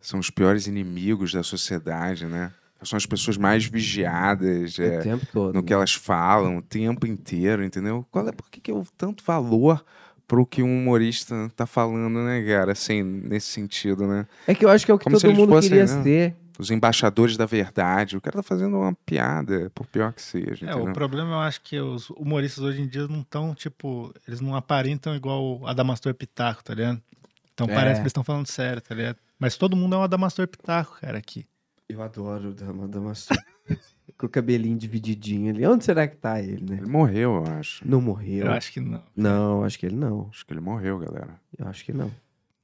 Speaker 4: são os piores inimigos da sociedade, né? São as pessoas
Speaker 3: Uhum.
Speaker 4: mais vigiadas é,
Speaker 5: O tempo todo.
Speaker 4: no que
Speaker 3: né?
Speaker 4: elas falam o tempo inteiro, entendeu? Qual é, por que, que eu tanto valor pro que um humorista tá falando, né, cara? Assim, nesse sentido, né?
Speaker 5: É que eu acho que é o que
Speaker 4: Como se
Speaker 5: todo
Speaker 4: eles
Speaker 5: mundo
Speaker 4: fossem,
Speaker 5: queria
Speaker 4: né?
Speaker 5: ser.
Speaker 4: Os embaixadores da verdade. O cara tá fazendo uma piada, por pior que seja.
Speaker 2: É,
Speaker 4: entendeu?
Speaker 2: o problema eu acho que os humoristas hoje em dia não estão, tipo, eles não aparentam igual o Adamastor Pitaco, tá ligado? Então
Speaker 5: É.
Speaker 2: parece que eles estão falando sério, tá ligado? Mas todo mundo é um Adamastor Pitaco, cara, aqui.
Speaker 5: Eu adoro o Dama Damastor. Com o cabelinho divididinho ali. Onde será que tá ele, né?
Speaker 4: Ele morreu, eu acho.
Speaker 5: Não morreu.
Speaker 2: Eu acho que não.
Speaker 5: Não, acho que ele não.
Speaker 4: Acho que ele morreu, galera.
Speaker 5: Eu acho que não.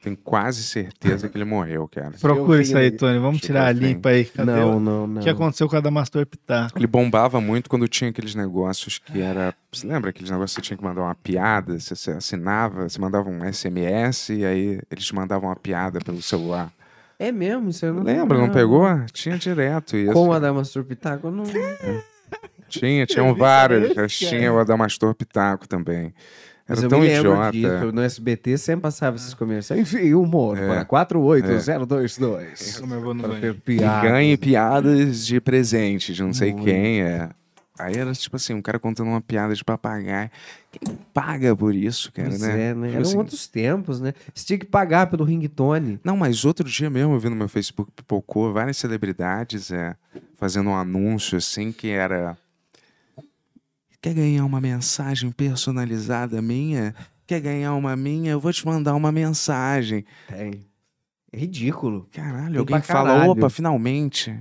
Speaker 4: Tenho quase certeza que ele morreu, cara.
Speaker 2: Procura isso aí,
Speaker 5: vi-
Speaker 2: Tony. Vamos
Speaker 4: Chegou
Speaker 2: tirar a
Speaker 4: assim.
Speaker 2: limpa aí. Cadê
Speaker 5: não,
Speaker 2: o...
Speaker 5: não, não.
Speaker 2: o que aconteceu com o Adamastor Pitaco?
Speaker 4: Ele bombava muito quando tinha aqueles negócios que era. Você lembra aqueles negócios que você tinha que mandar uma piada? Você, você assinava, você mandava um SMS e aí eles te mandavam uma piada pelo celular.
Speaker 5: É mesmo? Você não
Speaker 4: Lembra? Não pegou? Tinha direto isso.
Speaker 5: Com a Damastor Pitaco? eu Não...
Speaker 4: Tinha, tinham vários. Mas Tinha o Adamastor Pitaco também.
Speaker 5: Mas
Speaker 4: Era
Speaker 5: eu
Speaker 4: tão
Speaker 5: me lembro
Speaker 4: idiota.
Speaker 5: disso, No SBT sempre passava esses comerciais. Enfim, humor.
Speaker 4: É.
Speaker 5: Para 48022.
Speaker 2: Como eu vou no
Speaker 5: Para
Speaker 2: banheiro.
Speaker 5: ter
Speaker 4: E
Speaker 5: piada.
Speaker 4: ganhe piadas de presente de não sei quem. É. Aí era tipo assim, um cara contando uma piada de papagaio. Quem paga por isso, cara,
Speaker 5: Pois
Speaker 4: né?
Speaker 5: é, né?
Speaker 4: Tipo
Speaker 5: Eram
Speaker 4: assim,
Speaker 5: outros tempos, né? Você tinha que pagar pelo ringtone.
Speaker 4: Não, mas outro dia mesmo eu vi no meu Facebook pipocou várias celebridades é, fazendo um anúncio assim que era. Quer ganhar uma mensagem personalizada minha? Quer ganhar uma minha? Eu vou te mandar uma mensagem.
Speaker 5: Tem. É ridículo.
Speaker 4: Caralho,
Speaker 5: Tem
Speaker 4: alguém
Speaker 5: pra
Speaker 4: fala,
Speaker 5: caralho.
Speaker 4: opa, finalmente.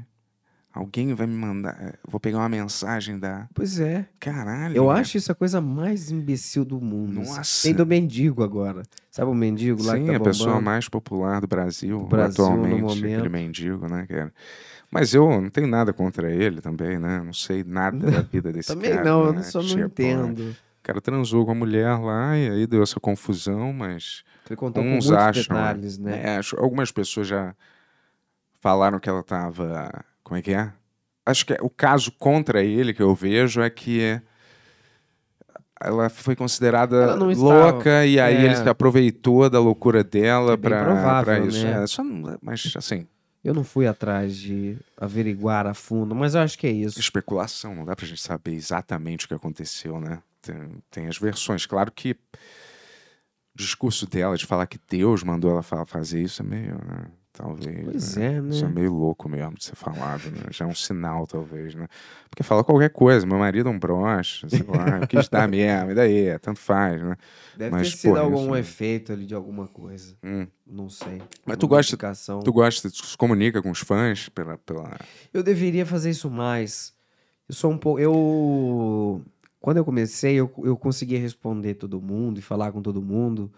Speaker 4: Alguém vai me mandar. é, Vou pegar uma mensagem da.
Speaker 5: Pois é.
Speaker 4: Caralho.
Speaker 5: Eu
Speaker 4: né?
Speaker 5: acho isso a coisa mais imbecil do mundo. assim.
Speaker 4: Nossa.
Speaker 5: Tem do mendigo agora. Sabe o mendigo lá que
Speaker 4: Sim,
Speaker 5: tá
Speaker 4: a pessoa
Speaker 5: bombando?
Speaker 4: mais popular do Brasil,
Speaker 5: Do Brasil, no
Speaker 4: atualmente, aquele
Speaker 5: momento.
Speaker 4: mendigo, né, cara? Mas eu não tenho nada contra ele também, né? Não sei nada da vida desse
Speaker 5: Também
Speaker 4: cara.
Speaker 5: não, eu
Speaker 4: né?
Speaker 5: não- só não
Speaker 4: Tipo,
Speaker 5: entendo.
Speaker 4: O cara transou com a mulher lá e aí deu essa confusão, mas
Speaker 5: Ele contou com
Speaker 4: uns
Speaker 5: muitos
Speaker 4: acham,
Speaker 5: detalhes, né?
Speaker 4: é, acho- algumas pessoas já falaram que ela tava. Como é que é? Acho que é- o caso contra ele que eu vejo é que ela foi considerada
Speaker 5: Ela não estava.
Speaker 4: louca e aí
Speaker 5: É.
Speaker 4: ele se aproveitou da loucura dela
Speaker 5: É bem
Speaker 4: pra
Speaker 5: provável,
Speaker 4: pra isso.
Speaker 5: né?
Speaker 4: É, só não- mas assim,
Speaker 5: Eu não fui atrás de averiguar a fundo, mas eu acho que é isso.
Speaker 4: especulação, não dá pra gente saber exatamente o que aconteceu, né? Tem, tem as versões. Claro que o discurso dela de falar que Deus mandou ela fa- fazer isso é meio. né, Talvez.
Speaker 5: Pois
Speaker 4: né?
Speaker 5: é, né?
Speaker 4: Isso é meio louco mesmo de ser falado, né? Já é um sinal, talvez, né? Porque fala qualquer coisa, meu marido é um broche, sei lá, eu quis dar mesmo, e daí? Tanto faz, né?
Speaker 5: Deve
Speaker 4: Mas,
Speaker 5: ter sido
Speaker 4: porra,
Speaker 5: algum
Speaker 4: isso, né?
Speaker 5: efeito ali de alguma coisa.
Speaker 4: Hum.
Speaker 5: Não sei.
Speaker 4: Mas
Speaker 5: Uma
Speaker 4: tu gosta-
Speaker 5: notificação.
Speaker 4: Tu gosta, tu se comunica com os fãs pela. pela...
Speaker 5: Eu deveria fazer isso mais. Eu sou um pouco. Eu. Quando eu comecei, eu, eu conseguia responder todo mundo e falar com todo mundo.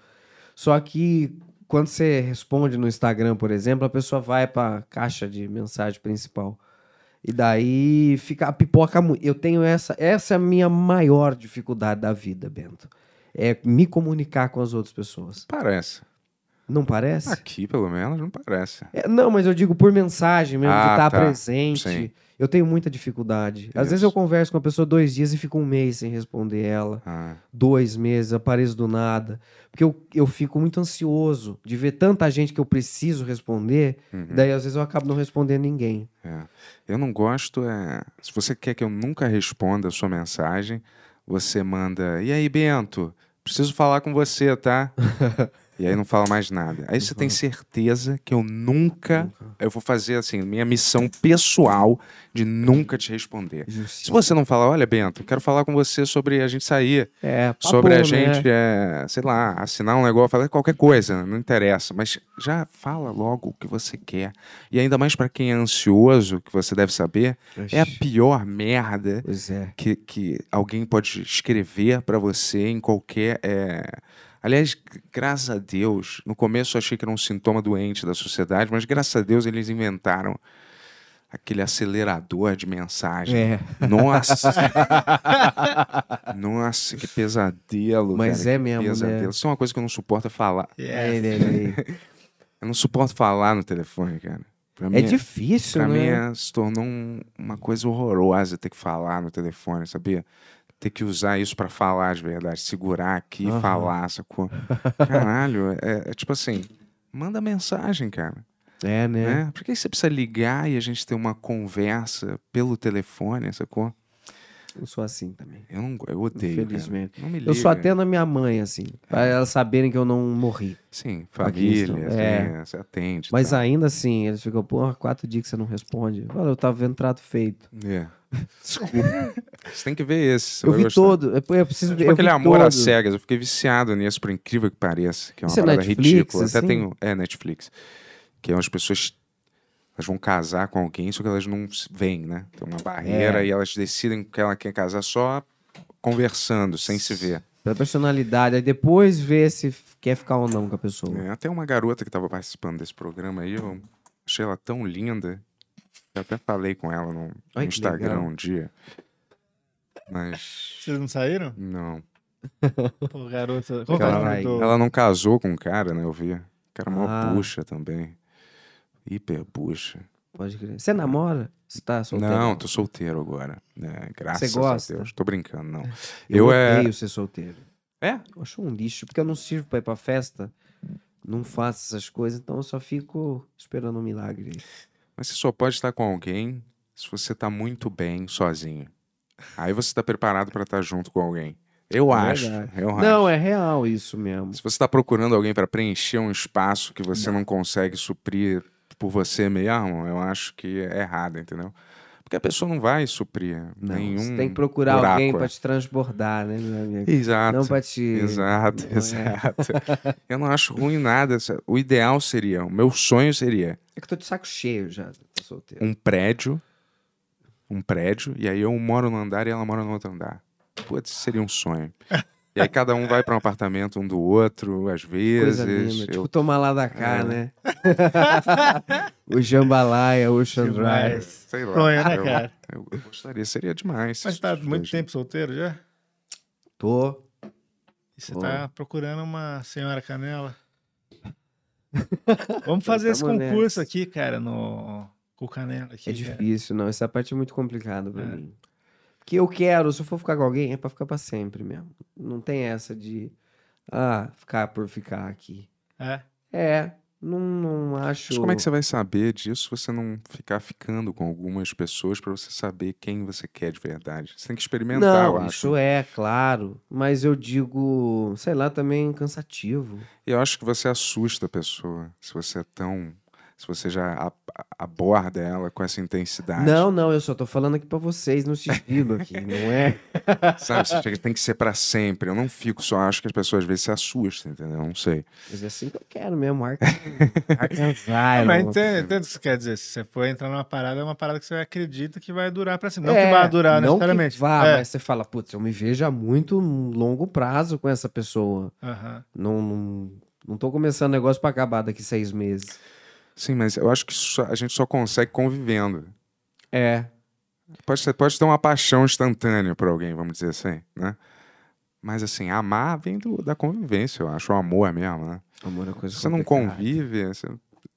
Speaker 5: Só que quando você responde no Instagram, por exemplo, a pessoa vai pra caixa de mensagem principal. E daí fica a pipoca muito. Eu tenho essa. Essa é a minha maior dificuldade da vida, Bento. É me comunicar com as outras pessoas.
Speaker 4: Parece.
Speaker 5: Não parece?
Speaker 4: Aqui, pelo menos, não parece.
Speaker 5: É, não, mas eu digo por mensagem mesmo, de
Speaker 4: Ah,
Speaker 5: estar
Speaker 4: tá.
Speaker 5: presente.
Speaker 4: Sim.
Speaker 5: Eu tenho muita dificuldade. Às
Speaker 4: Isso.
Speaker 5: vezes eu converso com a pessoa dois dias e fico um mês sem responder ela.
Speaker 4: Ah,
Speaker 5: Dois meses, apareço do nada. Porque eu, eu fico muito ansioso de ver tanta gente que eu preciso responder.
Speaker 4: uhum.
Speaker 5: Daí às vezes eu acabo não respondendo ninguém.
Speaker 4: É. Eu não gosto é. Se você quer que eu nunca responda a sua mensagem, você manda. E aí, Bento? Preciso falar com você, tá? e aí não fala mais nada. Aí você tem certeza que eu nunca. Eu vou fazer assim, minha missão pessoal de nunca te responder. Se
Speaker 5: Justiça.
Speaker 4: você não falar, olha, Bento, quero falar com você sobre a gente sair,
Speaker 5: É, papo,
Speaker 4: sobre a
Speaker 5: né?
Speaker 4: gente, é, sei lá, assinar um negócio, falar qualquer coisa, não interessa. Mas já fala logo o que você quer. E ainda mais pra quem é ansioso, que você deve saber, é a pior merda
Speaker 5: Pois é.
Speaker 4: que, que alguém pode escrever pra você em qualquer. é, Aliás, graças a Deus, no começo eu achei que era um sintoma doente da sociedade, mas graças a Deus eles inventaram aquele acelerador de mensagem.
Speaker 5: É.
Speaker 4: Nossa! Nossa, que pesadelo.
Speaker 5: Mas
Speaker 4: cara,
Speaker 5: é
Speaker 4: que
Speaker 5: mesmo, né?
Speaker 4: Pesadelo. Isso é uma coisa que eu não suporto é falar.
Speaker 5: É, é, é.
Speaker 4: Eu não suporto falar no telefone, cara. Pra
Speaker 5: É
Speaker 4: mim,
Speaker 5: difícil,
Speaker 4: pra
Speaker 5: né?
Speaker 4: mim é- se tornou um- uma coisa horrorosa ter que falar no telefone, sabia? Ter que usar isso pra falar de verdade, segurar aqui e
Speaker 5: Aham.
Speaker 4: falar, sacou? Caralho, é, é tipo assim, manda mensagem, cara.
Speaker 5: É, né?
Speaker 4: Né? Por que você precisa ligar e a gente ter uma conversa pelo telefone, sacou?
Speaker 5: Eu sou assim também.
Speaker 4: Eu, não, eu odeio. cara.
Speaker 5: Infelizmente.
Speaker 4: Não me liga.
Speaker 5: Eu sou atendo a minha mãe, assim. Pra elas saberem que eu não morri.
Speaker 4: Sim,
Speaker 5: Aqui
Speaker 4: família,
Speaker 5: estou. É.
Speaker 4: né, você atende.
Speaker 5: Mas
Speaker 4: tá.
Speaker 5: ainda assim, eles ficam, porra, quatro dias que você não responde. Olha, eu tava vendo trato feito.
Speaker 4: É.
Speaker 5: Desculpa.
Speaker 4: Você tem que ver esse. você
Speaker 5: eu
Speaker 4: vai
Speaker 5: vi
Speaker 4: gostar.
Speaker 5: todo. Eu, eu preciso ver.
Speaker 4: Tipo
Speaker 5: Eu
Speaker 4: aquele
Speaker 5: vi
Speaker 4: amor
Speaker 5: todo.
Speaker 4: às cegas. Eu fiquei viciado nisso, por incrível que pareça. Que é uma
Speaker 5: Isso é
Speaker 4: parada
Speaker 5: Netflix,
Speaker 4: ridícula. Até
Speaker 5: assim?
Speaker 4: tem. É, Netflix. Que é umas pessoas. Elas vão casar com alguém, só que elas não se veem, né? Tem uma barreira
Speaker 5: É.
Speaker 4: e elas decidem que ela quer casar só conversando, sem se ver.
Speaker 5: Pela personalidade. Aí depois ver se f- quer ficar ou não com a pessoa.
Speaker 4: É, até uma garota que estava participando desse programa aí, eu achei ela tão linda. Eu até falei com ela no, no
Speaker 5: Ai, que
Speaker 4: Instagram
Speaker 5: legal.
Speaker 4: um dia. Mas.
Speaker 2: Vocês não saíram?
Speaker 4: Não.
Speaker 2: Pô, garota. Qual
Speaker 5: Caralho.
Speaker 2: que é o nome do-
Speaker 4: Ela não casou com o cara, né? Eu vi. O cara mó
Speaker 5: Ah.
Speaker 4: bucha também. Hiper bucha.
Speaker 5: Pode crer. Você namora? Você tá solteiro?
Speaker 4: Não, tô solteiro agora. né? graças
Speaker 5: gosta?
Speaker 4: a Deus. Tô brincando, não.
Speaker 5: Eu,
Speaker 4: Eu, é.
Speaker 5: odeio ser solteiro.
Speaker 4: É?
Speaker 5: Eu acho um lixo, porque eu não sirvo pra ir pra festa. Não faço essas coisas, então eu só fico esperando um milagre.
Speaker 4: Mas você só pode estar com alguém se você tá muito bem sozinho. Aí você tá preparado pra estar junto com alguém. Eu
Speaker 5: É
Speaker 4: acho.
Speaker 5: verdade.
Speaker 4: Eu acho.
Speaker 5: Não, é real isso mesmo.
Speaker 4: Se você tá procurando alguém pra preencher um espaço que você não, consegue suprir por você mesmo, eu acho que é errado, entendeu? Porque a pessoa não vai suprir
Speaker 5: Não,
Speaker 4: nenhum.
Speaker 5: você tem que procurar
Speaker 4: buraco,
Speaker 5: alguém
Speaker 4: é.
Speaker 5: pra te transbordar, né, meu amigo?
Speaker 4: Exato.
Speaker 5: Não pra te.
Speaker 4: Exato,
Speaker 5: Não é.
Speaker 4: exato. Eu não acho ruim nada. sa- O ideal seria, o meu sonho seria
Speaker 5: É que eu tô de saco cheio já, tô solteiro.
Speaker 4: um prédio, um prédio, e aí eu moro num andar e ela mora no outro andar. Putz, seria um sonho. E aí cada um vai para um apartamento um do outro, às
Speaker 5: Coisa
Speaker 4: vezes.
Speaker 5: linda.
Speaker 4: eu- É.
Speaker 5: Tipo tomar lá da cá, né? o Jambalaya, o Chandrai.
Speaker 2: Demais.
Speaker 4: sei lá.
Speaker 2: Sonho, né,
Speaker 4: eu,
Speaker 2: cara?
Speaker 4: eu gostaria, seria demais.
Speaker 2: Mas
Speaker 4: se
Speaker 2: tá há
Speaker 4: os
Speaker 2: muito
Speaker 4: dois-
Speaker 2: tempo solteiro já?
Speaker 5: Tô.
Speaker 2: E você
Speaker 5: Pô.
Speaker 2: tá procurando uma senhora canela? Vamos fazer esse
Speaker 5: Estamos
Speaker 2: concurso
Speaker 5: nessa.
Speaker 2: aqui, cara, no... com o canela aqui.
Speaker 5: É
Speaker 2: cara.
Speaker 5: difícil, não. Essa parte é muito complicada pra
Speaker 2: É.
Speaker 5: mim. Porque eu quero, se eu for ficar com alguém, é pra ficar pra sempre mesmo. Não tem essa de. Ah, ficar por ficar aqui.
Speaker 2: É.
Speaker 5: É, não, não acho.
Speaker 4: Mas como é que você vai saber disso se você não ficar ficando com algumas pessoas para você saber quem você quer de verdade? Você tem que experimentar, eu
Speaker 5: Não,
Speaker 4: acho.
Speaker 5: isso é, claro. Mas eu digo, sei lá, também cansativo.
Speaker 4: Eu acho que você assusta a pessoa se você é tão. Se você já a- a- aborda ela com essa intensidade.
Speaker 5: Não, não, eu só tô falando aqui pra vocês, no sigilo aqui, não é?
Speaker 4: Sabe? Você chega, tem que ser pra sempre. Eu não fico só. Acho que as pessoas às vezes se assustam, entendeu? Não sei.
Speaker 5: Mas é assim que é eu quero mesmo, arca- arcanzar.
Speaker 2: Ah, Mas
Speaker 5: não-
Speaker 2: entende, entende o que você quer dizer? Se você for entrar numa parada, é uma parada que você acredita que vai durar pra sempre. Não
Speaker 5: É,
Speaker 2: que vai durar
Speaker 5: não que
Speaker 2: necessariamente.
Speaker 5: vá,
Speaker 2: É.
Speaker 5: mas você fala, putz, eu me vejo a muito longo prazo com essa pessoa.
Speaker 2: Aham.
Speaker 5: Não, não, não tô começando negócio pra acabar daqui seis meses.
Speaker 4: Sim, mas eu acho que só- a gente só consegue convivendo.
Speaker 5: É,
Speaker 4: Pode, ser- pode ter uma paixão instantânea por alguém, vamos dizer assim, né? Mas assim, amar vem do- da convivência, eu acho. O amor mesmo, né?
Speaker 5: amor é coisa
Speaker 4: Se você não
Speaker 5: complicada.
Speaker 4: convive você-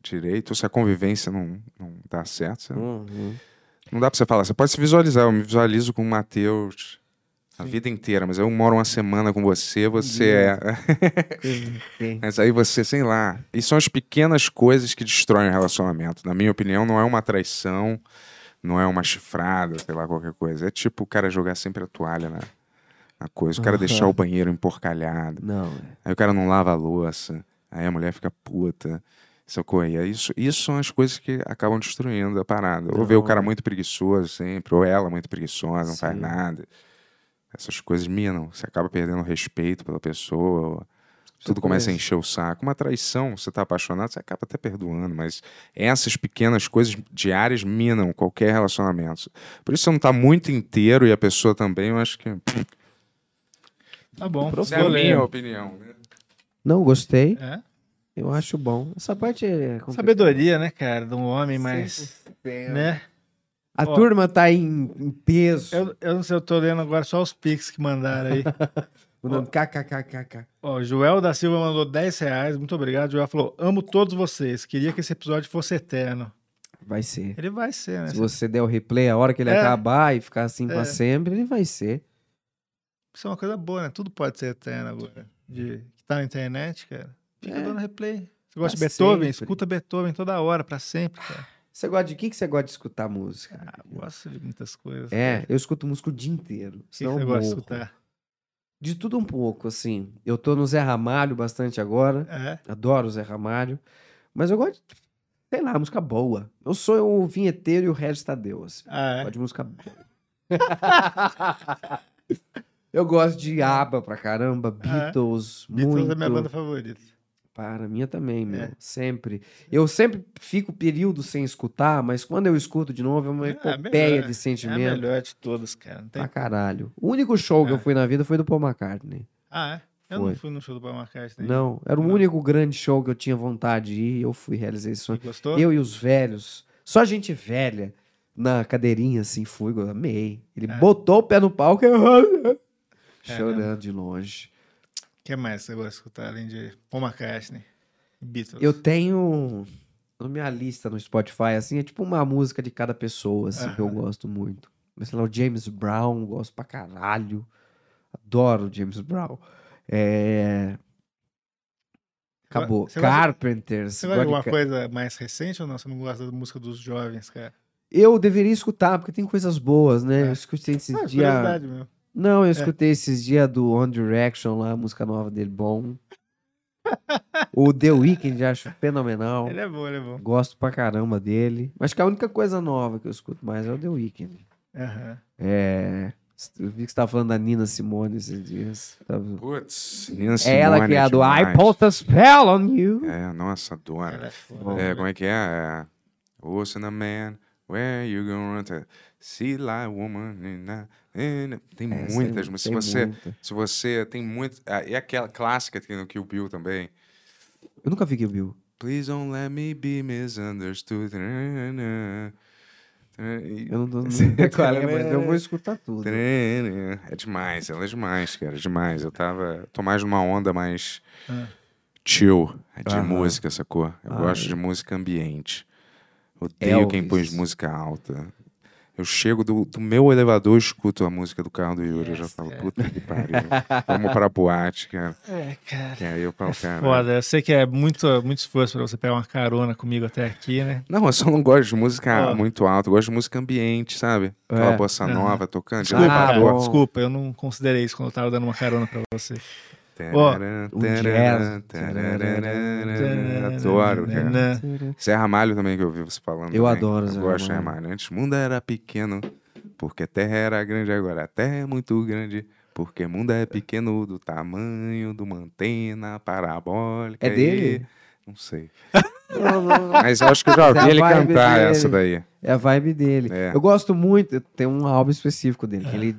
Speaker 4: direito, se a convivência não, não dá certo, você não
Speaker 5: Uhum.
Speaker 4: Não dá pra você falar. Você pode se visualizar. Eu me visualizo com o Matheus a
Speaker 2: Sim.
Speaker 4: vida inteira, mas eu moro uma semana com você, você é.
Speaker 5: Tem.
Speaker 4: Mas aí você, sei lá. E são as pequenas coisas que destroem o relacionamento. Na minha opinião, não é uma traição, não é uma chifrada, sei lá, qualquer coisa. É tipo o cara jogar sempre a toalha na, na coisa, o cara
Speaker 5: Aham.
Speaker 4: deixar o banheiro emporcalhado.
Speaker 5: Não, é.
Speaker 4: Aí o cara não lava a louça, aí a mulher fica puta. Sacou? E é isso, isso são as coisas que acabam destruindo a parada. Ou ver o cara muito preguiçoso sempre, ou ela muito preguiçosa, não faz
Speaker 5: Sim.
Speaker 4: nada. Essas coisas minam. Você acaba perdendo o respeito pela pessoa. Tudo
Speaker 5: Você
Speaker 4: começa a
Speaker 5: conhece.
Speaker 4: encher o saco. Uma traição, você tá apaixonado, você acaba até perdoando, mas essas pequenas coisas diárias minam qualquer relacionamento. Por isso você não tá muito inteiro e a pessoa também, eu acho que.
Speaker 2: Tá bom.
Speaker 4: Essa é a minha opinião. né?
Speaker 5: Não gostei,
Speaker 2: É.
Speaker 5: eu acho bom. Essa parte é complicada.
Speaker 2: Sabedoria, né, cara, de um homem, mas. Né?
Speaker 5: A
Speaker 2: Ó.
Speaker 5: turma tá em, em peso.
Speaker 2: Eu, eu não sei, eu tô lendo agora só os pics que mandaram aí.
Speaker 5: Mandando kkkk.
Speaker 2: Ó, Joel da Silva mandou 10 reais. Muito obrigado, Joel. Falou: amo todos vocês. Queria que esse episódio fosse eterno.
Speaker 5: Vai ser.
Speaker 2: Ele vai ser, né?
Speaker 5: Se você der o replay a hora que ele
Speaker 2: É.
Speaker 5: acabar e ficar assim pra
Speaker 2: É.
Speaker 5: sempre, ele vai ser.
Speaker 2: Isso é uma coisa boa, né? Tudo pode ser eterno agora. De, que tá na internet, cara. Fica
Speaker 5: É.
Speaker 2: dando replay. Você gosta
Speaker 5: Pra
Speaker 2: de Beethoven?
Speaker 5: sempre.
Speaker 2: Escuta Beethoven toda hora, pra sempre, cara.
Speaker 5: Você gosta de o que, que você gosta de escutar música?
Speaker 2: Ah, gosto de muitas coisas.
Speaker 5: É,
Speaker 2: cara.
Speaker 5: eu escuto música o dia inteiro.
Speaker 2: O que, que
Speaker 5: Senão
Speaker 2: você
Speaker 5: eu
Speaker 2: gosta de
Speaker 5: morro.
Speaker 2: escutar?
Speaker 5: De tudo um pouco, assim. Eu tô no Zé Ramalho bastante agora.
Speaker 2: É.
Speaker 5: Adoro o Zé Ramalho. Mas eu gosto de, sei lá, música boa. Eu sou o vinheteiro e o Regis Tadeu, assim.
Speaker 2: Ah, é.
Speaker 5: Gosto de música boa. eu gosto de ABBA pra caramba, Beatles, muito.
Speaker 2: Beatles é minha banda favorita.
Speaker 5: Para, minha também,
Speaker 2: É.
Speaker 5: meu. Sempre. Eu sempre fico período sem escutar, mas quando eu escuto de novo é uma
Speaker 2: É,
Speaker 5: epopeia
Speaker 2: melhor.
Speaker 5: de
Speaker 2: É a
Speaker 5: sentimento. Ah,
Speaker 2: melhor de todas, cara. Não tem...
Speaker 5: pra caralho. O único show que
Speaker 2: É.
Speaker 5: eu fui na vida foi do Paul McCartney.
Speaker 2: Ah, é? Eu
Speaker 5: Foi.
Speaker 2: não fui no show do Paul McCartney.
Speaker 5: Não, era o
Speaker 2: Não.
Speaker 5: único grande show que eu tinha vontade de ir e eu fui realizar esse sonho.
Speaker 2: E Gostou?
Speaker 5: Eu e os velhos, só gente velha, na cadeirinha assim, fui, eu amei. Ele
Speaker 2: É.
Speaker 5: botou o pé no palco e eu...
Speaker 2: Caramba.
Speaker 5: chorando de longe.
Speaker 2: O que mais você gosta de escutar além de Paul McCartney? Beatles.
Speaker 5: Eu tenho na minha lista no Spotify, assim, é tipo uma música de cada pessoa, assim, que eu
Speaker 2: Aham.
Speaker 5: gosto muito. Mas, sei lá, o James Brown, eu gosto pra caralho. Adoro o James Brown. É...
Speaker 2: Você
Speaker 5: Acabou.
Speaker 2: gosta- você gosta-
Speaker 5: Carpenters.
Speaker 2: Você gosta de
Speaker 5: gosto de
Speaker 2: alguma
Speaker 5: Ca-
Speaker 2: coisa mais recente ou não? Você não gosta da música dos jovens, cara?
Speaker 5: Eu deveria escutar, porque tem coisas boas, né?
Speaker 2: É.
Speaker 5: Eu escutei esses
Speaker 2: Ah,
Speaker 5: dias.
Speaker 2: curiosidade É. mesmo.
Speaker 5: Não, eu escutei esses dias do One Direction lá, a música nova dele, bom. o The Weeknd, eu acho fenomenal.
Speaker 2: Ele é bom, ele é bom.
Speaker 5: Gosto pra caramba dele. Acho que a única coisa nova que eu escuto mais é o The Weeknd.
Speaker 2: Aham.
Speaker 5: É. Eu vi que você tava falando da Nina Simone esses dias. Tá Tava-
Speaker 4: Putz, Nina
Speaker 5: É ela que é a do I
Speaker 4: demais.
Speaker 5: put a spell on you.
Speaker 4: É, nossa, adoro.
Speaker 2: Ela é foda.
Speaker 5: Bom.
Speaker 4: É, como é que é? é? Ocean a man, where you gonna to see like woman in a- in a-" Tem
Speaker 5: É,
Speaker 4: muitas,
Speaker 5: tem-
Speaker 4: mas se
Speaker 5: tem
Speaker 4: você,
Speaker 5: muita.
Speaker 4: se você tem muito, ah, e aquela clássica que tem no Kill Bill também.
Speaker 5: Eu nunca vi Kill Bill.
Speaker 4: Please don't let me be misunderstood.
Speaker 5: Eu não tô não sei qual é, mas eu vou escutar tudo.
Speaker 4: É demais, ela é demais, cara, é demais. Eu tava, tô mais numa onda mais
Speaker 2: Ah.
Speaker 4: chill de
Speaker 5: Aham.
Speaker 4: música, sacou? Eu
Speaker 5: Ah,
Speaker 4: gosto
Speaker 5: é.
Speaker 4: de música ambiente. Odeio quem põe
Speaker 5: Elvis.
Speaker 4: música alta. Eu chego do, do meu elevador, eu escuto a música do carro do Yuri, eu já falo, puta que pariu. Vamos pra boate, cara.
Speaker 2: É, cara.
Speaker 4: Que aí eu falo, cara.
Speaker 2: Foda, eu sei que é muito, muito esforço pra você pegar uma carona comigo até aqui, né?
Speaker 4: Não, eu só não gosto de música
Speaker 2: Ó.
Speaker 4: muito alta, eu gosto de música ambiente, sabe? Aquela
Speaker 5: É.
Speaker 4: bossa
Speaker 2: Aham. é?
Speaker 4: nova tocante.
Speaker 2: Desculpa,
Speaker 5: Ah,
Speaker 2: cara,
Speaker 5: bom.
Speaker 2: desculpa, eu não considerei isso quando eu tava dando uma carona pra você. Ó,
Speaker 4: Tarará,
Speaker 5: um
Speaker 4: tarará,
Speaker 5: jazz.
Speaker 4: tarará, É, Adoro, cara.
Speaker 2: Né?
Speaker 5: É
Speaker 4: Zé Ramalho também que eu ouvi você falando.
Speaker 5: Eu
Speaker 4: também.
Speaker 5: adoro
Speaker 4: Eu
Speaker 5: Zé
Speaker 4: gosto de Zé
Speaker 5: Ramalho.
Speaker 4: Ramalho. Antes o mundo era pequeno, porque a terra era grande. Agora a terra é muito grande, porque o mundo é pequeno do tamanho de uma antena parabólica.
Speaker 5: É dele?
Speaker 4: e- Não sei.
Speaker 5: Não, não, não.
Speaker 4: Mas eu acho que eu já
Speaker 5: É a
Speaker 4: ouvi ele
Speaker 5: vibe
Speaker 4: cantar
Speaker 5: dele.
Speaker 4: essa daí.
Speaker 5: É a vibe dele.
Speaker 4: É.
Speaker 5: Eu gosto muito, tem um álbum específico dele, que ele.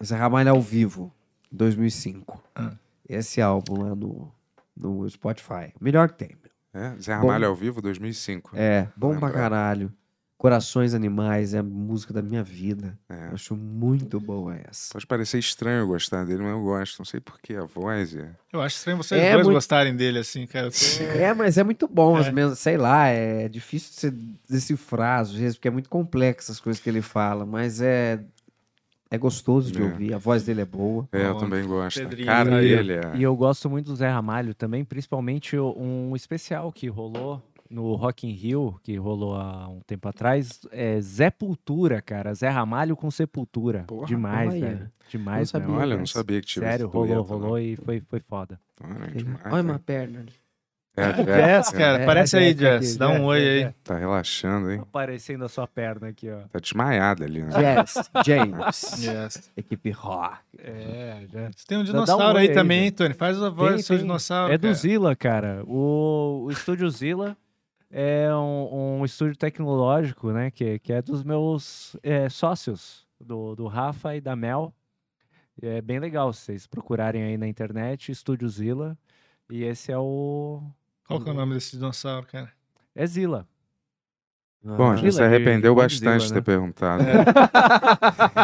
Speaker 5: Zé Ramalho ao vivo, 2005.
Speaker 2: Ah.
Speaker 5: Esse álbum lá no, no Spotify. Melhor que tem.
Speaker 4: É, Zé
Speaker 5: Bom.
Speaker 4: Ramalho ao vivo, 2005.
Speaker 5: É, bom
Speaker 4: Lembrar.
Speaker 5: pra caralho. Corações Animais é a música da minha vida.
Speaker 4: É.
Speaker 5: Eu acho muito boa essa.
Speaker 4: Pode parecer estranho eu gostar dele, mas eu gosto. Não sei porquê, a voz é...
Speaker 2: Eu acho estranho vocês
Speaker 5: É
Speaker 2: dois
Speaker 5: muito-
Speaker 2: gostarem dele assim, cara. Eu tô-
Speaker 5: É, mas é muito bom, as
Speaker 2: É.
Speaker 5: mesmas- sei lá, é difícil de você decifrar às vezes, porque é muito complexo as coisas que ele fala, mas é, é gostoso de
Speaker 4: É.
Speaker 5: ouvir, a voz dele é boa.
Speaker 4: É, eu
Speaker 2: Ó,
Speaker 4: também gosto. A
Speaker 2: Pedrinho.
Speaker 4: cara
Speaker 2: Aí, ó.
Speaker 4: dele é...
Speaker 3: E eu gosto muito do Zé Ramalho também, principalmente o- um especial que rolou no Rock in Rio, que rolou há um tempo atrás, é Zé Pultura, cara. Zé Ramalho com Sepultura.
Speaker 4: Porra,
Speaker 3: Demais,
Speaker 5: olha.
Speaker 3: velho. Demais,
Speaker 5: Não
Speaker 3: mesmo.
Speaker 5: sabia.
Speaker 4: Olha, um eu não sabia que tinha esse
Speaker 3: Sério,
Speaker 4: dueto,
Speaker 3: rolou,
Speaker 4: não.
Speaker 3: rolou e foi, foi foda.
Speaker 4: Olha,
Speaker 5: Ele-
Speaker 4: demais,
Speaker 5: Olha
Speaker 4: né?
Speaker 5: uma perna ali.
Speaker 4: É,
Speaker 2: Jess,
Speaker 4: é,
Speaker 2: cara,
Speaker 5: É,
Speaker 2: aparece aí,
Speaker 5: Jess, tá aqui,
Speaker 2: Jess. Dá um
Speaker 5: Jess,
Speaker 2: oi aí.
Speaker 4: Tá relaxando, hein?
Speaker 3: Aparecendo a sua perna aqui, ó.
Speaker 4: Tá desmaiada ali, né?
Speaker 5: Jazz, James,
Speaker 4: É.
Speaker 2: Jess.
Speaker 5: equipe rock.
Speaker 3: É, já.
Speaker 2: Você tem um
Speaker 3: um
Speaker 2: dinossauro
Speaker 3: oi
Speaker 2: aí
Speaker 3: aí,
Speaker 2: também,
Speaker 3: Jess.
Speaker 2: hein, Tony? Faz a voz
Speaker 3: Tem,
Speaker 2: do seu
Speaker 3: tem.
Speaker 2: dinossauro.
Speaker 3: É do
Speaker 2: cara.
Speaker 3: Zilla, cara. O, o estúdio Zilla é um, um estúdio tecnológico, né? Que, que é dos meus é, sócios, do, do Rafa e da Mel. É bem legal se vocês procurarem aí na internet, Estúdio Zilla. E esse é o.
Speaker 2: Qual que é o nome desse dinossauro, cara?
Speaker 3: É Zilla.
Speaker 4: Bom,
Speaker 5: Ah,
Speaker 4: a gente se
Speaker 3: Godzilla,
Speaker 4: arrependeu
Speaker 3: de-
Speaker 4: bastante de
Speaker 3: Godzilla,
Speaker 4: ter
Speaker 3: né?
Speaker 4: perguntado.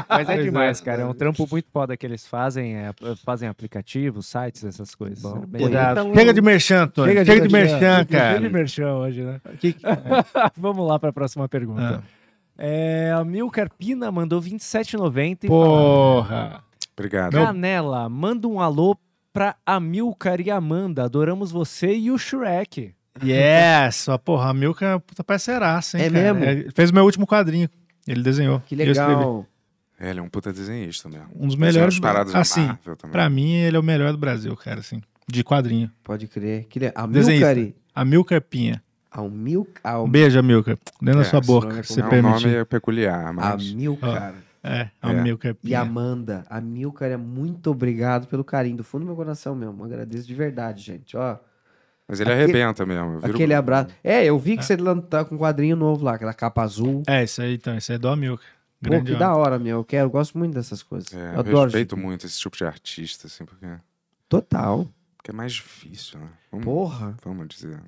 Speaker 3: Mas é
Speaker 2: Pois é.
Speaker 3: demais, cara. É um trampo muito foda que eles fazem. é, fazem aplicativos, sites, essas coisas.
Speaker 5: Bom,
Speaker 3: É bem legal.
Speaker 2: Cuidado.
Speaker 5: então-
Speaker 2: Chega de merchan, Tony. Chega de, merchan,
Speaker 3: Cheio de
Speaker 2: cara.
Speaker 3: merchan hoje, né?
Speaker 2: Que-
Speaker 3: Vamos lá para a próxima
Speaker 5: um
Speaker 3: pergunta.
Speaker 2: Ah,
Speaker 3: É, a Milcar Pina mandou 27,90 e
Speaker 2: porra.
Speaker 4: Obrigado.
Speaker 3: fala, Canela, manda um alô pra Amilcar e Amanda. Adoramos você e o Shrek.
Speaker 2: Yes! Ó, porra, a Milka é uma puta parceiraça, hein?
Speaker 5: É
Speaker 2: cara?
Speaker 5: mesmo?
Speaker 2: Ele fez o meu último quadrinho. Ele desenhou.
Speaker 5: Que
Speaker 2: Eu escrevi.
Speaker 5: legal.
Speaker 4: É, ele é um puta desenhista mesmo.
Speaker 2: Um
Speaker 4: Desenha
Speaker 2: dos
Speaker 4: umas
Speaker 2: melhores.
Speaker 4: paradas da
Speaker 2: Assim,
Speaker 4: Marvel também.
Speaker 2: pra mim, ele é o melhor do Brasil, cara, assim. De quadrinho.
Speaker 5: Pode crer. Que le... A
Speaker 2: Desenhista.
Speaker 5: Milcari.
Speaker 2: A Milka é Pinha.
Speaker 5: A Milk. A,
Speaker 2: Um beijo, Amilcar. Dentro
Speaker 4: É,
Speaker 2: da sua
Speaker 4: esse
Speaker 5: nome é
Speaker 2: boca, se você
Speaker 4: É um
Speaker 2: permitir.
Speaker 4: nome peculiar,
Speaker 5: a
Speaker 4: mas...
Speaker 5: Milcar.
Speaker 2: É,
Speaker 4: É.
Speaker 2: Amilcar
Speaker 5: E
Speaker 2: Pinha.
Speaker 5: Amanda, a Milka, é muito obrigado pelo carinho, do fundo do meu coração mesmo. Agradeço de verdade, gente. Ó,
Speaker 4: Mas ele
Speaker 5: Aquele-
Speaker 4: arrebenta mesmo. eu viro-
Speaker 5: aquele abraço. É, eu vi que você lan- tá com um quadrinho novo lá, aquela capa azul.
Speaker 2: É, isso aí então, isso aí é do Amilcar.
Speaker 5: Pô,
Speaker 2: Grande
Speaker 5: que
Speaker 2: homem.
Speaker 5: da hora, meu. Eu quero, eu gosto muito dessas coisas.
Speaker 4: É,
Speaker 5: eu
Speaker 4: eu
Speaker 5: adoro.
Speaker 4: respeito
Speaker 5: gente.
Speaker 4: muito esse tipo de artista, assim, porque,
Speaker 5: Total.
Speaker 4: porque é mais difícil, né? Vamos,
Speaker 5: Porra.
Speaker 4: vamos dizer. né?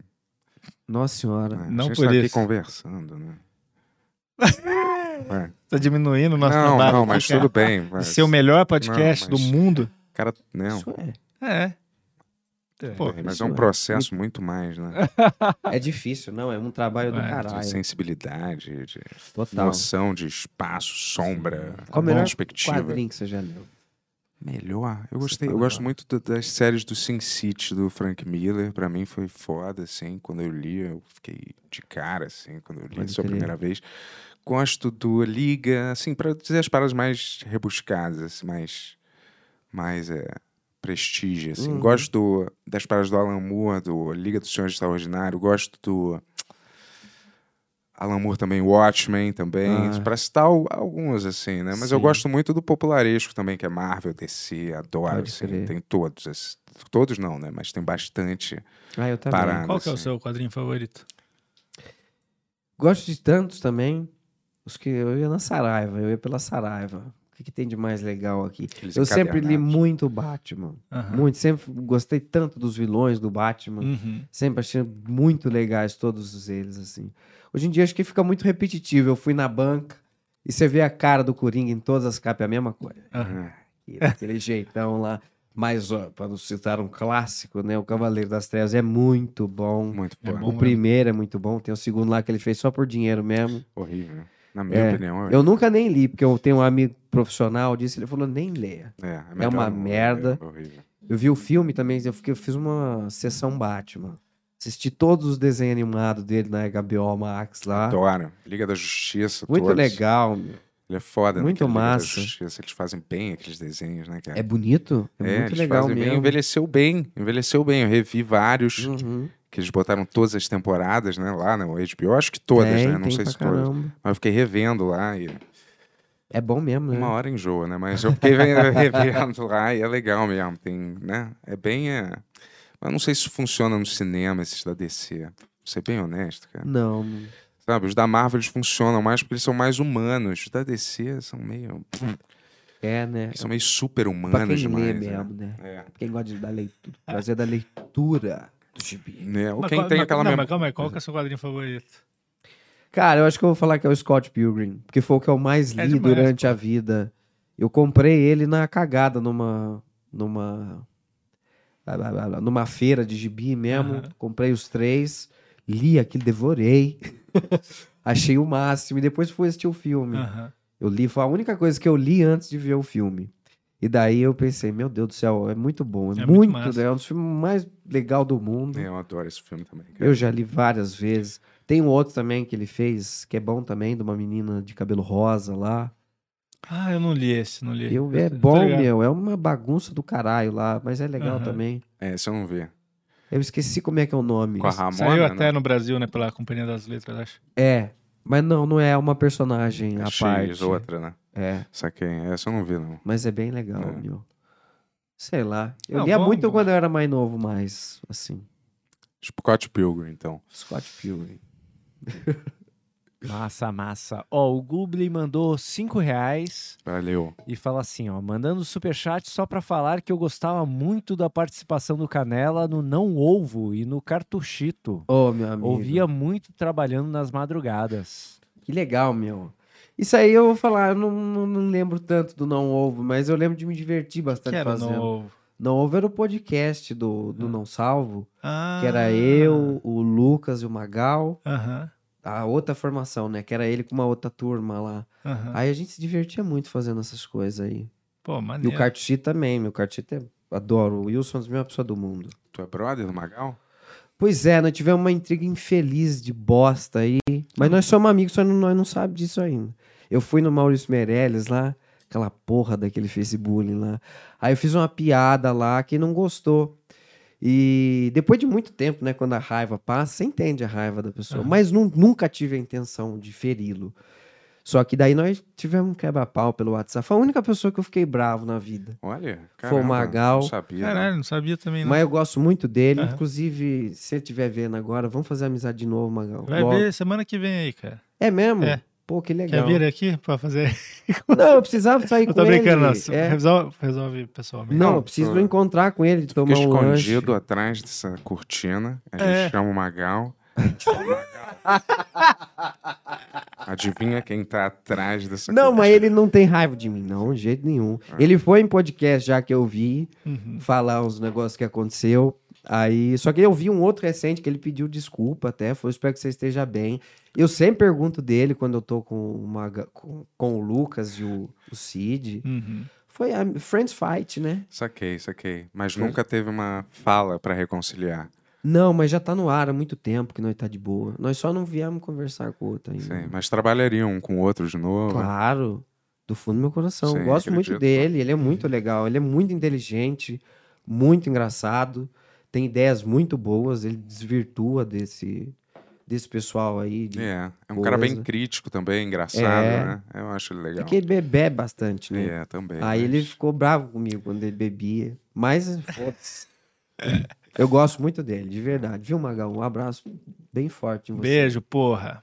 Speaker 5: Nossa senhora.
Speaker 4: A
Speaker 2: Não
Speaker 4: gente
Speaker 2: por
Speaker 4: tá aqui
Speaker 2: isso.
Speaker 4: conversando, né? Vai.
Speaker 2: Tá diminuindo o nosso
Speaker 4: Não,
Speaker 2: trabalho.
Speaker 4: não,
Speaker 2: aqui,
Speaker 4: mas
Speaker 2: cara.
Speaker 4: tudo bem.
Speaker 2: De
Speaker 4: Mas...
Speaker 2: ser o melhor podcast
Speaker 4: Não, mas-
Speaker 2: do mundo.
Speaker 4: Cara, não.
Speaker 5: Isso é.
Speaker 2: É. Pô,
Speaker 4: é, mas
Speaker 5: isso
Speaker 4: é um
Speaker 5: é.
Speaker 4: processo muito mais, né?
Speaker 5: É difícil, não. É um trabalho do
Speaker 2: É,
Speaker 4: De
Speaker 5: caralho.
Speaker 4: sensibilidade, de
Speaker 5: Total.
Speaker 4: noção de espaço, sombra,
Speaker 5: Qual o melhor
Speaker 4: perspectiva.
Speaker 5: Quadrinho que você já leu.
Speaker 4: Melhor? Eu
Speaker 5: Você
Speaker 4: gostei. Eu
Speaker 5: fala
Speaker 4: gosto
Speaker 5: agora.
Speaker 4: muito da- das séries do Sin City, do Frank Miller. Pra mim foi foda, assim. Quando eu li, eu fiquei de cara, assim, quando eu li
Speaker 5: Pode
Speaker 4: isso a
Speaker 5: crer.
Speaker 4: primeira vez. Gosto do Liga, assim, pra dizer as paradas mais rebuscadas, assim, mais, mais é, prestígio, assim.
Speaker 5: Uhum.
Speaker 4: Gosto do- das paradas do Alan Moore, do Liga do Senhor Extraordinário. Gosto do... Alan Moore também, Watchmen também,
Speaker 5: Ah.
Speaker 4: pra citar al- alguns, assim, né? Mas eu
Speaker 5: Sim.
Speaker 4: gosto muito do popularesco também, que é Marvel, DC, adoro,
Speaker 5: Pode
Speaker 4: assim,
Speaker 5: crer.
Speaker 4: tem todos, assim, todos não, né? Mas tem bastante
Speaker 5: Ah, eu também.
Speaker 4: parada.
Speaker 2: Qual que é o
Speaker 4: assim.
Speaker 2: seu quadrinho favorito?
Speaker 5: Gosto de tantos também. Os que eu ia na Saraiva, eu ia pela Saraiva. O que, que tem de mais legal aqui?
Speaker 4: Aqueles
Speaker 5: Eu sempre li
Speaker 4: encadernados.
Speaker 5: muito Batman.
Speaker 2: Aham.
Speaker 5: Muito, sempre gostei tanto dos vilões do Batman.
Speaker 4: Hum.
Speaker 2: Uhum.
Speaker 5: Sempre achei muito legais todos eles, assim. Hoje em dia acho que fica muito repetitivo. Eu fui na banca e você vê a cara do Coringa em todas as capas, é a mesma coisa.
Speaker 2: Aham.
Speaker 4: É,
Speaker 5: E Aquele jeitão lá. Mas, ó, para não citar um clássico, né? O Cavaleiro das Trevas é muito bom.
Speaker 4: Muito
Speaker 2: É
Speaker 4: bom, né?
Speaker 2: bom.
Speaker 5: O primeiro é muito bom. Tem o segundo lá que ele fez só por dinheiro mesmo.
Speaker 4: horrível. Na minha
Speaker 5: É,
Speaker 4: opinião, é
Speaker 5: Eu
Speaker 4: horrível.
Speaker 5: nunca nem li, porque eu tenho um amigo profissional disso, ele falou, nem leia.
Speaker 4: É,
Speaker 5: é uma
Speaker 4: melhor não,
Speaker 5: merda.
Speaker 4: é horrível.
Speaker 5: Eu vi o filme também, eu, fiquei- eu fiz uma sessão Batman. Assisti todos os desenhos animados dele na HBO Max lá.
Speaker 4: Adoro. Liga da Justiça,
Speaker 5: tá? Muito
Speaker 4: todos.
Speaker 5: legal, meu.
Speaker 4: Ele é foda, né,
Speaker 5: Muito
Speaker 4: aquele Liga da
Speaker 5: massa.
Speaker 4: Justiça, Eles fazem bem aqueles desenhos, né, cara?
Speaker 5: É bonito? É, muito
Speaker 4: eles
Speaker 5: legal
Speaker 4: fazem bem.
Speaker 5: mesmo.
Speaker 4: Envelheceu bem, envelheceu bem. Eu revi vários.
Speaker 5: Uhum.
Speaker 4: que eles botaram todas as temporadas, né, lá no HBO, acho que todas,
Speaker 5: Tem,
Speaker 4: né, não
Speaker 5: tem
Speaker 4: sei
Speaker 5: pra
Speaker 4: se todas,
Speaker 5: caramba.
Speaker 4: mas eu fiquei revendo lá e
Speaker 5: É bom mesmo, né?
Speaker 4: uma hora enjoa, né, mas eu fiquei re- revendo lá e é legal mesmo, tem, né, é bem, é... mas não sei se funciona no cinema esses da DC, pra ser bem honesto, cara,
Speaker 5: Não.
Speaker 4: sabe, os da Marvel eles funcionam mais porque eles são mais humanos, os da DC são meio,
Speaker 5: É, né?
Speaker 4: são meio super
Speaker 5: Pra quem
Speaker 4: humanos
Speaker 5: lê
Speaker 4: demais, né?
Speaker 5: mesmo, né?
Speaker 4: É.
Speaker 5: Quem gosta de dar leitura, prazer da leitura do gibi.
Speaker 4: Né, Ou
Speaker 2: Mas
Speaker 4: quem
Speaker 2: qual-
Speaker 4: tem
Speaker 2: mas-
Speaker 4: aquela
Speaker 2: não,
Speaker 4: mesma...
Speaker 2: mas calma aí, qual que é o seu quadrinho favorito?
Speaker 5: Cara, eu acho que eu vou falar que é o Scott Pilgrim, porque foi o que eu mais li
Speaker 2: É demais,
Speaker 5: durante a vida. Eu comprei ele na cagada numa numa blá, blá, blá, blá, numa feira de gibi mesmo.
Speaker 2: Aham.
Speaker 5: Comprei os três, li aquilo, devorei. Achei o máximo e depois fui assistir o filme.
Speaker 2: Aham.
Speaker 5: Eu li, foi a única coisa que eu li antes de ver o filme. E daí eu pensei, meu Deus do céu, é muito bom, é,
Speaker 2: É muito
Speaker 5: muito,
Speaker 2: massa.
Speaker 5: é um dos filmes mais legal do mundo.
Speaker 4: É, eu adoro esse filme também, cara.
Speaker 5: Eu já li várias vezes. Tem um outro também que ele fez, que é bom também, de uma menina de cabelo rosa lá.
Speaker 2: Ah, eu não li esse, não li.
Speaker 5: Eu,
Speaker 2: Tá
Speaker 5: é bom,
Speaker 2: ligado?
Speaker 5: meu. É uma bagunça do caralho lá, mas é legal
Speaker 2: Aham.
Speaker 5: também.
Speaker 4: É, se eu não ver.
Speaker 5: Eu esqueci como é que é o nome.
Speaker 4: Com a Ramona,
Speaker 2: Saiu
Speaker 4: né?
Speaker 2: até no Brasil, né, pela Companhia das Letras, acho.
Speaker 5: É, mas não, não é uma personagem à
Speaker 4: X,
Speaker 5: parte.
Speaker 4: outra, né?
Speaker 5: É,
Speaker 4: Saquei. Essa eu não vi, não.
Speaker 5: mas é bem legal,
Speaker 4: É.
Speaker 5: meu. Sei lá. Eu
Speaker 2: Não,
Speaker 5: lia
Speaker 2: bom,
Speaker 5: muito
Speaker 2: bom.
Speaker 5: quando eu era mais novo, mas assim,
Speaker 4: Scott Pilgrim, então.
Speaker 5: Scott Pilgrim.
Speaker 3: Massa, massa. Ó, o Google mandou 5 reais
Speaker 4: Valeu.
Speaker 3: e fala assim, ó, mandando superchat só pra falar que eu gostava muito da participação do Canela no Não Ovo e no Cartuchito.
Speaker 5: Ô, meu amigo.
Speaker 3: Ouvia muito trabalhando nas madrugadas.
Speaker 5: Que legal, meu. Isso aí eu vou falar, eu não, não- não lembro tanto do Não Ovo, mas eu lembro de me divertir bastante
Speaker 2: Que era
Speaker 5: fazendo.
Speaker 2: novo.
Speaker 5: Não Ovo era o podcast do, do Não Salvo,
Speaker 2: Ah.
Speaker 5: que era eu, o Lucas e o Magal,
Speaker 2: Aham.
Speaker 5: a outra formação, né? Que era ele com uma outra turma lá.
Speaker 2: Aham.
Speaker 5: Aí a gente se divertia muito fazendo essas coisas aí.
Speaker 2: Pô,
Speaker 5: E
Speaker 2: maneiro.
Speaker 5: o Cartuchito também, meu Cartuchito é... Adoro, o Wilson é a melhor pessoa do mundo.
Speaker 4: Tu é brother do Magal?
Speaker 5: Pois é, nós tivemos uma intriga infeliz de bosta aí. Mas nós somos amigos, só não, nós não sabemos disso ainda. Eu fui no Maurício Meirelles lá, aquela porra daquele Facebook lá. Aí eu fiz uma piada lá, quem não gostou. E depois de muito tempo, né, quando a raiva passa, você entende a raiva da pessoa. Mas nu- nunca tive a intenção de feri-lo. Só que daí nós tivemos um quebra-pau pelo WhatsApp. Foi a única pessoa que eu fiquei bravo na vida.
Speaker 4: Olha,
Speaker 5: Foi o
Speaker 4: caramba,
Speaker 5: Magal.
Speaker 4: Não sabia. não.
Speaker 2: Caralho, não sabia também, não.
Speaker 5: Mas eu gosto muito dele.
Speaker 2: né? Aham.
Speaker 5: Inclusive, se você estiver vendo agora, vamos fazer amizade de novo, Magal.
Speaker 2: Vai
Speaker 5: Logo.
Speaker 2: ver semana que vem aí, cara.
Speaker 5: É mesmo?
Speaker 2: É.
Speaker 5: Pô, que
Speaker 2: Quer
Speaker 5: legal.
Speaker 2: vir aqui pra fazer?
Speaker 5: Não, eu precisava sair
Speaker 2: Eu
Speaker 5: com
Speaker 2: tô
Speaker 5: ele.
Speaker 2: brincando, não.
Speaker 5: É.
Speaker 2: Resolve, resolve pessoalmente.
Speaker 5: Não,
Speaker 4: Não,
Speaker 5: eu preciso
Speaker 4: tô-
Speaker 5: encontrar com ele,
Speaker 4: Fica
Speaker 5: tomar um lanche.
Speaker 4: escondido atrás dessa cortina. A gente
Speaker 2: É.
Speaker 4: chama o Magal. Adivinha quem tá atrás dessa
Speaker 5: Não, mas
Speaker 4: cortina?
Speaker 5: ele não tem raiva de mim, não, de jeito nenhum.
Speaker 4: Ah.
Speaker 5: Ele foi em podcast já que eu vi
Speaker 2: Uhum.
Speaker 5: falar uns negócios que aconteceu. Aí, só que eu vi um outro recente que ele pediu desculpa até, foi, espero que você esteja bem. Eu sempre pergunto dele quando eu tô com, uma, com, com o Lucas e o, o Cid.
Speaker 2: Uhum.
Speaker 5: Foi a Friends Fight, né?
Speaker 4: Saquei, saquei. Mas nunca teve uma fala pra reconciliar.
Speaker 5: Não, mas já tá no ar há muito tempo que nós tá de boa. Nós só não viemos conversar com o outro ainda.
Speaker 4: Sim, mas trabalhariam um com o outro de novo.
Speaker 5: Claro, do fundo do meu coração.
Speaker 4: Sim,
Speaker 5: Gosto muito
Speaker 4: acredito.
Speaker 5: dele, ele é
Speaker 4: Uhum.
Speaker 5: muito legal, ele é muito inteligente, muito engraçado, tem ideias muito boas, ele desvirtua desse, desse pessoal aí. de-
Speaker 4: É, é um cara bem
Speaker 5: Coisa.
Speaker 4: crítico também, engraçado,
Speaker 5: É.
Speaker 4: né? Eu acho ele legal.
Speaker 5: É que ele bebe bastante, né?
Speaker 4: É, também.
Speaker 5: Aí
Speaker 4: mas-
Speaker 5: ele ficou bravo comigo quando ele bebia, mas foda-se. Eu gosto muito dele, de verdade. Viu, Magal? Um abraço bem forte em você.
Speaker 2: Beijo, porra.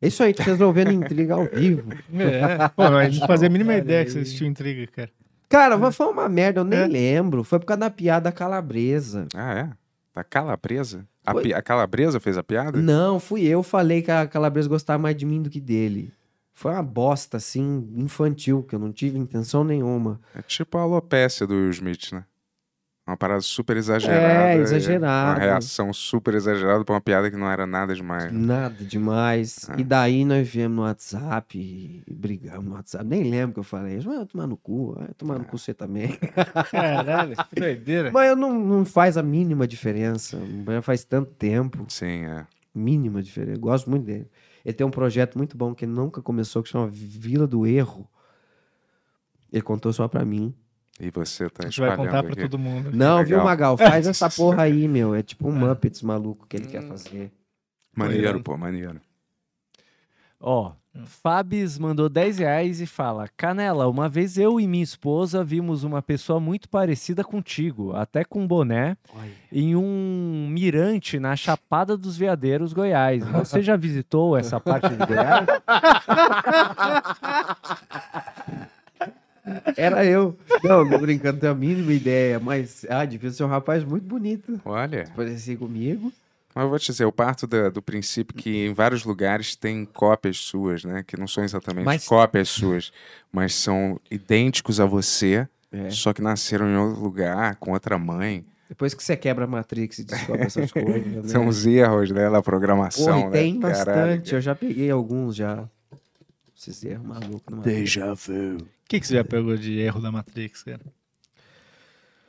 Speaker 5: É Isso aí, tô resolvendo intriga ao vivo.
Speaker 2: É. Pô, mas a gente não fazia a mínima ideia que você assistiu Intriga, cara.
Speaker 5: Cara, mas foi uma merda, eu nem
Speaker 2: É.
Speaker 5: lembro. Foi por causa da piada calabresa.
Speaker 4: Ah, é? Da calabresa? A,
Speaker 5: Foi.
Speaker 4: pi- a calabresa fez a piada?
Speaker 5: Não, fui eu falei que a Calabresa gostava mais de mim do que dele. Foi uma bosta, assim, infantil, que eu não tive intenção nenhuma.
Speaker 4: É tipo a alopécia do Will Smith, né? Uma parada super exagerada.
Speaker 5: É,
Speaker 4: e
Speaker 5: exagerado.
Speaker 4: Uma reação super exagerada pra uma piada que não era nada demais.
Speaker 5: Nada demais.
Speaker 4: Ah.
Speaker 5: E daí nós viemos no WhatsApp e e brigamos no WhatsApp. Nem lembro que eu falei isso. Mas vai tomar no cu, vai tomar no cu você também.
Speaker 2: Caralho, que doideira.
Speaker 5: Mas eu não, não faz a mínima diferença. Mas Faz tanto tempo.
Speaker 4: Sim, é.
Speaker 5: Mínima diferença. Gosto muito dele. Ele tem um projeto muito bom que ele nunca começou, que chama Vila do Erro. Ele contou só pra mim.
Speaker 4: E você tá
Speaker 2: A gente vai
Speaker 4: espalhando
Speaker 2: contar pra
Speaker 4: aqui.
Speaker 2: todo mundo.
Speaker 5: Não,
Speaker 4: Legal.
Speaker 5: viu, Magal? Faz essa porra aí, meu. É tipo um Muppets maluco que ele quer fazer.
Speaker 4: Maneiro,
Speaker 2: né?
Speaker 4: pô, maneiro.
Speaker 3: Ó, Fabs mandou 10 reais e fala: Canela, uma vez eu e minha esposa vimos uma pessoa muito parecida contigo, até com um boné, em um mirante na Chapada dos Veadeiros, Goiás. Você já visitou essa parte de Goiás?
Speaker 5: Era eu. Não, tô brincando, não tenho a mínima ideia. Mas, ah, devia ser um rapaz muito bonito.
Speaker 4: Olha,
Speaker 5: Parecia comigo.
Speaker 4: mas eu vou te dizer, eu parto da- do princípio que em vários lugares tem cópias suas, né? Que não são exatamente
Speaker 5: Mas-
Speaker 4: cópias suas, mas são idênticos a você,
Speaker 5: É.
Speaker 4: só que nasceram em outro lugar, com outra mãe.
Speaker 5: Depois que você quebra a Matrix e descobre essas coisas, né?
Speaker 4: São os erros, né? Da
Speaker 5: Porra,
Speaker 4: programação,
Speaker 5: e
Speaker 4: né?
Speaker 5: tem
Speaker 4: Caralho,
Speaker 5: bastante. Eu já peguei alguns já. Esses erros malucos. numa-
Speaker 2: O que, que você já pegou de erro da Matrix, cara?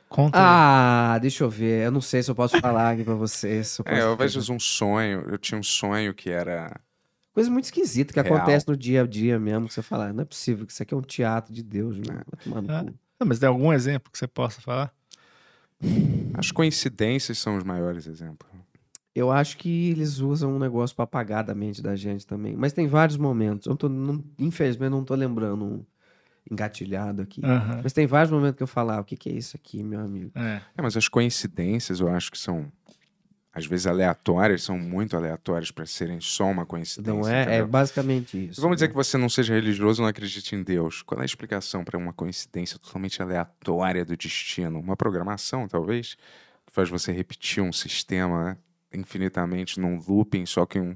Speaker 2: Conta. aí.
Speaker 5: Ah, deixa eu ver. Eu não sei se eu posso falar aqui pra vocês. se eu
Speaker 4: É,
Speaker 5: posso
Speaker 4: eu vejo um sonho. Eu tinha um sonho que era.
Speaker 5: Coisa muito esquisita que
Speaker 4: Real.
Speaker 5: acontece no dia a dia mesmo, que você fala, não é possível, que isso aqui é um teatro de Deus, meu. Vai tomar no
Speaker 2: Ah.
Speaker 5: cu."
Speaker 2: Não, mas tem algum exemplo que você possa falar?
Speaker 4: As coincidências são os maiores exemplos.
Speaker 5: Eu acho que eles usam um negócio pra apagar da mente da gente também. Mas tem vários momentos. Eu tô, não- infelizmente, não tô lembrando um engatilhado aqui.
Speaker 2: Aham.
Speaker 5: Mas tem vários momentos que eu falar, o que, que é isso aqui, meu amigo?
Speaker 2: É.
Speaker 4: É, mas as coincidências eu acho que são, às vezes, aleatórias, são muito aleatórias para serem só uma coincidência.
Speaker 5: Não é? É
Speaker 4: entendeu?
Speaker 5: basicamente isso.
Speaker 4: Vamos dizer
Speaker 5: né?
Speaker 4: que você não seja religioso não acredite em Deus. Qual é a explicação para uma coincidência totalmente aleatória do destino? Uma programação, talvez, que faz você repetir um sistema né, infinitamente num looping, só que um.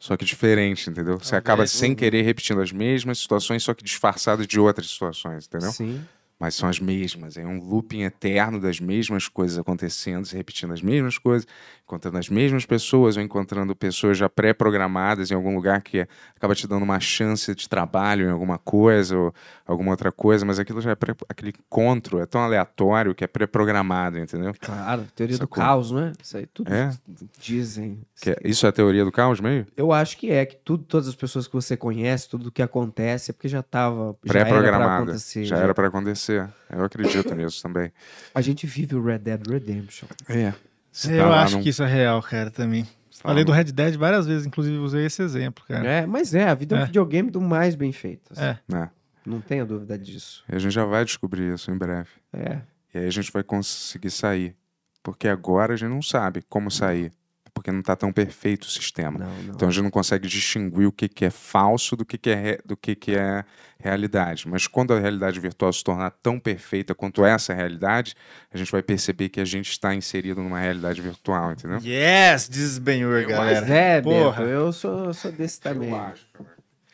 Speaker 4: Só que diferente, entendeu?
Speaker 5: uhum.
Speaker 4: Você acaba sem querer repetindo as mesmas situações, só que disfarçado de outras situações, entendeu?
Speaker 5: Sim.
Speaker 4: mas são as mesmas. É um looping eterno das mesmas coisas acontecendo, se repetindo as mesmas coisas, encontrando as mesmas pessoas ou encontrando pessoas já pré-programadas em algum lugar que é- acaba te dando uma chance de trabalho em alguma coisa ou alguma outra coisa, mas aquilo já é pré- aquele encontro é tão aleatório que é pré-programado, entendeu?
Speaker 5: Claro, teoria do
Speaker 4: Sacou?
Speaker 5: caos, né? Isso aí tudo
Speaker 4: É?
Speaker 5: dizem.
Speaker 4: Que é- isso é a teoria do caos meio?
Speaker 5: Eu acho que é, que tudo, todas as pessoas que você conhece, tudo que acontece, é porque já tava já era pra
Speaker 4: Pré-programada.
Speaker 5: acontecer,
Speaker 4: Já
Speaker 5: já.
Speaker 4: era pra acontecer. Eu acredito nisso também.
Speaker 5: A gente vive o Red Dead Redemption.
Speaker 4: É.
Speaker 2: Eu acho que isso é real, cara, também. Falei
Speaker 4: tá
Speaker 2: do Red Dead várias vezes, inclusive usei esse exemplo, cara.
Speaker 5: É, mas é, a vida é um
Speaker 2: É.
Speaker 5: videogame do mais bem feito. assim.
Speaker 2: É.
Speaker 4: É.
Speaker 5: Não tenho dúvida disso.
Speaker 4: A gente já vai descobrir isso em breve.
Speaker 5: É.
Speaker 4: E aí a gente vai conseguir sair. Porque agora a gente não sabe como sair. Porque não tá tão perfeito o sistema.
Speaker 5: Não, não.
Speaker 4: Então a gente não consegue distinguir o que, que é falso do que, que é, re- do que, que é realidade. Mas quando a realidade virtual se tornar tão perfeita quanto essa realidade, a gente vai perceber que a gente está inserido numa realidade virtual, entendeu?
Speaker 2: Yes, diz bem
Speaker 5: Mas é,
Speaker 2: Porra.
Speaker 5: Beto, eu sou, sou desse também.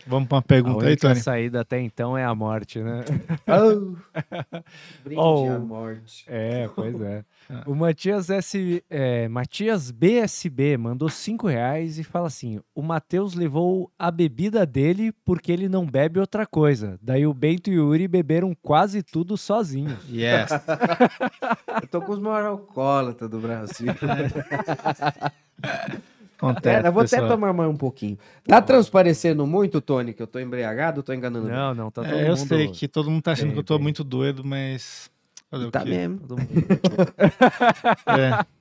Speaker 2: Vamos pra uma
Speaker 3: A
Speaker 2: pergunta aí,
Speaker 3: única
Speaker 2: Tony.
Speaker 3: saída até então é a morte, né?
Speaker 5: Oh. Brinde
Speaker 3: Oh.
Speaker 5: à morte.
Speaker 3: É, pois é. O Matias, S, é, Matias BSB mandou 5 reais e fala assim: o Matheus levou a bebida dele porque ele não bebe outra coisa. Daí o Bento e o Yuri beberam quase tudo sozinho.
Speaker 2: Yes.
Speaker 5: Eu tô com os maiores alcoólatas do Brasil.
Speaker 2: Acontece,
Speaker 5: É, eu vou até
Speaker 2: pessoal.
Speaker 5: tomar mais um pouquinho. Tá transparecendo muito, Tony, que eu tô embriagado ou tô enganando?
Speaker 3: Não, não, tá todo
Speaker 2: É, eu
Speaker 3: mundo.
Speaker 2: sei que todo mundo tá achando
Speaker 3: Bem,
Speaker 2: que eu tô
Speaker 3: bem.
Speaker 2: muito doido, mas. Fazer o
Speaker 5: Tá
Speaker 2: quê?
Speaker 5: mesmo.
Speaker 3: todo mundo-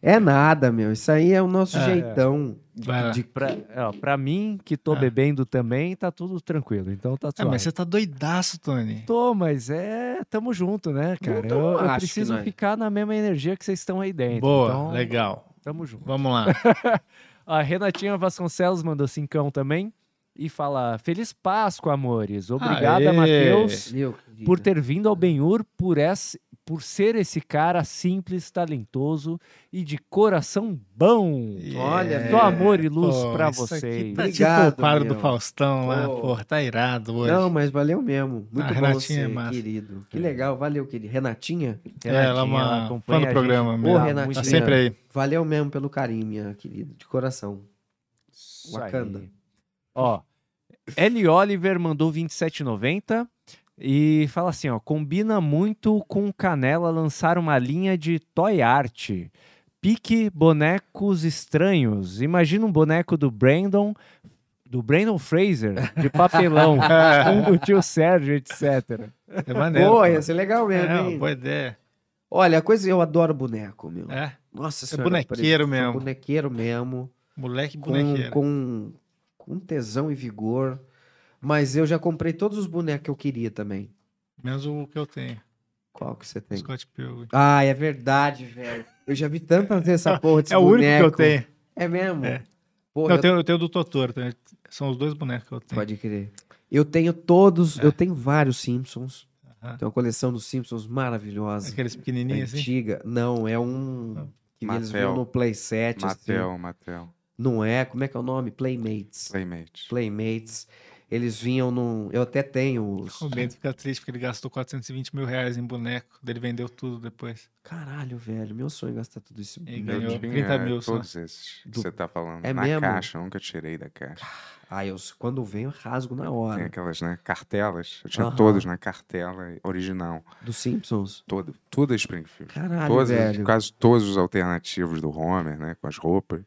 Speaker 2: É,
Speaker 5: É nada, meu. Isso aí é o nosso
Speaker 2: É.
Speaker 5: jeitão.
Speaker 2: vai lá.
Speaker 5: De...
Speaker 3: Pra, ó, pra mim, que tô
Speaker 2: Ah.
Speaker 3: bebendo também, tá tudo tranquilo. Então tá
Speaker 2: Ah,
Speaker 3: tudo.
Speaker 2: mas você tá doidaço, Tony.
Speaker 3: Tô, mas é. Tamo junto, né, cara?
Speaker 5: Não,
Speaker 3: Eu, eu
Speaker 5: acho que
Speaker 3: preciso
Speaker 5: não é.
Speaker 3: ficar na mesma energia que vocês estão aí dentro.
Speaker 2: Boa,
Speaker 3: então,
Speaker 2: legal.
Speaker 3: Tamo junto.
Speaker 2: Vamos lá.
Speaker 3: A Renatinha Vasconcelos mandou cincão também e fala: Feliz Páscoa, amores. Obrigada,
Speaker 2: Aê! É.
Speaker 3: Matheus,
Speaker 5: Meu,
Speaker 3: por ter vindo ao Benhur, por, esse, por ser esse cara simples, talentoso e de coração bom.
Speaker 5: Olha,
Speaker 3: Só
Speaker 5: é,
Speaker 3: amor e luz
Speaker 2: Pô,
Speaker 3: pra
Speaker 2: isso aqui
Speaker 3: vocês.
Speaker 2: Tá
Speaker 5: Obrigado,
Speaker 2: tipo o quadro
Speaker 5: meu.
Speaker 2: do Faustão lá,
Speaker 5: Pô.
Speaker 2: porra, tá irado hoje.
Speaker 5: Não, mas valeu mesmo. Muito
Speaker 2: Ah,
Speaker 5: bom
Speaker 2: Renatinha
Speaker 5: você,
Speaker 2: é massa.
Speaker 5: querido. Que legal, valeu, querido. Renatinha,
Speaker 2: é, ela é uma
Speaker 3: acompanha
Speaker 2: fã do
Speaker 3: a
Speaker 2: programa
Speaker 3: gente.
Speaker 2: mesmo.
Speaker 5: Ô,
Speaker 3: muito
Speaker 2: tá
Speaker 5: Renatinha.
Speaker 2: sempre aí.
Speaker 5: valeu mesmo pelo carinho, minha querida, de coração.
Speaker 3: Isso aí.
Speaker 5: Wakanda.
Speaker 3: Ó, L. Oliver mandou 27,90 e fala assim, ó, combina muito com Canela lançar uma linha de toy art. Pique bonecos estranhos. Imagina um boneco do Brandon, do Brandon Fraser, de papelão, um do tio Sérgio, etc.
Speaker 2: É maneiro.
Speaker 5: Boa,
Speaker 2: pô.
Speaker 5: ia ser legal mesmo,
Speaker 2: é,
Speaker 5: hein?
Speaker 2: uma boa ideia.
Speaker 5: Olha, a coisa, eu adoro boneco, meu.
Speaker 2: É,
Speaker 5: Nossa
Speaker 2: Você é
Speaker 5: senhora.
Speaker 2: bonequeiro
Speaker 5: eu sou
Speaker 2: mesmo.
Speaker 5: Bonequeiro mesmo.
Speaker 2: moleque
Speaker 5: Com,
Speaker 2: bonequeiro.
Speaker 5: com, com tesão e vigor. Mas eu já comprei todos os bonecos que eu queria também.
Speaker 2: Menos o que eu tenho.
Speaker 5: Qual que você tem?
Speaker 2: Scott Pilgrim.
Speaker 5: Ah, é verdade, velho. Eu já vi tantas vezes essa porra desse
Speaker 2: É o único que eu
Speaker 5: boneco.
Speaker 2: tenho.
Speaker 5: É mesmo?
Speaker 2: É.
Speaker 5: Porra,
Speaker 2: Não,
Speaker 5: eu-
Speaker 2: eu, tenho eu tenho o do Totoro. também. São os dois bonecos que eu tenho. É.
Speaker 5: Pode crer. Eu tenho todos, eu tenho vários Simpsons.
Speaker 2: Aham.
Speaker 5: Tem uma coleção dos Simpsons maravilhosa.
Speaker 2: Aqueles pequenininhos assim. Ah.
Speaker 5: Antiga. Não, é um. Que
Speaker 4: Mattel.
Speaker 5: eles viram no Play 7. assim.
Speaker 4: Matel, Matel.
Speaker 5: Não é? Como é que é o nome? Playmates.
Speaker 4: Playmate.
Speaker 5: Playmates. Eles vinham num. Eu até tenho os.
Speaker 2: O Bento fica triste porque ele gastou 420 mil reais em boneco. Ele vendeu tudo depois.
Speaker 5: Caralho, velho. Meu sonho é gastar tudo isso.
Speaker 2: E
Speaker 4: Eu
Speaker 2: ganhou
Speaker 4: tinha
Speaker 2: 30 mil só.
Speaker 4: todos esses que
Speaker 5: Do-
Speaker 4: você tá falando.
Speaker 5: É
Speaker 4: na
Speaker 5: mesmo?
Speaker 4: caixa, nunca tirei da caixa.
Speaker 5: Ah, eu, quando vem, eu rasgo na
Speaker 4: Tem
Speaker 5: hora.
Speaker 4: aquelas, né? Cartelas. Eu tinha
Speaker 5: Aham.
Speaker 4: todos na cartela original.
Speaker 5: Dos Simpsons.
Speaker 4: Todo, tudo é Springfield.
Speaker 5: Caralho,
Speaker 4: Todas-
Speaker 5: velho.
Speaker 4: quase todos os alternativos do Homer, né? Com as roupas.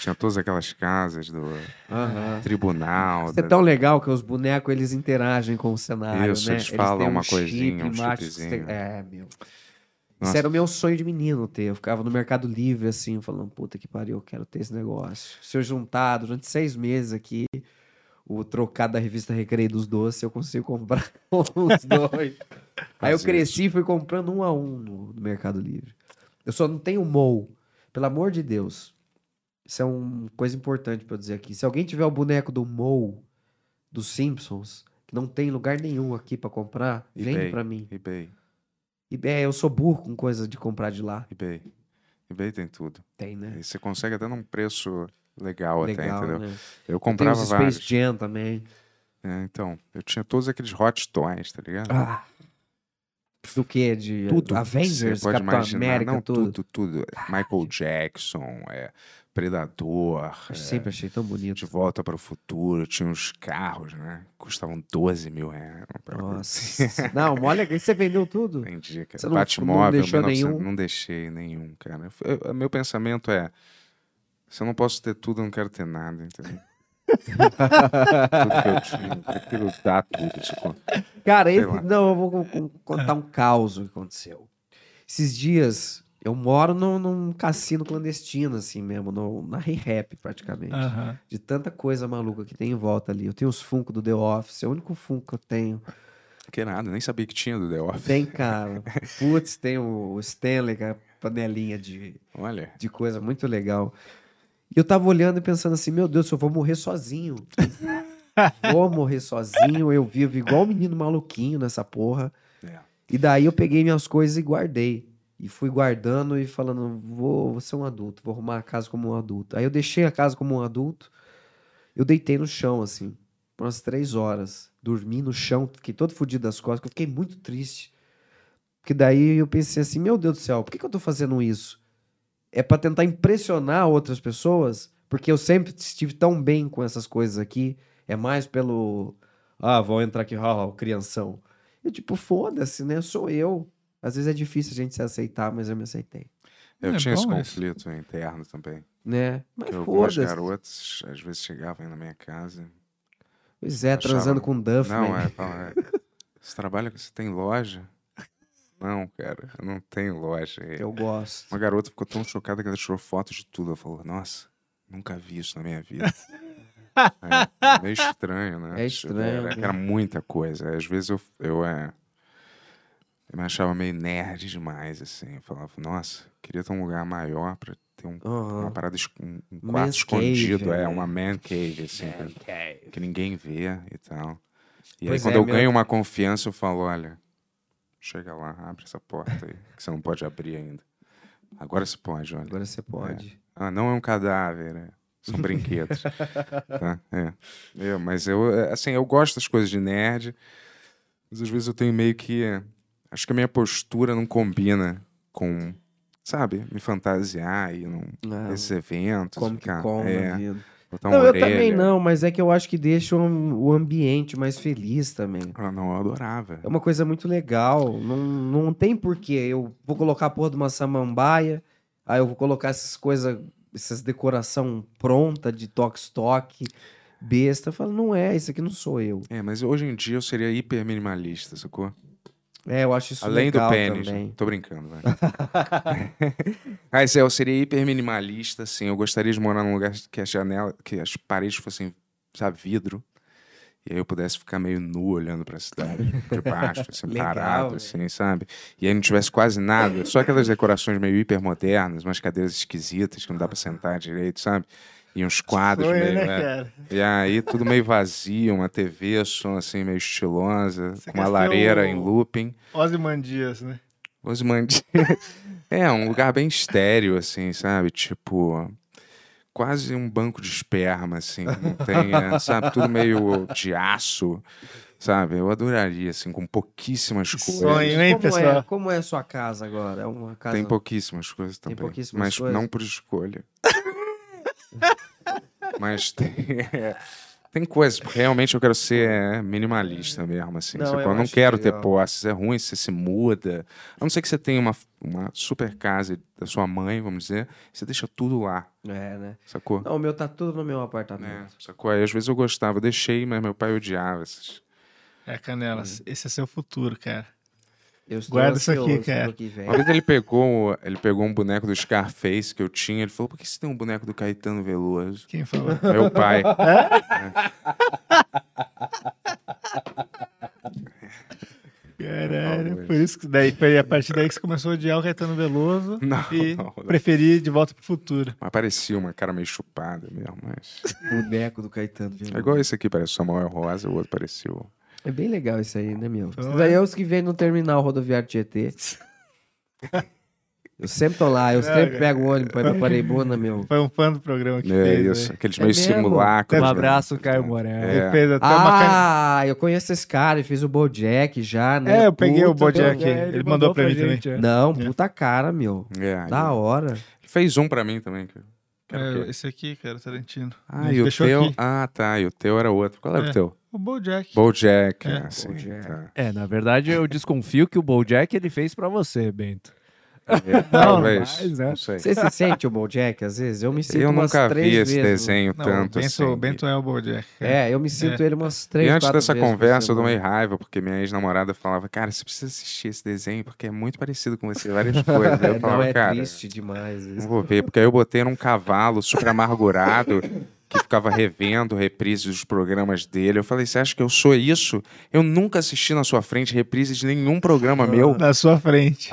Speaker 4: Tinha todas aquelas casas do
Speaker 5: Aham.
Speaker 4: tribunal.
Speaker 5: Isso é
Speaker 4: da-
Speaker 5: tão legal que os bonecos eles interagem com o cenário,
Speaker 4: né? Isso,
Speaker 5: né?
Speaker 4: eles falam
Speaker 5: têm
Speaker 4: uma
Speaker 5: chip
Speaker 4: coisinha, um
Speaker 5: embaixo que
Speaker 4: chipzinho.
Speaker 5: você- É, meu. Isso
Speaker 4: Nossa.
Speaker 5: era o meu sonho de menino ter. Eu ficava no Mercado Livre assim, falando, puta que pariu, eu quero ter esse negócio. Se eu juntar durante seis meses aqui o trocado da revista Recreio dos Doces, eu consigo comprar uns dois. Aí eu
Speaker 4: Fazia
Speaker 5: cresci e fui comprando um a um no, no Mercado Livre. Eu só não tenho mol. Pelo amor de Deus. Isso é uma coisa importante pra eu dizer aqui. Se alguém tiver o boneco do Mole dos Simpsons, que não tem lugar nenhum aqui pra comprar, vende
Speaker 4: eBay.
Speaker 5: pra mim.
Speaker 4: eBay.
Speaker 5: E, é, eu sou burro com coisa de comprar de lá.
Speaker 4: eBay. eBay tem tudo.
Speaker 5: Tem, né?
Speaker 4: E você consegue até num preço legal, até,
Speaker 5: Legal,
Speaker 4: entendeu?
Speaker 5: né?
Speaker 4: Eu
Speaker 5: Tem os
Speaker 4: comprava vários.
Speaker 5: Space Jam também.
Speaker 4: É, então, eu tinha todos aqueles hot toys, tá ligado?
Speaker 5: Ah, Do que? De
Speaker 4: Tudo.
Speaker 5: Avengers,
Speaker 4: Você pode
Speaker 5: Capitão
Speaker 4: imaginar.
Speaker 5: América,
Speaker 4: Não,
Speaker 5: tudo.
Speaker 4: tudo, tudo. É Michael Jackson, é, Predador,
Speaker 5: Eu
Speaker 4: é,
Speaker 5: sempre achei tão bonito.
Speaker 4: De Volta para o Futuro. Tinha uns carros, né? Custavam 12 mil reais. uma parada
Speaker 5: Nossa. não, olha, você vendeu tudo.
Speaker 4: Entendi, cara.
Speaker 5: Você não-
Speaker 4: Batmóvel,
Speaker 5: não deixou
Speaker 4: 1900,
Speaker 5: nenhum?
Speaker 4: Não deixei nenhum, cara. Eu f- eu- eu- meu pensamento é: se eu não posso ter tudo, eu não quero ter nada, entendeu? tudo que eu tinha, eu prefiro dar tudo. Tipo,
Speaker 5: Cara,
Speaker 4: Sei
Speaker 5: esse-
Speaker 4: lá.
Speaker 5: não, eu vou con- con- contar um caos que aconteceu. Esses dias, eu moro num, num cassino clandestino, assim mesmo, no- na rap praticamente.
Speaker 4: Ah.
Speaker 2: Aham.
Speaker 5: De tanta coisa maluca que tem em volta ali. Eu tenho os Funko do The Office, é o único Funko que eu tenho.
Speaker 4: que nada, nem sabia que tinha do The Office.
Speaker 5: Tem, cara, putz, tem o o Stanley, com a panelinha de,
Speaker 4: Olha,
Speaker 5: de coisa muito legal. E eu tava olhando e pensando assim, meu Deus, eu vou morrer sozinho. vou morrer sozinho, eu vivo igual um menino maluquinho nessa porra.
Speaker 4: É.
Speaker 5: E daí eu peguei minhas coisas e guardei. E fui guardando e falando, vou, vou ser um adulto, vou arrumar a casa como um adulto. Aí eu deixei a casa como um adulto, eu deitei no chão, assim, por umas três horas. Dormi no chão, fiquei todo fudido das costas, que eu fiquei muito triste. Porque daí eu pensei assim, meu Deus do céu, por que, que eu tô fazendo isso? é para tentar impressionar outras pessoas, porque eu sempre estive tão bem com essas coisas aqui, é mais pelo ah, vou entrar aqui, ó, ó, crianção. Eu tipo, foda-se, né? Sou eu. Às vezes é difícil a gente se aceitar, mas eu me aceitei,
Speaker 4: eu
Speaker 2: É
Speaker 4: tinha esse
Speaker 2: bom isso.
Speaker 4: conflito interno também.
Speaker 5: né? Mas
Speaker 4: Que algumas
Speaker 5: foda-se.
Speaker 4: garotas às vezes chegavam aí na minha casa.
Speaker 5: Pois é,
Speaker 4: achavam-
Speaker 5: transando com Duff,
Speaker 4: não,
Speaker 5: né?
Speaker 4: é, fala, é. Você trabalha, você tem loja? Não, cara, eu não tenho loja. É,
Speaker 5: Eu gosto.
Speaker 4: Uma garota ficou tão chocada que ela tirou fotos de tudo. Ela falou, nossa, nunca vi isso na minha vida. é, meio estranho, né?
Speaker 5: É estranho,
Speaker 4: Era,
Speaker 5: né?
Speaker 4: era muita coisa. Às vezes eu, eu, é, eu me achava meio nerd demais, assim. Eu falava, nossa, queria ter um lugar maior pra ter um, uma
Speaker 5: Aham.
Speaker 4: parada, es- um, um
Speaker 5: Man's
Speaker 4: quarto
Speaker 5: Ah. cave,
Speaker 4: escondido. é,
Speaker 5: né?
Speaker 4: uma man cave, assim. que- Que ninguém vê e tal. E
Speaker 5: Pois
Speaker 4: aí quando
Speaker 5: é,
Speaker 4: eu
Speaker 5: meu-
Speaker 4: ganho uma confiança, eu falo, olha, chega lá, abre essa porta aí, que você não pode abrir ainda. Agora você pode, olha.
Speaker 5: Agora você pode.
Speaker 4: Ah, não é um cadáver, é. são brinquedos. tá? é. É, mas eu, é, assim, eu gosto das coisas de nerd, mas às vezes eu tenho meio que. Acho que a minha postura não combina com, sabe, me fantasiar e não.
Speaker 5: Ah,
Speaker 4: Esses eventos,
Speaker 5: como que
Speaker 4: ficar,
Speaker 5: como,
Speaker 4: é,
Speaker 5: na vida.
Speaker 4: botar uma
Speaker 5: Não, eu
Speaker 4: orelha.
Speaker 5: também não, mas é que eu acho que deixa um- o ambiente mais feliz também.
Speaker 4: Ah, não, eu adorava.
Speaker 5: É uma coisa muito legal. Não, não tem porquê. Eu vou colocar a porra de uma samambaia, aí eu vou colocar essas coisas, essas decoração pronta de toque-toque, besta. Eu falo, não é, isso aqui não sou eu.
Speaker 4: É, mas hoje em dia eu seria hiper minimalista, sacou?
Speaker 5: É, eu acho isso
Speaker 4: Além
Speaker 5: legal
Speaker 4: do pênis.
Speaker 5: também.
Speaker 4: né? Tô brincando, vai. Mas é, eu seria hiper minimalista, assim. Eu gostaria de morar num lugar que a janela, que as paredes fossem, sabe, vidro. E aí eu pudesse ficar meio nu olhando pra cidade, de baixo, assim,
Speaker 5: Legal,
Speaker 4: parado,
Speaker 5: né?
Speaker 4: assim, sabe? E aí não tivesse quase nada, só aquelas decorações meio hipermodernas, umas cadeiras esquisitas que não dá pra sentar direito, sabe? E uns quadros
Speaker 2: Sonho,
Speaker 4: meio.
Speaker 2: né,
Speaker 4: é.
Speaker 2: cara?
Speaker 4: E aí tudo meio vazio, uma TV, som assim, meio estilosa,
Speaker 2: Você
Speaker 4: com uma
Speaker 2: quer ser
Speaker 4: lareira
Speaker 2: o-
Speaker 4: em looping.
Speaker 2: Ozymandias, né?
Speaker 4: Osmandi. é, um lugar bem estéreo, assim, sabe? Tipo, quase um banco de esperma, assim, que não tem, é, sabe? Tudo meio de aço, sabe? Eu adoraria, assim, com pouquíssimas coisas.
Speaker 2: sonho, hein,
Speaker 5: como,
Speaker 2: pessoal?
Speaker 5: É, como é a sua casa agora? É uma casa.
Speaker 4: Tem pouquíssimas coisas
Speaker 5: Tem
Speaker 4: também.
Speaker 5: pouquíssimas
Speaker 4: mas
Speaker 5: coisas?
Speaker 4: não por escolha. mas tem. é, tem coisas, porque realmente eu quero ser é, minimalista mesmo, assim.
Speaker 5: Não,
Speaker 4: Não,
Speaker 5: eu
Speaker 4: eu não
Speaker 5: acho
Speaker 4: quero ter
Speaker 5: legal.
Speaker 4: posses, é ruim, você se muda. A não ser que você tenha uma, uma super casa da sua mãe, vamos dizer, você deixa tudo lá,
Speaker 5: É, né?
Speaker 4: sacou?
Speaker 5: Não, o meu tá tudo no meu
Speaker 4: É,
Speaker 5: apartamento.
Speaker 4: sacou? Aí às vezes eu gostava, eu deixei, mas meu pai odiava esses.
Speaker 2: É, Canelas, esse é seu futuro, cara.
Speaker 4: É.
Speaker 5: Eu estou
Speaker 2: Guarda isso aqui,
Speaker 5: ansioso
Speaker 2: cara.
Speaker 5: pelo que vem.
Speaker 4: Uma vez ele pegou, ele pegou um boneco do Scarface que eu tinha, ele falou, por que você tem um boneco do Caetano Veloso?
Speaker 2: Quem falou?
Speaker 4: Meu pai.
Speaker 2: Caralho,
Speaker 4: Talvez.
Speaker 2: por isso que daí foi a partir daí que você começou a odiar o Caetano Veloso
Speaker 4: Não,
Speaker 2: e
Speaker 4: não, não.
Speaker 2: preferir De Volta pro Futuro.
Speaker 4: Mas parecia uma cara meio chupada mesmo, mas.
Speaker 5: Boneco do Caetano. viu?
Speaker 4: É igual esse aqui, parece Samuel Rosa, o outro pareceu.
Speaker 5: É bem legal isso aí, né, meu?
Speaker 2: Então,
Speaker 5: Esses aí é os que vêm no terminal rodoviário de Tietê. Eu sempre tô lá, eu sempre
Speaker 2: é.
Speaker 5: pego o ônibus pra ir pra Pareibuna, meu.
Speaker 2: Foi um fã do programa que
Speaker 4: É
Speaker 2: fez.
Speaker 4: isso.
Speaker 2: né?
Speaker 4: Aqueles
Speaker 5: É
Speaker 4: meio
Speaker 5: mesmo?
Speaker 4: simulacros.
Speaker 3: Um
Speaker 4: né?
Speaker 3: abraço, Caio Morel.
Speaker 4: É.
Speaker 2: Ele fez até uma can-
Speaker 5: Ah, eu conheço esse cara, ele fez o Bojack já, né?
Speaker 2: É, eu peguei o
Speaker 5: Puta,
Speaker 2: Bojack. Ele,
Speaker 3: ele
Speaker 2: mandou,
Speaker 3: mandou
Speaker 2: pra
Speaker 3: pra
Speaker 2: mim também.
Speaker 3: gente, é.
Speaker 5: Não, puta cara, meu.
Speaker 4: É,
Speaker 5: Da hora.
Speaker 4: Ele fez um pra mim também. que eu- Quero
Speaker 2: Tá É,
Speaker 4: o quê?
Speaker 2: esse aqui, cara, Tarantino.
Speaker 4: Ah,
Speaker 2: ele
Speaker 4: e o
Speaker 2: deixou
Speaker 4: teu?
Speaker 2: aqui.
Speaker 4: Ah, tá. E o teu era outro. Qual era
Speaker 2: É.
Speaker 4: o teu?
Speaker 2: O Bojack.
Speaker 4: Bojack.
Speaker 2: É.
Speaker 4: É, assim, tá.
Speaker 3: É, na verdade, eu desconfio que o Bojack ele fez pra você, Bento.
Speaker 4: É, talvez.
Speaker 3: mas,
Speaker 2: é.
Speaker 3: né?
Speaker 4: Não sei.
Speaker 5: Você se sente o Bojack às vezes? Eu me sinto
Speaker 4: Eu
Speaker 5: umas
Speaker 4: nunca
Speaker 5: três
Speaker 4: vi esse
Speaker 5: vezes. né?
Speaker 4: desenho
Speaker 2: Não,
Speaker 4: tanto
Speaker 2: o Bento,
Speaker 4: assim.
Speaker 2: Bento é o Bojack. cara.
Speaker 5: É, eu me sinto ele umas três,
Speaker 4: e antes
Speaker 5: quatro
Speaker 4: dessa
Speaker 5: vezes por
Speaker 4: conversa, eu
Speaker 5: semana.
Speaker 4: tomei raiva, porque minha ex-namorada falava, cara, você precisa assistir esse desenho, porque é muito parecido com você, várias coisas. Aí
Speaker 5: É,
Speaker 4: Eu
Speaker 5: não,
Speaker 4: falava,
Speaker 5: é
Speaker 4: cara,
Speaker 5: triste demais
Speaker 4: não
Speaker 5: isso.
Speaker 4: vou ver, porque aí eu botei num cavalo super amargurado, que ficava revendo reprises dos programas dele. Eu falei, você acha que eu sou isso? Eu nunca assisti na sua frente reprise de nenhum programa meu,
Speaker 2: Na sua frente.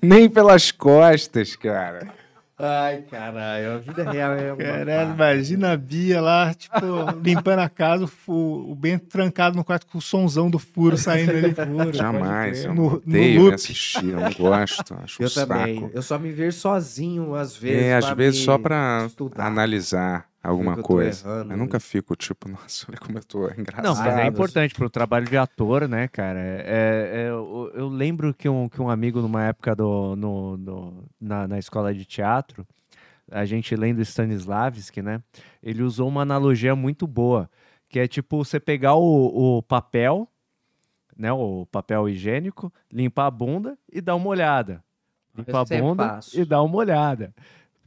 Speaker 4: nem pelas costas, cara.
Speaker 5: Ai, caralho, a vida real é uma...
Speaker 2: Caralho, imagina a Bia lá, tipo, limpando a casa, o, o Bento trancado no quarto com o sonzão do furo saindo
Speaker 5: É.
Speaker 2: ali. Furo,
Speaker 4: Jamais,
Speaker 2: pode
Speaker 4: eu não
Speaker 2: crer. No- no
Speaker 4: odeio
Speaker 2: loop.
Speaker 4: me assistir, eu não gosto, acho um
Speaker 5: Eu também.
Speaker 4: saco.
Speaker 5: Eu só me vejo sozinho às vezes.
Speaker 4: É, às vezes
Speaker 5: me
Speaker 4: só pra
Speaker 5: estudar.
Speaker 4: analisar alguma
Speaker 5: que eu tô
Speaker 4: coisa.
Speaker 5: errando, né?
Speaker 4: eu nunca fico tipo, nossa, olha como eu tô engraçado.
Speaker 3: Não, mas
Speaker 5: Ah,
Speaker 3: é
Speaker 5: você-
Speaker 3: importante pro trabalho de ator, né, cara? É, é, eu, eu lembro que um, que um amigo, numa época do, no, no- na, na escola de teatro, a gente lendo Stanislavski, né? Ele usou uma analogia muito boa, que é tipo você pegar o, o papel, né? O papel higiênico, limpar a bunda e dar uma olhada. Limpar a
Speaker 5: sempre
Speaker 3: bunda
Speaker 5: faço.
Speaker 3: e dar uma olhada.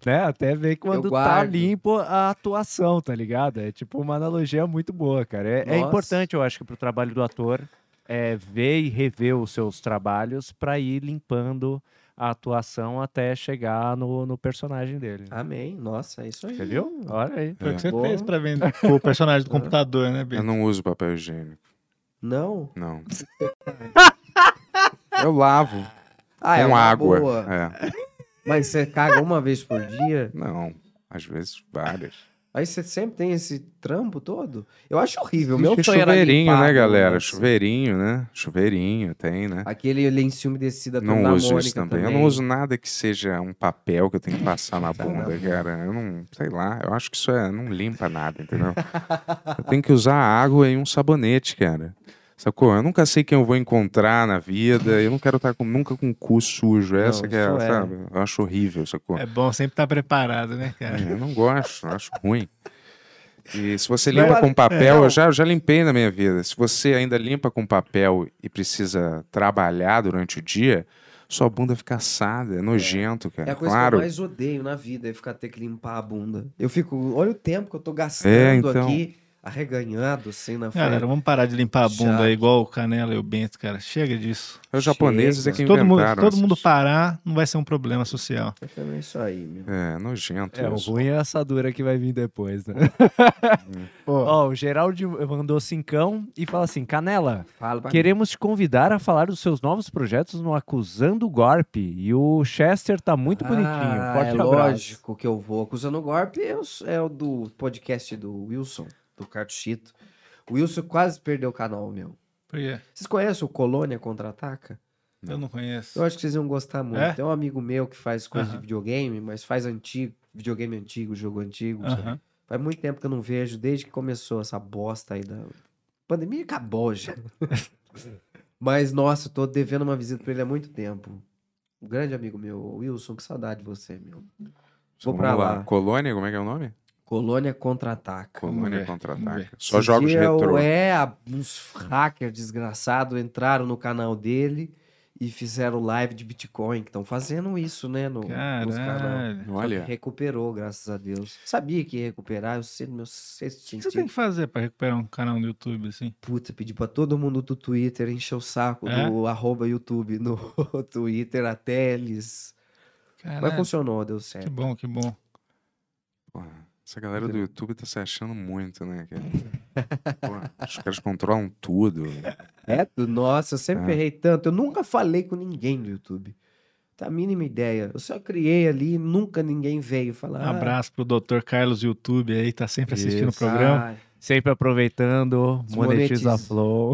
Speaker 3: Né? Até ver quando tá
Speaker 5: guardo.
Speaker 3: limpo a atuação, tá ligado? É tipo uma analogia muito boa, cara. É, é
Speaker 5: Nossa.
Speaker 3: importante, eu acho, que pro trabalho do ator é ver e rever os seus trabalhos pra ir limpando a atuação até chegar no, no personagem dele.
Speaker 5: Amém. Nossa, é isso aí.
Speaker 3: Você viu? Olha aí.
Speaker 2: Foi o que você
Speaker 5: Boa. É.
Speaker 2: fez pra vender o personagem do computador, né,
Speaker 4: Eu
Speaker 2: Bento?
Speaker 4: não uso papel higiênico,
Speaker 5: Não.
Speaker 4: não. eu lavo
Speaker 5: Ah, é
Speaker 4: com
Speaker 5: uma
Speaker 4: água.
Speaker 5: boa.
Speaker 4: É.
Speaker 5: Mas você caga uma vez por dia?
Speaker 4: Não, às vezes várias.
Speaker 5: Aí você sempre tem esse trampo todo? Eu acho horrível. Meu
Speaker 4: Existe
Speaker 5: sonho era
Speaker 4: chuveirinho,
Speaker 5: limpar,
Speaker 4: né, galera?
Speaker 5: mas
Speaker 4: Chuveirinho, né? Chuveirinho tem, né?
Speaker 5: Aquele lencinho umedecido da
Speaker 4: Não
Speaker 5: Turma da
Speaker 4: uso
Speaker 5: é Mônica
Speaker 4: isso também. Eu não uso nada que seja um papel que eu tenho que passar
Speaker 5: Tá,
Speaker 4: na
Speaker 5: né?
Speaker 4: bunda, cara. Eu não, sei lá, eu acho que isso é, não limpa nada, entendeu? eu tenho que usar água e um sabonete, cara. Sacou? Eu nunca sei quem eu vou encontrar na vida. Eu não quero estar com, nunca com o cu sujo. Essa que é,
Speaker 5: isso é.
Speaker 4: sabe? Eu acho horrível, sacou?
Speaker 2: É bom sempre estar preparado, né,
Speaker 5: É.
Speaker 2: cara?
Speaker 4: É, Eu não gosto, eu acho ruim. E se você
Speaker 5: Não,
Speaker 4: limpa
Speaker 5: mas-
Speaker 4: com papel,
Speaker 5: não.
Speaker 4: eu já, eu já limpei na minha vida. Se você ainda limpa com papel e precisa trabalhar durante o dia, sua bunda fica assada, é nojento, cara.
Speaker 5: É a coisa
Speaker 4: claro.
Speaker 5: que eu mais odeio na vida, é ficar ter que limpar a bunda. Eu fico, olha o tempo que eu tô gastando
Speaker 4: É, então.
Speaker 5: aqui, arreganhado assim na frente.
Speaker 2: Galera, vamos parar de limpar a bunda
Speaker 5: Chato.
Speaker 2: aí, igual o Canela e o Bento, cara. Chega disso.
Speaker 4: Os japoneses é
Speaker 5: Chega.
Speaker 4: que
Speaker 2: Se todo mundo,
Speaker 4: inventaram.
Speaker 2: todo mundo
Speaker 4: essas-
Speaker 2: parar, não vai ser um problema social.
Speaker 5: É também isso aí, meu.
Speaker 4: É, nojento.
Speaker 3: É, o
Speaker 4: isso.
Speaker 3: ruim é a assadura que vai vir depois, né?
Speaker 2: Ó,
Speaker 3: Ó, o Geraldo mandou cincão e fala assim, Canela,
Speaker 5: Fala pra
Speaker 3: Queremos te convidar a falar dos seus novos projetos no Acusando o Golpe. E o Chester tá muito
Speaker 5: mim.
Speaker 3: bonitinho.
Speaker 5: Ah,
Speaker 3: Forte
Speaker 5: é
Speaker 3: abraço.
Speaker 5: lógico que eu vou. Acusando o golpe é o, é o do podcast do Wilson, do Cartuchito. O Wilson quase perdeu o canal, meu.
Speaker 2: por quê?
Speaker 5: Vocês conhecem o Colônia Contra-Ataca?
Speaker 2: Eu não conheço.
Speaker 5: Eu acho que vocês iam gostar muito.
Speaker 2: É?
Speaker 5: Tem um amigo meu que faz coisa de
Speaker 2: Aham.
Speaker 5: videogame, mas faz antigo, videogame antigo, jogo antigo.
Speaker 2: Aham.
Speaker 5: Faz muito tempo que eu não vejo, desde que começou essa bosta aí da pandemia acabou já. Mas nossa, eu tô devendo uma visita pra ele há muito tempo. Um grande amigo meu, Wilson, que saudade de você, meu. Vou
Speaker 4: Vamos
Speaker 5: pra lá.
Speaker 4: Colônia, como é que é o nome?
Speaker 5: Colônia contra-ataca.
Speaker 4: Colônia
Speaker 2: ver, vamos
Speaker 4: contra-ataca.
Speaker 2: ver.
Speaker 4: Só
Speaker 5: Esse
Speaker 4: jogos
Speaker 5: dia,
Speaker 4: retrô.
Speaker 5: É, a- uns hackers desgraçados entraram no canal dele e fizeram live de Bitcoin, que estão fazendo isso, né, no, nos canal.
Speaker 2: Caralho.
Speaker 5: Só que
Speaker 4: Olha.
Speaker 5: Recuperou, graças a Deus. Sabia que ia recuperar, eu sei do meu sexto
Speaker 2: O que
Speaker 5: sentido.
Speaker 2: você tem que fazer pra recuperar um canal no YouTube, assim?
Speaker 5: Puta, pedi pra todo mundo do Twitter encher o saco
Speaker 2: É?
Speaker 5: do arroba YouTube no Twitter até eles. Mas
Speaker 2: Caralho.
Speaker 5: funcionou, deu
Speaker 2: Que
Speaker 5: certo.
Speaker 2: bom, que bom.
Speaker 4: Porra, essa galera do YouTube tá se achando muito, né, cara? Porra, os caras controlam tudo.
Speaker 5: É, Ah. do- nossa, eu sempre
Speaker 4: É.
Speaker 5: errei tanto. Eu nunca falei com ninguém do YouTube. Tá a mínima ideia. Eu só criei ali, nunca ninguém veio falar.
Speaker 2: Um
Speaker 5: "Ah,
Speaker 2: abraço pro Dr. Carlos YouTube aí, tá sempre assistindo o
Speaker 3: Isso.
Speaker 2: programa.
Speaker 5: ai,
Speaker 3: Sempre aproveitando, monetiza
Speaker 5: Desmonetiza.
Speaker 3: a Flow.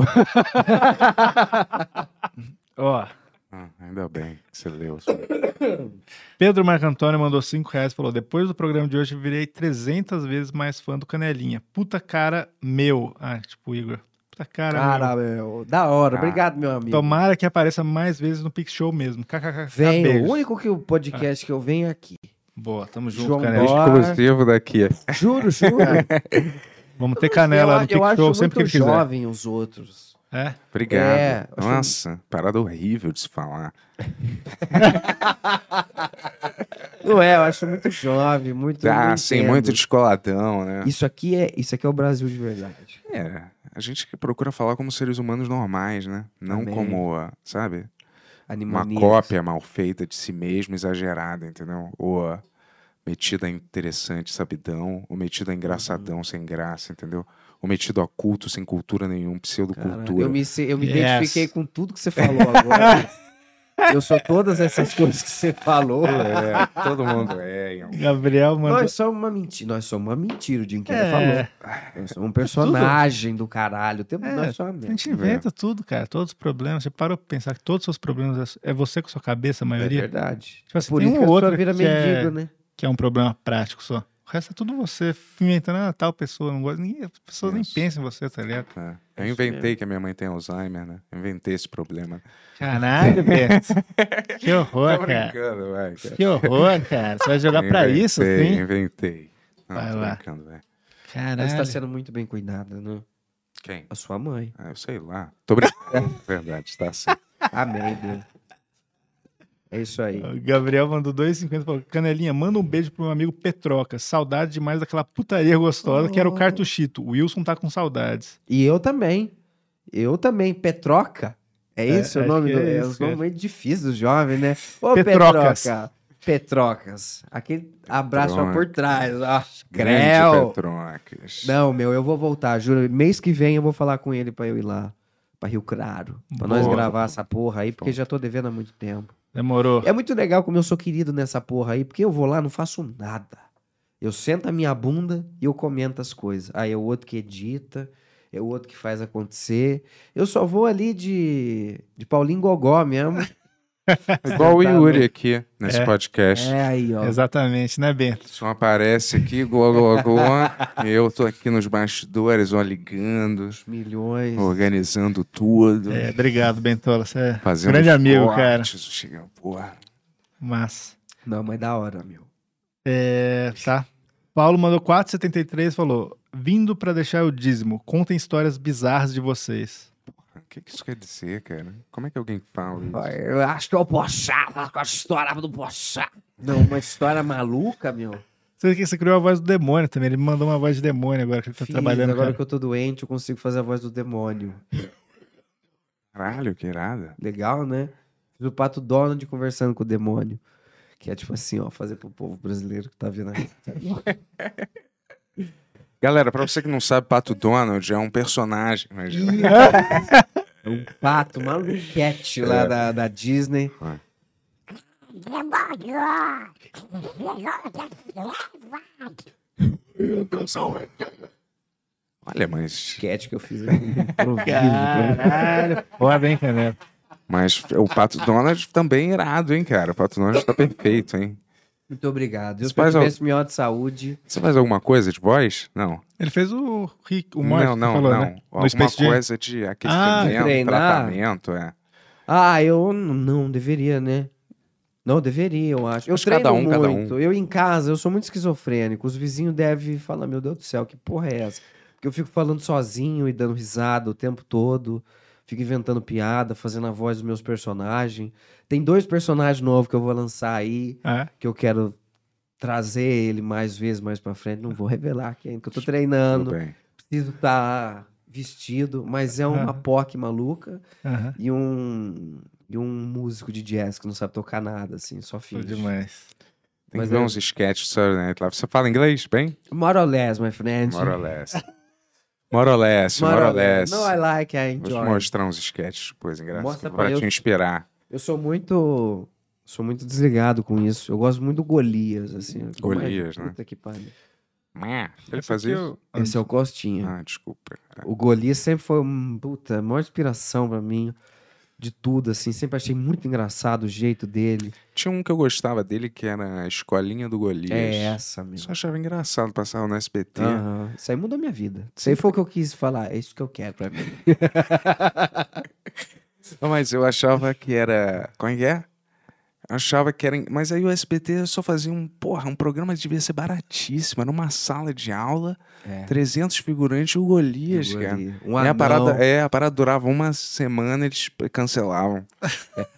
Speaker 2: Ó,
Speaker 4: Ah, ainda assim.
Speaker 2: Pedro Marco Antônio mandou 5 reais e falou: Depois do programa de hoje, virei 300 vezes mais fã do Canelinha. Puta cara meu. Ah, tipo, Igor. Puta cara, meu.
Speaker 5: Cara, meu, da hora.
Speaker 4: Ah.
Speaker 5: Obrigado, meu amigo.
Speaker 2: Tomara que apareça mais vezes no Pix Show mesmo. KKK.
Speaker 5: Venho,
Speaker 2: beijos.
Speaker 5: o único que o podcast que eu venho é aqui.
Speaker 2: Boa, tamo junto,
Speaker 5: João
Speaker 2: Canela.
Speaker 5: Dória.
Speaker 4: Exclusivo daqui. é.
Speaker 5: Juro, juro.
Speaker 2: Vamos ter canela no
Speaker 5: É, eu, eu
Speaker 2: Pix
Speaker 5: acho
Speaker 2: Show sempre que
Speaker 5: muito
Speaker 2: ele quiser.
Speaker 5: jovem os outros.
Speaker 2: É?
Speaker 4: Obrigado.
Speaker 5: É, acho-
Speaker 4: Nossa, parada horrível de se falar.
Speaker 5: Não é, eu acho muito jovem, muito.
Speaker 4: Ah,
Speaker 5: não
Speaker 4: sim,
Speaker 5: entendo.
Speaker 4: muito descoladão, né?
Speaker 5: Isso aqui é, isso aqui é o Brasil de verdade.
Speaker 4: É, a gente que procura falar como seres humanos normais, né? Não
Speaker 5: Amém.
Speaker 4: como, ah, sabe? Uma
Speaker 5: Animania.
Speaker 4: cópia mal feita de si mesmo, exagerada, entendeu? Ou ah, metida em interessante, sabidão. Ou metida em engraçadão,
Speaker 5: Uhum.
Speaker 4: sem graça, entendeu? Ou metido a culto, sem cultura nenhuma,
Speaker 5: Cara,
Speaker 4: pseudocultura.
Speaker 5: eu me, se- eu me
Speaker 2: Yes.
Speaker 5: identifiquei com tudo que você falou agora. eu sou todas essas coisas que você falou.
Speaker 4: É, todo mundo é. em algum-
Speaker 2: Gabriel mandou.
Speaker 5: Nós somos uma mentira. Nós somos uma mentira, o Jim Carrey
Speaker 2: É,
Speaker 5: falou. Nós somos um personagem do caralho. Temos,
Speaker 2: É,
Speaker 5: nós somos uma
Speaker 2: a
Speaker 5: merda.
Speaker 2: gente inventa tudo, cara. Todos os problemas. Você parou pra pensar que todos os seus problemas é é você com sua cabeça, a
Speaker 5: É
Speaker 2: maioria?
Speaker 5: verdade.
Speaker 2: Tipo assim,
Speaker 5: Por
Speaker 2: tem
Speaker 5: isso
Speaker 2: um
Speaker 5: que a
Speaker 2: outro
Speaker 5: pessoa vira
Speaker 2: que é-
Speaker 5: mendigo, né?
Speaker 2: que é um problema prático só. O resto é tudo você inventando, ah, tal pessoa não gosta, ninguém, a pessoa nem
Speaker 4: Isso.
Speaker 2: pensa em você, tá ligado?
Speaker 4: É. Eu inventei que a minha mãe tem Alzheimer, né? Eu inventei esse problema.
Speaker 2: Caralho, Beto. que horror,
Speaker 4: Tô
Speaker 2: cara.
Speaker 4: brincando, vai. cara.
Speaker 2: Que horror, cara. Você vai jogar é. pra
Speaker 4: Inventei,
Speaker 2: isso, assim? sim?
Speaker 4: Inventei. Não,
Speaker 2: Vai
Speaker 4: tô
Speaker 2: lá.
Speaker 4: brincando, velho.
Speaker 5: Ela
Speaker 2: Caralho.
Speaker 5: está sendo muito bem cuidada, né?
Speaker 4: Quem?
Speaker 5: A sua mãe.
Speaker 4: Ah, eu sei lá. Tô brincando. Verdade, tá assim.
Speaker 5: Amém, Deus. É isso aí.
Speaker 2: O Gabriel mandou 2,50 e falou, Canelinha, manda um beijo pro meu amigo Petroca. Saudade demais daquela putaria gostosa que era o
Speaker 5: Oh.
Speaker 2: cartuchito. O Wilson tá com saudades.
Speaker 5: E eu também. Eu também. Petroca. É isso
Speaker 2: É,
Speaker 5: o
Speaker 2: acho
Speaker 5: nome
Speaker 2: que
Speaker 5: do.
Speaker 2: é
Speaker 5: É,
Speaker 2: isso,
Speaker 5: os
Speaker 2: cara.
Speaker 5: nomes muito difíceis do jovem, né? Ô,
Speaker 2: Petrocas.
Speaker 5: Petroca. Petrocas. Aquele abraço lá por trás. ó.
Speaker 4: Grande
Speaker 5: Creu.
Speaker 4: Petrocas.
Speaker 5: Não, meu, eu vou voltar, juro. Mês que vem eu vou falar com ele pra eu ir lá. Pra Rio Claro. Pra nós
Speaker 2: Boa.
Speaker 5: gravar essa porra aí, porque já tô devendo há muito tempo.
Speaker 2: Demorou.
Speaker 5: É muito legal como eu sou querido nessa porra aí, porque eu vou lá não faço nada. Eu sento a minha bunda e eu comento as coisas. Aí é o outro que edita, é o outro que faz acontecer. Eu só vou ali de, de Paulinho Gogó mesmo.
Speaker 4: Igual o
Speaker 5: Tá,
Speaker 4: Yuri aqui, nesse
Speaker 2: É.
Speaker 4: podcast.
Speaker 5: É aí, ó.
Speaker 2: Exatamente, né, Bento?
Speaker 4: Só aparece aqui, gló, gló, gló. e eu tô aqui nos bastidores, ó, ligando,
Speaker 5: Milhões.
Speaker 4: organizando tudo.
Speaker 2: É, obrigado, Bentola. Você é
Speaker 4: Fazendo
Speaker 2: grande
Speaker 4: os
Speaker 2: amigo,
Speaker 4: cortes,
Speaker 2: cara.
Speaker 4: chega, porra.
Speaker 2: Massa.
Speaker 5: Não, mas da hora, meu.
Speaker 2: É, tá. Paulo mandou 4,73 e falou: Vindo pra deixar o dízimo, contem histórias bizarras de vocês.
Speaker 4: O que, que isso quer dizer, cara? Como é que alguém fala isso?
Speaker 5: Eu acho que eu pochava com a história do pochar. Não, uma história maluca, meu.
Speaker 2: Você, que- você criou a voz do demônio também. Ele me mandou uma voz de demônio agora que ele tá
Speaker 5: Fiz,
Speaker 2: trabalhando.
Speaker 5: agora
Speaker 2: Agora
Speaker 5: que eu tô doente, eu consigo fazer a voz do demônio.
Speaker 4: Caralho, que irada.
Speaker 5: Legal, né? Fiz o Pato Donald conversando com o demônio. Que é tipo assim, ó, fazer pro povo brasileiro que tá vendo aí.
Speaker 4: Galera, pra você que não sabe, Pato Donald é um personagem, imagina.
Speaker 5: É um pato, uma luquete lá da, da Disney.
Speaker 4: Olha, mas,
Speaker 5: Sketch que eu fiz aqui. improviso. né?
Speaker 2: Caralho, foda, hein,
Speaker 3: né?
Speaker 2: canela?
Speaker 4: mas o Pato Donald também é irado, hein, cara? O Pato Donald tá perfeito, hein?
Speaker 5: Muito obrigado. Deus
Speaker 4: Você faz
Speaker 5: perdoe esse melhor de saúde.
Speaker 4: Você faz alguma coisa de voz? Não.
Speaker 2: Ele fez o Rick, o Morty,
Speaker 4: não,
Speaker 2: que
Speaker 4: não,
Speaker 2: falou,
Speaker 4: não.
Speaker 2: né? No
Speaker 4: Alguma
Speaker 2: Space Jam. Ah,
Speaker 4: coisa de aquecimento,
Speaker 5: treinar.
Speaker 4: tratamento, é.
Speaker 5: Ah, eu n- não deveria, né? Não deveria, eu acho. Eu
Speaker 4: Acho
Speaker 5: treino
Speaker 4: cada um,
Speaker 5: muito.
Speaker 4: cada um.
Speaker 5: Eu em casa, eu sou muito esquizofrênico. Os vizinhos devem falar, meu Deus do céu, que porra é essa? Porque eu fico falando sozinho e dando risada o tempo todo. Fico inventando piada, fazendo a voz dos meus personagens. Tem dois personagens novos que eu vou lançar aí,
Speaker 2: É.
Speaker 5: que eu quero trazer ele mais vezes mais pra frente. Não vou revelar aqui ainda, que eu tô treinando.
Speaker 4: Tudo bem.
Speaker 5: Preciso estar vestido, mas é uma
Speaker 2: Aham.
Speaker 5: POC maluca
Speaker 2: Aham.
Speaker 5: e um e um músico de jazz que não sabe tocar nada, assim, só
Speaker 2: Foi
Speaker 5: finge.
Speaker 2: demais.
Speaker 4: Tem
Speaker 5: Mas
Speaker 4: que ver
Speaker 5: eu-
Speaker 4: uns sketches do Saturday Night Live. Você fala inglês bem?
Speaker 5: More or less, my friend.
Speaker 4: More or less. More or less, more or less.
Speaker 5: No, I like, I
Speaker 4: Vou te
Speaker 5: é, enjoy.
Speaker 4: mostrar uns sketches depois,
Speaker 5: Mostra
Speaker 4: engraçado.
Speaker 5: pra
Speaker 4: Pra
Speaker 5: eu.
Speaker 4: te inspirar.
Speaker 5: Eu sou muito sou muito desligado com isso. Eu gosto muito do Golias, assim.
Speaker 4: Golias, né? Ah,
Speaker 5: Puta que pariu.
Speaker 4: Mé, Ele fazia isso?
Speaker 5: Esse é o Costinha.
Speaker 4: Ah, desculpa.
Speaker 5: O Golias sempre foi um, puta, a maior inspiração pra mim. de tudo, assim. Sempre achei muito engraçado o jeito dele.
Speaker 4: Tinha um que eu gostava dele, que era a Escolinha do Golias.
Speaker 5: É essa mesmo. Ah.
Speaker 4: Só achava engraçado passar no SBT.
Speaker 5: Aham. Isso aí mudou minha vida. Isso aí foi o que eu quis falar. É isso que eu quero pra mim.
Speaker 4: Não, mas eu achava que era. Como é que é? Achava que era. em- Mas aí o SBT só fazia um. Porra, um programa que devia ser baratíssimo. Era uma sala de aula,
Speaker 5: É.
Speaker 4: 300 figurantes e o Golias, cara.
Speaker 5: Um
Speaker 4: e a
Speaker 5: anão.
Speaker 4: parada, é, a parada durava uma semana, eles cancelavam.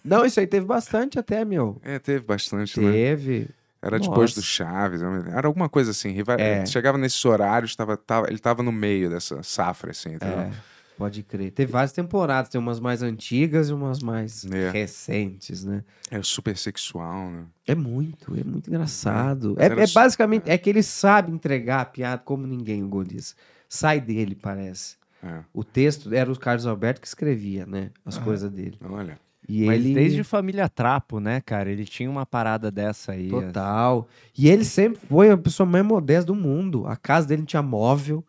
Speaker 5: Não, isso aí teve bastante até, meu.
Speaker 4: É, teve bastante, né?
Speaker 5: Teve.
Speaker 4: Era depois do
Speaker 5: Nossa.
Speaker 4: Chaves, eu me lembro. era alguma coisa assim. rival-
Speaker 5: É.
Speaker 4: Chegava nesses horários, tava, tava- ele tava no meio dessa safra, assim,
Speaker 5: É,
Speaker 4: entendeu?
Speaker 5: pode crer. Teve várias temporadas, tem umas mais antigas e umas mais
Speaker 4: É.
Speaker 5: recentes, né?
Speaker 4: Era É super sexual, né?
Speaker 5: É muito, é muito engraçado. É,
Speaker 4: Era
Speaker 5: é
Speaker 4: su-
Speaker 5: basicamente, é que ele sabe entregar a piada como ninguém, o Golias. Sai dele, parece.
Speaker 4: É.
Speaker 5: O texto era o Carlos Alberto que escrevia, né? As coisas dele.
Speaker 4: Olha.
Speaker 5: E
Speaker 3: Mas
Speaker 5: ele
Speaker 3: desde Família Trapo, né, cara? Ele tinha uma parada dessa aí. é
Speaker 5: total. E ele sempre foi a pessoa mais modesta do mundo. A casa dele não tinha móvel,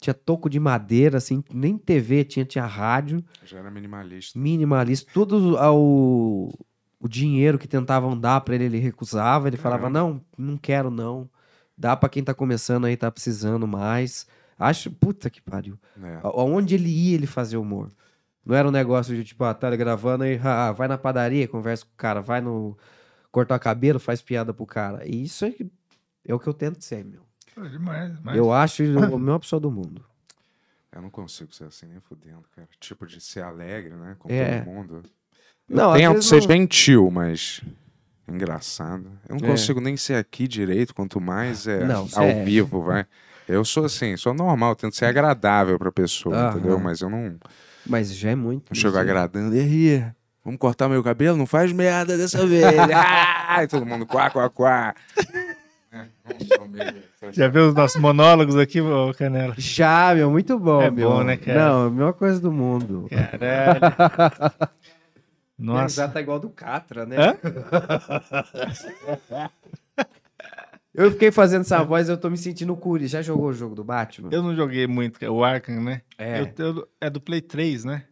Speaker 5: tinha toco de madeira, assim, nem TV tinha, tinha rádio.
Speaker 4: Já era minimalista.
Speaker 5: minimalista. Todo o, o dinheiro que tentavam dar pra ele, ele recusava. Ele falava:
Speaker 4: Caramba.
Speaker 5: Não, não quero, não. Dá pra quem tá começando aí, tá precisando mais. Acho, puta que pariu.
Speaker 4: né?
Speaker 5: A- Aonde ele ia, ele fazia humor. Não era um negócio de tipo, ah, tá gravando aí, ah, vai na padaria, conversa com o cara, vai no. cortar cabelo, faz piada pro cara. E isso é, que- é o que eu tento ser, meu.
Speaker 2: Pô, é demais, demais.
Speaker 5: Eu acho ele a melhor pessoa do mundo.
Speaker 4: Eu não consigo ser assim nem fudendo, cara. Tipo de ser alegre, né? Com
Speaker 5: É.
Speaker 4: todo mundo.
Speaker 5: Não, às
Speaker 4: Tem algo de
Speaker 5: vezes
Speaker 4: ser
Speaker 5: não-
Speaker 4: gentil, mas. Engraçado. Eu não
Speaker 5: É.
Speaker 4: consigo nem ser aqui direito, quanto mais é
Speaker 5: Não,
Speaker 4: ao
Speaker 5: cê é.
Speaker 4: vivo, vai. Eu sou assim, sou normal, tento ser agradável pra pessoa,
Speaker 5: Aham.
Speaker 4: entendeu? Mas eu não,
Speaker 5: Mas já é muito.
Speaker 4: não chego
Speaker 5: isso.
Speaker 4: agradando. E aí, vamos cortar meu cabelo? Não faz merda dessa vez. Ai, todo mundo quá, quá, quá. É, não sou meio- assim.
Speaker 2: Já viu os nossos monólogos aqui, ô Canela?
Speaker 5: Já, meu, muito bom,
Speaker 2: É
Speaker 5: meu.
Speaker 2: bom, né, cara?
Speaker 5: Não, a melhor coisa do mundo.
Speaker 2: Caralho. Nossa.
Speaker 5: tá igual do Catra, né?
Speaker 2: Hã?
Speaker 5: Eu fiquei fazendo essa voz, eu tô me sentindo o Curi. Já jogou o jogo do Batman?
Speaker 2: Eu não joguei muito, cara. o Arkham, né?
Speaker 5: É.
Speaker 2: Eu- eu- é do Play 3, né?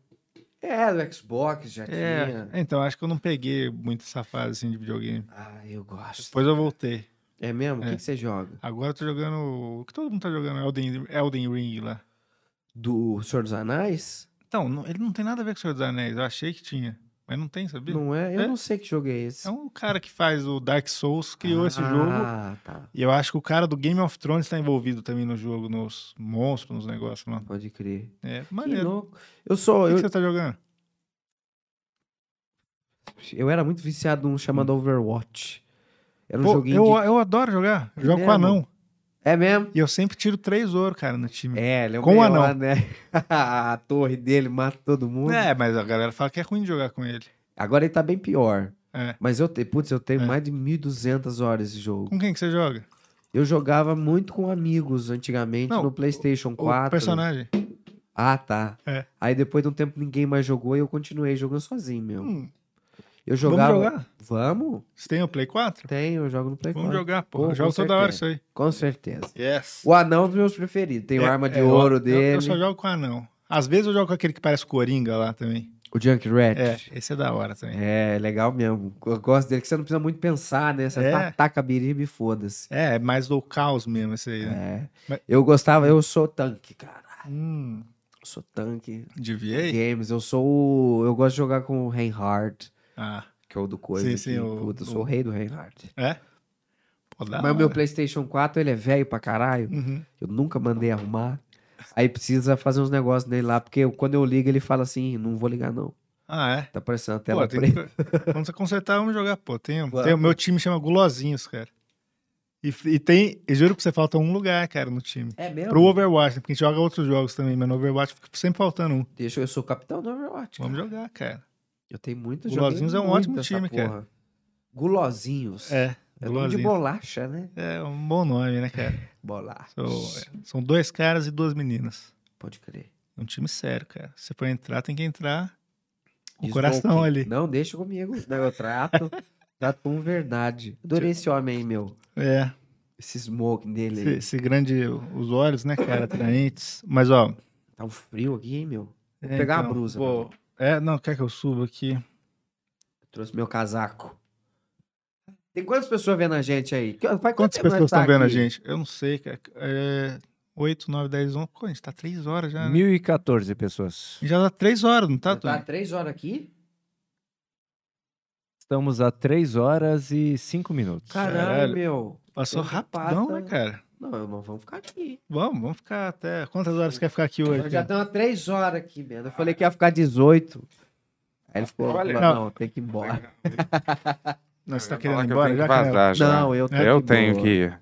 Speaker 5: É, do Xbox já tinha.
Speaker 2: É. Então, acho que eu não peguei muito essa fase assim, de videogame.
Speaker 5: Ah, eu gosto.
Speaker 2: Depois eu voltei.
Speaker 5: É mesmo? O
Speaker 2: É.
Speaker 5: que, que você joga?
Speaker 2: Agora eu tô jogando. O que todo mundo tá jogando? Elden, Elden Ring lá.
Speaker 5: Do Senhor dos Anéis?
Speaker 2: Então, não- ele não tem nada a ver com o Senhor dos Anéis. Eu achei que tinha. Mas não tem, sabia?
Speaker 5: Não é? Eu
Speaker 2: É.
Speaker 5: não sei que jogo é esse.
Speaker 2: É um cara que faz o Dark Souls, criou esse jogo.
Speaker 5: Ah, tá.
Speaker 2: E eu acho que o cara do Game of Thrones tá envolvido também no jogo, nos monstros, nos negócios, mano.
Speaker 5: Pode crer.
Speaker 2: É
Speaker 5: Que
Speaker 2: maneiro.
Speaker 5: louco. Eu sou.
Speaker 2: O que,
Speaker 5: Eu,
Speaker 2: que você tá jogando?
Speaker 5: eu era muito viciado num chamado Overwatch. Era um
Speaker 2: Hum. Pô,
Speaker 5: joguinho.
Speaker 2: eu,
Speaker 5: de-
Speaker 2: eu adoro jogar. Eu
Speaker 5: É
Speaker 2: jogo com
Speaker 5: mesmo?
Speaker 2: anão.
Speaker 5: É mesmo?
Speaker 2: E eu sempre tiro três ouro, cara, no time.
Speaker 5: É, ele é um
Speaker 2: Hum. Com o
Speaker 5: BO,
Speaker 2: anão.
Speaker 5: né? a torre dele mata todo mundo.
Speaker 2: É, mas a galera fala que é ruim de jogar com ele.
Speaker 5: Agora ele tá bem pior.
Speaker 2: É.
Speaker 5: Mas eu, te- putz, eu tenho
Speaker 2: É.
Speaker 5: mais de 1.200 horas de jogo.
Speaker 2: Com quem que você joga?
Speaker 5: Eu jogava muito com amigos antigamente
Speaker 2: Não,
Speaker 5: no PlayStation
Speaker 2: O
Speaker 5: 4.
Speaker 2: personagem.
Speaker 5: Ah, tá.
Speaker 2: É.
Speaker 5: Aí depois de um tempo ninguém mais jogou e eu continuei jogando sozinho, meu.
Speaker 2: Hum,
Speaker 5: Eu jogava.
Speaker 2: Vamos jogar?
Speaker 5: Vamos?
Speaker 2: Você tem o Play 4?
Speaker 5: Tem, eu jogo no Play
Speaker 2: Vamos
Speaker 5: 4.
Speaker 2: jogar, pô.
Speaker 5: Pô,
Speaker 2: Eu jogo
Speaker 5: com
Speaker 2: toda hora isso
Speaker 5: certeza.
Speaker 2: aí.
Speaker 5: Com certeza.
Speaker 2: Yes.
Speaker 5: O anão é um dos meus preferidos. Tem o arma de ouro
Speaker 2: É, Eu,
Speaker 5: dele.
Speaker 2: só jogo com anão. Às vezes eu jogo com aquele que parece Coringa lá também.
Speaker 5: O Junkrat.
Speaker 2: É, esse é da hora também.
Speaker 5: É, legal mesmo. Eu gosto dele, que você não precisa muito pensar, né? Você
Speaker 2: É.
Speaker 5: ataca a biriba e foda-se.
Speaker 2: É, é mais do caos mesmo esse aí, né?
Speaker 5: É.
Speaker 2: Mas-
Speaker 5: Eu gostava, eu sou tanque, cara.
Speaker 2: Hum,
Speaker 5: Eu sou tanque.
Speaker 2: deviei?
Speaker 5: Games, eu sou. o- Eu gosto de jogar com o Reinhardt,
Speaker 2: Ah,
Speaker 5: que é o do coisa.
Speaker 2: Sim,
Speaker 5: aqui.
Speaker 2: sim, o-
Speaker 5: Puta, eu
Speaker 2: o-
Speaker 5: sou o rei do Reinhardt.
Speaker 2: é? Pô, da
Speaker 5: Mas o meu
Speaker 2: hora.
Speaker 5: PlayStation 4, ele é velho pra caralho.
Speaker 2: Uhum.
Speaker 5: Eu nunca mandei arrumar. Aí precisa fazer uns negócios nele lá, porque eu- quando eu ligo, ele fala assim: não vou ligar, não.
Speaker 2: Ah, é?
Speaker 5: Tá aparecendo a tela
Speaker 2: Pô, tem
Speaker 5: preta.
Speaker 2: que- Quando você consertar, vamos jogar, pô. Tem,
Speaker 5: Vamos.
Speaker 2: tem- o meu time chama Gulosinhos, cara. E, e tem, eu juro pra você, falta um lugar, cara, no time.
Speaker 5: É mesmo?
Speaker 2: Pro Overwatch, né? porque a gente joga outros jogos também, mas no Overwatch fica sempre faltando um.
Speaker 5: Deixa eu, eu sou o capitão do Overwatch. cara.
Speaker 2: Vamos jogar, cara.
Speaker 5: Eu tenho muitos
Speaker 2: Gulosinhos é um ótimo time, cara.
Speaker 5: Gulosinhos.
Speaker 2: É,
Speaker 5: É nome de
Speaker 2: Gulosinhos.
Speaker 5: bolacha, né?
Speaker 2: É um bom nome, né, cara?
Speaker 5: Bolacha.
Speaker 2: São, são dois caras e duas meninas.
Speaker 5: Pode crer.
Speaker 2: É um time sério, cara. Se for entrar, tem que entrar o
Speaker 5: Smoking.
Speaker 2: coração ali.
Speaker 5: Não, deixa comigo. Não, eu trato. trato com verdade. Adorei esse homem aí, meu.
Speaker 2: É.
Speaker 5: Esse smoke dele.
Speaker 2: Esse,
Speaker 5: aí.
Speaker 2: esse grande, os olhos, né, cara, atraentes. Mas, ó.
Speaker 5: Tá um frio aqui, hein, meu?
Speaker 2: Vou
Speaker 5: pegar a blusa,
Speaker 2: Vou, É, não, quer que eu suba aqui?
Speaker 5: Eu trouxe meu casaco. Tem quantas pessoas vendo a gente aí? Que- Faz
Speaker 2: Quantas
Speaker 5: tempo nós
Speaker 2: pessoas
Speaker 5: tá
Speaker 2: estão vendo a
Speaker 5: aqui?
Speaker 2: gente? Eu não sei, cara. É, 8, 9, 10, 11. Pô, a gente tá 3 horas já. Né?
Speaker 3: 1014 pessoas.
Speaker 2: Já dá 3 horas, não tá,
Speaker 5: Já Tá
Speaker 2: Tony?
Speaker 5: três horas aqui?
Speaker 3: Estamos a 3 horas e 5 minutos.
Speaker 5: Caralho,
Speaker 2: Caralho.
Speaker 5: meu.
Speaker 2: Passou
Speaker 5: tempo
Speaker 2: rapidão,
Speaker 5: passa.
Speaker 2: né, cara?
Speaker 5: Não, eu não vamos ficar aqui.
Speaker 2: Vamos, vamos ficar até. Quantas horas você quer ficar aqui hoje? né?
Speaker 5: Nós já
Speaker 2: cara?
Speaker 5: estamos há três horas aqui, merda. Eu falei que ia ficar 18. Aí ele ficou,
Speaker 4: Olha.
Speaker 5: não, tem que ir embora.
Speaker 2: Não, você tá
Speaker 4: Eu ia
Speaker 2: querendo
Speaker 4: falar que
Speaker 2: ir embora
Speaker 4: Eu tenho que
Speaker 2: já, cara?
Speaker 4: vazar já.
Speaker 5: Não, eu tenho
Speaker 4: eu
Speaker 5: que ir
Speaker 4: tenho
Speaker 5: embora.
Speaker 4: que ir.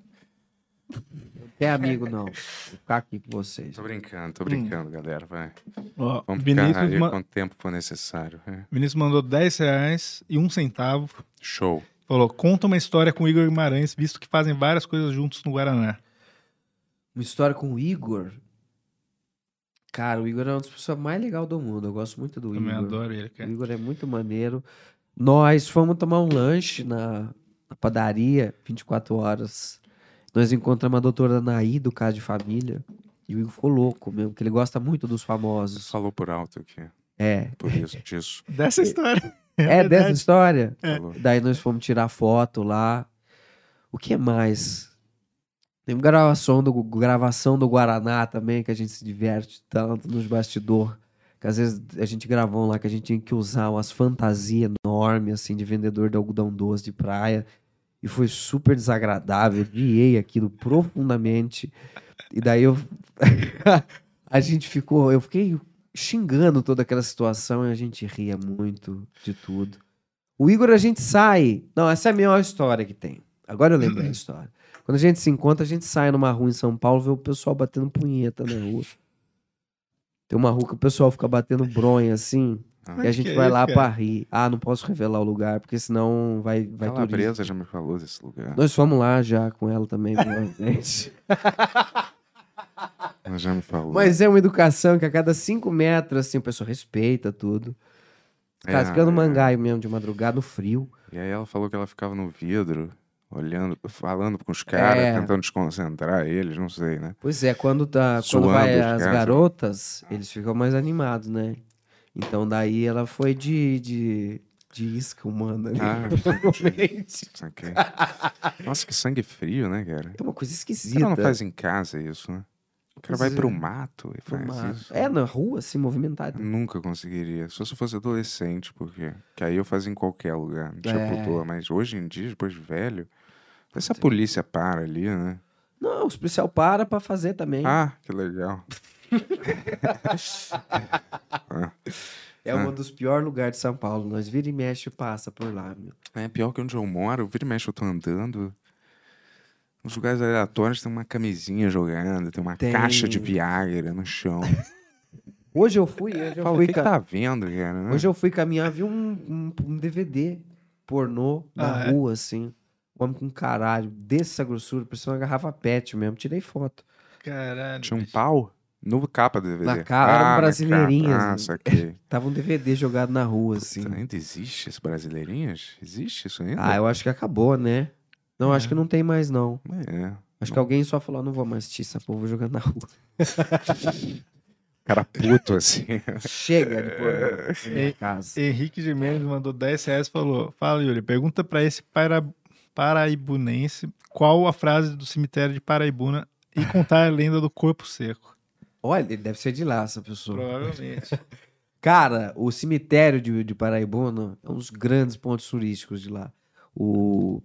Speaker 5: Não tem amigo, não. Vou ficar aqui com vocês.
Speaker 4: Tô brincando, tô brincando, galera. Vai.
Speaker 2: Ó,
Speaker 4: Vamos
Speaker 2: Vinícius,
Speaker 4: ficar aí
Speaker 2: ma-
Speaker 4: quanto tempo for necessário. é.
Speaker 2: Vinícius mandou 10 reais e um centavo.
Speaker 4: Show.
Speaker 2: Falou: conta uma história com Igor Guimarães, visto que fazem várias coisas juntos no Guaraná.
Speaker 5: Uma história com o Igor. Cara, o Igor é uma das pessoas mais legais do mundo. Eu gosto muito do
Speaker 2: Também
Speaker 5: Igor.
Speaker 2: adoro ele,
Speaker 5: O
Speaker 2: cara.
Speaker 5: Igor é muito maneiro. Nós fomos tomar um lanche na, na padaria, 24 horas. Nós encontramos a doutora Anaí, do caso de família. E o Igor ficou louco mesmo, porque ele gosta muito dos
Speaker 4: Você
Speaker 5: famosos.
Speaker 4: falou por alto aqui.
Speaker 5: É.
Speaker 4: Por isso, disso.
Speaker 2: Dessa história.
Speaker 5: É dessa história?
Speaker 4: Falou.
Speaker 5: Daí nós fomos tirar foto lá. O que mais? Tem gravação do, gravação do Guaraná também, que a gente se diverte tanto nos bastidores. Que às vezes a gente gravou um lá que a gente tinha que usar umas fantasias enormes, assim, de vendedor de algodão doce de praia. E foi super desagradável. Odiei aquilo profundamente. E daí eu. a gente ficou. Eu fiquei xingando toda aquela situação e a gente ria muito de tudo. O Igor, a gente sai. Não, essa é a melhor história que tem. Agora eu lembrei a história. Quando a gente se encontra, a gente sai numa rua em São Paulo, vê o pessoal batendo punheta na rua. Tem uma rua que o pessoal fica batendo bronha assim.
Speaker 4: Como
Speaker 5: e a
Speaker 2: é
Speaker 5: gente
Speaker 2: que é
Speaker 5: vai
Speaker 2: isso,
Speaker 5: lá
Speaker 2: cara?
Speaker 5: pra rir. Ah, não posso revelar o lugar, porque senão vai, vai turista.
Speaker 4: Calabresa já me falou desse lugar.
Speaker 5: Nós fomos lá já com ela também, uma vez.
Speaker 4: Ela já me falou.
Speaker 5: Mas é uma educação que a cada cinco metros, assim, a pessoa respeita tudo.
Speaker 4: É,
Speaker 5: Cascando
Speaker 4: é.
Speaker 5: mangaio mesmo de madrugada, no frio.
Speaker 4: E aí ela falou que ela ficava no vidro, olhando, falando com os caras,
Speaker 5: É.
Speaker 4: tentando desconcentrar eles, não sei, né?
Speaker 5: Pois é, quando, tá,
Speaker 4: Suando
Speaker 5: quando vai
Speaker 4: os
Speaker 5: as
Speaker 4: caras.
Speaker 5: garotas, eles ficam mais animados, né? Então daí ela foi de, de, de isca humana ali.
Speaker 4: Ah,
Speaker 5: provavelmente.
Speaker 4: saquei. Nossa, que sangue frio, né, cara?
Speaker 5: É uma coisa
Speaker 4: O
Speaker 5: esquisita.
Speaker 4: cara não faz em casa isso, né? O cara
Speaker 5: Pois
Speaker 4: vai
Speaker 5: é.
Speaker 4: pro mato e faz
Speaker 5: Uma-
Speaker 4: isso. Hum.
Speaker 5: É, na rua, assim, movimentada.
Speaker 4: Eu Nunca conseguiria. Só se eu fosse adolescente, porque. Que aí eu fazia em qualquer lugar. Não tinha
Speaker 5: É.
Speaker 4: pudor. Mas hoje em dia, depois de velho. Essa polícia para ali, né?
Speaker 5: Não, os policial para pra fazer também.
Speaker 4: Ah, que legal.
Speaker 5: é
Speaker 4: ah.
Speaker 5: um dos piores lugares de São Paulo. Nós vira e mexe passa por lá, meu.
Speaker 4: É pior que onde eu moro, vira e mexe, eu tô andando. Nos lugares aleatórios tem uma camisinha jogada, tem uma
Speaker 5: Tem.
Speaker 4: caixa de Viagra no chão.
Speaker 5: Hoje eu fui, hoje eu
Speaker 4: Eu falo, o
Speaker 5: fui.
Speaker 4: que, que
Speaker 5: ca-
Speaker 4: tá vendo, cara? né?
Speaker 5: Hoje eu fui caminhar, vi um, um, um DVD pornô na
Speaker 2: Ah, é?
Speaker 5: rua, assim. Um homem com caralho, dessa grossura, parecia uma garrafa pet mesmo. Tirei foto.
Speaker 2: Caralho.
Speaker 4: Tinha um pau no capa do DVD.
Speaker 5: Na capa, era um
Speaker 4: na capa.
Speaker 5: Brasileirinhas,
Speaker 4: Ah,
Speaker 5: né?
Speaker 4: saquei.
Speaker 5: Tava um DVD jogado na rua, assim.
Speaker 4: Puta, ainda existe esse Brasileirinhas? Existe isso ainda?
Speaker 5: Ah, eu acho que acabou, né? Não, acho que não tem mais, não.
Speaker 4: É.
Speaker 5: Acho que alguém só falou, "Ah, não vou mais assistir essa porra, vou jogar na rua.
Speaker 4: Cara puto assim.
Speaker 5: Chega de pornô. na minha
Speaker 2: É.
Speaker 5: casa.
Speaker 2: Henrique de Mendes mandou 10 reais e falou: Fala, Yuri, pergunta pra esse para... paraibunense qual a frase do cemitério de Paraibuna e contar a lenda do corpo seco.
Speaker 5: Olha, ele deve ser de lá, essa
Speaker 4: Uhum.
Speaker 5: pessoa.
Speaker 2: Provavelmente.
Speaker 5: Cara, o cemitério de, de Paraibuna é um dos grandes pontos turísticos de lá. O.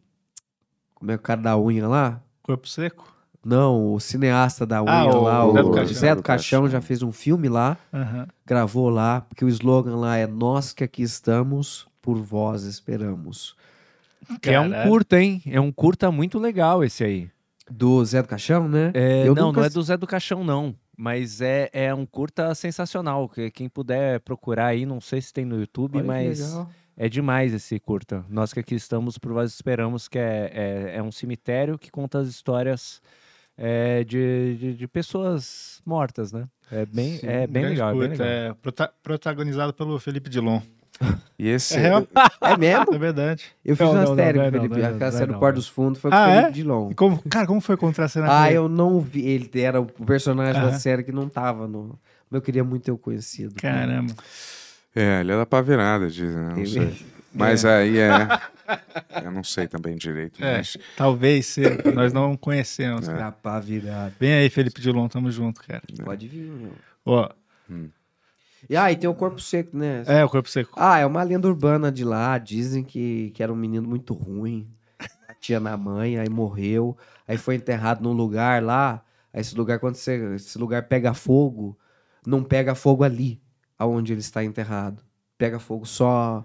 Speaker 5: Como é o cara da unha lá?
Speaker 2: Corpo seco?
Speaker 5: Não, o cineasta da unha
Speaker 2: Ah, o
Speaker 5: lá,
Speaker 2: Zé do
Speaker 5: o
Speaker 2: Caixão.
Speaker 5: Zé do Caixão, já fez um filme lá,
Speaker 2: Aham.
Speaker 5: gravou lá, porque o slogan lá é Nós que aqui estamos, por vós esperamos.
Speaker 3: Que é um
Speaker 2: Caralho.
Speaker 3: curta, hein? É um curta muito legal esse aí.
Speaker 5: Do Zé do Caixão, né?
Speaker 3: É,
Speaker 5: Eu
Speaker 3: não,
Speaker 5: nunca
Speaker 3: não é
Speaker 5: ass-
Speaker 3: do Zé do Caixão, não. Mas é, é um curta sensacional. que Quem puder procurar aí, não sei se tem no YouTube,
Speaker 5: Olha que
Speaker 3: mas
Speaker 5: legal.
Speaker 3: é demais esse curta. Nós que aqui estamos, por vós esperamos, que é, é, é um cemitério que conta as histórias é, de, de, de pessoas mortas, né? É bem,
Speaker 2: Sim,
Speaker 3: é bem
Speaker 2: grande
Speaker 3: legal, é bem
Speaker 2: curta,
Speaker 3: legal.
Speaker 2: é, prota- protagonizado pelo Felipe Dilon.
Speaker 4: E esse.
Speaker 2: É real?
Speaker 5: É mesmo?
Speaker 2: É verdade.
Speaker 5: Eu fiz
Speaker 3: Não,
Speaker 5: uma
Speaker 3: não, não,
Speaker 5: série
Speaker 3: não é
Speaker 5: com o
Speaker 3: não,
Speaker 5: Felipe.
Speaker 3: não é não,
Speaker 5: Aquela
Speaker 3: não é
Speaker 5: série do
Speaker 3: não,
Speaker 5: Par
Speaker 3: não.
Speaker 5: dos Fundos foi com
Speaker 2: Ah,
Speaker 5: o Felipe
Speaker 2: é?
Speaker 5: Dilon.
Speaker 2: E como- cara, como foi contracenar
Speaker 5: Ah,
Speaker 2: ele?
Speaker 5: eu não vi. Ele era o personagem da
Speaker 2: Aham.
Speaker 5: série que não tava no. mas Eu queria muito ter o conhecido.
Speaker 2: Caramba.
Speaker 4: É, ele é da pavirada, dizem, né? Não
Speaker 5: é.
Speaker 4: sei. Mas aí é. Eu não sei também direito,
Speaker 2: É,
Speaker 4: mas.
Speaker 2: talvez seja. Nós não conhecemos.
Speaker 4: É.
Speaker 2: cara.
Speaker 5: Dá pra virar.
Speaker 2: Vem aí, Felipe Dilon, tamo junto, cara.
Speaker 5: Pode vir, meu.
Speaker 2: Ó,
Speaker 5: E aí, tem o corpo seco, né?
Speaker 2: é, o corpo seco.
Speaker 5: Ah, é uma lenda urbana de lá. Dizem que, que era um menino muito ruim. Batia na mãe, aí morreu. Aí foi enterrado num lugar lá. Aí esse lugar, quando você, esse lugar pega fogo, não pega fogo ali, aonde ele está enterrado. Pega fogo só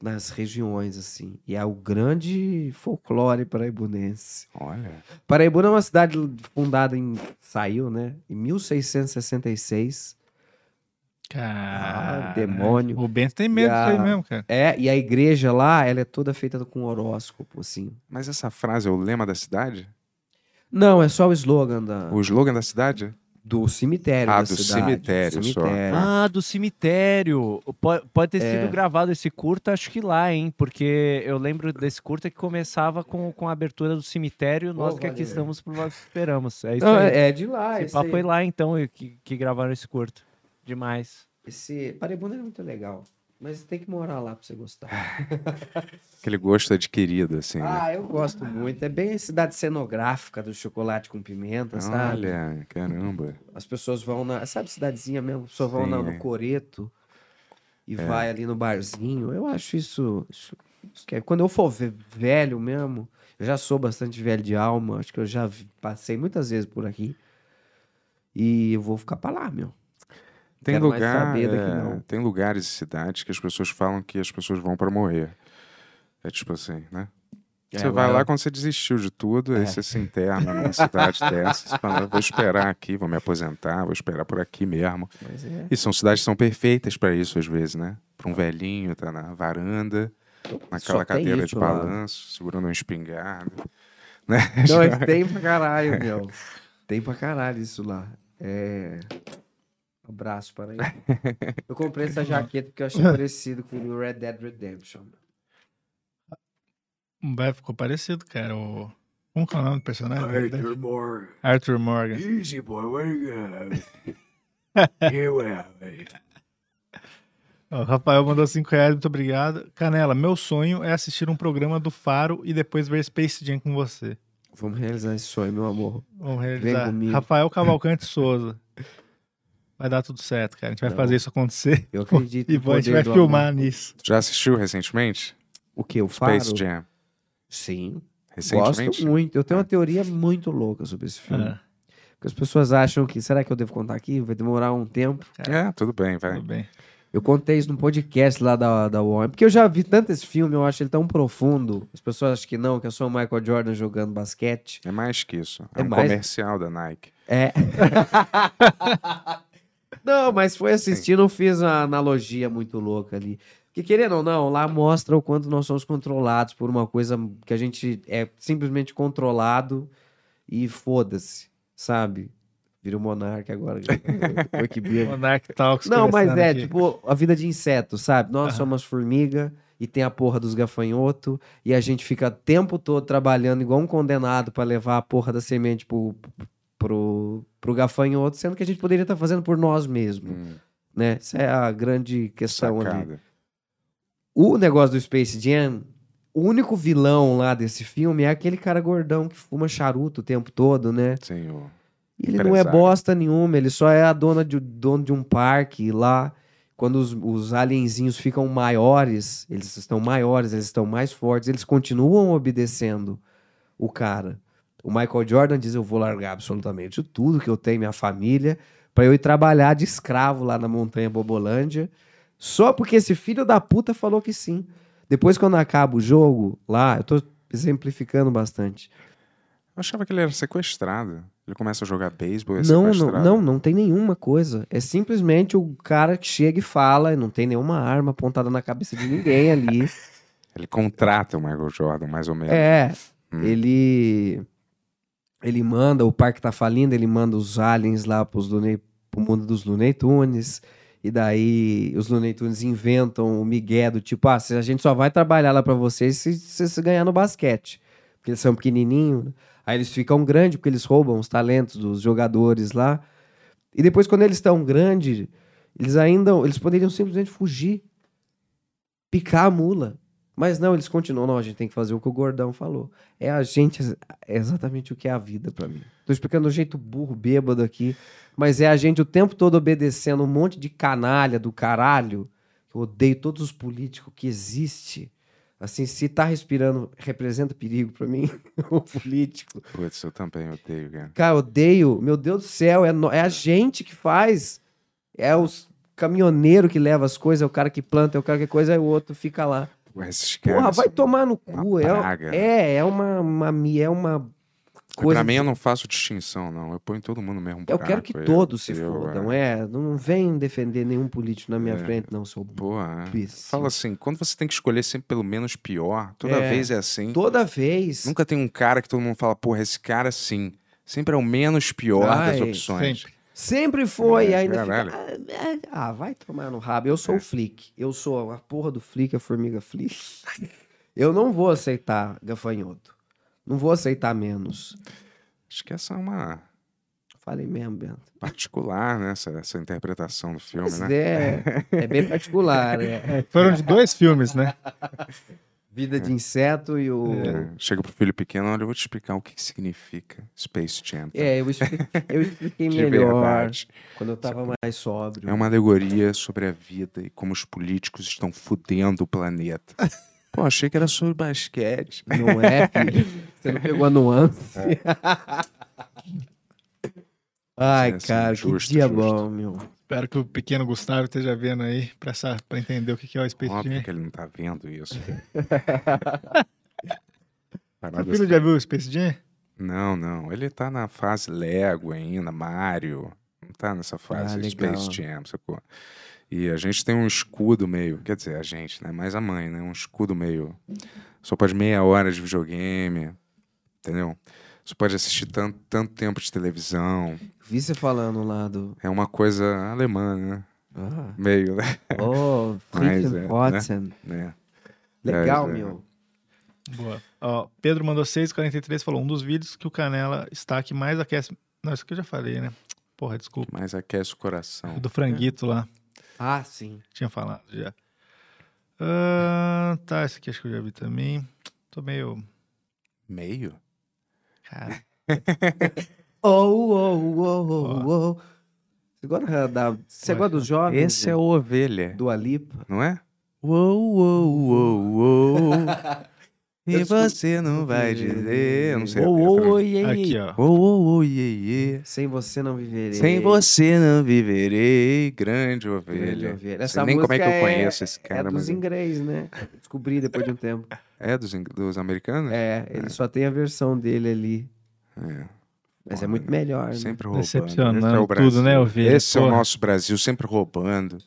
Speaker 5: nas regiões, assim. E é o grande folclore paraibunense.
Speaker 4: Olha.
Speaker 5: Paraibuna é uma cidade fundada em. saiu, né? Em 1666.
Speaker 2: Cara,
Speaker 5: Ah, demônio.
Speaker 2: O Bento tem medo
Speaker 5: E a-
Speaker 3: Ah.
Speaker 2: disso aí mesmo, cara.
Speaker 5: É, e a igreja lá, ela é toda feita com horóscopo, assim.
Speaker 4: Mas essa frase é o lema da cidade?
Speaker 5: Não, é só o slogan da,
Speaker 4: O slogan da cidade?
Speaker 5: do cemitério.
Speaker 4: Ah,
Speaker 5: da
Speaker 4: do
Speaker 5: cidade,
Speaker 4: cemitério só.
Speaker 3: Ah, do cemitério. Pode, pode ter sido gravado esse curta, acho que lá, hein? Porque eu lembro desse curta que começava com, com a abertura do cemitério. Nós que aqui
Speaker 5: valeu.
Speaker 3: estamos pro nós esperamos. É isso
Speaker 5: Não,
Speaker 3: aí.
Speaker 5: é, é de lá.
Speaker 3: esse
Speaker 5: Esse,
Speaker 3: papo foi lá, então, e que, que gravaram esse curto. Demais.
Speaker 5: esse Paraibuna é muito legal. Mas tem que morar lá pra você gostar.
Speaker 4: Aquele gosto adquirido,
Speaker 3: É.
Speaker 4: assim. né?
Speaker 5: Ah, eu gosto muito. É bem a cidade cenográfica do chocolate com pimenta,
Speaker 3: Ah,
Speaker 5: sabe?
Speaker 4: Olha, caramba.
Speaker 5: As pessoas vão na. Sabe, cidadezinha mesmo? As pessoas vão
Speaker 4: Sim,
Speaker 5: na-
Speaker 4: é.
Speaker 5: no Coreto e vai ali no barzinho. Eu acho isso. isso, isso que é- Quando eu for ve- velho mesmo, eu já sou bastante velho de alma. Acho que eu já vi- passei muitas vezes por aqui. E eu vou ficar pra lá, meu.
Speaker 4: Tem
Speaker 5: Quero mais
Speaker 4: lugar,
Speaker 5: saber daqui,
Speaker 4: é,
Speaker 5: não.
Speaker 4: tem lugares e cidades que as pessoas falam que as pessoas vão pra morrer. É tipo assim, né?
Speaker 5: É,
Speaker 4: você vai
Speaker 5: agora- É.
Speaker 4: lá quando você desistiu de tudo, aí você se interna numa cidade dessa, você fala, "Eu vou esperar aqui, vou me aposentar, vou esperar por aqui mesmo.
Speaker 5: Mas é.
Speaker 4: E são cidades que são perfeitas pra isso às vezes, né? Pra um velhinho tá na varanda, naquela
Speaker 5: Só tem
Speaker 4: cadeira de
Speaker 5: isso lá.
Speaker 4: balanço, segurando um espingarda. Né?
Speaker 5: Não, mas tem pra caralho, meu. Tem pra caralho isso lá. É. Abraço para ele. Eu comprei essa jaqueta porque eu achei parecido com o Red Dead Redemption.
Speaker 2: Vai, Um ficou parecido, cara. O... Como que é o nome do personagem?
Speaker 9: Arthur Morgan.
Speaker 2: Arthur
Speaker 7: É.
Speaker 2: Morgan.
Speaker 9: Easy boy, where you go? you have it.
Speaker 2: Ó, O Rafael mandou 5 reais, muito obrigado. Canela, meu sonho é assistir um programa do Faro e depois ver Space Jam com você.
Speaker 5: Vamos realizar esse sonho, meu amor.
Speaker 2: Vamos realizar.
Speaker 5: comigo.
Speaker 2: Rafael Cavalcante Souza. Vai dar tudo certo, cara. A gente vai
Speaker 5: Tá bom.
Speaker 2: fazer isso acontecer.
Speaker 5: Eu acredito.
Speaker 2: E
Speaker 5: no
Speaker 2: vai- a gente vai
Speaker 5: poder do
Speaker 2: filmar
Speaker 5: amor.
Speaker 2: nisso.
Speaker 4: Já assistiu recentemente?
Speaker 5: O que? O Faro?
Speaker 4: Space Jam.
Speaker 5: Sim.
Speaker 4: Recentemente? É.
Speaker 5: Gosto muito. Eu tenho uma teoria muito louca sobre esse filme.
Speaker 2: Ah,
Speaker 5: Porque as pessoas acham que. Será que eu devo contar aqui? Vai demorar um tempo.
Speaker 4: É, tudo bem, vai.
Speaker 2: tudo bem.
Speaker 5: Eu contei isso num podcast lá da, da UOM. Porque eu já vi tanto esse filme, eu acho ele tão profundo. As pessoas acham que não, que eu sou o Michael Jordan jogando basquete.
Speaker 4: É mais que isso. É,
Speaker 5: É
Speaker 4: um
Speaker 5: mais?
Speaker 4: comercial da Nike.
Speaker 5: É. não, mas foi assistindo, eu fiz uma analogia muito louca ali. Porque querendo ou não, lá mostra o quanto nós somos controlados por uma coisa que a gente é simplesmente controlado e foda-se, sabe? Vira o monarca agora. Foi que bêbado.
Speaker 2: Monarch Talks.
Speaker 5: Não, mas
Speaker 2: começando
Speaker 5: é,
Speaker 2: aqui.
Speaker 5: tipo, a vida de inseto, sabe? Nós
Speaker 2: Aham.
Speaker 5: somos formiga e tem a porra dos gafanhotos e a gente fica o tempo todo trabalhando igual um condenado pra levar a porra da semente pro, pro, pro gafanhoto, sendo que a gente poderia estar fazendo por nós mesmos,
Speaker 4: Hum,
Speaker 5: né? Essa é a grande questão ali.
Speaker 4: sacada.
Speaker 5: O negócio do Space Jam, o único vilão lá desse filme é aquele cara gordão que fuma charuto o tempo todo, né?
Speaker 4: Sim, o-
Speaker 5: E ele não é
Speaker 4: Empresário.
Speaker 5: bosta nenhuma, ele só é a dona de, dono de um parque lá. Quando os, os alienzinhos ficam maiores, eles estão maiores, eles estão mais fortes, eles continuam obedecendo o cara. O Michael Jordan diz: Eu vou largar absolutamente tudo que eu tenho, minha família, pra eu ir trabalhar de escravo lá na Montanha Bobolândia, só porque esse filho da puta falou que sim. Depois, quando acaba o jogo lá, eu tô exemplificando bastante.
Speaker 4: Eu achava que ele era sequestrado. Ele começa a jogar beisebol e é
Speaker 5: Não, não,
Speaker 4: sequestrado.
Speaker 5: não, não tem nenhuma coisa. É simplesmente o cara que chega e fala, e não tem nenhuma arma apontada na cabeça de ninguém ali.
Speaker 4: Ele contrata o Michael Jordan, mais ou menos.
Speaker 5: é,
Speaker 4: Hum.
Speaker 5: ele ele manda, o parque tá falindo, ele manda os aliens lá pros Looney, pro mundo dos Looney Tunes. E daí os Looney Tunes inventam o migué do tipo, ah, se a gente só vai trabalhar lá pra vocês se vocês ganhar no basquete. Porque eles são pequenininhos. né? Aí eles ficam grandes porque eles roubam os talentos dos jogadores lá. E depois, quando eles estão grandes, Eles ainda, eles poderiam simplesmente fugir, picar a mula. Mas não, eles continuam, não, a gente tem que fazer o que o gordão falou. É a gente, é exatamente o que é a vida pra mim. Tô explicando do jeito burro, bêbado aqui, mas é a gente o tempo todo obedecendo um monte de canalha do caralho. Eu odeio todos os políticos que existe. Assim, se tá respirando, representa perigo pra mim, o político.
Speaker 4: Putz, eu também odeio, cara.
Speaker 5: Cara, eu odeio. Meu Deus do céu, é, no- é a gente que faz. É os caminhoneiro que leva as coisas, é o cara que planta, é o cara que coisa, é o outro fica lá.
Speaker 4: Pô, esses caras.
Speaker 5: Porra, vai tomar no
Speaker 4: é uma
Speaker 5: cu. É,
Speaker 4: praga.
Speaker 5: é, é uma, uma, mi- é uma coisa.
Speaker 4: pra mim,
Speaker 5: de-
Speaker 4: eu não faço distinção, não. Eu ponho todo mundo no mesmo
Speaker 5: eu
Speaker 4: buraco.
Speaker 5: quero que
Speaker 4: eu-
Speaker 5: todos se
Speaker 4: eu-
Speaker 5: fodam. É, não não vem defender nenhum político na minha
Speaker 4: É.
Speaker 5: frente, não, seu
Speaker 4: Porra.
Speaker 5: bicho.
Speaker 4: Fala assim, quando você tem que escolher sempre pelo menos pior, toda
Speaker 5: É.
Speaker 4: vez é assim.
Speaker 5: Toda vez.
Speaker 4: Nunca tem um cara que todo mundo fala, porra, esse cara sim. Sempre é o menos pior das
Speaker 5: Ai,
Speaker 4: opções.
Speaker 2: Sempre.
Speaker 5: Sempre foi,
Speaker 4: É,
Speaker 5: ainda
Speaker 4: caralho.
Speaker 5: fica, "Ah, ah, ah, vai tomar no rabo. Eu sou o Flick. Eu sou a porra do Flick, a formiga Flick. Eu não vou aceitar gafanhoto. Não vou aceitar menos.
Speaker 4: Acho que essa é uma
Speaker 5: Falei mesmo, Bento.
Speaker 4: particular, né? Essa, essa interpretação do filme,
Speaker 5: Mas
Speaker 4: né?
Speaker 5: é, é bem particular, é.
Speaker 2: É, foram de dois filmes, né?
Speaker 5: Vida de inseto e o...
Speaker 4: É, Chega pro filho pequeno, olha, eu vou te explicar o que, que significa Space Jam. tá?
Speaker 5: É, eu expliquei, eu expliquei
Speaker 4: De
Speaker 5: melhor
Speaker 4: verdade.
Speaker 5: quando eu tava mais sóbrio.
Speaker 4: É uma alegoria sobre a vida e como os políticos estão fudendo o planeta. Pô, achei que era sobre basquete.
Speaker 5: Não é, filho? Você não pegou a
Speaker 4: É.
Speaker 5: nuance. Ai,
Speaker 4: Sim, sim,
Speaker 5: cara,
Speaker 4: justo,
Speaker 5: que dia
Speaker 4: justo.
Speaker 5: bom, meu.
Speaker 2: Espero que o pequeno Gustavo esteja vendo aí pra, essa- pra entender o que, que é o Space
Speaker 4: Óbvio
Speaker 2: Jam.
Speaker 4: que ele não tá vendo isso. Parada
Speaker 2: Seu
Speaker 5: é.
Speaker 2: filho
Speaker 4: assim.
Speaker 2: já viu o Space Jam?
Speaker 4: Não, não. Ele tá na fase Lego ainda, Mario. Não tá nessa fase
Speaker 5: legal.
Speaker 4: Space Jam, sacou? E a gente tem um escudo meio. Quer dizer, a gente, né? Mais a mãe, né? Um escudo meio. Só pode meia hora de videogame. Entendeu? Só pode assistir tanto, tanto tempo de televisão.
Speaker 5: Vi você falando lá do.
Speaker 4: É uma coisa alemã, né?
Speaker 5: Ah.
Speaker 4: Meio, né?
Speaker 5: Oh,
Speaker 4: Mas
Speaker 5: Fritzen
Speaker 4: é,
Speaker 5: Watson.
Speaker 4: né?
Speaker 5: Legal,
Speaker 4: Mas é.
Speaker 5: meu.
Speaker 2: Boa. Ó, Pedro mandou 6,43 falou: um dos vídeos que o Canela está que mais aquece. Não, isso que eu já falei, né? Porra, desculpa.
Speaker 4: Mas aquece o coração.
Speaker 2: O Do franguito lá.
Speaker 5: Ah, sim.
Speaker 2: Tinha falado já. Ah, tá, esse aqui acho que eu já vi também. Tô meio.
Speaker 4: Meio?
Speaker 2: Cara,
Speaker 5: Oh, oh, oh,
Speaker 2: Ó.
Speaker 5: oh, oh. Você gosta, da... você gosta dos jovens?
Speaker 4: Esse é o ovelha,
Speaker 5: Do Alipa?
Speaker 4: não é? Uou, uou, uou, uou.
Speaker 5: Eu
Speaker 4: E
Speaker 5: escuto-
Speaker 4: você não vai dizer. Eu não sei. a
Speaker 5: Oh,
Speaker 4: letra,
Speaker 5: oh,
Speaker 4: né?
Speaker 5: oh, yeah,
Speaker 2: aqui,
Speaker 5: yeah.
Speaker 2: ó.
Speaker 4: Uou, uou, uou, iê, iê.
Speaker 5: Sem você não viverei.
Speaker 4: Sem você não viverei, grande
Speaker 5: Grande
Speaker 4: ovelha.
Speaker 5: ovelha.
Speaker 4: Sei
Speaker 5: Essa
Speaker 4: nem como é que
Speaker 5: música
Speaker 4: eu conheço esse
Speaker 5: É
Speaker 4: cara,
Speaker 5: dos
Speaker 4: mas.
Speaker 5: inglês, né? Descobri depois de um tempo.
Speaker 4: É dos, ing- dos americanos?
Speaker 5: É, ele só tem a versão dele ali.
Speaker 4: É.
Speaker 5: Mas é
Speaker 4: Olha,
Speaker 5: muito melhor. né?
Speaker 4: Tá Sempre roubando.
Speaker 2: decepcionando
Speaker 4: Esse é o
Speaker 2: tudo,
Speaker 4: Brasil.
Speaker 2: né, ovelha?
Speaker 4: Esse é o
Speaker 2: Porra.
Speaker 4: nosso Brasil, sempre roubando.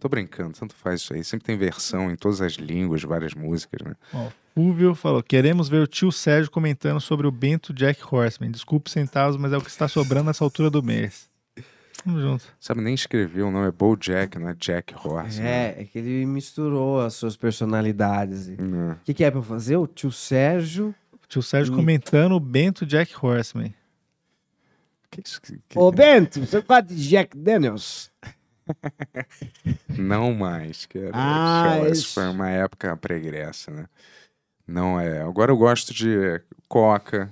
Speaker 4: Tô brincando, tanto faz isso aí. Sempre tem versão em todas as línguas, várias músicas, né?
Speaker 2: Ó, Fúvio falou: queremos ver o tio Sérgio comentando sobre o Bento Jack Horseman. Desculpe centavos, mas é o que está sobrando nessa altura do mês. Tamo junto.
Speaker 4: Sabe, nem escreveu o nome, é Bojack, não é Jack Horse. né?
Speaker 5: É, é que ele misturou as suas personalidades. O
Speaker 4: Né?
Speaker 5: que, que é pra eu fazer? O tio Sérgio.
Speaker 2: Tio Sérgio
Speaker 5: Hum.
Speaker 2: comentando o Bento Jack Horseman.
Speaker 4: Que isso que- que- é?
Speaker 6: Ô, Bento, você gosta de Jack Daniels?
Speaker 4: Não mais, que era
Speaker 6: Ah,
Speaker 4: isso
Speaker 6: isso.
Speaker 4: foi uma época pregressa, né? Não é. Agora eu gosto de coca,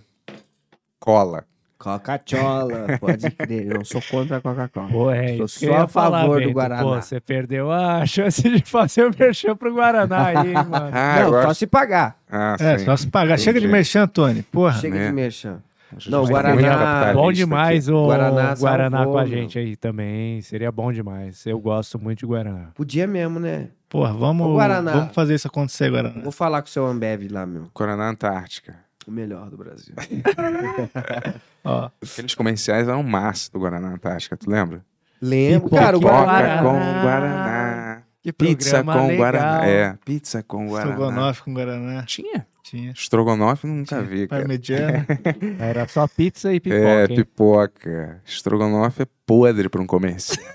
Speaker 4: cola.
Speaker 5: Coca-Cola, pode crer. Eu sou contra a Coca-Cola.
Speaker 3: Pô, é
Speaker 5: Sou
Speaker 3: isso que eu
Speaker 5: só
Speaker 3: ia
Speaker 5: a favor do
Speaker 3: Bento.
Speaker 5: Guaraná.
Speaker 3: Pô, você perdeu a chance de fazer o merchan pro Guaraná aí, mano.
Speaker 4: Ah, eu
Speaker 5: não, só
Speaker 4: gosto.
Speaker 5: se pagar.
Speaker 4: Ah,
Speaker 2: É,
Speaker 4: sim.
Speaker 2: só se pagar. Chega de
Speaker 4: Entendi.
Speaker 2: merchan, Tony. Porra.
Speaker 5: Chega
Speaker 4: né?
Speaker 5: de merchan.
Speaker 4: A gente
Speaker 5: não,
Speaker 4: tá
Speaker 5: Guaraná-
Speaker 4: muito capitalista
Speaker 3: Bom
Speaker 4: aqui.
Speaker 3: demais o
Speaker 5: Guaraná
Speaker 3: Guaraná,
Speaker 5: salvou,
Speaker 3: com a
Speaker 5: meu.
Speaker 3: gente aí também. Seria bom demais. Eu gosto muito de Guaraná.
Speaker 5: Podia mesmo, né?
Speaker 2: Porra, vamos,
Speaker 5: Ô, Guaraná.
Speaker 2: vamos fazer isso acontecer, né? Guaraná.
Speaker 5: Vou falar com o seu Ambev lá, meu.
Speaker 4: Guaraná Antártica.
Speaker 5: O melhor do Brasil.
Speaker 2: Ó,
Speaker 4: Aqueles comerciais eram massa do Guaraná Antártica, tu lembra?
Speaker 5: Lembro,
Speaker 3: Pipoca
Speaker 5: cara, o
Speaker 3: com
Speaker 5: Guaraná.
Speaker 4: Coca
Speaker 3: Guaraná.
Speaker 4: com Guaraná.
Speaker 3: Que
Speaker 4: Pizza
Speaker 3: programa
Speaker 4: com
Speaker 3: legal.
Speaker 4: Guaraná. É, pizza com Guaraná.
Speaker 2: estrogonofe com Guaraná.
Speaker 4: Tinha?
Speaker 2: Tinha.
Speaker 4: Estrogonofe eu nunca vi, cara.
Speaker 2: Parmegiana.
Speaker 3: Era só pizza e pipoca.
Speaker 4: É,
Speaker 3: hein?
Speaker 4: pipoca. Estrogonofe é podre para um comercial.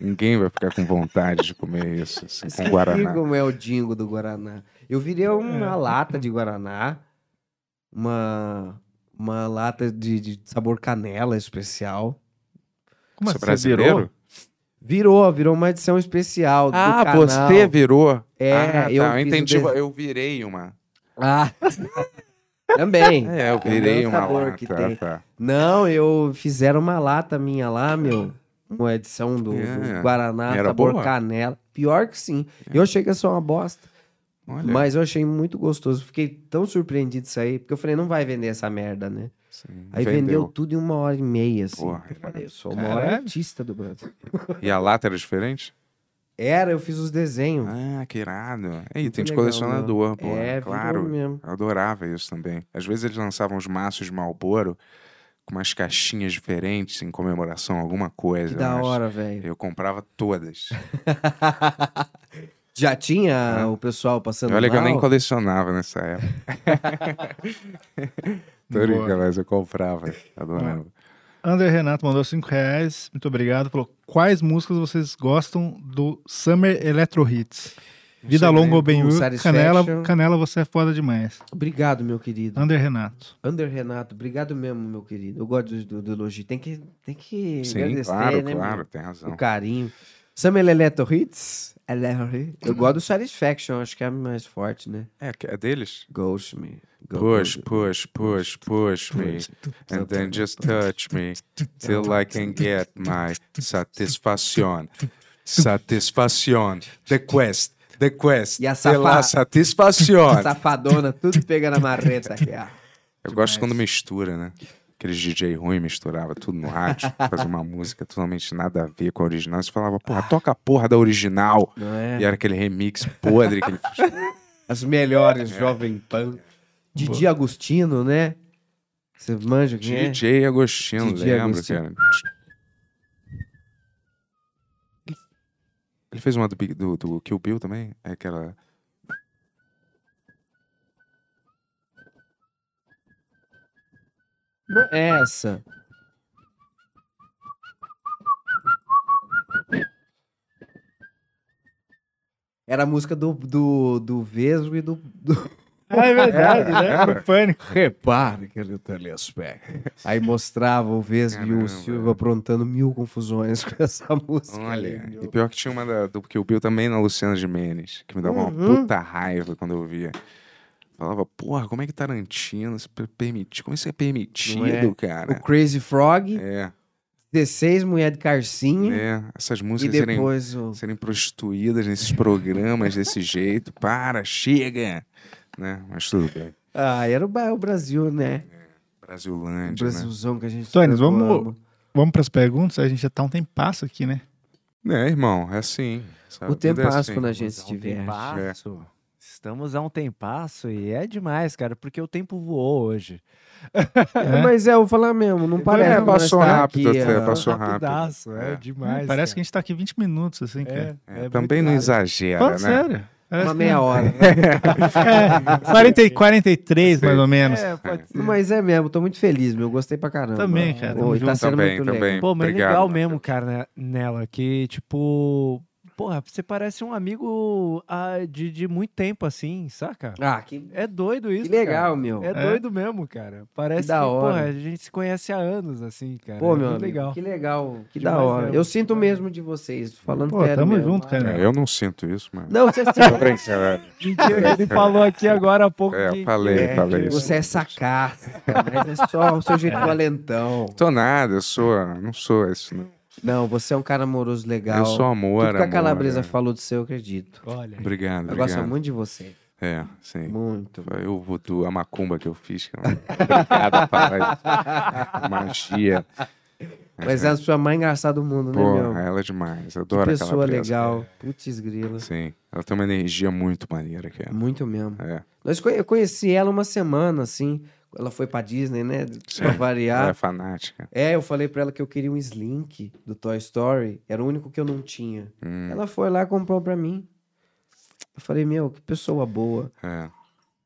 Speaker 4: Ninguém vai ficar com vontade de comer isso assim, com
Speaker 5: Ih,
Speaker 4: Guaraná.
Speaker 5: como é o dingo do Guaraná. Eu
Speaker 4: É.
Speaker 5: viria uma lata de Guaraná, uma, uma lata de, de sabor canela especial.
Speaker 2: Como
Speaker 4: Isso é
Speaker 5: assim?
Speaker 2: Você virou?
Speaker 4: brasileiro?
Speaker 5: Virou, virou uma edição especial do
Speaker 4: Ah,
Speaker 5: canal.
Speaker 4: você virou?
Speaker 5: É,
Speaker 4: ah,
Speaker 5: eu
Speaker 4: tá, eu
Speaker 5: fiz um o
Speaker 4: entendi.
Speaker 5: desenho.
Speaker 4: Eu virei uma.
Speaker 5: Ah, também.
Speaker 4: É, eu virei
Speaker 5: o
Speaker 4: uma
Speaker 5: sabor
Speaker 4: lata.
Speaker 5: que tem.
Speaker 4: tá.
Speaker 5: Não, eu fizeram uma lata minha lá, meu. Uma edição do, do
Speaker 4: É.
Speaker 5: Guaraná,
Speaker 4: Era
Speaker 5: sabor
Speaker 4: boa? É.
Speaker 5: canela. Pior que sim. Eu achei que ia ser uma bosta.
Speaker 4: Olha,
Speaker 5: Mas eu achei muito gostoso. Fiquei tão surpreendido disso aí, porque eu falei, não vai vender essa merda, né?
Speaker 4: sim,
Speaker 5: Aí vendeu, tudo em uma hora e meia, assim.
Speaker 4: Porra,
Speaker 5: eu falei, eu sou o
Speaker 2: Caralho.
Speaker 5: maior artista do Brasil.
Speaker 4: E a lata era diferente?
Speaker 5: Era, eu fiz os desenhos.
Speaker 4: Ah, que irado. É
Speaker 5: Muito
Speaker 4: item de
Speaker 5: legal,
Speaker 4: colecionador,
Speaker 5: meu.
Speaker 4: pô.
Speaker 5: É,
Speaker 4: claro.
Speaker 5: virou mesmo.
Speaker 4: Eu adorava isso também. Às vezes eles lançavam os maços de Malboro com umas caixinhas diferentes em comemoração a alguma coisa.
Speaker 5: Que da
Speaker 4: mas
Speaker 5: hora, velho.
Speaker 4: Eu comprava todas.
Speaker 5: Já tinha o pessoal passando
Speaker 4: Ah. Olha que eu nem
Speaker 5: mal?
Speaker 4: colecionava nessa época. Tô
Speaker 2: Boa.
Speaker 4: brincando, mas eu comprava. Adorava.
Speaker 2: André Renato mandou 5 reais, muito obrigado. Falou, quais músicas vocês gostam do Summer Electro Hits? Vida
Speaker 5: sei,
Speaker 2: Longa
Speaker 5: né?
Speaker 2: ou Ben
Speaker 5: O
Speaker 2: Hur,
Speaker 5: Satisfaction.
Speaker 2: Canela, Canela, você é foda demais.
Speaker 5: Obrigado, meu querido.
Speaker 2: André Renato.
Speaker 5: Ander Renato, obrigado mesmo, meu querido. Eu gosto do, do, do elogio. Tem que, tem que
Speaker 4: Sim,
Speaker 5: agradecer,
Speaker 4: claro,
Speaker 5: né,
Speaker 4: claro,
Speaker 5: meu?
Speaker 4: tem razão.
Speaker 5: O carinho. Samuel Electro Hits? Electro Hits. Eu gosto do Satisfaction, acho que é a mais forte, né?
Speaker 4: É, que- é deles?
Speaker 5: Ghost Me. Go-
Speaker 4: Push,
Speaker 5: go-
Speaker 4: push, push, push me. And then just touch me. Till I can get my satisfaction. Satisfaction. The quest. The quest.
Speaker 5: E a
Speaker 4: Pela
Speaker 5: safa-
Speaker 4: satisfaction.
Speaker 5: Safadona, tudo pega na marreta aqui, ó.
Speaker 4: Eu gosto quando mistura, né? Aqueles DJ ruim misturava tudo no rádio, fazia uma música totalmente nada a ver com a original. Você falava, porra, toca a porra da original.
Speaker 5: Não Ah. é?
Speaker 4: E era aquele remix podre que ele fez.
Speaker 5: As melhores, Jovem Pan. Didi Agostino, né? Você manja quem é?
Speaker 4: DJ Agostinho,
Speaker 5: DJ
Speaker 4: lembro,
Speaker 5: Agostinho.
Speaker 4: cara. Ele- Ele fez uma do, Big- do, do Kill Bill também? É aquela.
Speaker 5: Não é essa. Era a música do, do, do Vesgo e do, do...
Speaker 2: Ah, é verdade, né? O Pânico.
Speaker 5: Repare, tá querido telespectador. Aí mostrava o Vesgo e
Speaker 4: Caramba.
Speaker 5: o Silvio aprontando mil confusões com essa música.
Speaker 4: Olha,
Speaker 5: aí.
Speaker 4: e pior que tinha uma da, do Kill Bill também na Luciana Gimenez, que me dava uma
Speaker 5: Uhum.
Speaker 4: puta raiva quando eu via. Falava, porra, como é que Tarantino se per- permite? Como isso é permitido,
Speaker 5: Não é?
Speaker 4: cara?
Speaker 5: O Crazy Frog,
Speaker 4: É,
Speaker 5: 16 Mulher de Carcinha
Speaker 4: é, essas
Speaker 5: e
Speaker 4: músicas serem,
Speaker 5: depois o...
Speaker 4: serem prostituídas nesses programas desse jeito. Para, chega! Né? Mas tudo bem.
Speaker 5: Ah, era o, Ba- o Brasil, né? O
Speaker 4: Brasilândia, né?
Speaker 5: Brasilzão que a gente...
Speaker 2: Tones,
Speaker 5: tanto
Speaker 2: vamos-
Speaker 5: ama.
Speaker 2: Vamos pras perguntas? A gente já tá um tempasso aqui, né?
Speaker 4: né? É, irmão, é assim. sabe?
Speaker 5: O tempo
Speaker 4: Tudo é
Speaker 5: passa
Speaker 4: assim.
Speaker 5: quando a gente
Speaker 3: Há um
Speaker 5: se diverte.
Speaker 3: tempasso. Estamos a um tempasso e é demais, cara, porque o tempo voou hoje.
Speaker 2: É.
Speaker 5: Mas é, eu vou falar mesmo, não parece
Speaker 4: É,
Speaker 5: que nós
Speaker 4: passou
Speaker 5: tá
Speaker 4: rápido
Speaker 5: aqui,
Speaker 4: até,
Speaker 5: ah,
Speaker 4: passou rápido.
Speaker 3: É, Rapidaço, é,
Speaker 4: É.
Speaker 3: demais.
Speaker 2: Parece que a gente tá aqui 20 minutos, assim, cara.
Speaker 3: gente
Speaker 4: É, também não exagera,
Speaker 2: Fala
Speaker 4: né?
Speaker 2: sério. Parece
Speaker 5: uma
Speaker 2: que-
Speaker 5: meia hora.
Speaker 2: É, 40 e 43, mais ou menos.
Speaker 3: É, pode ser.
Speaker 5: Mas é mesmo, tô muito feliz, meu. Gostei pra caramba.
Speaker 2: Também, cara,
Speaker 5: Pô,
Speaker 2: tamo
Speaker 5: e tá
Speaker 2: junto.
Speaker 5: sendo
Speaker 4: Também,
Speaker 5: muito
Speaker 4: também.
Speaker 3: Pô, mas
Speaker 4: Obrigado,
Speaker 3: legal
Speaker 4: Matheus.
Speaker 3: mesmo, cara, né- nela, que tipo. Porra, você parece um amigo ah, de, de muito tempo, assim, saca?
Speaker 5: legal. Ah, que,
Speaker 3: É doido
Speaker 5: que
Speaker 3: isso.
Speaker 5: legal,
Speaker 3: cara.
Speaker 5: meu.
Speaker 3: É doido mesmo, cara. Parece que,
Speaker 5: da hora.
Speaker 3: porra, a gente se conhece há anos, assim, cara.
Speaker 5: Pô,
Speaker 3: é
Speaker 5: meu
Speaker 3: muito
Speaker 5: amigo,
Speaker 3: legal.
Speaker 5: que legal. Que
Speaker 3: Demais
Speaker 5: da hora.
Speaker 3: mesmo.
Speaker 5: Eu sinto mesmo de vocês, falando
Speaker 2: né? Pô,
Speaker 5: sério
Speaker 2: tamo
Speaker 5: mesmo.
Speaker 2: junto, cara.
Speaker 4: É, eu não sinto isso, mas.
Speaker 5: Não, você é
Speaker 4: Tô
Speaker 5: sabe
Speaker 4: brincando. né?
Speaker 3: Mentira, ele falou aqui agora há pouco.
Speaker 4: É,
Speaker 3: que-
Speaker 4: falei,
Speaker 3: que-
Speaker 4: falei
Speaker 3: que
Speaker 4: isso.
Speaker 5: você é sacasta, mas é só o seu jeito valentão.
Speaker 4: Tô nada, eu sou. Não sou isso, não.
Speaker 5: Não, você é um cara amoroso legal.
Speaker 4: Eu sou um amor,
Speaker 5: Tudo que a
Speaker 4: amor.
Speaker 5: Calabresa
Speaker 4: é.
Speaker 5: falou do seu, eu acredito.
Speaker 3: Olha.
Speaker 4: Obrigado,
Speaker 5: Eu gosto
Speaker 4: obrigado.
Speaker 5: muito de você.
Speaker 4: É, sim.
Speaker 5: Muito.
Speaker 4: Eu vou do a macumba que eu fiz. que é eu- Obrigado, pai. Magia.
Speaker 5: Mas é a pessoa mais engraçada do mundo, né, meu?
Speaker 4: Porra, ela é demais. Eu
Speaker 5: Que
Speaker 4: adoro aquela
Speaker 5: pessoa
Speaker 4: presa.
Speaker 5: legal. Putz, grila.
Speaker 4: Sim. Ela tem uma energia muito maneira, cara.
Speaker 5: Muito mesmo.
Speaker 4: É.
Speaker 5: Nós, co- eu conheci ela uma semana, assim. Ela foi pra Disney, né? Pra
Speaker 4: Sim. Ela é
Speaker 5: variar.
Speaker 4: fanática.
Speaker 5: É, eu falei pra ela que eu queria um Slink do Toy Story. Era o único que eu não tinha.
Speaker 4: Hum,
Speaker 5: Ela foi lá e comprou pra mim. Eu falei, meu, que pessoa boa.
Speaker 4: é.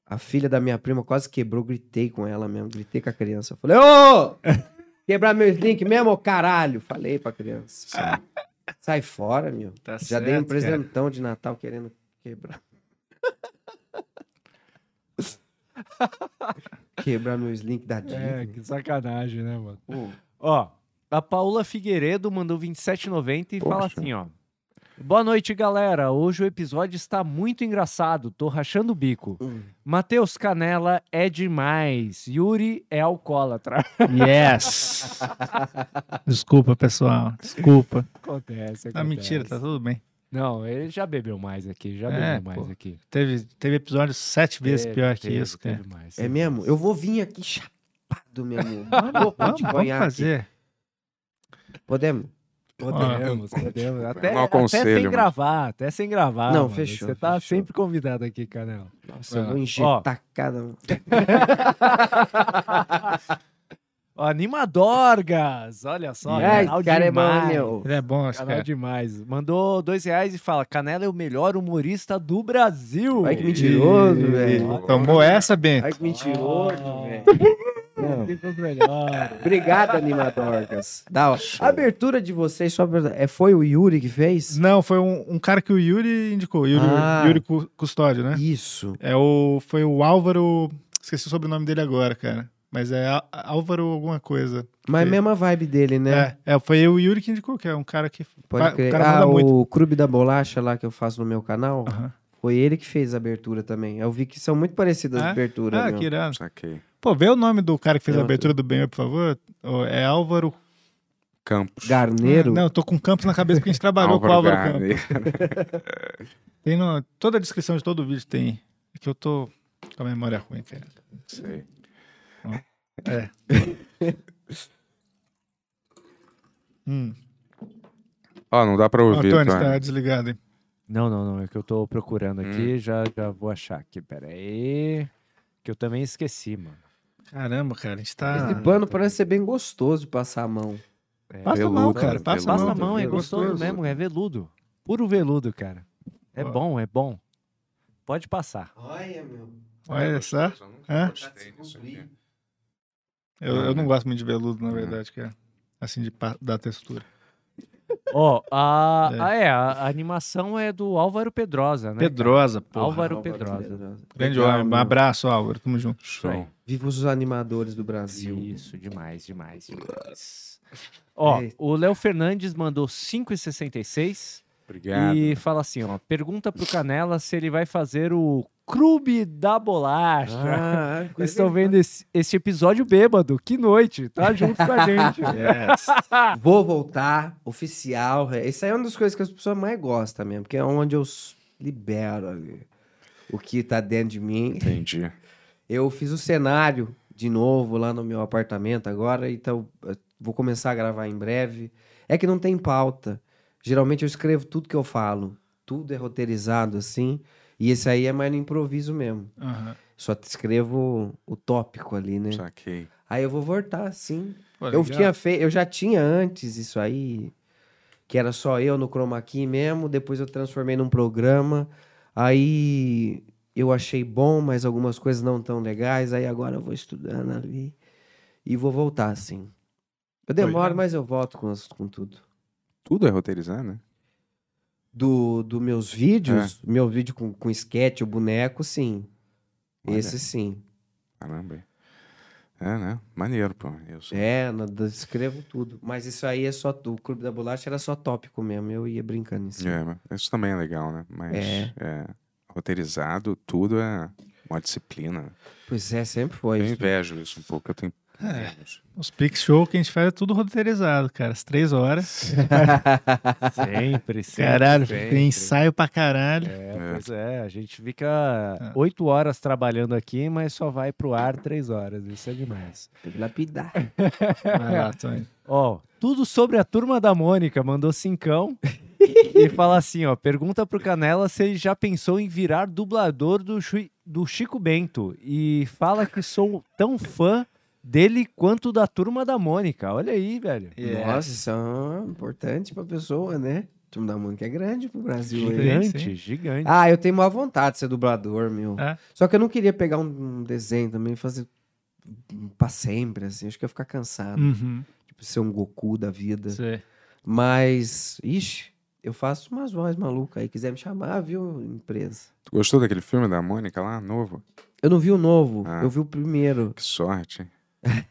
Speaker 5: A filha da minha prima quase quebrou, gritei com ela mesmo, gritei com a criança. Eu Falei, ô! Quebrar meu slink mesmo, ô caralho! Falei pra criança. Sai fora, meu.
Speaker 2: Tá
Speaker 5: Já dei um
Speaker 2: certo, cara.
Speaker 5: presentão de Natal querendo quebrar. quebrar meu slink da Disney.
Speaker 3: É, que sacanagem, né, mano? Ó, A Paula Figueiredo mandou 27,90 e fala
Speaker 4: Poxa.
Speaker 3: assim, ó. Boa noite, galera. Hoje o episódio está muito engraçado. Tô rachando o bico. Matheus Canela é demais. Yuri é alcoólatra.
Speaker 2: Yes! Desculpa, pessoal. Desculpa.
Speaker 3: Acontece, acontece.
Speaker 2: Ah, mentira, tá tudo bem.
Speaker 3: Não, ele já bebeu mais aqui, já
Speaker 2: É,
Speaker 3: bebeu mais
Speaker 2: pô.
Speaker 3: aqui.
Speaker 2: Teve, teve episódios sete vezes
Speaker 3: Teve,
Speaker 2: pior que
Speaker 3: teve,
Speaker 2: isso, cara.
Speaker 3: teve mais,
Speaker 5: É
Speaker 3: teve
Speaker 5: mesmo?
Speaker 3: mais.
Speaker 5: Eu vou vir aqui chapado, meu amor. Vou
Speaker 2: Vamos, vamos fazer.
Speaker 5: Podemos?
Speaker 3: Podemos, podemos. Até,
Speaker 4: Não aconselho,
Speaker 3: até sem
Speaker 4: mas-
Speaker 3: gravar, até sem gravar.
Speaker 5: Não,
Speaker 3: mano.
Speaker 5: fechou,
Speaker 3: Você tá
Speaker 5: fechou.
Speaker 3: sempre convidado aqui, Canela.
Speaker 5: Nossa, eu
Speaker 3: Ó.
Speaker 5: vou injetar cada um.
Speaker 3: Ó, Animadorgas! Olha só.
Speaker 5: Ai,
Speaker 3: canal
Speaker 5: cara é bom,
Speaker 3: demais.
Speaker 5: meu.
Speaker 2: Ele é bom, esse
Speaker 3: Canal
Speaker 2: cara.
Speaker 3: demais. Mandou dois reais e fala: Canela é o melhor humorista do Brasil.
Speaker 5: Ai, que mentiroso,
Speaker 2: Ih,
Speaker 5: velho.
Speaker 2: Tomou essa, Bento.
Speaker 5: Ai, que mentiroso,
Speaker 3: Ah.
Speaker 5: velho.
Speaker 3: Ficou é melhor.
Speaker 5: Obrigado, animadorcas. Dá, ó. A abertura de vocês, só pra- é, foi o Yuri que fez?
Speaker 2: Não, foi um, um cara que o Yuri indicou. Yuri,
Speaker 5: Ah.
Speaker 2: Yuri Cu- Custódio, né?
Speaker 5: Isso.
Speaker 2: É o, foi o Álvaro. Esqueci o sobrenome dele agora, cara. Mas é Á- Álvaro alguma coisa.
Speaker 5: Mas é
Speaker 2: Sim.
Speaker 5: mesma vibe dele, né?
Speaker 2: É, é, foi o Yuri que indicou, que é um cara que. fa-
Speaker 5: Pode
Speaker 2: o
Speaker 5: crer.
Speaker 2: cara
Speaker 5: Ah,
Speaker 2: manda muito.
Speaker 5: o Clube da Bolacha lá que eu faço no meu canal,
Speaker 2: Aham.
Speaker 5: foi ele que fez a abertura também. Eu vi que são muito parecidas
Speaker 2: É?
Speaker 5: as aberturas.
Speaker 2: Ah,
Speaker 5: meu.
Speaker 2: que irado.
Speaker 4: Saquei.
Speaker 2: Pô, vê o nome do cara que fez a
Speaker 5: Não,
Speaker 2: abertura do Ben, por favor. Ô, É Álvaro.
Speaker 4: Campos.
Speaker 5: Garneiro.
Speaker 2: Ah, Não, eu tô com o Campos na cabeça porque a gente trabalhou com o Álvaro Campos. Tem no- toda a descrição de todo o vídeo tem. É que eu tô com a memória ruim, cara.
Speaker 4: Sei.
Speaker 2: Hum.
Speaker 4: Ó, não dá pra
Speaker 2: O
Speaker 4: ouvir,
Speaker 2: Antônio
Speaker 4: Antônio.
Speaker 2: está tá desligado, hein?
Speaker 3: Não, não, não. É que eu tô procurando aqui. Já, já vou achar aqui. Pera aí. Que eu também esqueci, mano.
Speaker 2: Caramba, cara, a gente
Speaker 5: Esse
Speaker 2: tá.
Speaker 5: pano parece ser bem gostoso de passar a mão.
Speaker 3: É,
Speaker 2: Passa a
Speaker 4: Veludo,
Speaker 2: mão, cara. Passa,
Speaker 3: Passa
Speaker 2: a
Speaker 3: a mão, é
Speaker 5: veludo,
Speaker 3: gostoso, mesmo, é veludo. Puro veludo, cara. É
Speaker 2: Ó.
Speaker 3: bom, é bom. Pode passar.
Speaker 5: Olha, meu.
Speaker 4: é
Speaker 5: Tá
Speaker 2: Olha só. é?
Speaker 4: Eu nunca
Speaker 2: Hã?
Speaker 4: gostei disso aqui.
Speaker 2: Eu, eu não gosto muito de veludo, na verdade, cara. Assim, de pa- da textura.
Speaker 3: Ó, a,
Speaker 2: É.
Speaker 3: ah, é, a, a animação é do Álvaro Pedrosa, né?
Speaker 2: Pedrosa, pô.
Speaker 3: Álvaro Pedrosa.
Speaker 2: Grande
Speaker 5: Legal,
Speaker 2: homem. Um
Speaker 5: meu.
Speaker 2: abraço, Álvaro. Tamo junto.
Speaker 3: Isso aí.
Speaker 5: Viva os animadores do Brasil.
Speaker 3: Isso, demais, demais, demais. Ó,
Speaker 5: Eita.
Speaker 3: o Léo Fernandes mandou 5,66
Speaker 4: Obrigado.
Speaker 3: e fala assim, ó, pergunta pro Canela se ele vai fazer o clube da bolacha.
Speaker 5: Ah,
Speaker 3: Vocês estão vendo esse, esse episódio bêbado. Que noite. Tá junto com a gente.
Speaker 2: Yes.
Speaker 5: Vou voltar, oficial. Isso aí é uma das coisas que as pessoas mais gostam mesmo, porque é onde eu s- libero ali o que tá dentro de mim.
Speaker 4: Entendi.
Speaker 5: Eu fiz o cenário de novo lá no meu apartamento agora, então eu vou começar a gravar em breve. É que não tem pauta. Geralmente eu escrevo tudo que eu falo, tudo é roteirizado assim, e esse aí é mais no improviso mesmo.
Speaker 2: Aham.
Speaker 5: Só escrevo o tópico ali, né?
Speaker 4: Saquei.
Speaker 5: Aí eu vou voltar assim,
Speaker 2: Pô,
Speaker 5: eu,
Speaker 2: legal.
Speaker 5: tinha fe... eu já tinha antes isso aí, que era só eu no Chroma Key mesmo, depois eu transformei num programa, aí eu achei bom, mas algumas coisas não tão legais, aí agora eu vou estudando ali e vou voltar, assim. Eu demoro,
Speaker 2: Legal.
Speaker 5: mas eu volto com, as- com tudo.
Speaker 4: Tudo é roteirizar, né?
Speaker 5: Do, do meus vídeos,
Speaker 2: É.
Speaker 5: meu vídeo com, com esquete, o boneco, sim.
Speaker 4: Olha.
Speaker 5: Esse sim.
Speaker 4: Caramba. É, né? Maneiro, pô. Eu sou...
Speaker 5: É, na- da- escrevo tudo. Mas isso aí é só. O Clube da Bolacha era só tópico mesmo. Eu ia brincando em cima.
Speaker 4: É, mas isso também é legal, né? Mas
Speaker 5: É.
Speaker 4: é, roteirizado, tudo é uma disciplina.
Speaker 5: Pois é, sempre foi.
Speaker 4: Eu
Speaker 5: isso.
Speaker 4: invejo isso um pouco. Eu tenho. invejo.
Speaker 2: Os Pix Show que a gente faz é tudo roteirizado, cara. As três horas.
Speaker 3: Sempre, sempre.
Speaker 2: Caralho,
Speaker 3: sempre.
Speaker 2: tem ensaio pra caralho.
Speaker 3: É, pois é, a gente fica oito horas trabalhando aqui, mas só vai pro ar três horas. Isso é demais.
Speaker 5: Tem que lapidar.
Speaker 2: Vai lá, Tony.
Speaker 3: Ó, tudo sobre a turma da Mônica, mandou cincão. e fala assim, ó, pergunta pro Canela se ele já pensou em virar dublador do, Chui- do Chico Bento. E fala que sou tão fã dele quanto da turma da Mônica. Olha aí, velho.
Speaker 5: Nossa, isso é importante pra pessoa, né? O time da Mônica é grande pro Brasil. hein?
Speaker 2: Sim,
Speaker 3: Gigante,
Speaker 2: sim.
Speaker 3: gigante.
Speaker 5: Ah, eu tenho má vontade de ser dublador, meu.
Speaker 2: É?
Speaker 5: Só que eu não queria pegar um, um desenho também e fazer um, pra sempre, assim. Acho que eu ia ficar
Speaker 3: Hum.
Speaker 5: cansado.
Speaker 2: Uhum.
Speaker 5: Tipo, ser um Goku da vida.
Speaker 2: Sei.
Speaker 5: Mas, ixi, eu faço umas vozes malucas aí. Quiser me chamar, viu, empresa?
Speaker 4: Tu gostou daquele filme da Mônica lá, novo?
Speaker 5: Eu não vi o novo,
Speaker 4: Ah.
Speaker 5: eu vi o primeiro.
Speaker 4: Que sorte, Ah, hein?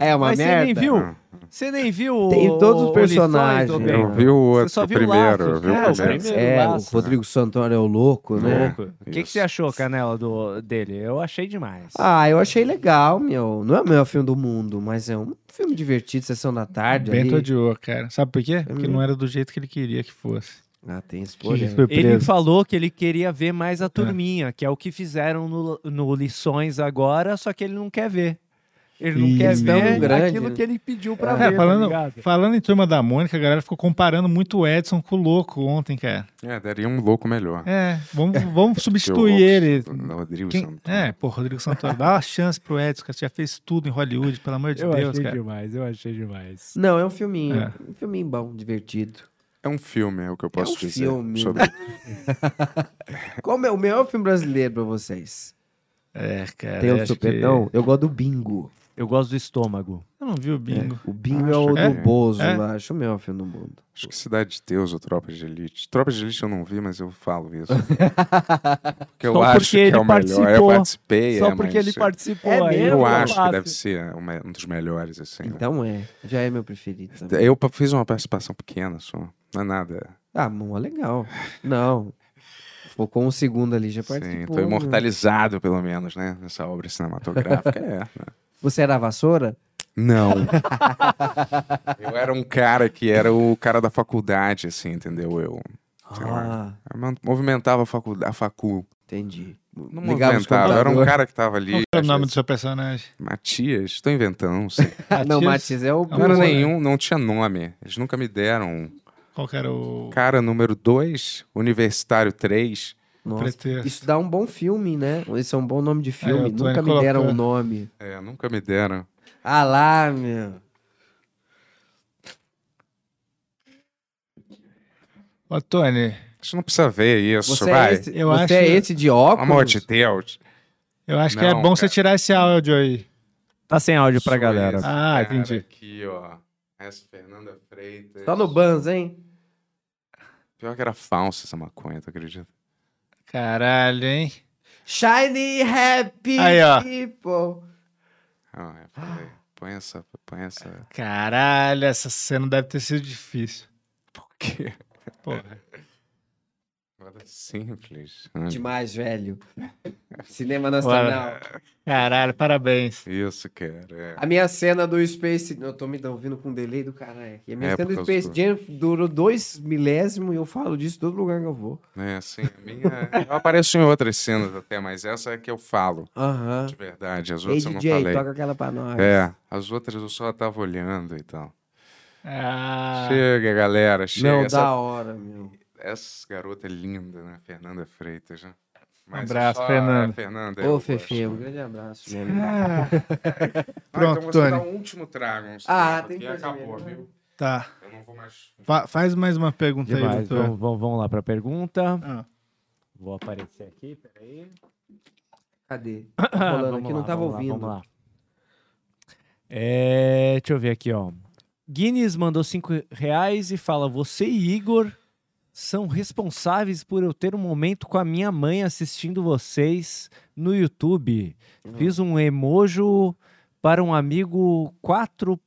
Speaker 5: é uma
Speaker 3: Mas
Speaker 5: merda.
Speaker 3: você nem viu? Você nem viu
Speaker 5: Tem
Speaker 3: o-
Speaker 5: todos os
Speaker 3: o
Speaker 5: personagens. né?
Speaker 3: Lições do
Speaker 5: Eu
Speaker 3: Ben?
Speaker 4: vi o outro,
Speaker 3: Você só
Speaker 4: o
Speaker 3: viu
Speaker 4: primeiro,
Speaker 3: Laços,
Speaker 4: eu vi o
Speaker 3: né?
Speaker 4: primeiro.
Speaker 3: primeiro
Speaker 5: É, o
Speaker 3: Laços,
Speaker 5: Rodrigo Santoro é o louco, né?
Speaker 4: Louco.
Speaker 3: O que, que você achou, Canela, do, dele? Eu achei demais.
Speaker 5: Ah, eu achei legal, meu. Não é o melhor filme do mundo, mas é um filme divertido, sessão da tarde.
Speaker 2: Bento
Speaker 5: ali.
Speaker 2: odiou, cara. Sabe por quê? Porque não era do jeito que ele queria que fosse.
Speaker 5: Ah, tem spoiler.
Speaker 2: Que
Speaker 5: né?
Speaker 3: Ele
Speaker 2: surpresa.
Speaker 3: falou que ele queria ver mais a turminha, que é o que fizeram no, no Lições agora, só que ele não quer ver. Ele não
Speaker 2: Ih,
Speaker 3: quer
Speaker 5: tão
Speaker 3: ver
Speaker 5: grande,
Speaker 3: aquilo
Speaker 5: né?
Speaker 3: que ele pediu pra
Speaker 2: Cara,
Speaker 3: ver, tá
Speaker 2: falando,
Speaker 3: ligado?
Speaker 2: falando em Turma da Mônica, a galera ficou comparando muito o Edson com o Louco ontem, cara.
Speaker 4: É, daria um louco melhor.
Speaker 2: É, vamos, vamos
Speaker 4: Que o
Speaker 2: substituir ele.
Speaker 4: Rodrigo
Speaker 2: Quem-
Speaker 4: Santoro.
Speaker 2: É, pô, Rodrigo Santoro, dá uma chance pro Edson, cara. Você já fez tudo em Hollywood, pelo amor de
Speaker 3: Eu
Speaker 2: Deus,
Speaker 3: achei
Speaker 2: cara.
Speaker 3: demais, eu achei demais.
Speaker 5: Não, é um filminho.
Speaker 2: É.
Speaker 5: Um filminho bom, divertido.
Speaker 4: É um filme, é o que eu
Speaker 5: é
Speaker 4: posso
Speaker 5: um
Speaker 4: dizer.
Speaker 5: filme.
Speaker 4: Sobre...
Speaker 5: Qual é o melhor filme brasileiro pra vocês?
Speaker 2: É, cara.
Speaker 5: tem um o
Speaker 2: acho que-
Speaker 5: Supetão? Eu gosto do Bingo.
Speaker 3: Eu gosto do estômago.
Speaker 2: Eu não vi o bingo.
Speaker 5: O Bingo
Speaker 4: Acho
Speaker 5: é o
Speaker 4: que é.
Speaker 5: do Bozo,
Speaker 2: É.
Speaker 5: lá. acho o melhor filme do mundo.
Speaker 4: Acho que Cidade de Deus ou Tropas de Elite. Tropas de Elite eu não vi, mas eu falo isso. Porque eu
Speaker 3: Só
Speaker 4: acho
Speaker 3: porque
Speaker 4: que é
Speaker 3: ele
Speaker 4: o melhor. Eu
Speaker 3: participou.
Speaker 4: participei, é,
Speaker 3: Só porque
Speaker 4: mas
Speaker 3: ele participou.
Speaker 5: É
Speaker 3: aí
Speaker 5: mesmo?
Speaker 4: Eu
Speaker 3: não
Speaker 4: acho que
Speaker 3: faço.
Speaker 4: deve ser uma- um dos melhores, assim.
Speaker 5: Então é, já é meu preferido. também.
Speaker 4: Eu pa- fiz uma participação pequena só. Não é nada.
Speaker 5: Ah, mó legal. Não. Focou um segundo ali, já
Speaker 4: Sim,
Speaker 5: participou.
Speaker 4: assim, tô
Speaker 5: né?
Speaker 4: imortalizado, pelo menos, né? Nessa obra cinematográfica. é. né?
Speaker 5: Você era a vassoura?
Speaker 4: Não. eu era um cara que era o cara da faculdade, assim, entendeu? Eu, Sei lá.
Speaker 5: Ah,
Speaker 4: eu man- movimentava a, facu, a facu.
Speaker 5: entendi.
Speaker 4: Não
Speaker 5: Ligava os
Speaker 4: movimentava. Eu era um
Speaker 5: computadores.
Speaker 4: cara que tava ali.
Speaker 2: Qual era o
Speaker 4: às
Speaker 2: nome do
Speaker 4: vezes,
Speaker 2: seu personagem?
Speaker 4: Matias, estou inventando, não sei.
Speaker 5: Não,
Speaker 2: Matias?
Speaker 5: Matias é o
Speaker 4: Não era
Speaker 2: Boa, né?
Speaker 4: nenhum, não tinha nome. Eles nunca me deram.
Speaker 2: Qual que era o
Speaker 4: Cara número 2, universitário 3.
Speaker 5: Nossa,
Speaker 2: pretexto?
Speaker 5: Isso dá um bom filme, né? Esse é um bom nome de filme.
Speaker 2: eu tô
Speaker 5: Nunca me
Speaker 2: indo
Speaker 5: deram um
Speaker 2: colocando.
Speaker 5: nome.
Speaker 4: É, nunca me deram.
Speaker 5: Ah lá, meu.
Speaker 2: Ô, Tony,
Speaker 4: A gente não precisa ver isso,
Speaker 5: Você, é
Speaker 4: vai.
Speaker 5: esse,
Speaker 2: Eu
Speaker 5: você
Speaker 2: acho-
Speaker 5: é esse de
Speaker 4: Pelo
Speaker 5: óculos?
Speaker 4: amor de Deus.
Speaker 2: eu acho que é
Speaker 4: Não,
Speaker 2: bom você
Speaker 4: cara.
Speaker 2: tirar esse áudio aí.
Speaker 3: Tá sem áudio pra
Speaker 4: Sou
Speaker 3: galera.
Speaker 4: esse cara
Speaker 2: Ah, entendi.
Speaker 4: Aqui, ó. Essa Fernanda Freitas.
Speaker 5: Só Tá no Banz, hein?
Speaker 4: Pior que era falsa essa maconha, tu acredita?
Speaker 2: Caralho, hein?
Speaker 5: Shiny Happy
Speaker 2: Aí, ó.
Speaker 5: People.
Speaker 4: Ah, eu falei. Põe essa, põe
Speaker 2: É.
Speaker 4: essa.
Speaker 2: Caralho, essa cena deve ter sido difícil.
Speaker 4: Por quê?
Speaker 2: Porra.
Speaker 4: Nada simples. né?
Speaker 5: Demais, velho. Cinema nacional.
Speaker 2: Caralho, parabéns.
Speaker 4: Isso, cara. é.
Speaker 5: A minha cena do Space... Eu tô me ouvindo com um delay do caralho. aqui. A minha
Speaker 4: É,
Speaker 5: cena
Speaker 4: por
Speaker 5: do
Speaker 4: causa
Speaker 5: Space
Speaker 4: do-
Speaker 5: Jam durou dois milésimos e eu falo disso em todo lugar que eu vou.
Speaker 4: É, assim, a minha. Eu apareço em outras cenas até, mas essa é que eu falo,
Speaker 5: Aham.
Speaker 4: de verdade. As
Speaker 5: Ei,
Speaker 4: outras eu não
Speaker 5: DJ,
Speaker 4: falei.
Speaker 5: toca aquela pra nós.
Speaker 4: É, as outras eu só tava olhando e tal.
Speaker 2: Ah,
Speaker 4: Chega, galera, chega.
Speaker 5: Não,
Speaker 4: essa,
Speaker 5: da hora, meu.
Speaker 4: essa garota é linda, né? Fernanda Freitas, né? Mas
Speaker 2: Um abraço,
Speaker 4: só-
Speaker 2: Fernanda.
Speaker 4: é, Fernanda. eu
Speaker 5: Ô,
Speaker 4: gosto.
Speaker 5: Fefe, um grande abraço. meu amigo.
Speaker 4: Ah,
Speaker 2: Pronto,
Speaker 4: então você
Speaker 2: Tony.
Speaker 4: dá um último trago. Um
Speaker 5: Ah,
Speaker 4: trago,
Speaker 5: tem
Speaker 4: que
Speaker 5: coisa
Speaker 4: acabou,
Speaker 5: melhor.
Speaker 4: viu?
Speaker 2: tá.
Speaker 4: Eu não vou mais.
Speaker 2: Fa- faz mais uma pergunta aí,
Speaker 3: Demais.
Speaker 2: doutor.
Speaker 3: Vamos, vamos- vamos lá pra pergunta.
Speaker 2: Ah.
Speaker 3: Vou aparecer aqui, peraí.
Speaker 5: Cadê? Tá rolando aqui, não tava
Speaker 3: Ah, vamos lá,
Speaker 5: ouvindo.
Speaker 3: vamos lá. É, deixa eu ver aqui, ó. Guinness mandou 5 reais e fala: Você e Igor são responsáveis por eu ter um momento com a minha mãe assistindo vocês no YouTube. Fiz um emojo para um amigo 4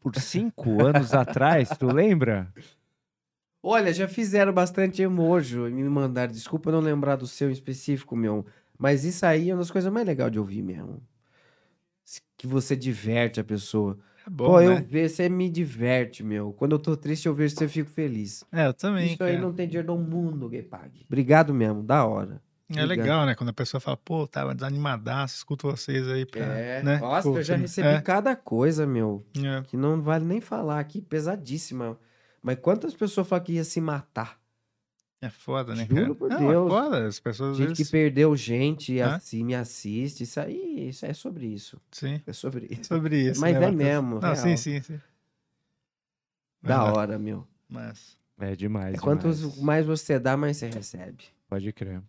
Speaker 3: por 5 anos atrás, tu lembra?
Speaker 5: Olha, já fizeram bastante emoji e me mandaram. Desculpa não lembrar do seu em específico, meu. Mas isso aí é uma das coisas mais legais de ouvir mesmo. S- Que você diverte a pessoa.
Speaker 2: É
Speaker 5: Pô,
Speaker 2: bom,
Speaker 5: eu
Speaker 2: né?
Speaker 5: vejo, você me diverte, meu. Quando eu tô triste, eu vejo você, eu fico feliz.
Speaker 2: É, eu também,
Speaker 5: isso aí
Speaker 2: cara.
Speaker 5: não tem dinheiro no mundo que pague. Obrigado mesmo, da hora.
Speaker 2: É
Speaker 5: Obrigado.
Speaker 2: legal, né? Quando a pessoa fala, pô, tava desanimadaço, escuto vocês aí. Pra, né?
Speaker 5: É, Nossa,
Speaker 2: Pô,
Speaker 5: eu já
Speaker 2: você-
Speaker 5: recebi
Speaker 2: é,
Speaker 5: cada coisa, meu.
Speaker 2: é.
Speaker 5: que não vale nem falar aqui, pesadíssima. Mas quantas pessoas falam que ia se matar?
Speaker 2: É foda, né,
Speaker 5: Juro
Speaker 2: cara?
Speaker 5: por
Speaker 2: não,
Speaker 5: Deus.
Speaker 2: É foda, as pessoas às
Speaker 5: Gente que
Speaker 2: vezes...
Speaker 5: perdeu gente,
Speaker 2: Hã?
Speaker 5: assim, me assiste. Isso aí isso é sobre isso.
Speaker 2: Sim,
Speaker 5: É sobre isso.
Speaker 2: sobre isso.
Speaker 5: Mas
Speaker 2: né,
Speaker 5: é
Speaker 2: Matheus?
Speaker 5: mesmo,
Speaker 2: Não,
Speaker 5: real.
Speaker 2: sim, sim, sim.
Speaker 5: Da
Speaker 2: Verdade,
Speaker 5: hora, meu.
Speaker 2: Mas...
Speaker 3: É demais.
Speaker 5: É quantos
Speaker 3: demais.
Speaker 5: mais você dá, mais você recebe.
Speaker 3: Pode crer.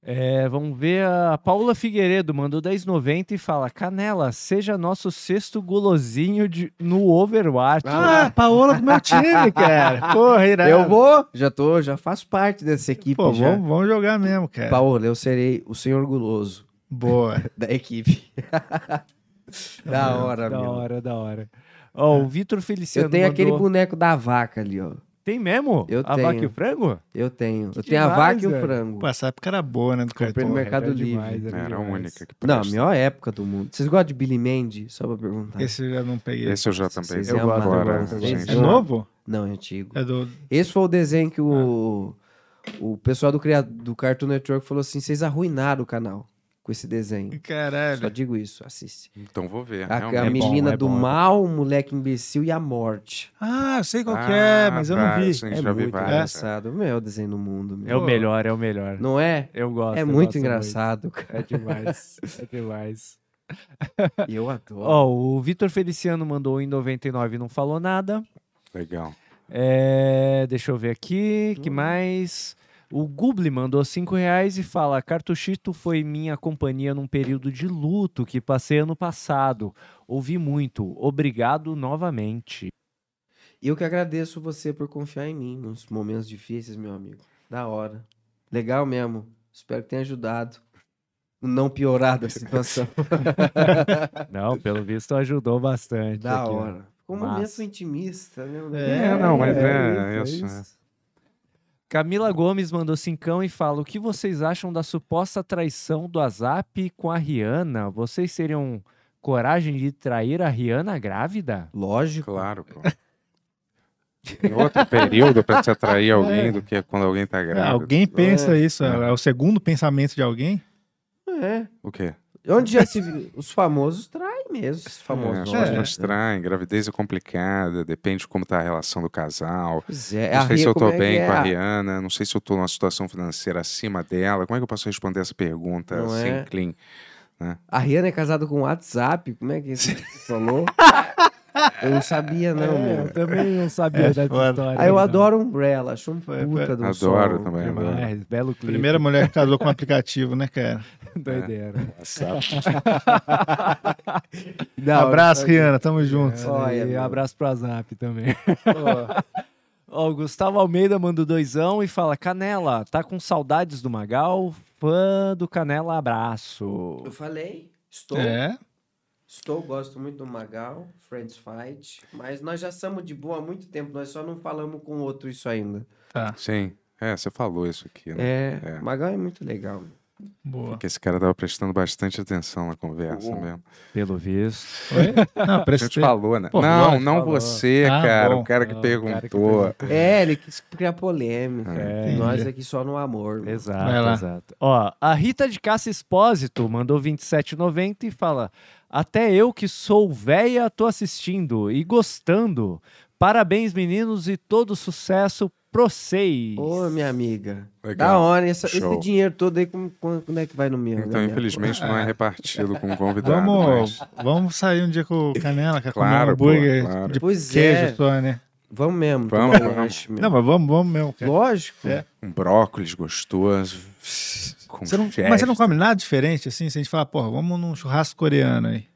Speaker 3: É, vamos ver. A Paula Figueiredo mandou 10,90 e fala: Canela, seja nosso sexto golosinho de, no Overwatch.
Speaker 2: Ah, Paola do meu time, cara. Porra, irado.
Speaker 5: Eu vou, já tô, já faço parte dessa equipe.
Speaker 2: Pô, é.
Speaker 5: já.
Speaker 2: vamos, vamos jogar mesmo, cara.
Speaker 5: Paola, eu serei o senhor guloso.
Speaker 2: Boa.
Speaker 5: da equipe. da hora,
Speaker 3: da
Speaker 5: meu. É.
Speaker 3: hora, da hora. Ó, o Vitor Feliciano
Speaker 5: Eu tenho aquele
Speaker 3: mandou-
Speaker 5: boneco da vaca ali, ó.
Speaker 3: Tem mesmo?
Speaker 5: Eu
Speaker 3: a vaca e
Speaker 5: tenho.
Speaker 3: o frango?
Speaker 5: Eu tenho. eu
Speaker 3: Que
Speaker 5: tenho a
Speaker 3: demais,
Speaker 5: vaca e o
Speaker 3: velho.
Speaker 5: frango.
Speaker 2: Pô, essa época era boa, né? Do
Speaker 5: Comprei
Speaker 2: cartão.
Speaker 5: no Mercado
Speaker 3: era
Speaker 5: Livre.
Speaker 3: é demais,
Speaker 4: Era a
Speaker 3: demais.
Speaker 4: única que
Speaker 5: Não, a
Speaker 4: presta.
Speaker 5: melhor época do mundo. Vocês gostam de Billy Mandy? Só pra perguntar.
Speaker 2: Esse eu já não peguei.
Speaker 4: Esse eu já também
Speaker 5: Vocês
Speaker 4: vi
Speaker 5: iam amar.
Speaker 4: agora.
Speaker 5: Vocês
Speaker 4: gente.
Speaker 2: É
Speaker 5: iam amar.
Speaker 2: novo?
Speaker 5: Não, é antigo.
Speaker 2: É do.
Speaker 5: Esse foi o desenho que o,
Speaker 3: Ah.
Speaker 5: o pessoal do, cria- do Cartoon Network falou assim: vocês arruinaram o canal com esse desenho. Só
Speaker 2: Caralho.
Speaker 5: digo isso, assiste.
Speaker 4: Então vou ver.
Speaker 5: A, a
Speaker 4: realmente.
Speaker 5: menina
Speaker 3: é
Speaker 5: do
Speaker 3: bom.
Speaker 5: mal, o moleque imbecil e a morte.
Speaker 2: Ah, eu sei qual que
Speaker 4: Ah,
Speaker 2: é, mas eu não
Speaker 4: tá,
Speaker 2: vi.
Speaker 4: sim,
Speaker 5: É
Speaker 4: já vi
Speaker 5: muito
Speaker 4: várias. é.
Speaker 5: engraçado. Meu, é o desenho do mundo. meu.
Speaker 3: É o melhor, é o melhor.
Speaker 5: Não é?
Speaker 3: Eu gosto.
Speaker 5: É
Speaker 3: eu
Speaker 5: muito
Speaker 3: gosto
Speaker 5: engraçado, cara.
Speaker 3: É demais. É demais.
Speaker 5: E eu adoro.
Speaker 3: Ó, o Vitor Feliciano mandou um em 99 e não falou nada.
Speaker 4: Legal.
Speaker 3: É, deixa eu ver aqui, que mais? O Gubli mandou 5 reais e fala: Cartuchito foi minha companhia num período de luto que passei ano passado. Ouvi muito. Obrigado novamente.
Speaker 5: E eu que agradeço você por confiar em mim nos momentos difíceis, meu amigo. Da hora. Legal mesmo. Espero que tenha ajudado. Não piorado a situação.
Speaker 3: Não, pelo visto ajudou bastante.
Speaker 5: da
Speaker 3: aqui, né? ó.
Speaker 5: hora. Ficou um
Speaker 3: Massa.
Speaker 5: momento intimista, né?
Speaker 2: É,
Speaker 4: não, mas é, é
Speaker 5: isso,
Speaker 4: isso,
Speaker 5: isso.
Speaker 3: Camila Gomes mandou cincão e fala: O que vocês acham da suposta traição do Azap com a Rihanna? Vocês teriam coragem de trair a Rihanna grávida?
Speaker 5: Lógico.
Speaker 4: Claro, pô. Em outro período pra se atrair alguém do que quando alguém tá
Speaker 2: É,
Speaker 4: grávido.
Speaker 2: alguém pensa isso, é. é o segundo pensamento de alguém?
Speaker 5: É.
Speaker 4: O quê?
Speaker 5: Onde já se viu? Os famosos traem mesmo. Os
Speaker 4: é, as
Speaker 5: famosos.
Speaker 4: pessoas
Speaker 5: É.
Speaker 4: traem, gravidez é complicada, depende de como tá a relação do casal.
Speaker 5: Pois é.
Speaker 4: Não sei se eu tô
Speaker 5: como é que
Speaker 4: bem
Speaker 5: é
Speaker 4: com a Rihanna, não sei se eu tô numa situação financeira acima dela. Como é que eu posso responder essa pergunta
Speaker 5: Não
Speaker 4: assim,
Speaker 5: é?
Speaker 4: clean?
Speaker 5: A Rihanna é casada com o WhatsApp. Como é que você falou? eu não sabia, não, meu.
Speaker 3: eu também não sabia
Speaker 2: É
Speaker 3: dessa
Speaker 2: foda.
Speaker 3: história.
Speaker 5: Ah, eu
Speaker 3: não.
Speaker 5: adoro Umbrella, acho um
Speaker 2: Foi-
Speaker 5: puta do
Speaker 4: Adoro também, adoro.
Speaker 3: Demais, belo clipe.
Speaker 2: Primeira mulher que casou com um aplicativo, né, cara?
Speaker 3: doideira.
Speaker 5: É.
Speaker 2: Abraço, Rihanna. Tamo junto.
Speaker 5: Olha,
Speaker 3: e
Speaker 5: meu.
Speaker 3: abraço pro Azap também. Ó, o Gustavo Almeida manda o doisão e fala: Canela, tá com saudades do Magal? Fã do Canela, abraço.
Speaker 5: Eu falei, estou,
Speaker 2: É.
Speaker 5: estou, gosto muito do Magal, Friends Fight, mas nós já somos de boa há muito tempo, nós só não falamos com o outro isso ainda.
Speaker 4: Sim, é, você falou isso aqui, né?
Speaker 5: É,
Speaker 4: É.
Speaker 5: Magal é muito legal. meu.
Speaker 2: Boa.
Speaker 4: Porque esse cara tava prestando bastante atenção na conversa mesmo.
Speaker 3: Pelo visto.
Speaker 2: Não,
Speaker 4: A
Speaker 2: prestei.
Speaker 4: gente falou, né?
Speaker 2: Pô,
Speaker 4: não,
Speaker 2: lógico,
Speaker 4: não
Speaker 3: falou.
Speaker 4: você,
Speaker 2: Ah,
Speaker 4: cara.
Speaker 2: bom.
Speaker 4: O cara que
Speaker 3: Ah, o cara que
Speaker 4: perguntou.
Speaker 5: É, ele quis criar polêmica,
Speaker 3: É.
Speaker 5: nós aqui só no amor. meu.
Speaker 2: Vai
Speaker 3: Exato,
Speaker 2: lá.
Speaker 3: exato. Ó, a Rita de Cássia Espósito mandou 27,90 e fala: Até eu que sou véia, tô assistindo e gostando. Parabéns, meninos, e todo sucesso pro seis.
Speaker 5: Ô, minha amiga, da
Speaker 4: Legal.
Speaker 5: hora, essa- esse
Speaker 4: Show.
Speaker 5: dinheiro todo aí, como- quando, quando é que vai no meu? na
Speaker 4: Então,
Speaker 5: minha
Speaker 4: infelizmente, não é repartido com o convidado.
Speaker 2: Vamos,
Speaker 4: mas-
Speaker 2: vamos sair um dia com canela, com
Speaker 4: Claro,
Speaker 2: um hambúrguer
Speaker 4: pô, claro.
Speaker 2: de
Speaker 5: Pois
Speaker 2: queijo
Speaker 5: é.
Speaker 2: só, né?
Speaker 5: Vamos mesmo,
Speaker 4: Vamos,
Speaker 5: tomar um
Speaker 4: vamos.
Speaker 5: lanche, meu.
Speaker 2: Não, mas vamos, vamos mesmo, cara.
Speaker 5: Lógico.
Speaker 2: É.
Speaker 4: Um brócolis gostoso. Com
Speaker 2: Você não-
Speaker 4: cheddar.
Speaker 2: mas você não come nada diferente, assim? Se a gente falar, porra, vamos num churrasco coreano aí.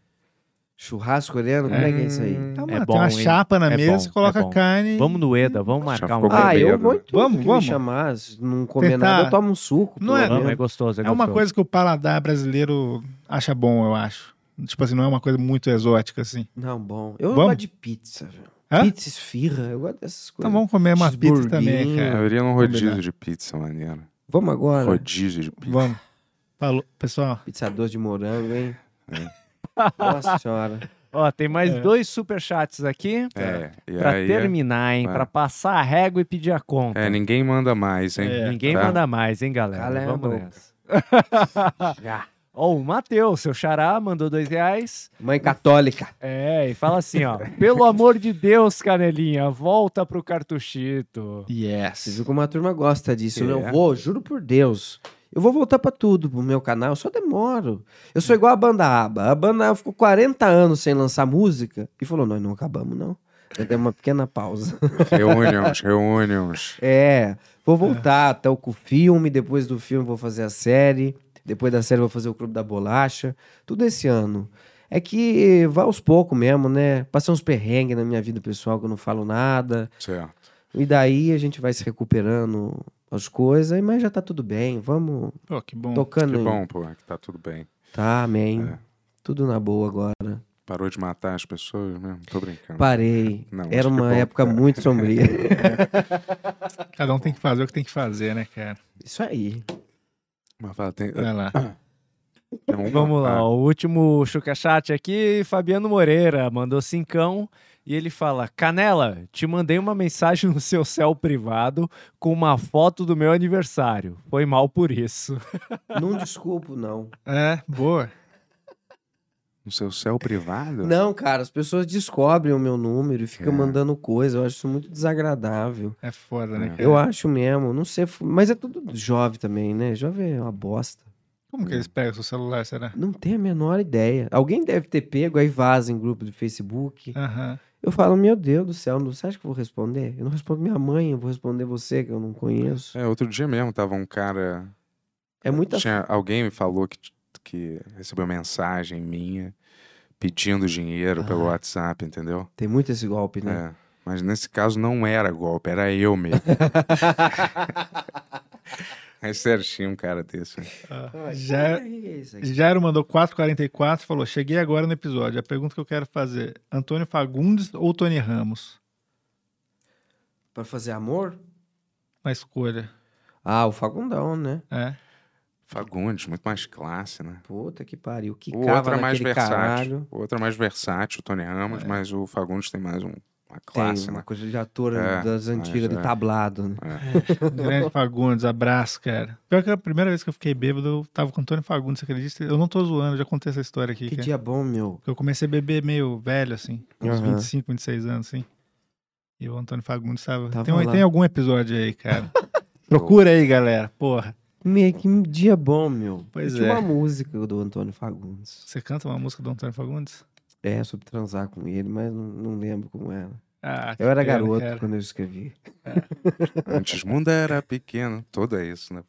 Speaker 5: Churrasco coreano, como é que é isso
Speaker 4: Hum.
Speaker 5: aí?
Speaker 2: Então,
Speaker 3: É
Speaker 2: mano,
Speaker 3: bom,
Speaker 2: tem uma
Speaker 3: hein?
Speaker 2: chapa na
Speaker 3: É
Speaker 2: mesa,
Speaker 3: bom,
Speaker 2: você
Speaker 3: é
Speaker 2: coloca
Speaker 3: bom.
Speaker 2: carne.
Speaker 3: Vamos no EDA, vamos marcar um.
Speaker 4: ficou
Speaker 3: Ah,
Speaker 5: Ah, eu
Speaker 4: medo,
Speaker 5: vou
Speaker 4: né?
Speaker 5: em tudo
Speaker 2: Vamos,
Speaker 5: que
Speaker 2: vamos.
Speaker 5: me chamar, se não comer
Speaker 2: Tentar-
Speaker 5: nada, eu tomo um suco.
Speaker 2: Não
Speaker 5: pelo
Speaker 2: é-
Speaker 3: vamos,
Speaker 5: menos.
Speaker 3: é gostoso. É,
Speaker 2: É uma
Speaker 3: gostoso.
Speaker 2: coisa que o paladar brasileiro acha bom, eu acho. Tipo assim, não é uma coisa muito exótica, assim.
Speaker 5: Não, bom. Eu
Speaker 2: Vamos?
Speaker 5: gosto de pizza, velho.
Speaker 2: Hã?
Speaker 5: Pizza esfirra, eu gosto dessas coisas.
Speaker 2: Então vamos comer uma pizza também,
Speaker 5: Cheeseburguinho.
Speaker 2: cara.
Speaker 4: é, Eu iria num rodízio
Speaker 2: Combinado.
Speaker 4: de pizza, maneiro.
Speaker 5: Vamos agora.
Speaker 4: Rodízio de pizza.
Speaker 2: Vamos. Falou, pessoal.
Speaker 5: Pizza doce de morango, hein? Nossa senhora.
Speaker 3: Ó, tem mais dois superchats aqui.
Speaker 4: É, e
Speaker 3: Pra
Speaker 4: aí.
Speaker 3: terminar, hein?
Speaker 4: é.
Speaker 3: Pra passar a régua e pedir a conta.
Speaker 4: É, ninguém manda mais, hein?
Speaker 2: É.
Speaker 3: Ninguém
Speaker 4: tá?
Speaker 3: manda mais, hein, galera?
Speaker 5: Cala a
Speaker 3: Vamos
Speaker 5: boca.
Speaker 3: nessa. Ó, o Matheus, seu xará, mandou dois reais.
Speaker 5: Mãe católica.
Speaker 3: É, e fala assim, ó. Pelo amor de Deus, Canelinha, volta pro cartuchito.
Speaker 5: Você
Speaker 2: Yes.
Speaker 5: viu como a turma gosta disso, né? Eu
Speaker 4: É.
Speaker 5: vou, juro por Deus. Eu vou voltar pra tudo, pro meu canal, eu só demoro. Eu sou igual a banda ABBA. A banda ABBA ficou 40 anos sem lançar música e falou, nós não acabamos, não. Eu dei uma pequena pausa.
Speaker 4: Reúne-os, reúne-os.
Speaker 5: É, vou voltar até o com o filme, depois do filme vou fazer a série, depois da série vou fazer o Clube da Bolacha, tudo esse ano. É que vai aos poucos mesmo, né? Passei uns perrengues na minha vida pessoal que eu não falo nada,
Speaker 4: Certo.
Speaker 5: e daí a gente vai se recuperando as coisas, mas já tá tudo bem, vamos
Speaker 2: Pô, que bom.
Speaker 5: tocando
Speaker 4: Que
Speaker 5: em-
Speaker 4: bom, pô, que tá tudo bem.
Speaker 5: Tá, amém.
Speaker 4: É.
Speaker 5: Tudo na boa agora.
Speaker 4: Parou de matar as pessoas mesmo? Tô brincando.
Speaker 5: Parei.
Speaker 4: Não, acho
Speaker 5: Era
Speaker 4: que é
Speaker 5: uma
Speaker 4: bom.
Speaker 5: época muito sombria.
Speaker 2: Cada um tem que fazer o que tem que fazer, né, cara?
Speaker 5: Isso aí.
Speaker 4: Mas fala, tem,
Speaker 2: Vai lá.
Speaker 4: tem uma-
Speaker 3: Vamos lá,
Speaker 4: ah,
Speaker 3: o último chucachat aqui, Fabiano Moreira mandou cincão e ele fala: Canela, te mandei uma mensagem no seu céu privado com uma foto do meu aniversário. Foi mal por isso.
Speaker 5: Não desculpo, não.
Speaker 2: É, boa.
Speaker 4: No seu céu privado?
Speaker 5: Não, cara, as pessoas descobrem o meu número e ficam
Speaker 4: É.
Speaker 5: mandando coisa. Eu acho isso muito desagradável.
Speaker 2: É foda, né,
Speaker 4: É.
Speaker 2: cara?
Speaker 5: Eu acho mesmo. Não sei, fu- mas é tudo jovem também, né? Jovem é uma bosta.
Speaker 2: Como que eles pegam seu celular, será?
Speaker 5: Não tem a menor ideia. Alguém deve ter pego, aí vaza em grupo do Facebook.
Speaker 2: Aham.
Speaker 5: Eu falo, meu Deus do céu, não- você acha que eu vou responder? Eu não respondo minha mãe, eu vou responder você, que eu não conheço.
Speaker 4: É, outro dia mesmo tava um cara.
Speaker 5: É muita
Speaker 4: Tinha, alguém me falou que, que recebeu mensagem minha pedindo dinheiro pelo
Speaker 5: Ah.
Speaker 4: WhatsApp, entendeu?
Speaker 5: Tem muito esse golpe, né?
Speaker 4: É. Mas nesse caso não era golpe, era eu mesmo. Mas sério, tinha um cara desse.
Speaker 2: Ah,
Speaker 5: Já...
Speaker 2: Já, Jairo mandou 444 falou: Cheguei agora no episódio. A pergunta que eu quero fazer: Antônio Fagundes ou Tony Ramos?
Speaker 5: Pra fazer amor?
Speaker 2: Na escolha.
Speaker 5: Ah, o Fagundão, né?
Speaker 2: É.
Speaker 4: Fagundes, muito mais classe, né?
Speaker 5: Puta que pariu. Que
Speaker 4: O outro
Speaker 5: cava
Speaker 4: é mais
Speaker 5: naquele
Speaker 4: versátil.
Speaker 5: caralho. É.
Speaker 4: O outro é mais versátil, o Tony Ramos, mas o Fagundes tem mais um- uma
Speaker 5: Tem
Speaker 4: classe,
Speaker 5: uma
Speaker 4: né?
Speaker 5: coisa de ator
Speaker 4: É,
Speaker 5: das antigas,
Speaker 4: mas
Speaker 5: do
Speaker 4: é.
Speaker 5: tablado, né?
Speaker 2: Grande Fagundes, abraço, cara. Pior que a primeira vez que eu fiquei bêbado, eu tava com o Antônio Fagundes, você acredita? Eu não tô zoando, eu já contei essa história aqui.
Speaker 5: Que
Speaker 2: cara.
Speaker 5: dia bom, meu.
Speaker 2: Porque eu comecei a beber meio velho, assim, uns
Speaker 5: Aham.
Speaker 2: 25, 26 anos, assim. E o Antônio Fagundes tava.
Speaker 5: Tava
Speaker 2: tem, um-
Speaker 5: lá.
Speaker 2: tem algum episódio aí, cara. Procura aí, galera. Porra.
Speaker 5: Meu, que dia bom, meu.
Speaker 2: Pois
Speaker 5: Eu tinha
Speaker 2: é.
Speaker 5: uma música do Antônio Fagundes.
Speaker 2: Você canta uma música do Antônio Fagundes?
Speaker 5: É, sobre transar com ele, mas não, não lembro como era.
Speaker 2: Ah, que
Speaker 5: Eu era
Speaker 2: pena,
Speaker 5: garoto
Speaker 2: cara.
Speaker 5: quando eu escrevi.
Speaker 4: Antes o mundo era pequeno, tudo é isso, né?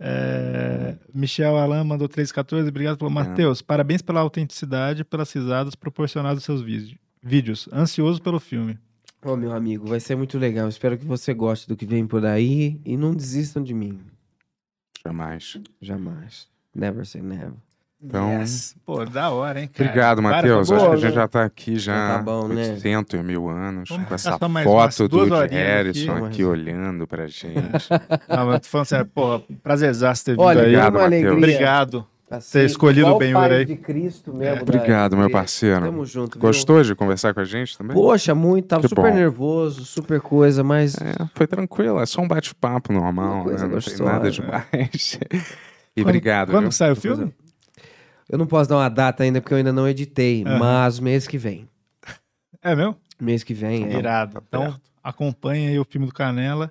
Speaker 2: É, Michel Alain mandou 314, obrigado pelo Matheus. Parabéns pela autenticidade e pelas risadas proporcionadas aos seus vídeo- vídeos. Ansioso pelo filme.
Speaker 5: Ô, meu amigo, vai ser muito legal. Espero que você goste do que vem por aí e não desistam de mim.
Speaker 4: Jamais.
Speaker 5: Jamais. Never say never.
Speaker 4: Então,
Speaker 2: Pô, da hora, hein, cara?
Speaker 4: Obrigado,
Speaker 2: Para,
Speaker 4: Matheus.
Speaker 2: foi
Speaker 4: Acho que
Speaker 2: boa,
Speaker 4: a gente
Speaker 2: né?
Speaker 4: já tá aqui já
Speaker 5: Já
Speaker 4: há
Speaker 5: tá bom, né?
Speaker 4: 800 mil anos,
Speaker 2: Vamos
Speaker 4: com
Speaker 2: passar
Speaker 4: essa
Speaker 2: só mais
Speaker 4: foto
Speaker 2: umas
Speaker 4: do
Speaker 2: duas
Speaker 4: Woody
Speaker 2: horinhas aqui.
Speaker 4: Harrison aqui,
Speaker 5: Mas-
Speaker 4: olhando pra gente.
Speaker 2: Ah, mas tô falando sério, pô, prazerzaço ter vindo
Speaker 5: Olha,
Speaker 2: aí.
Speaker 5: foi
Speaker 4: Obrigado,
Speaker 5: uma
Speaker 4: Matheus.
Speaker 5: alegria.
Speaker 2: Obrigado.
Speaker 5: Assim,
Speaker 2: Ter escolhido
Speaker 5: igual
Speaker 2: bem o
Speaker 5: pai
Speaker 2: Urei.
Speaker 5: de Cristo mesmo. da
Speaker 4: É, Obrigado, meu
Speaker 5: igreja.
Speaker 4: parceiro.
Speaker 5: Tamo junto. viu?
Speaker 4: Gostou de conversar com a gente também?
Speaker 5: Poxa, muito. Tava
Speaker 4: Que
Speaker 5: super
Speaker 4: bom.
Speaker 5: nervoso, super coisa, mas
Speaker 4: É, foi tranquilo, é só um bate-papo normal,
Speaker 5: Uma coisa
Speaker 4: né? Não tem
Speaker 5: gostosa,
Speaker 4: nada
Speaker 5: né?
Speaker 4: demais. E
Speaker 2: Quando-
Speaker 4: obrigado,
Speaker 2: Quando
Speaker 4: viu?
Speaker 2: que sai o filme?
Speaker 5: é. eu não posso dar uma data ainda porque eu ainda não editei.
Speaker 2: Aham.
Speaker 5: Mas mês que vem.
Speaker 2: É mesmo?
Speaker 5: Mês que vem. é.
Speaker 2: Irado. Então, acompanha aí o filme do Canela.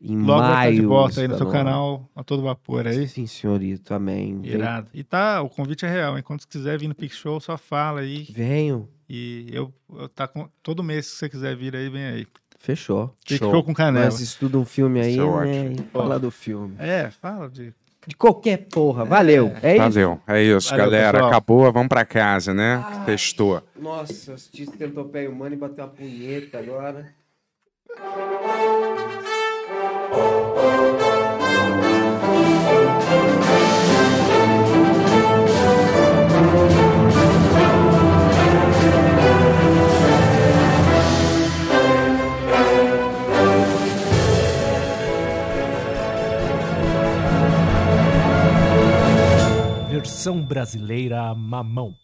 Speaker 5: Em
Speaker 2: Logo vai estar
Speaker 5: maio.
Speaker 2: de volta aí no
Speaker 5: está
Speaker 2: seu
Speaker 5: ar.
Speaker 2: canal, a todo vapor aí.
Speaker 5: Sim, senhorito. Amém. Vem-
Speaker 2: Irado. E tá, o convite é real, hein? Quando você quiser vir no Pic Show, só fala aí.
Speaker 5: Venho.
Speaker 2: E eu, eu tá com todo mês que você quiser vir aí, vem aí.
Speaker 5: Fechou.
Speaker 2: Show,
Speaker 4: Show.
Speaker 2: Show com canela.
Speaker 5: Mas estuda um filme aí,
Speaker 4: Isso é
Speaker 5: né?
Speaker 4: ótimo.
Speaker 5: E fala do filme.
Speaker 2: É, fala de.
Speaker 5: De qualquer porra. Valeu. É, isso.
Speaker 4: Valeu, é isso,
Speaker 2: Valeu,
Speaker 4: galera.
Speaker 2: pessoal.
Speaker 4: Acabou, vamos pra casa, né? Testou.
Speaker 5: Nossa, eu assisti esse Centopeia Humana e bateu uma punheta agora.
Speaker 3: Versão brasileira mamão.